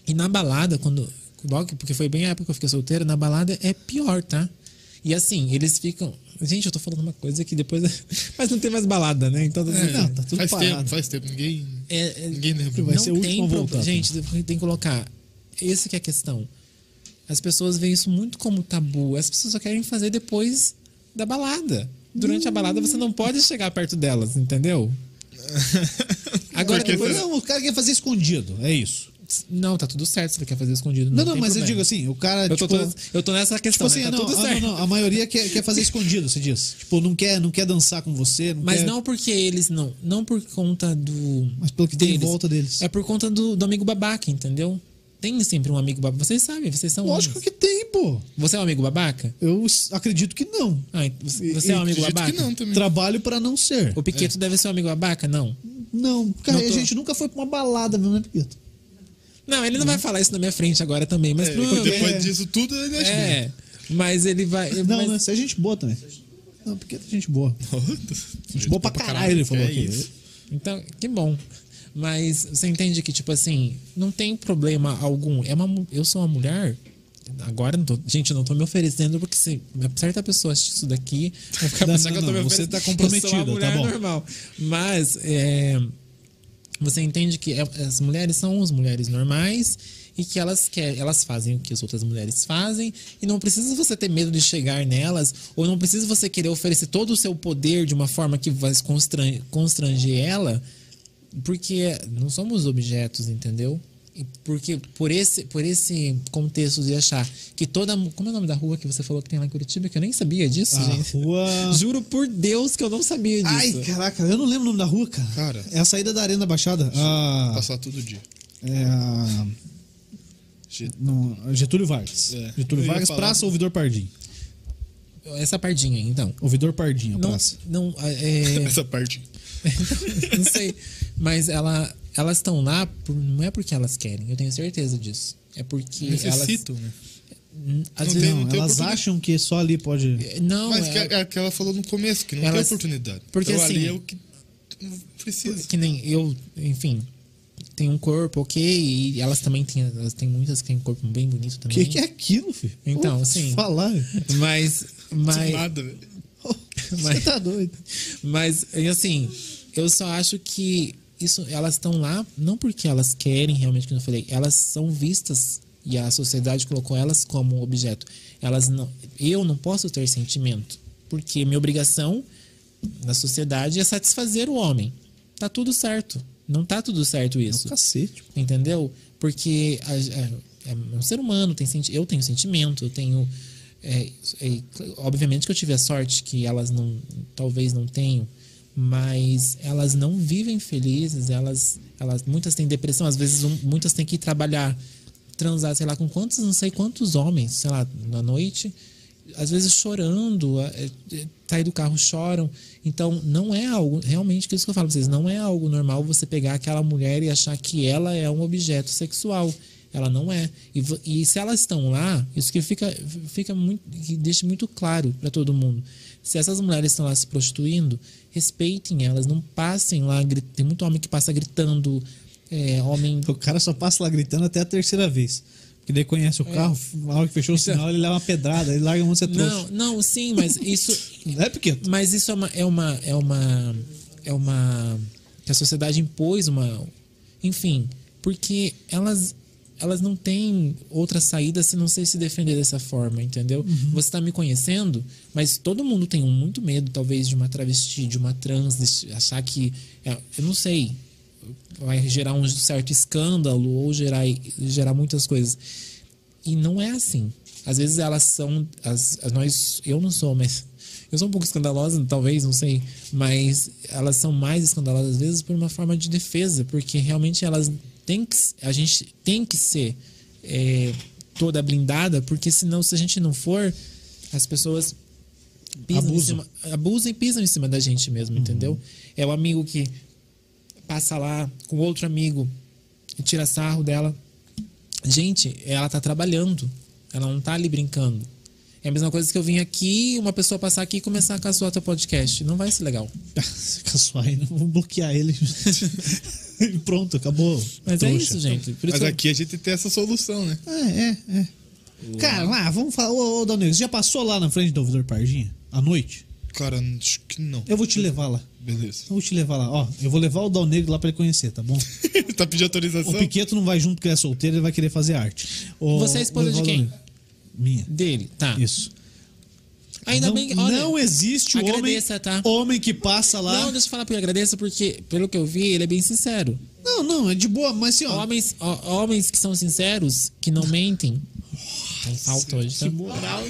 Speaker 3: E na balada, quando. logo que- Porque foi bem a época que eu fiquei solteiro, na balada é pior, tá? E assim, eles ficam. Gente, eu tô falando uma coisa que depois. Mas não tem mais balada, né? Então.
Speaker 2: É,
Speaker 3: não,
Speaker 4: tá tudo
Speaker 2: faz
Speaker 4: parado.
Speaker 2: tempo, faz tempo. Ninguém,
Speaker 3: é, é-
Speaker 2: ninguém lembra.
Speaker 4: Vai
Speaker 3: não
Speaker 4: ser o
Speaker 3: tem
Speaker 4: último a
Speaker 3: pro-
Speaker 4: voltar, tá?
Speaker 3: Gente, tem que colocar. Essa que é a questão. As pessoas veem isso muito como tabu. As pessoas só querem fazer depois da balada. Durante a balada você não pode chegar perto delas, entendeu? Agora
Speaker 2: Porque
Speaker 3: depois.
Speaker 4: Não, o cara quer fazer escondido, é isso.
Speaker 3: Não, tá tudo certo se você quer fazer escondido.
Speaker 4: Não,
Speaker 3: Não,
Speaker 4: não,
Speaker 3: tem
Speaker 4: mas eu
Speaker 3: problema.
Speaker 4: digo assim, o cara,
Speaker 3: Eu,
Speaker 4: tipo...
Speaker 3: tô, tô- eu tô nessa
Speaker 4: Tipo
Speaker 3: questão.
Speaker 4: assim,
Speaker 3: né? Tá
Speaker 4: não,
Speaker 3: tudo
Speaker 4: ah,
Speaker 3: certo.
Speaker 4: não, não, a maioria quer, quer fazer escondido, se diz. Tipo, não quer, não quer dançar com você, não
Speaker 3: Mas
Speaker 4: quer-
Speaker 3: não porque eles não. Não por conta do.
Speaker 4: é. Mas pelo que tem em volta deles.
Speaker 3: É por conta do, do amigo babaca, entendeu? Tem sempre um amigo babaca. Vocês sabem, vocês são.
Speaker 4: Lógico que tem, pô.
Speaker 3: Você é um amigo babaca?
Speaker 4: Eu s- acredito que não.
Speaker 3: Ah, ent- você você é um amigo
Speaker 2: Acredito
Speaker 3: babaca?
Speaker 2: que não também.
Speaker 4: Trabalho pra não ser.
Speaker 3: O Piqueto deve ser um amigo babaca? Não.
Speaker 4: Não, cara,
Speaker 3: Não
Speaker 4: a
Speaker 3: tô.
Speaker 4: gente nunca foi pra uma balada, meu, né, Piqueto?
Speaker 3: Não, ele não vai falar isso na minha frente agora também, mas
Speaker 4: É,
Speaker 3: provavelmente.
Speaker 2: Depois disso tudo, ele acha que-
Speaker 3: É, mas ele vai.
Speaker 4: né? Não,
Speaker 3: mas-
Speaker 4: né? Você é gente boa também. Não, Piqueto é gente boa. Gente boa pra caralho, ele falou
Speaker 2: É
Speaker 4: aqui.
Speaker 2: isso.
Speaker 3: Então, que bom. Mas você entende que, tipo assim, não tem problema algum. É uma, mu- eu sou uma mulher. Agora, não tô, gente, eu não tô me oferecendo porque se uma certa pessoa assistir isso daqui, vai ficar
Speaker 4: Não, não,
Speaker 3: pensando que eu tô me
Speaker 4: não, você
Speaker 3: oferecendo.
Speaker 4: tá
Speaker 3: Eu sou
Speaker 4: comprometida,
Speaker 3: uma
Speaker 4: tá
Speaker 3: mulher
Speaker 4: bom.
Speaker 3: normal. Mas é, você entende que é- as mulheres são as mulheres normais e que elas quer, elas fazem o que as outras mulheres fazem e não precisa você ter medo de chegar nelas ou não precisa você querer oferecer todo o seu poder de uma forma que vai constran- constranger ela porque não somos objetos, entendeu? E Porque por esse, por esse contexto de achar que toda. mu- Como é o nome da rua que você falou que tem lá em Curitiba? Que eu nem sabia disso,
Speaker 1: Ah.
Speaker 4: A
Speaker 3: gente.
Speaker 4: Ah, rua...
Speaker 3: Juro por Deus que eu não sabia disso.
Speaker 4: Ai, caraca, eu não lembro o nome da rua, cara.
Speaker 2: Cara. tá
Speaker 4: É a saída da Arena da Baixada. Ah,
Speaker 2: Passar todo dia.
Speaker 4: é a...
Speaker 2: Ge-
Speaker 4: não, Getúlio Vargas.
Speaker 2: É.
Speaker 4: Getúlio
Speaker 2: Eu ia
Speaker 4: Vargas,
Speaker 2: falar.
Speaker 4: Praça Ouvidor Pardim.
Speaker 3: Essa pardinha, aí, então.
Speaker 4: Ouvidor Pardim, a
Speaker 3: Não,
Speaker 4: praça.
Speaker 3: não, é,
Speaker 2: Essa parte.
Speaker 3: não sei. Mas ela, elas estão lá, por- não é porque elas querem, eu tenho certeza disso. É porque
Speaker 2: Necessitam, né?
Speaker 3: elas. Às
Speaker 2: Não
Speaker 3: vezes,
Speaker 2: tem-
Speaker 4: Não,
Speaker 2: tem
Speaker 4: elas
Speaker 2: oportunidade.
Speaker 4: acham que só ali pode...
Speaker 3: não,
Speaker 2: Mas que,
Speaker 3: é-
Speaker 2: é que ela falou no começo, que não
Speaker 3: Elas-
Speaker 2: tem oportunidade.
Speaker 3: Porque
Speaker 2: então, ali
Speaker 3: assim-
Speaker 2: é o que não precisa.
Speaker 3: que nem eu, enfim, tem um corpo ok, e elas também têm, elas têm muitas que têm um corpo bem bonito
Speaker 4: O
Speaker 3: também.
Speaker 4: que, que é aquilo, filho?
Speaker 3: Então,
Speaker 4: Vou
Speaker 3: assim-
Speaker 4: Falar.
Speaker 3: Mas, mas,
Speaker 2: Nada, velho.
Speaker 4: Você
Speaker 3: Mas-
Speaker 4: tá doido.
Speaker 3: mas, e assim, eu só acho que isso, elas estão lá não porque elas querem realmente, como eu falei, elas são vistas e a sociedade colocou elas como um objeto. Elas não, eu não posso ter sentimento, porque minha obrigação na sociedade é satisfazer o homem. Tá tudo certo. Não tá tudo certo
Speaker 4: É
Speaker 3: isso.
Speaker 4: um Cacete. pô.
Speaker 3: Entendeu? Porque a- a- é um ser humano, tem senti eu tenho sentimento, eu tenho. é, é, cl- obviamente que eu tive a sorte que elas não. talvez não tenham, mas elas não vivem felizes, elas. elas muitas têm depressão, às vezes um- muitas têm que ir trabalhar, transar, sei lá, com quantos, não sei quantos homens, sei lá, na noite às vezes chorando, a- é- é- sair do carro choram. Então, não é algo, realmente, que é isso que eu falo pra vocês, não é algo normal você pegar aquela mulher e achar que ela é um objeto sexual. Ela não é. E, vo- e se elas estão lá, isso que fica, fica muito, que deixa muito claro para todo mundo. Se essas mulheres estão lá se prostituindo, respeitem elas, não passem lá. gri- Tem muito homem que passa gritando, é, homem
Speaker 4: O cara só passa lá gritando até a terceira vez. Porque daí conhece o carro, na hora que fechou o sinal, ele leva uma pedrada, ele larga a mão, você
Speaker 3: Não,
Speaker 4: trouxa.
Speaker 3: não, sim, mas isso.
Speaker 4: Não é, Piqueto?
Speaker 3: Mas isso é uma. É uma. É uma. É uma que a sociedade impôs uma. Enfim, porque elas. Elas não têm outra saída se não ser se defender dessa forma, entendeu? Você tá me conhecendo, mas todo mundo tem muito medo, talvez, de uma travesti, de uma trans, de achar que. é, Eu não sei vai gerar um certo escândalo ou gerar, gerar muitas coisas. E não é assim. Às vezes elas são. As, as- nós, eu não sou, mas. Eu sou um pouco escandalosa, talvez, não sei. Mas elas são mais escandalosas, às vezes, por uma forma de defesa, porque realmente elas têm que. A gente tem que ser é, toda blindada, porque senão, se a gente não for, As pessoas pisam em
Speaker 1: Abusam.
Speaker 3: cima, abusam e pisam em cima da gente mesmo, entendeu? É o amigo que passa lá com outro amigo e tira sarro dela. Gente, ela tá trabalhando. Ela não tá ali brincando. É a mesma coisa que eu vim aqui, uma pessoa passar aqui e começar a caçoar teu podcast. Não vai ser legal.
Speaker 1: Casuai, não vamos bloquear ele. e pronto, acabou.
Speaker 3: Mas é
Speaker 1: Trouxa.
Speaker 3: isso, gente. Por isso
Speaker 2: Mas aqui a gente tem essa solução, né?
Speaker 1: É, é, é. Cara, lá, vamos falar. Ô, ô Daniel, você já passou lá na frente do ouvidor Pardinha? À noite?
Speaker 2: Cara, acho que não.
Speaker 1: Eu vou te levar lá.
Speaker 2: Beleza.
Speaker 1: Eu vou te levar lá. Ó, eu vou levar o Dal Negro lá pra ele conhecer, tá bom?
Speaker 2: tá pedindo
Speaker 1: O
Speaker 2: autorização?
Speaker 1: Piqueto não vai junto porque ele é solteiro, ele vai querer fazer arte. Ô,
Speaker 3: Você é esposa de
Speaker 1: levar o Dal
Speaker 3: quem?
Speaker 1: Negro. Minha.
Speaker 3: Dele, tá.
Speaker 1: Isso.
Speaker 3: Ainda
Speaker 1: não,
Speaker 3: bem que. Olha,
Speaker 1: não existe o homem,
Speaker 3: agradeça, tá?
Speaker 1: homem que passa lá.
Speaker 3: Não, deixa eu falar pra ele, agradeça, porque, pelo que eu vi, ele é bem sincero.
Speaker 1: Não, não, é de boa, mas assim, ó.
Speaker 3: Homens, ó- homens que são sinceros, que não mentem. Tem falta hoje, tá?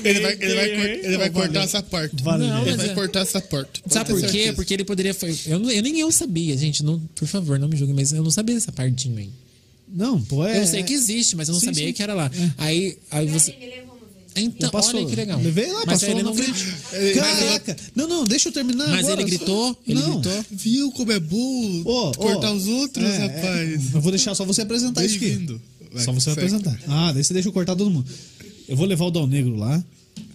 Speaker 2: Ele vai, ele vai, cor- ele vai cortar essa parte.
Speaker 1: Valeu.
Speaker 3: Não,
Speaker 2: Ele
Speaker 3: mas
Speaker 2: vai
Speaker 3: é-
Speaker 2: cortar essa parte. Pode
Speaker 3: Sabe
Speaker 2: ter
Speaker 3: por quê?
Speaker 2: certeza.
Speaker 3: Porque ele poderia. fa- Eu, não- eu nem eu sabia, gente. Não, por favor, não me julguem, mas eu não sabia dessa partinha aí.
Speaker 1: Não, pô, é.
Speaker 3: eu sei que existe, mas eu não
Speaker 1: Sim,
Speaker 3: sabia
Speaker 1: sim. É.
Speaker 3: que era lá. Aí, aí você.
Speaker 7: Ele é levou uma vez.
Speaker 3: Então,
Speaker 1: passou.
Speaker 3: olha que legal.
Speaker 1: Levei lá,
Speaker 3: mas
Speaker 1: passou
Speaker 3: aí
Speaker 1: lá
Speaker 3: ele
Speaker 1: na
Speaker 3: não
Speaker 1: frente. É,
Speaker 2: Ele-
Speaker 1: Caraca! Não, não, deixa eu terminar
Speaker 3: Mas
Speaker 1: agora.
Speaker 3: ele gritou? Ele
Speaker 1: Não.
Speaker 3: gritou?
Speaker 2: Viu como é bom
Speaker 1: Ô, ô,
Speaker 2: cortar os outros,
Speaker 1: é,
Speaker 2: rapaz?
Speaker 1: é, eu vou deixar só você
Speaker 3: Tá
Speaker 1: apresentar isso aqui.
Speaker 2: Bem-vindo. Vai,
Speaker 1: Só você
Speaker 2: segue.
Speaker 1: apresentar. Ah, daí você deixa eu cortar todo mundo. Eu vou levar o Dal Negro lá.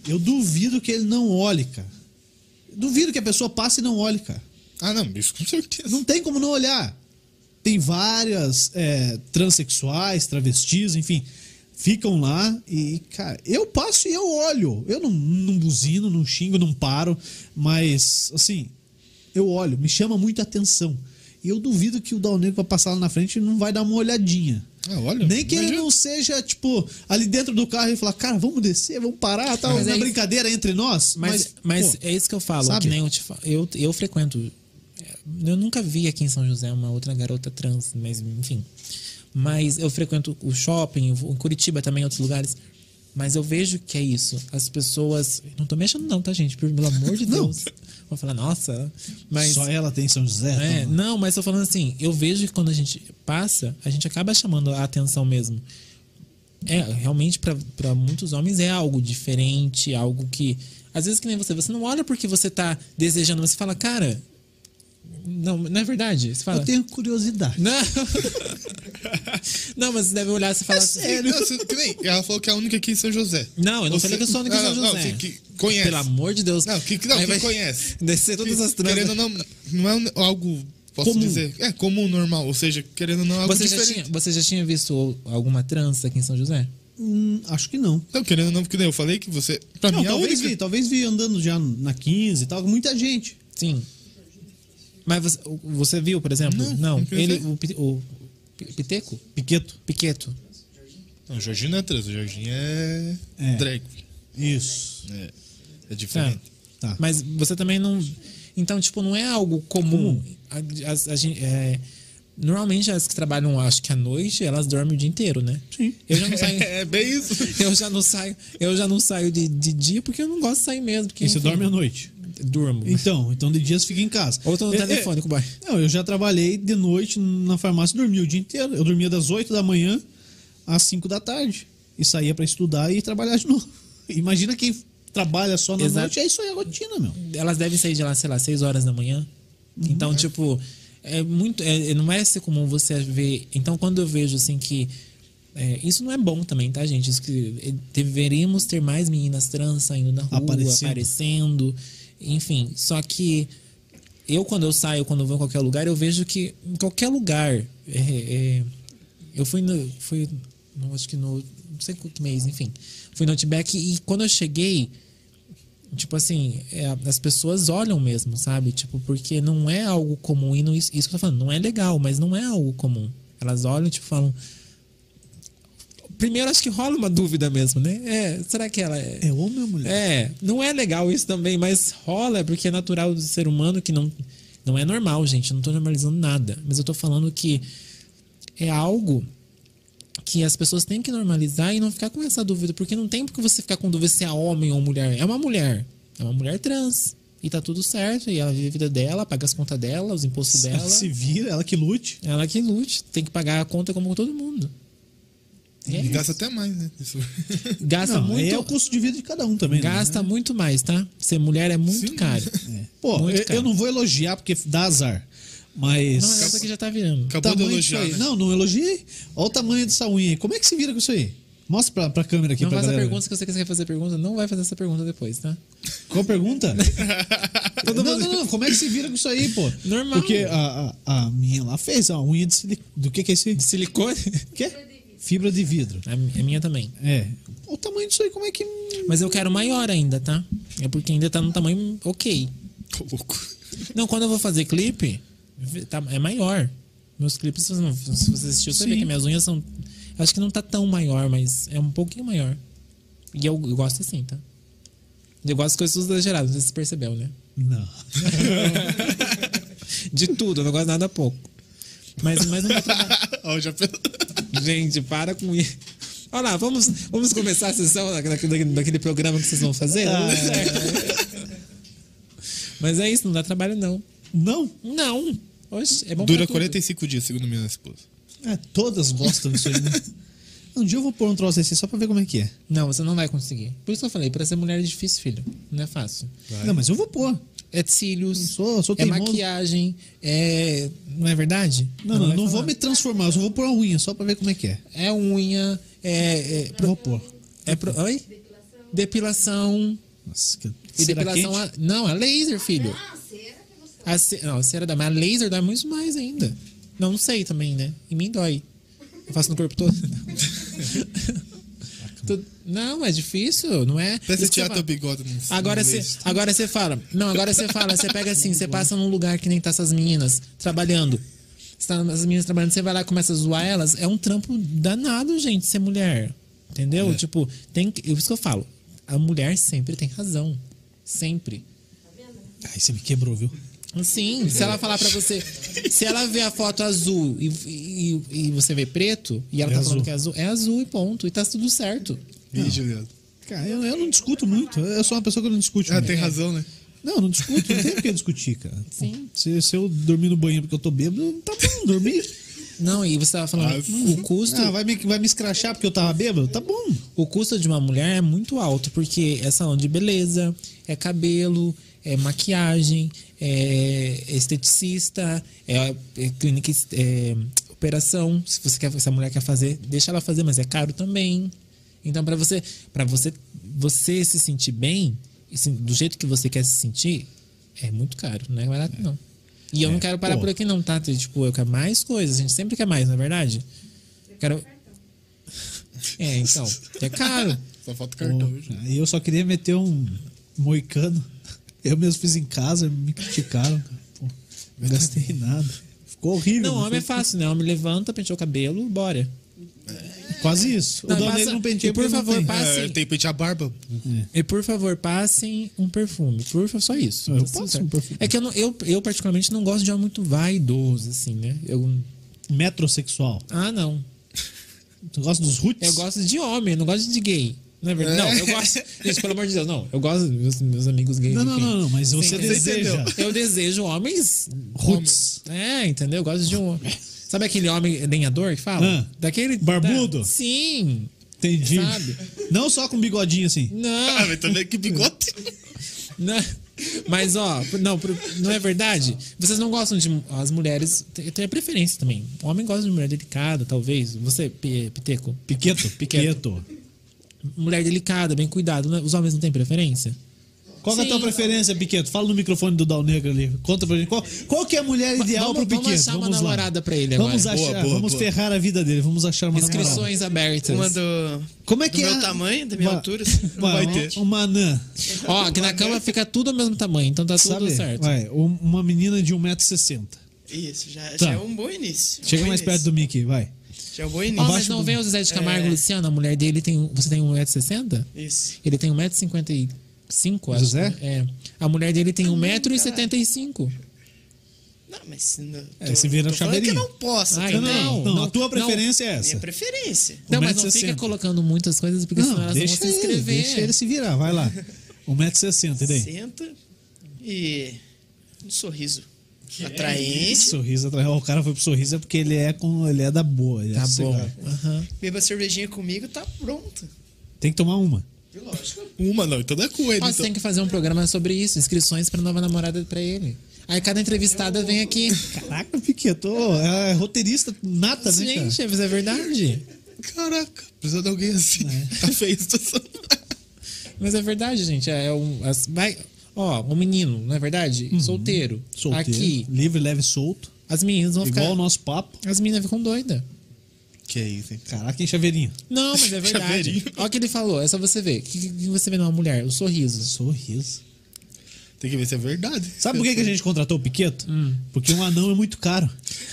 Speaker 1: Eu duvido que ele não olhe, cara. Duvido que a pessoa passe e não olhe, cara.
Speaker 2: Ah, não, isso com certeza.
Speaker 1: Não tem como não olhar. Tem várias é, transexuais, travestis, enfim, ficam lá e, cara, eu passo e eu olho. Eu não, não buzino, não xingo, não paro, mas, assim, eu olho, me chama muita atenção. E eu duvido que o Dal Negro vai passar lá na frente e não vai dar uma olhadinha.
Speaker 2: Ah, olha.
Speaker 1: Nem que ele
Speaker 2: imagina.
Speaker 1: não seja, tipo, ali dentro do carro e falar, cara, vamos descer, vamos parar, tal,
Speaker 3: Mas
Speaker 1: na
Speaker 3: é isso.
Speaker 1: brincadeira entre nós.
Speaker 3: Mas, mas
Speaker 1: pô,
Speaker 3: é isso que eu falo,
Speaker 1: sabe?
Speaker 3: que nem eu te falo. Eu, eu frequento. Eu nunca vi aqui em São José uma outra garota trans, mas enfim. Mas eu frequento o shopping, eu vou em Curitiba também, em outros lugares. Mas eu vejo que é isso. As pessoas. Não tô mexendo, não, tá, gente? Pelo amor de
Speaker 1: Não.
Speaker 3: Deus. Vou falar, nossa. Mas.
Speaker 1: só ela tem São José.
Speaker 3: É,
Speaker 2: Uhum.
Speaker 1: então-
Speaker 3: não, mas tô falando assim, eu vejo que quando a gente passa, a gente acaba chamando a atenção mesmo. É, realmente para muitos homens é algo diferente, algo que às vezes que nem você, você não olha porque você tá desejando, mas você fala, cara, não, não é verdade. Você fala,
Speaker 1: Eu tenho curiosidade.
Speaker 3: não. não, mas você deve olhar e você fala assim,
Speaker 2: Não, você- que nem- ela falou que é a única aqui em São José.
Speaker 3: Não, eu não
Speaker 2: Você-
Speaker 3: falei que eu sou a única em
Speaker 2: Não,
Speaker 3: São
Speaker 2: não,
Speaker 3: José.
Speaker 2: Não, que, que conhece.
Speaker 3: pelo amor de Deus.
Speaker 2: Não, que, que- não,
Speaker 3: Aí
Speaker 2: que
Speaker 3: vai
Speaker 2: conhece.
Speaker 3: Descer todas as
Speaker 2: Que-
Speaker 3: trans.
Speaker 2: Querendo ou não, não é um- algo, posso dizer, é comum, normal. Ou seja, querendo ou não, é algo
Speaker 3: você, já
Speaker 2: diferente.
Speaker 3: tinha, você já tinha visto alguma trança aqui em São José?
Speaker 1: Hum, acho que não.
Speaker 2: Não, querendo ou não, porque nem eu falei que você... Pra
Speaker 1: Não,
Speaker 2: mim é a
Speaker 1: talvez
Speaker 2: única.
Speaker 1: vi, talvez vi andando já na 15 e tal, muita gente.
Speaker 3: Sim. Mas você, você viu, por exemplo?
Speaker 2: Não,
Speaker 3: Não.
Speaker 2: não quer
Speaker 3: ele,
Speaker 2: dizer.
Speaker 3: o, Pi- o Pi- Piteco?
Speaker 1: Piqueto.
Speaker 3: Piqueto.
Speaker 2: Não, o Jorginho não é trans, o Jorginho é,
Speaker 1: É.
Speaker 2: drag.
Speaker 1: Isso.
Speaker 2: É, é
Speaker 3: Tá.
Speaker 2: diferente.
Speaker 1: Tá.
Speaker 3: Mas você também não. Então, tipo, não é algo comum. A- as- a gen- é, normalmente as que trabalham, acho que à noite, elas dormem o dia inteiro, né? Sim. Eu já não saio.
Speaker 2: É bem isso.
Speaker 3: Eu já não saio, eu já não saio de, de dia porque eu não gosto de sair mesmo. Porque,
Speaker 1: E você
Speaker 3: enfim,
Speaker 1: dorme à noite.
Speaker 3: Durmo.
Speaker 1: Então, então de dias fica em casa.
Speaker 3: Ou tô no
Speaker 1: É, é,
Speaker 3: telefone com o bar.
Speaker 1: Não, eu já trabalhei de noite na farmácia e dormia o dia inteiro. Eu dormia das 8 da manhã às 5 da tarde. E saía pra estudar e trabalhar de novo. Imagina quem trabalha só na
Speaker 3: Exato.
Speaker 1: noite, é isso aí a rotina, meu.
Speaker 3: elas devem sair de lá, sei lá, 6 horas da manhã. Então, tipo, é muito. é- é- não é ser comum você ver. Então, quando eu vejo assim que. é, isso não é bom também, tá, gente? Isso que, é, deveríamos ter mais meninas trans saindo na rua,
Speaker 1: Aparecendo.
Speaker 3: aparecendo. Enfim, só que eu, quando eu saio, quando eu vou em qualquer lugar, eu vejo que em qualquer lugar. é, é, eu fui no. Fui, no- acho que no. Não sei que mês, enfim. Fui no Outback e quando eu cheguei, Tipo assim, é, as pessoas olham mesmo, sabe? Tipo, porque não é algo comum. E não, isso, isso que eu tô falando, não é legal, mas não é algo comum. Elas olham, tipo, falam. Primeiro, acho que rola uma dúvida mesmo, né? É, será que ela é.
Speaker 1: É homem ou mulher?
Speaker 3: É, não é legal isso também, mas rola porque é natural do ser humano que não. Não é normal, gente. Eu não tô normalizando nada. Mas eu tô falando que é algo que as pessoas têm que normalizar e não ficar com essa dúvida, porque não tem porque você ficar com dúvida se é homem ou mulher. É uma mulher. É uma mulher trans. E tá tudo certo. E ela vive a vida dela, paga as contas dela, os impostos dela.
Speaker 1: Ela se vira, ela que lute.
Speaker 3: Ela que lute. Tem que pagar a conta como todo mundo. E é
Speaker 2: E
Speaker 3: isso.
Speaker 2: gasta até mais, né? Isso.
Speaker 3: Gasta
Speaker 1: Não, aí
Speaker 3: muito.
Speaker 1: é o custo de vida de cada um também. né?
Speaker 3: Gasta muito mais, tá? Ser mulher é muito
Speaker 2: Sim.
Speaker 3: caro.
Speaker 1: Pô,
Speaker 3: Muito
Speaker 1: eu,
Speaker 3: caro.
Speaker 1: eu não vou elogiar porque dá azar. Mas.
Speaker 3: Não, é essa que já tá virando.
Speaker 2: Acabou de
Speaker 1: tamanho disso aí.
Speaker 2: elogiar, né?
Speaker 1: Não, não elogiei. Olha o tamanho dessa unha aí. Como é que se vira com isso aí? Mostra pra, pra câmera aqui
Speaker 3: Não
Speaker 1: pra
Speaker 3: faça
Speaker 1: galera.
Speaker 3: perguntas que você quiser fazer pergunta, não vai fazer essa pergunta depois, tá?
Speaker 1: Qual pergunta? não, não, não, Como é que se vira com isso aí, pô?
Speaker 3: Normal.
Speaker 1: Porque a, a, a minha lá fez uma unha de silicone. Do que que é esse?
Speaker 3: De silicone?
Speaker 1: Quê? Fibra de vidro.
Speaker 3: A mi- a minha também.
Speaker 1: É. O tamanho disso aí, como é que.
Speaker 3: Mas eu quero maior ainda, tá? É porque ainda tá num tamanho ok.
Speaker 2: Tô louco.
Speaker 3: Não, quando eu vou fazer clipe, vê- tá- é maior. Meus clipes, se você se você assistiu, você vê
Speaker 1: Sim.
Speaker 3: que minhas unhas são. Acho que não tá tão maior, mas é um pouquinho maior. E eu, eu gosto assim, tá? Eu gosto de coisas exageradas, não sei se você percebeu, né?
Speaker 1: Não.
Speaker 3: De tudo, eu não gosto de nada pouco. Mas, mas não vou trabalhar.
Speaker 2: Ó, já pensou.
Speaker 3: Gente, para com isso. Olha lá, vamos, vamos começar a sessão da- da- daquele, daquele programa que vocês vão fazer?
Speaker 1: Ah, é.
Speaker 3: Mas é isso, não dá trabalho, não.
Speaker 1: Não?
Speaker 3: Não! Oxe, é bom pra
Speaker 2: Dura
Speaker 3: tudo.
Speaker 2: 45 dias, segundo minha esposa.
Speaker 1: É, todas gostam disso aí, né? Um dia eu vou pôr um troço desse só pra ver como é que é.
Speaker 3: Não, você não vai conseguir. Por isso que eu falei, pra ser mulher é difícil, filho. Não é fácil.
Speaker 1: Não, mas eu vou pôr.
Speaker 3: É cílios,
Speaker 1: Sou- sou
Speaker 3: é
Speaker 1: teimoso.
Speaker 3: maquiagem, é. Não é verdade?
Speaker 1: Não, não,
Speaker 3: vai
Speaker 1: eu não vou
Speaker 3: falar.
Speaker 1: me transformar, eu só vou pôr a unha só pra ver como é que é.
Speaker 3: É unha, é. é...
Speaker 1: Eu vou pôr.
Speaker 3: é pro... Oi? Depilação.
Speaker 1: Nossa, que
Speaker 3: E
Speaker 1: será
Speaker 3: depilação.
Speaker 1: quente?
Speaker 3: A... Não, é laser, filho.
Speaker 8: Ah, será que você
Speaker 3: A ce- Não, a cera dá, mas a laser dá muito mais ainda. Não, não sei também, né? Em mim dói. Eu faço no corpo todo. Tu- Não, é difícil, não é?
Speaker 2: Até você
Speaker 3: Isso que eu
Speaker 2: tirar teu
Speaker 3: falo.
Speaker 2: bigode. não-
Speaker 3: Agora
Speaker 2: não
Speaker 3: você,
Speaker 2: vejo.
Speaker 3: agora você fala. Não, agora você fala, você pega assim, você passa num lugar que nem tá essas meninas trabalhando. Você tá as meninas trabalhando, você vai lá e começa a zoar elas. É um trampo danado, gente, ser mulher. Entendeu? Tipo, tem que. é Isso que eu falo. A mulher sempre tem razão. Sempre.
Speaker 1: Ai, você me quebrou, viu?
Speaker 3: Sim, se ela falar pra você. Se ela vê a foto azul e, e- e você vê preto, e ela
Speaker 1: É
Speaker 3: tá falando
Speaker 1: azul.
Speaker 3: que é azul, é azul e ponto. E tá tudo certo.
Speaker 2: Ih, Juliano.
Speaker 1: Cara, eu, eu não discuto muito. Eu sou uma pessoa que não discute
Speaker 2: Ah,
Speaker 1: muito.
Speaker 2: tem razão, né?
Speaker 1: Não, eu não discuto, não tem o que discutir, cara.
Speaker 3: Sim.
Speaker 1: Se, se eu dormir no banheiro porque eu tô bêbado, tá bom, dormi.
Speaker 3: Não, e você tava falando, o custo.
Speaker 1: Ah, vai me, vai me escrachar porque eu tava bêbado? Tá bom.
Speaker 3: O custo de uma mulher é muito alto, porque é salão de beleza, é cabelo, é maquiagem, é esteticista, é, é clínica, est- é, operação. Se você quer, se a mulher quer fazer, deixa ela fazer, mas é caro também. Então, para você, para você, você se sentir bem, e se- do jeito que você quer se sentir, é muito caro, não é barato não. E eu não quero parar
Speaker 1: Pô.
Speaker 3: por aqui não, tá? Tipo, eu quero mais coisas, a gente sempre quer mais, não é verdade? Quero é, então. É caro.
Speaker 2: Só falta o
Speaker 1: Pô,
Speaker 3: Tá
Speaker 2: cartão, viu, Juliano?
Speaker 1: aí eu só queria meter um moicano. Eu mesmo fiz em casa, me criticaram. Pô, não gastei nada. Ficou horrível.
Speaker 3: Não, homem é fácil, né? Homem levanta, penteou o cabelo, bora.
Speaker 1: Quase isso.
Speaker 3: é- Não,
Speaker 1: o Dona
Speaker 3: passa-
Speaker 1: Negra não penteia
Speaker 3: e por
Speaker 1: porque não
Speaker 3: favor,
Speaker 1: tem.
Speaker 3: passa-
Speaker 2: É,
Speaker 3: assim.
Speaker 2: tem que pentear a barba.
Speaker 3: E por favor, passem um perfume. Por favor, só isso.
Speaker 1: Eu
Speaker 3: Tá tudo
Speaker 1: passo
Speaker 3: certo.
Speaker 1: um perfume.
Speaker 3: É que eu, não- eu, eu, particularmente, não gosto de homem muito vaidoso, assim, né? Eu,
Speaker 1: Metrosexual.
Speaker 3: ah, não.
Speaker 1: Tu gosta dos roots?
Speaker 3: Eu gosto de homem, eu não gosto de gay. Não, é verdade? não, eu gosto. Gente, pelo amor de Deus, não. Eu gosto dos meus, meus amigos gays.
Speaker 1: Não, não,
Speaker 3: enfim.
Speaker 1: não, não, mas você
Speaker 3: entendeu?
Speaker 1: deseja.
Speaker 3: Eu desejo homens.
Speaker 1: Roots.
Speaker 3: homem- É, entendeu? Eu gosto de um. Sabe aquele homem lenhador que fala?
Speaker 1: Ah,
Speaker 3: Daquele.
Speaker 1: barbudo?
Speaker 3: da- sim.
Speaker 1: Entendi.
Speaker 3: Sabe?
Speaker 1: Não só com bigodinho assim.
Speaker 2: Ah,
Speaker 3: Não.
Speaker 2: mas também que bigode.
Speaker 3: Não, Né? mas, ó, não, pro- não é verdade? Vocês não gostam de. As mulheres. Eu tenho preferência também. O homem gosta de mulher delicada, talvez. Você, P- Piteco.
Speaker 1: Piqueto? Piqueto.
Speaker 3: Mulher delicada, bem cuidado. né? Os homens não têm preferência?
Speaker 1: Qual que é a tua
Speaker 3: Sim.
Speaker 1: preferência, Piqueto? Fala no microfone do Dal Negro ali. Conta pra gente. Qual, qual que é a mulher ideal
Speaker 3: vamos,
Speaker 1: pro
Speaker 3: vamos
Speaker 1: Piqueto?
Speaker 3: achar uma
Speaker 1: lá.
Speaker 3: namorada pra ele
Speaker 1: Vamos
Speaker 3: agora.
Speaker 1: achar,
Speaker 2: Boa, boa,
Speaker 1: vamos
Speaker 2: boa.
Speaker 1: ferrar a vida dele. Vamos achar uma namorada.
Speaker 3: Inscrições abertas.
Speaker 5: Uma do.
Speaker 1: Como é que
Speaker 5: do
Speaker 1: é?
Speaker 5: meu tamanho, da minha
Speaker 1: Uma-
Speaker 5: altura. assim.
Speaker 1: Uma,
Speaker 2: Vai ter.
Speaker 1: Uma anã,
Speaker 3: Ó, aqui na cama fica tudo do mesmo tamanho, então tá tudo
Speaker 1: sabe?
Speaker 3: certo.
Speaker 1: Vai, um- uma menina de 1,60m.
Speaker 5: Isso, já,
Speaker 1: Tá.
Speaker 5: já é um bom início.
Speaker 1: Chega
Speaker 5: Bom
Speaker 1: mais perto
Speaker 5: início.
Speaker 1: do Mickey, vai.
Speaker 5: Já é um bom
Speaker 3: Ó,
Speaker 5: início.
Speaker 3: mas não vem o Zé de Camargo,
Speaker 5: É.
Speaker 3: Luciano, a mulher dele tem. um, Você tem 1,60m?
Speaker 5: Isso.
Speaker 3: Ele tem 1,55m, acho.
Speaker 1: José?
Speaker 3: que É. A mulher dele tem 1,75m.
Speaker 5: Não, mas. Não,
Speaker 1: É, se vira
Speaker 5: tô falando que eu
Speaker 1: chaveirinho.
Speaker 5: não posso.
Speaker 3: Ai,
Speaker 5: também.
Speaker 3: não,
Speaker 1: não,
Speaker 3: não,
Speaker 1: a tua
Speaker 3: não.
Speaker 1: preferência é
Speaker 5: Minha
Speaker 1: essa.
Speaker 5: preferência.
Speaker 3: Não, mas não
Speaker 1: 1,60m.
Speaker 3: fica colocando muitas coisas, porque senão é elas vão se
Speaker 1: ele,
Speaker 3: inscrever.
Speaker 1: assim, deixa ele se virar, vai Um lá. 1,60m, e daí?
Speaker 5: Senta e. Um sorriso. Atraente.
Speaker 1: Sorriso atrás. O cara foi pro sorriso é porque ele é, com, ele é da boa. ele é
Speaker 3: Tá bom.
Speaker 1: sossegado.
Speaker 3: Aham.
Speaker 5: Beba a cervejinha comigo, tá pronto.
Speaker 1: Tem que tomar uma.
Speaker 2: Uma não, então não é com ele.
Speaker 3: Nós
Speaker 1: tá-
Speaker 2: então.
Speaker 3: tem que fazer um programa sobre isso, inscrições pra nova namorada pra ele. Aí cada entrevistada vem aqui.
Speaker 1: Caraca, Piquetou. É roteirista nata, né, cara?
Speaker 3: Gente, isso é verdade.
Speaker 2: Caraca, precisa de alguém assim. Tá feio a situação.
Speaker 3: Mas é verdade, gente. É um, as- vai, ó, um menino, não é verdade? Solteiro.
Speaker 1: Uhum. Solteiro.
Speaker 3: Aqui.
Speaker 1: Livre, leve, solto.
Speaker 3: As meninas vão
Speaker 1: Igual o
Speaker 3: ficar.
Speaker 1: nosso papo.
Speaker 3: As meninas ficam doidas.
Speaker 2: Que isso, hein?
Speaker 1: Caraca, em chaveirinho.
Speaker 3: Não, mas é verdade.
Speaker 2: Chaveirinho.
Speaker 3: Olha o que ele falou, é só você ver. O que, que você vê numa mulher? O sorriso.
Speaker 1: Sorriso.
Speaker 2: Tem que ver se é verdade.
Speaker 1: Sabe por que, que a gente contratou o Piqueto?
Speaker 3: Hum.
Speaker 1: Porque um anão é muito caro.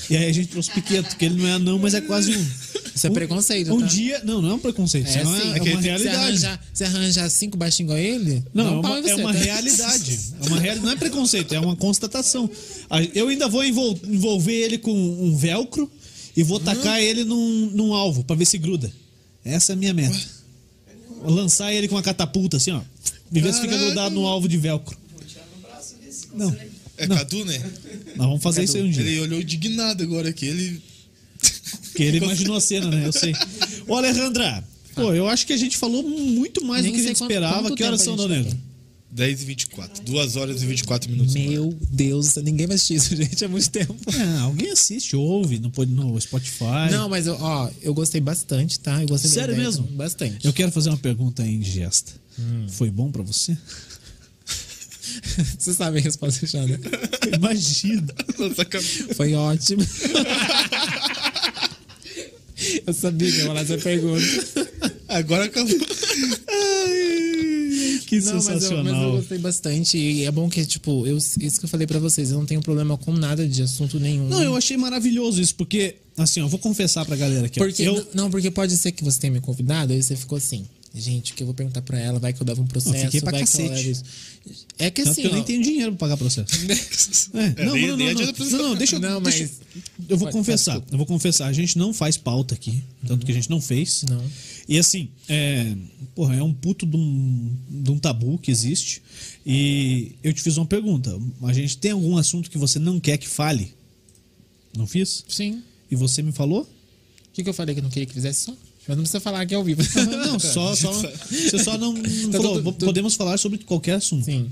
Speaker 1: E aí a gente trouxe o Piqueto, que ele não é anão, mas é quase um.
Speaker 3: Isso é
Speaker 1: um-
Speaker 3: preconceito,
Speaker 1: Um
Speaker 3: tá?
Speaker 1: dia. Não, não é um preconceito.
Speaker 3: É,
Speaker 1: isso É, uma-
Speaker 3: sim.
Speaker 1: é
Speaker 3: É que
Speaker 1: uma
Speaker 3: se
Speaker 1: realidade.
Speaker 3: arranjar, se arranjar cinco baixinhos igual ele, dá
Speaker 1: Não,
Speaker 3: um
Speaker 1: é
Speaker 3: pau
Speaker 1: uma,
Speaker 3: em
Speaker 1: é
Speaker 3: você,
Speaker 1: uma
Speaker 3: tá?
Speaker 1: realidade. É uma reali- Não é preconceito, é uma constatação. A- Eu ainda vou envol- envolver ele com um velcro e vou
Speaker 3: Hum?
Speaker 1: tacar ele num, num alvo pra ver se gruda. Essa é a minha meta. Vou lançar ele com uma catapulta, assim, ó. E ver se fica
Speaker 2: Caraca.
Speaker 1: grudado no alvo de velcro. Não,
Speaker 2: É Cadu, né?
Speaker 1: nós vamos fazer isso aí um dia.
Speaker 2: Ele olhou indignado agora aqui. Ele.
Speaker 1: Porque ele imaginou a cena, né? Eu sei. Ô, Alejandra, pô, eu acho que a gente falou muito mais
Speaker 3: Ah. Nem
Speaker 1: do que a
Speaker 3: sei
Speaker 1: gente
Speaker 3: quanto-
Speaker 1: esperava.
Speaker 3: quanto
Speaker 1: Que horas
Speaker 3: tempo
Speaker 1: são,
Speaker 3: a
Speaker 1: Dona
Speaker 3: gente
Speaker 1: Negra?
Speaker 2: 10 e 24. 2 horas e 24 minutos.
Speaker 3: Meu Deus, ninguém vai assistir isso, gente, há muito tempo.
Speaker 1: Ah, alguém assiste, ouve no, pod- no Spotify.
Speaker 3: Não, mas ó, eu gostei bastante, tá? Eu gostei da
Speaker 1: Sério
Speaker 3: ideia,
Speaker 1: mesmo?
Speaker 3: Bastante.
Speaker 1: Eu quero fazer uma pergunta indigesta.
Speaker 3: Hum.
Speaker 1: Foi bom pra você?
Speaker 3: Você sabe a resposta já, né?
Speaker 1: Imagina.
Speaker 2: Nossa, cabeça.
Speaker 3: Foi ótimo. eu sabia que ia rolar essa pergunta.
Speaker 2: Agora acabou.
Speaker 1: Que
Speaker 3: Não, mas eu-
Speaker 1: sensacional.
Speaker 3: Mas eu, gostei bastante. E é bom que, tipo, eu, isso que eu falei pra vocês, eu não tenho problema com nada de assunto nenhum.
Speaker 1: Não, eu achei maravilhoso isso, porque, assim, ó, vou confessar pra galera aqui. ó.
Speaker 3: Porque,
Speaker 1: eu,
Speaker 3: não, não, porque pode ser que você tenha me convidado, aí você ficou assim, gente, o que eu vou perguntar pra ela? Vai que eu dava um processo,
Speaker 1: fiquei pra
Speaker 3: vai que eu
Speaker 1: cacete.
Speaker 3: levo isso. É que
Speaker 1: tanto
Speaker 3: assim,
Speaker 1: que eu nem
Speaker 3: ó,
Speaker 1: tenho dinheiro pra pagar processo. É,
Speaker 2: É,
Speaker 1: não,
Speaker 2: nem-
Speaker 1: não, não,
Speaker 2: nem
Speaker 1: não,
Speaker 2: adianta
Speaker 1: não, não, deixa eu.
Speaker 3: Não,
Speaker 1: deixa eu-
Speaker 3: mas-
Speaker 1: eu vou
Speaker 3: Vai,
Speaker 1: confessar, eu vou confessar. A gente não faz pauta aqui, tanto que a gente não fez.
Speaker 3: Não.
Speaker 1: E assim, é, porra, é um puto de um, de um tabu que existe. E eu te fiz uma pergunta. A gente tem algum assunto que você não quer que fale? Não fiz?
Speaker 3: Sim.
Speaker 1: E você me falou?
Speaker 3: O que, que eu falei que eu não queria que fizesse só? Mas não precisa falar aqui ao vivo.
Speaker 1: Não, só, só, você só não, não
Speaker 3: Tá,
Speaker 1: falou.
Speaker 3: tu- tu-
Speaker 1: Podemos falar sobre qualquer assunto.
Speaker 3: Sim.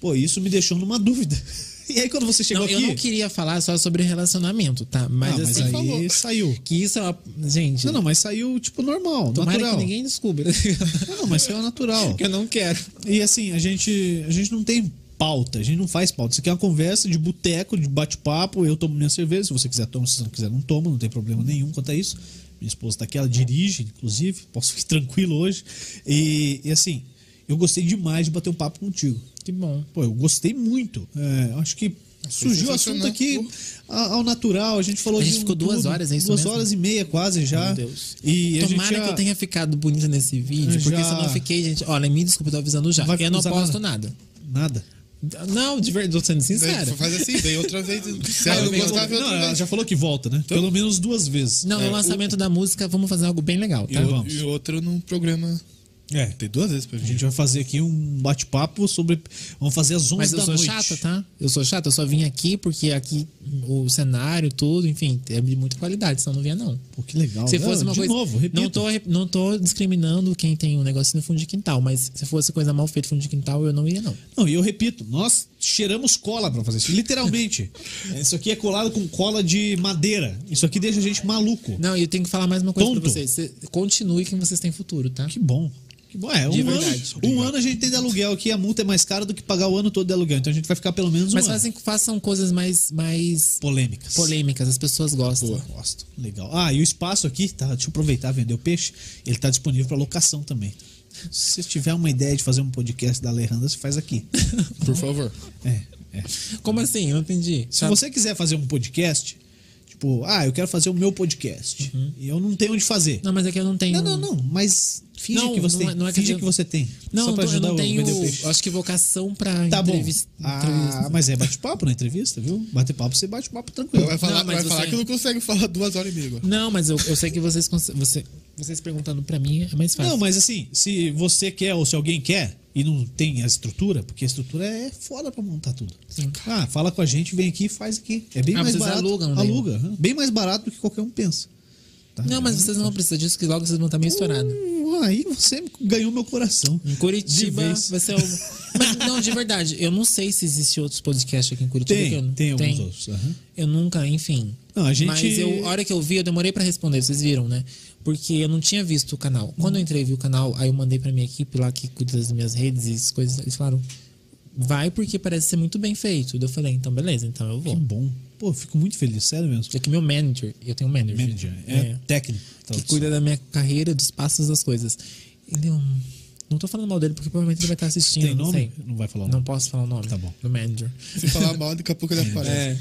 Speaker 1: Pô, isso me deixou numa dúvida. E aí quando você chegou
Speaker 3: Não,
Speaker 1: aqui,
Speaker 3: eu não queria falar só sobre relacionamento, tá? Mas
Speaker 1: Ah, mas
Speaker 3: assim,
Speaker 1: aí
Speaker 3: falou.
Speaker 1: saiu.
Speaker 3: Que isso é uma... Gente,
Speaker 1: Não, não, mas saiu tipo normal,
Speaker 3: tomara
Speaker 1: natural.
Speaker 3: que ninguém descubra.
Speaker 1: Não, mas saiu natural.
Speaker 3: que eu não quero.
Speaker 1: E assim, a gente, a gente não tem pauta, a gente não faz pauta. Isso aqui é uma conversa de boteco, de bate-papo. Eu tomo minha cerveja, se você quiser toma, se você não quiser não toma, não tem problema nenhum quanto a isso. Minha esposa tá aqui, ela dirige, inclusive, posso ficar tranquilo hoje. E, e assim, eu gostei demais de bater um papo contigo.
Speaker 3: Que bom.
Speaker 1: Pô, eu gostei muito. É, acho que surgiu o assunto aqui a- ao natural. A gente falou
Speaker 3: A
Speaker 1: de
Speaker 3: gente
Speaker 1: um
Speaker 3: ficou duas
Speaker 1: tudo.
Speaker 3: horas, é isso
Speaker 1: Duas
Speaker 3: mesmo?
Speaker 1: horas e meia quase já.
Speaker 3: Meu Deus.
Speaker 1: E a
Speaker 3: Tomara
Speaker 1: gente já-
Speaker 3: que eu tenha ficado bonita nesse vídeo,
Speaker 1: Já-
Speaker 3: porque se eu não fiquei, gente. Olha, me desculpa, eu tô avisando já.
Speaker 1: Vai
Speaker 3: eu não
Speaker 1: usar
Speaker 3: posto nada.
Speaker 1: Nada.
Speaker 3: Não, de verdade, tô sendo sincero.
Speaker 2: Daí Faz assim, vem outra vez. Se
Speaker 3: Ah,
Speaker 2: ela não
Speaker 3: vem
Speaker 2: gostar, vem
Speaker 1: Não,
Speaker 2: outra
Speaker 1: ela
Speaker 2: vez.
Speaker 1: já falou que volta, né? Pelo menos duas vezes.
Speaker 3: Então- Não, no lançamento da música, vamos fazer algo bem legal,
Speaker 2: E
Speaker 3: tá?
Speaker 2: o-
Speaker 1: vamos.
Speaker 2: E outra num programa.
Speaker 1: É.
Speaker 2: Tem duas vezes pra
Speaker 1: A gente
Speaker 2: gente.
Speaker 1: vai fazer aqui um bate-papo sobre. Vamos fazer às 11
Speaker 3: Mas
Speaker 1: da
Speaker 3: eu sou
Speaker 1: noite.
Speaker 3: chata, tá? Eu sou chata, eu só vim aqui porque aqui o cenário, tudo, enfim, é de muita qualidade, senão eu não vinha, não.
Speaker 1: Pô, que legal.
Speaker 3: Se
Speaker 1: Não,
Speaker 3: fosse uma
Speaker 1: de
Speaker 3: coisa.
Speaker 1: novo, repito.
Speaker 3: não, tô, re- não tô discriminando quem tem um negocinho no fundo de quintal, mas se fosse coisa mal feita no fundo de quintal, eu não ia, não.
Speaker 1: Não, e eu repito, nós cheiramos cola pra fazer isso. Literalmente. isso aqui é colado com cola de madeira. Isso aqui deixa a gente maluco.
Speaker 3: Não, e eu tenho que falar mais uma coisa pra
Speaker 1: Tonto.
Speaker 3: vocês. Cê- continue que vocês têm futuro, tá?
Speaker 1: Que bom. Que bom. É, um,
Speaker 3: De
Speaker 1: ano,
Speaker 3: verdade.
Speaker 1: um ano a gente tem de aluguel aqui. A multa é mais cara do que pagar o ano todo de aluguel. Então a gente vai ficar pelo menos um
Speaker 3: Mas assim-
Speaker 1: ano.
Speaker 3: fazem, façam coisas mais, mais
Speaker 1: Polêmicas.
Speaker 3: polêmicas, as pessoas gostam.
Speaker 1: Gosto. Legal. Ah, e o espaço aqui, tá? Deixa eu aproveitar, vender o peixe. Ele tá disponível para locação também. Se você tiver uma ideia de fazer um podcast da Alejandra, você faz aqui.
Speaker 2: Por favor.
Speaker 1: É, é.
Speaker 3: Como assim? Eu não entendi.
Speaker 1: Se
Speaker 3: Tá-
Speaker 1: você quiser fazer um podcast, tipo, ah, eu quero fazer o meu podcast. E eu não tenho onde fazer.
Speaker 3: Uhum. Não, mas é que eu não
Speaker 1: Não,
Speaker 3: tenho.
Speaker 1: não, não. Mas finge
Speaker 3: Não,
Speaker 1: que você
Speaker 3: não
Speaker 1: tem.
Speaker 3: é- não é que
Speaker 1: finge
Speaker 3: eu-
Speaker 1: que você tem.
Speaker 3: Não,
Speaker 1: Só pra
Speaker 3: eu não- eu
Speaker 1: ajudar
Speaker 3: não
Speaker 1: o vender o
Speaker 3: tenho,
Speaker 1: peixe.
Speaker 3: acho que vocação pra
Speaker 1: Tá bom.
Speaker 3: entrevista.
Speaker 1: Ah,
Speaker 3: entrevista.
Speaker 1: mas é bate-papo na entrevista, viu? Bater papo, você bate papo tranquilo.
Speaker 2: Vai falar,
Speaker 3: Não, mas
Speaker 2: vai falar
Speaker 3: você-
Speaker 2: que não consegue falar duas horas e meia agora.
Speaker 3: Não, mas eu, eu sei que vocês, cons- você, vocês perguntando pra mim é mais fácil.
Speaker 1: Não, mas assim, se você quer ou se alguém quer, e não tem a estrutura, porque a estrutura é foda pra montar tudo. Ah, fala com a gente, vem aqui, faz aqui. É bem
Speaker 3: Ah,
Speaker 1: mais
Speaker 3: vocês
Speaker 1: barato.
Speaker 3: alugam, né?
Speaker 1: aluga, aham. bem mais barato do que qualquer um pensa. Tá?
Speaker 3: Não, mas vocês não vão precisar disso, que logo vocês vão estar meio estourados.
Speaker 1: Hum, aí você ganhou meu coração.
Speaker 3: Em
Speaker 1: De
Speaker 3: Curitiba
Speaker 1: vez.
Speaker 3: vai ser o. Mas não, de verdade, eu não sei se existe outros podcasts aqui em Curitiba. que eu
Speaker 1: Tem,
Speaker 3: não-
Speaker 1: tem alguns outros. aham.
Speaker 3: Eu nunca, enfim.
Speaker 1: Não, a gente-
Speaker 3: Mas eu, a hora que eu vi, eu demorei pra responder, vocês viram, né? Porque eu não tinha visto o canal. Quando eu entrei e vi o canal, aí eu mandei pra minha equipe lá que cuida das minhas redes e as coisas. Eles falaram, vai porque parece ser muito bem feito. Daí Eu falei, então beleza, então eu
Speaker 1: Que
Speaker 3: vou.
Speaker 1: bom. Pô, eu fico muito feliz, sério mesmo.
Speaker 3: É que meu manager, eu tenho um manager.
Speaker 1: Manager, é,
Speaker 3: é
Speaker 1: técnico. Então,
Speaker 3: que
Speaker 1: tradução.
Speaker 3: cuida da minha carreira, dos passos, das coisas. Ele é um- Não tô falando mal dele, porque provavelmente ele vai estar assistindo.
Speaker 1: Tem
Speaker 3: não
Speaker 1: nome?
Speaker 3: sei.
Speaker 1: Não vai falar o
Speaker 3: Não
Speaker 1: nome.
Speaker 3: posso falar o nome.
Speaker 1: Tá bom.
Speaker 3: Do manager.
Speaker 2: Se falar mal, daqui a pouco ele aparece.
Speaker 3: É,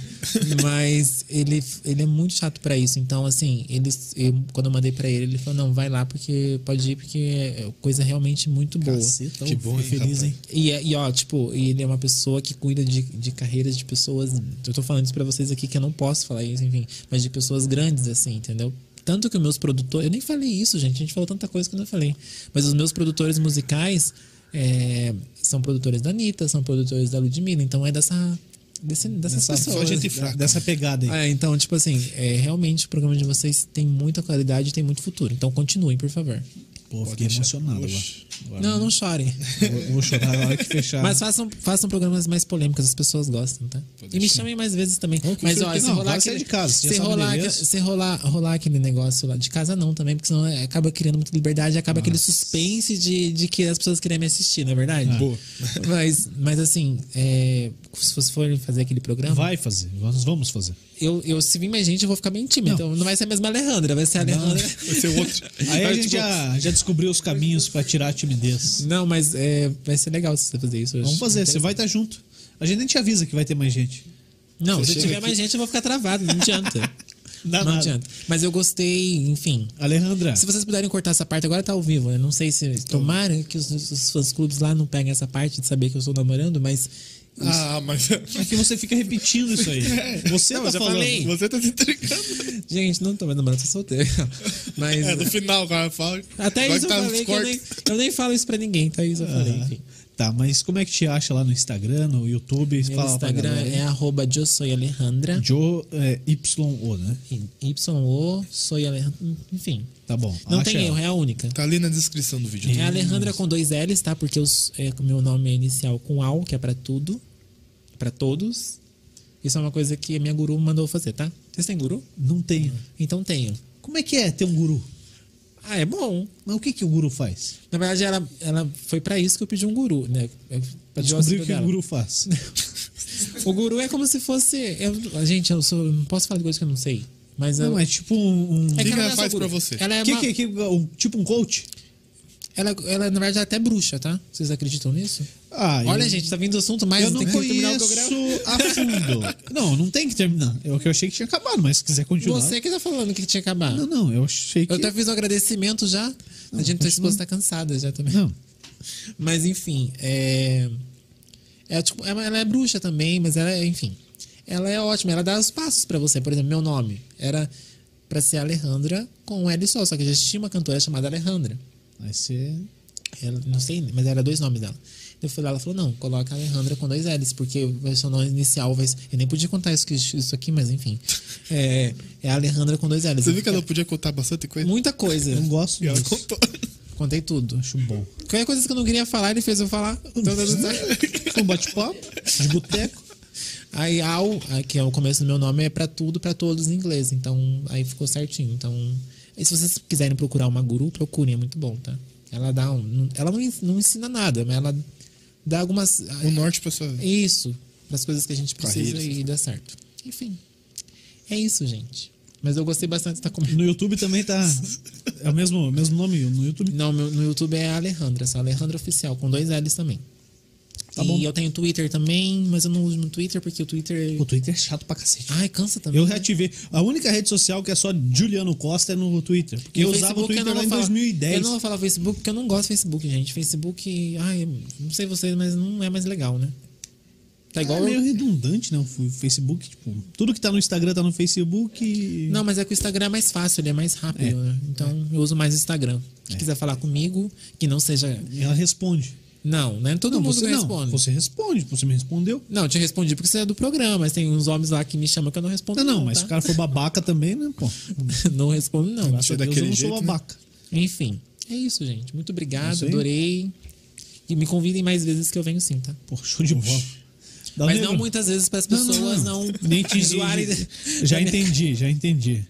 Speaker 3: mas ele, ele é muito chato pra isso. Então, assim, ele, eu- quando eu mandei pra ele, ele falou: não, vai lá porque pode ir, porque é coisa realmente muito boa.
Speaker 1: Caceta,
Speaker 2: Que
Speaker 1: eu
Speaker 2: bom,
Speaker 1: fiquei
Speaker 2: hein,
Speaker 1: feliz,
Speaker 2: rapaz.
Speaker 1: hein?
Speaker 3: E, é- e, ó, tipo, e ele é uma pessoa que cuida de, de carreiras de pessoas. Eu tô falando isso pra vocês aqui que eu não posso falar isso, enfim, mas de pessoas grandes, assim, entendeu? Tanto que os meus produtores. Eu nem falei isso, gente. A gente falou tanta coisa que eu não falei. Mas os meus produtores musicais é, são produtores da Anitta, são produtores da Ludmilla. Então é dessa. Desse, dessas
Speaker 1: Dessa-
Speaker 3: pessoas. né?
Speaker 2: Só gente fraca.
Speaker 1: Dessa pegada aí.
Speaker 3: É, então, tipo assim, é, realmente o programa de vocês tem muita qualidade e tem muito futuro. Então continuem, por favor.
Speaker 1: Pô, fiquei
Speaker 2: deixar.
Speaker 1: emocionado lá.
Speaker 2: Oxe.
Speaker 1: Agora
Speaker 3: Não, não chorem.
Speaker 1: Vou, vou chorar na hora que fechar.
Speaker 3: Mas façam, façam programas mais polêmicos, as pessoas gostam, tá? E me chamem mais vezes também. Mas ó,
Speaker 1: certeza.
Speaker 3: se
Speaker 1: Não,
Speaker 3: rolar
Speaker 1: vai sair
Speaker 3: aquele,
Speaker 1: de casa, você já
Speaker 3: se
Speaker 1: sabe o
Speaker 3: rolar,
Speaker 1: endereço.
Speaker 3: se rolar, rolar aquele negócio lá de casa não também, porque senão é, acaba criando muita liberdade, acaba aquele suspense de, de que as pessoas querem me assistir, não é verdade?
Speaker 1: Ah.
Speaker 2: Boa.
Speaker 3: Mas, mas assim, é, se vocês forem fazer aquele programa,
Speaker 1: Vai fazer, nós vamos fazer.
Speaker 3: Eu, eu se vir mais gente, eu vou ficar bem tímido. Então não vai ser a mesma Alejandra, vai ser a Alejandra.
Speaker 2: Vai ser outro.
Speaker 1: Aí a
Speaker 2: Aí,
Speaker 1: gente
Speaker 2: tipo,
Speaker 1: já, já descobriu os caminhos pra tirar a timidez.
Speaker 3: Não, mas é, vai ser legal se você fazer isso. eu
Speaker 1: Vamos
Speaker 3: acho
Speaker 1: fazer, você
Speaker 3: interessante.
Speaker 1: vai estar junto. A gente nem te avisa que vai ter mais gente.
Speaker 3: Não,
Speaker 2: Você
Speaker 3: se
Speaker 2: chega
Speaker 3: tiver
Speaker 2: aqui-
Speaker 3: mais gente, eu vou ficar travado, não adianta.
Speaker 1: Dá
Speaker 3: não
Speaker 1: nada.
Speaker 3: adianta. Mas eu gostei, enfim.
Speaker 1: Alejandra,
Speaker 3: Se vocês puderem cortar essa parte, agora tá ao vivo, né? Não sei se tomara que os, os fãs clubes lá não peguem essa parte de saber que eu estou namorando, mas.
Speaker 2: Ah, mas.
Speaker 1: é que você fica repetindo isso aí. Você
Speaker 3: Não,
Speaker 1: tá
Speaker 3: eu já
Speaker 1: falando.
Speaker 3: falei.
Speaker 2: Você tá se entregando.
Speaker 3: Gente, não tô mais namorando, tô solteiro. Mas.
Speaker 2: É, no final, o cara fala.
Speaker 3: Até
Speaker 2: agora
Speaker 3: isso eu
Speaker 2: tá nos
Speaker 3: falei que eu
Speaker 2: cortes.
Speaker 3: nem, eu nem falo isso pra ninguém, tá? Isso eu falei, enfim.
Speaker 1: Tá, mas como é que te acha lá no Instagram, no YouTube?
Speaker 3: Meu
Speaker 1: Fala pra
Speaker 3: Instagram
Speaker 1: galera.
Speaker 3: é arroba eu sou Alejandra.
Speaker 1: Joe é, YO, né?
Speaker 3: Y-O, sou Alejandra. Enfim.
Speaker 1: Tá bom.
Speaker 3: Não
Speaker 1: acha
Speaker 3: tem erro,
Speaker 1: ela.
Speaker 3: é a única.
Speaker 2: Tá ali na descrição do vídeo.
Speaker 3: É Alejandra com dois L's, tá? Porque os- é, o meu nome é inicial com AL, que é pra tudo. Pra todos. Isso é uma coisa que a minha guru mandou fazer, tá? Vocês têm guru?
Speaker 1: Não tenho.
Speaker 3: Então tenho.
Speaker 1: Como é que é ter um guru?
Speaker 3: Ah, é bom.
Speaker 1: Mas o que, que o guru faz?
Speaker 3: Na verdade, ela, ela foi pra isso que eu pedi um guru, né? Eu
Speaker 1: Pra
Speaker 3: pedi
Speaker 1: descobrir
Speaker 3: o auxílio
Speaker 1: o que
Speaker 3: dela.
Speaker 1: o guru faz.
Speaker 3: O guru é como se fosse. Eu, gente, eu, sou, eu não posso falar de coisa que eu não sei. Mas eu,
Speaker 1: Não, é tipo um. um-
Speaker 3: É
Speaker 2: que
Speaker 3: não
Speaker 2: ela
Speaker 3: é só
Speaker 2: faz
Speaker 3: guru.
Speaker 2: pra você?
Speaker 3: Ela é
Speaker 1: que-
Speaker 3: uma-
Speaker 1: que- que- um- tipo um coach?
Speaker 3: Ela, ela, na verdade, ela é até bruxa, tá? Vocês acreditam nisso?
Speaker 1: Ah,
Speaker 3: Olha,
Speaker 1: eu-
Speaker 3: gente, tá vindo o assunto mais.
Speaker 1: eu não
Speaker 3: tem que terminar o
Speaker 1: conheço
Speaker 3: programa.
Speaker 1: a fundo. não, não tem que terminar. É o que eu achei que tinha acabado, mas se quiser continuar.
Speaker 3: Você que tá falando que tinha acabado.
Speaker 1: Não, não, eu achei que.
Speaker 3: Eu até fiz um agradecimento já. a gente, tua esposa tá cansada já também.
Speaker 1: Não.
Speaker 3: Mas, enfim, é... é tipo, ela ela é bruxa também, mas ela é, enfim. Ela é ótima, ela dá os passos pra você. Por exemplo, meu nome era pra ser Alejandra com um L só, só que já tinha uma cantora chamada Alejandra.
Speaker 1: Vai ser.
Speaker 3: Ela, não sei, mas era dois nomes dela. Eu fui lá, ela falou, não, coloca Alejandra com dois L's, porque o seu nome inicial vai ser... Eu nem podia contar isso, que- isso aqui, mas enfim. É, é Alejandra com dois L's.
Speaker 2: Você viu que ela podia contar bastante coisa?
Speaker 3: Muita coisa.
Speaker 1: Eu gosto
Speaker 2: E ela
Speaker 1: disso.
Speaker 2: contou.
Speaker 3: Contei tudo.
Speaker 1: Acho bom.
Speaker 3: Qualquer coisa que eu não queria falar, ele fez eu falar. Então, deu tudo certo.
Speaker 1: um bate-papo de boteco.
Speaker 3: aí, ao, aí, que é o começo do meu nome, é pra tudo, pra todos em inglês. Então, aí ficou certinho. Então, e se vocês quiserem procurar uma guru, procurem, é muito bom, tá? Ela dá um, Ela não, ens- não ensina nada, mas ela dá algumas. é
Speaker 2: O norte pra sua vida.
Speaker 3: Isso, pras coisas que a gente precisa
Speaker 2: Carreiras.
Speaker 3: e dá certo. Enfim. É isso, gente. Mas eu gostei bastante de estar comendo.
Speaker 1: No YouTube também tá. É o mesmo, o mesmo nome no YouTube.
Speaker 3: Não, meu- no YouTube é a Alejandra, só Alejandra Oficial, com dois L's também.
Speaker 1: Tá
Speaker 3: e
Speaker 1: bom.
Speaker 3: eu tenho Twitter também, mas eu não uso no Twitter porque o Twitter.
Speaker 1: O Twitter é chato pra cacete.
Speaker 3: Ai, cansa também.
Speaker 1: Eu
Speaker 3: né?
Speaker 1: reativei. A única rede social que é só Juliano Costa é no Twitter. Porque
Speaker 3: E
Speaker 1: eu
Speaker 3: o
Speaker 1: usava o
Speaker 3: Facebook eu
Speaker 1: Twitter
Speaker 3: não
Speaker 1: lá
Speaker 3: vou
Speaker 1: em
Speaker 3: falar.
Speaker 1: 2010.
Speaker 3: Eu não vou falar Facebook porque eu não gosto do Facebook, gente. Facebook, ai, não sei vocês, mas não é mais legal, né? Tá igual.
Speaker 1: É meio redundante, né? O Facebook, tipo, tudo que tá no Instagram tá no Facebook. e-
Speaker 3: Não, mas é que o Instagram é mais fácil, ele é mais
Speaker 1: É.
Speaker 3: rápido, né? Então eu uso mais o Instagram. Se quiser falar comigo, que não seja
Speaker 1: Ela responde.
Speaker 3: Não, né? Todo
Speaker 1: Não,
Speaker 3: mundo
Speaker 1: você
Speaker 3: que responde.
Speaker 1: não. Você responde, você me respondeu.
Speaker 3: Não, eu te respondi porque você é do programa, mas tem uns homens lá que me chamam que eu não respondo.
Speaker 1: Não, não, mas
Speaker 3: tá?
Speaker 1: se o cara for babaca também, né, pô?
Speaker 3: não respondo, não.
Speaker 1: Graças a Deus eu
Speaker 2: daquele
Speaker 1: não
Speaker 2: jeito,
Speaker 1: sou
Speaker 2: né?
Speaker 1: babaca.
Speaker 3: Enfim, é isso, gente. Muito obrigado,
Speaker 1: Isso aí.
Speaker 3: adorei. E me convidem mais vezes que eu venho sim, tá?
Speaker 1: Pô, show de bola. Dá
Speaker 3: mas
Speaker 1: um
Speaker 3: não
Speaker 1: negro.
Speaker 3: muitas vezes para as
Speaker 1: Não, não,
Speaker 3: pessoas não,
Speaker 1: Nem te
Speaker 3: zoarem.
Speaker 1: Já entendi, já entendi.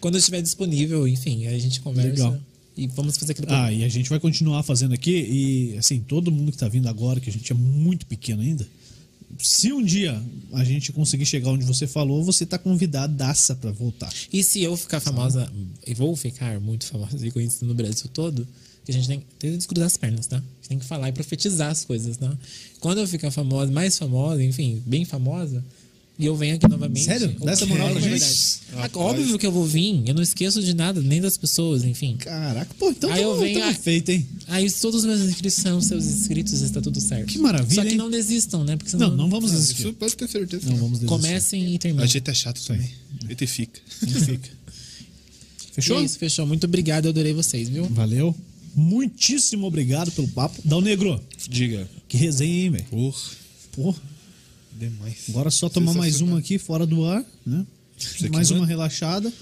Speaker 3: Quando eu estiver disponível, enfim, aí a gente conversa.
Speaker 1: Legal.
Speaker 3: E vamos fazer aquele
Speaker 1: Ah, e a gente vai continuar fazendo aqui. E assim, todo mundo que tá vindo agora, que a gente é muito pequeno ainda. Se um dia a gente conseguir chegar onde você falou, você tá convidadaça pra voltar.
Speaker 3: E se eu ficar famosa, e vou ficar muito famosa e conhecida no Brasil todo, que a gente tem, tem que desgrudar as pernas, tá? A gente tem que falar e profetizar as coisas, tá? Quando eu ficar famosa, mais famosa, enfim, bem famosa, e eu venho aqui novamente.
Speaker 1: Sério?
Speaker 3: eu-
Speaker 1: Dá essa moral
Speaker 3: Sério,
Speaker 1: pra
Speaker 3: de
Speaker 1: gente?
Speaker 3: verdade. Ah, Óbvio que eu vou vir, eu não esqueço de nada, nem das pessoas, enfim.
Speaker 1: Caraca, pô, então
Speaker 3: Aí
Speaker 1: tá
Speaker 3: eu venho-
Speaker 1: tá perfeito, hein?
Speaker 3: Aí todos os meus inscritos são seus inscritos, está tudo certo.
Speaker 1: Que maravilha,
Speaker 3: Só que
Speaker 1: hein?
Speaker 3: não desistam, né? Porque senão
Speaker 1: Não, não vamos desistir.
Speaker 2: Isso pode ter certeza.
Speaker 1: Não vamos desistir.
Speaker 3: comecem e
Speaker 2: A
Speaker 3: terminem.
Speaker 2: gente é chato também. A gente fica.
Speaker 1: Fechou?
Speaker 3: E é isso, fechou. Muito obrigado, eu adorei vocês, viu?
Speaker 1: Valeu. Muitíssimo obrigado pelo papo. Dá o negro.
Speaker 2: Diga.
Speaker 1: Que resenha, hein, velho?
Speaker 2: Porra,
Speaker 1: Porra,
Speaker 2: demais.
Speaker 1: agora é só tomar mais uma aqui fora do ar, né?
Speaker 2: aqui
Speaker 1: Mais
Speaker 2: não é?
Speaker 1: uma relaxada.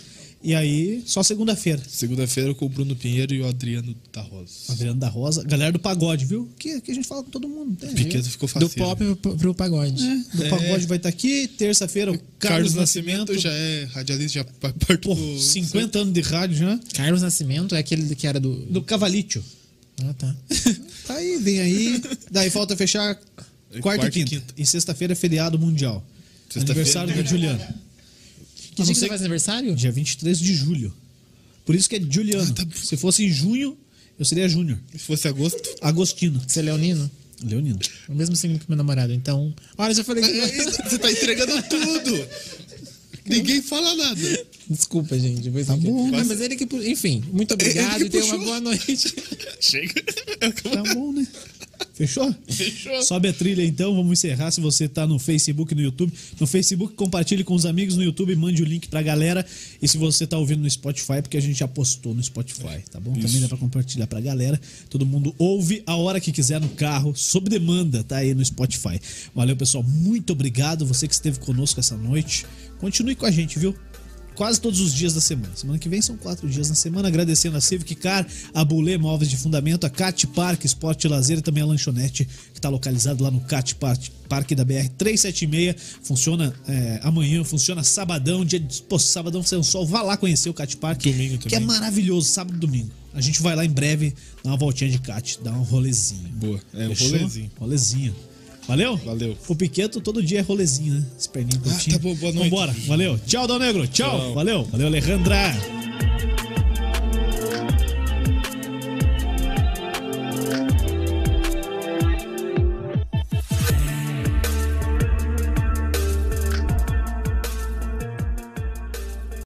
Speaker 1: E aí, só segunda-feira.
Speaker 2: Segunda-feira com o Bruno Pinheiro e o Adriano da Rosa.
Speaker 1: Adriano da Rosa, galera do pagode, viu? Que aqui a gente fala com todo mundo. Tem,
Speaker 2: Piqueto ficou
Speaker 3: Do
Speaker 2: fácil.
Speaker 3: pop pro, pro pagode.
Speaker 1: né? Do
Speaker 2: É.
Speaker 1: pagode vai estar aqui. Terça-feira, o
Speaker 2: Carlos
Speaker 1: Carlos,
Speaker 2: Nascimento já é radialista, já pa- parto
Speaker 1: Pô,
Speaker 2: do-
Speaker 1: 50 anos de rádio já.
Speaker 3: Carlos Nascimento é aquele que era do.
Speaker 1: Do Cavalito.
Speaker 3: Ah, tá.
Speaker 1: Tá aí, vem aí. Daí falta fechar quarta e
Speaker 2: Quarta e
Speaker 1: quinta.
Speaker 2: quinta.
Speaker 1: E sexta-feira é feriado mundial.
Speaker 2: Sexta-feira.
Speaker 1: Aniversário do Juliano.
Speaker 3: Que
Speaker 1: A
Speaker 3: dia
Speaker 1: não
Speaker 3: que Ah, você
Speaker 1: ser-
Speaker 3: faz aniversário?
Speaker 1: Dia 23 de julho. Por isso que é Juliano.
Speaker 2: Ah, tá.
Speaker 1: Se fosse em junho, eu seria Júnior.
Speaker 2: Se fosse agosto,
Speaker 1: Agostino.
Speaker 3: Você é leonino?
Speaker 1: Leonino.
Speaker 3: É O mesmo signo que meu namorado. Então. Olha, eu já falei. que-
Speaker 2: você tá entregando tudo. Ninguém fala nada.
Speaker 3: Desculpa, gente. Depois tá
Speaker 1: bom.
Speaker 3: Ah, mas ele que. pu- Enfim, muito obrigado
Speaker 2: Ele
Speaker 3: e
Speaker 2: que
Speaker 3: tenha uma
Speaker 2: puxou.
Speaker 3: boa noite.
Speaker 2: Chega.
Speaker 1: Tá bom, né? Fechou?
Speaker 2: Fechou.
Speaker 1: Sobe a trilha então, vamos encerrar. Se você tá no Facebook e no YouTube, no Facebook compartilhe com os amigos, no YouTube mande o link pra galera. E se você tá ouvindo no Spotify, porque a gente já postou no Spotify, tá bom? Também dá pra compartilhar pra galera. Todo mundo ouve a hora que quiser no carro, sob demanda, tá aí no Spotify. Valeu, pessoal. Muito obrigado você que esteve conosco essa noite. Continue com a gente, viu? quase todos os dias da semana. Semana que vem são quatro dias na semana. Agradecendo a Civic Car, a Bulê Móveis de Fundamento, a Cat Park Esporte e Lazer e também a Lanchonete, que está localizado lá no Cat Park, Parque da BR 376. Funciona é, amanhã, funciona sabadão, dia de pô, sabadão sem sol. Vá lá conhecer o Cat Park,
Speaker 2: Domingo
Speaker 1: que é
Speaker 2: também.
Speaker 1: maravilhoso, sábado e domingo. A gente vai lá em breve dar uma voltinha de Cat, dar um rolezinho.
Speaker 2: Boa. É, um
Speaker 1: Fechou?
Speaker 2: rolezinho.
Speaker 1: Rolezinho. Valeu?
Speaker 2: Valeu.
Speaker 1: O Piqueto todo dia é rolezinho, né? Esse perninho
Speaker 2: Ah,
Speaker 1: curtinho.
Speaker 2: tá bom, boa noite.
Speaker 1: Vambora. Valeu. Tchau, Dal Negro. Tchau.
Speaker 2: Tchau.
Speaker 1: Valeu. Valeu, Alejandra.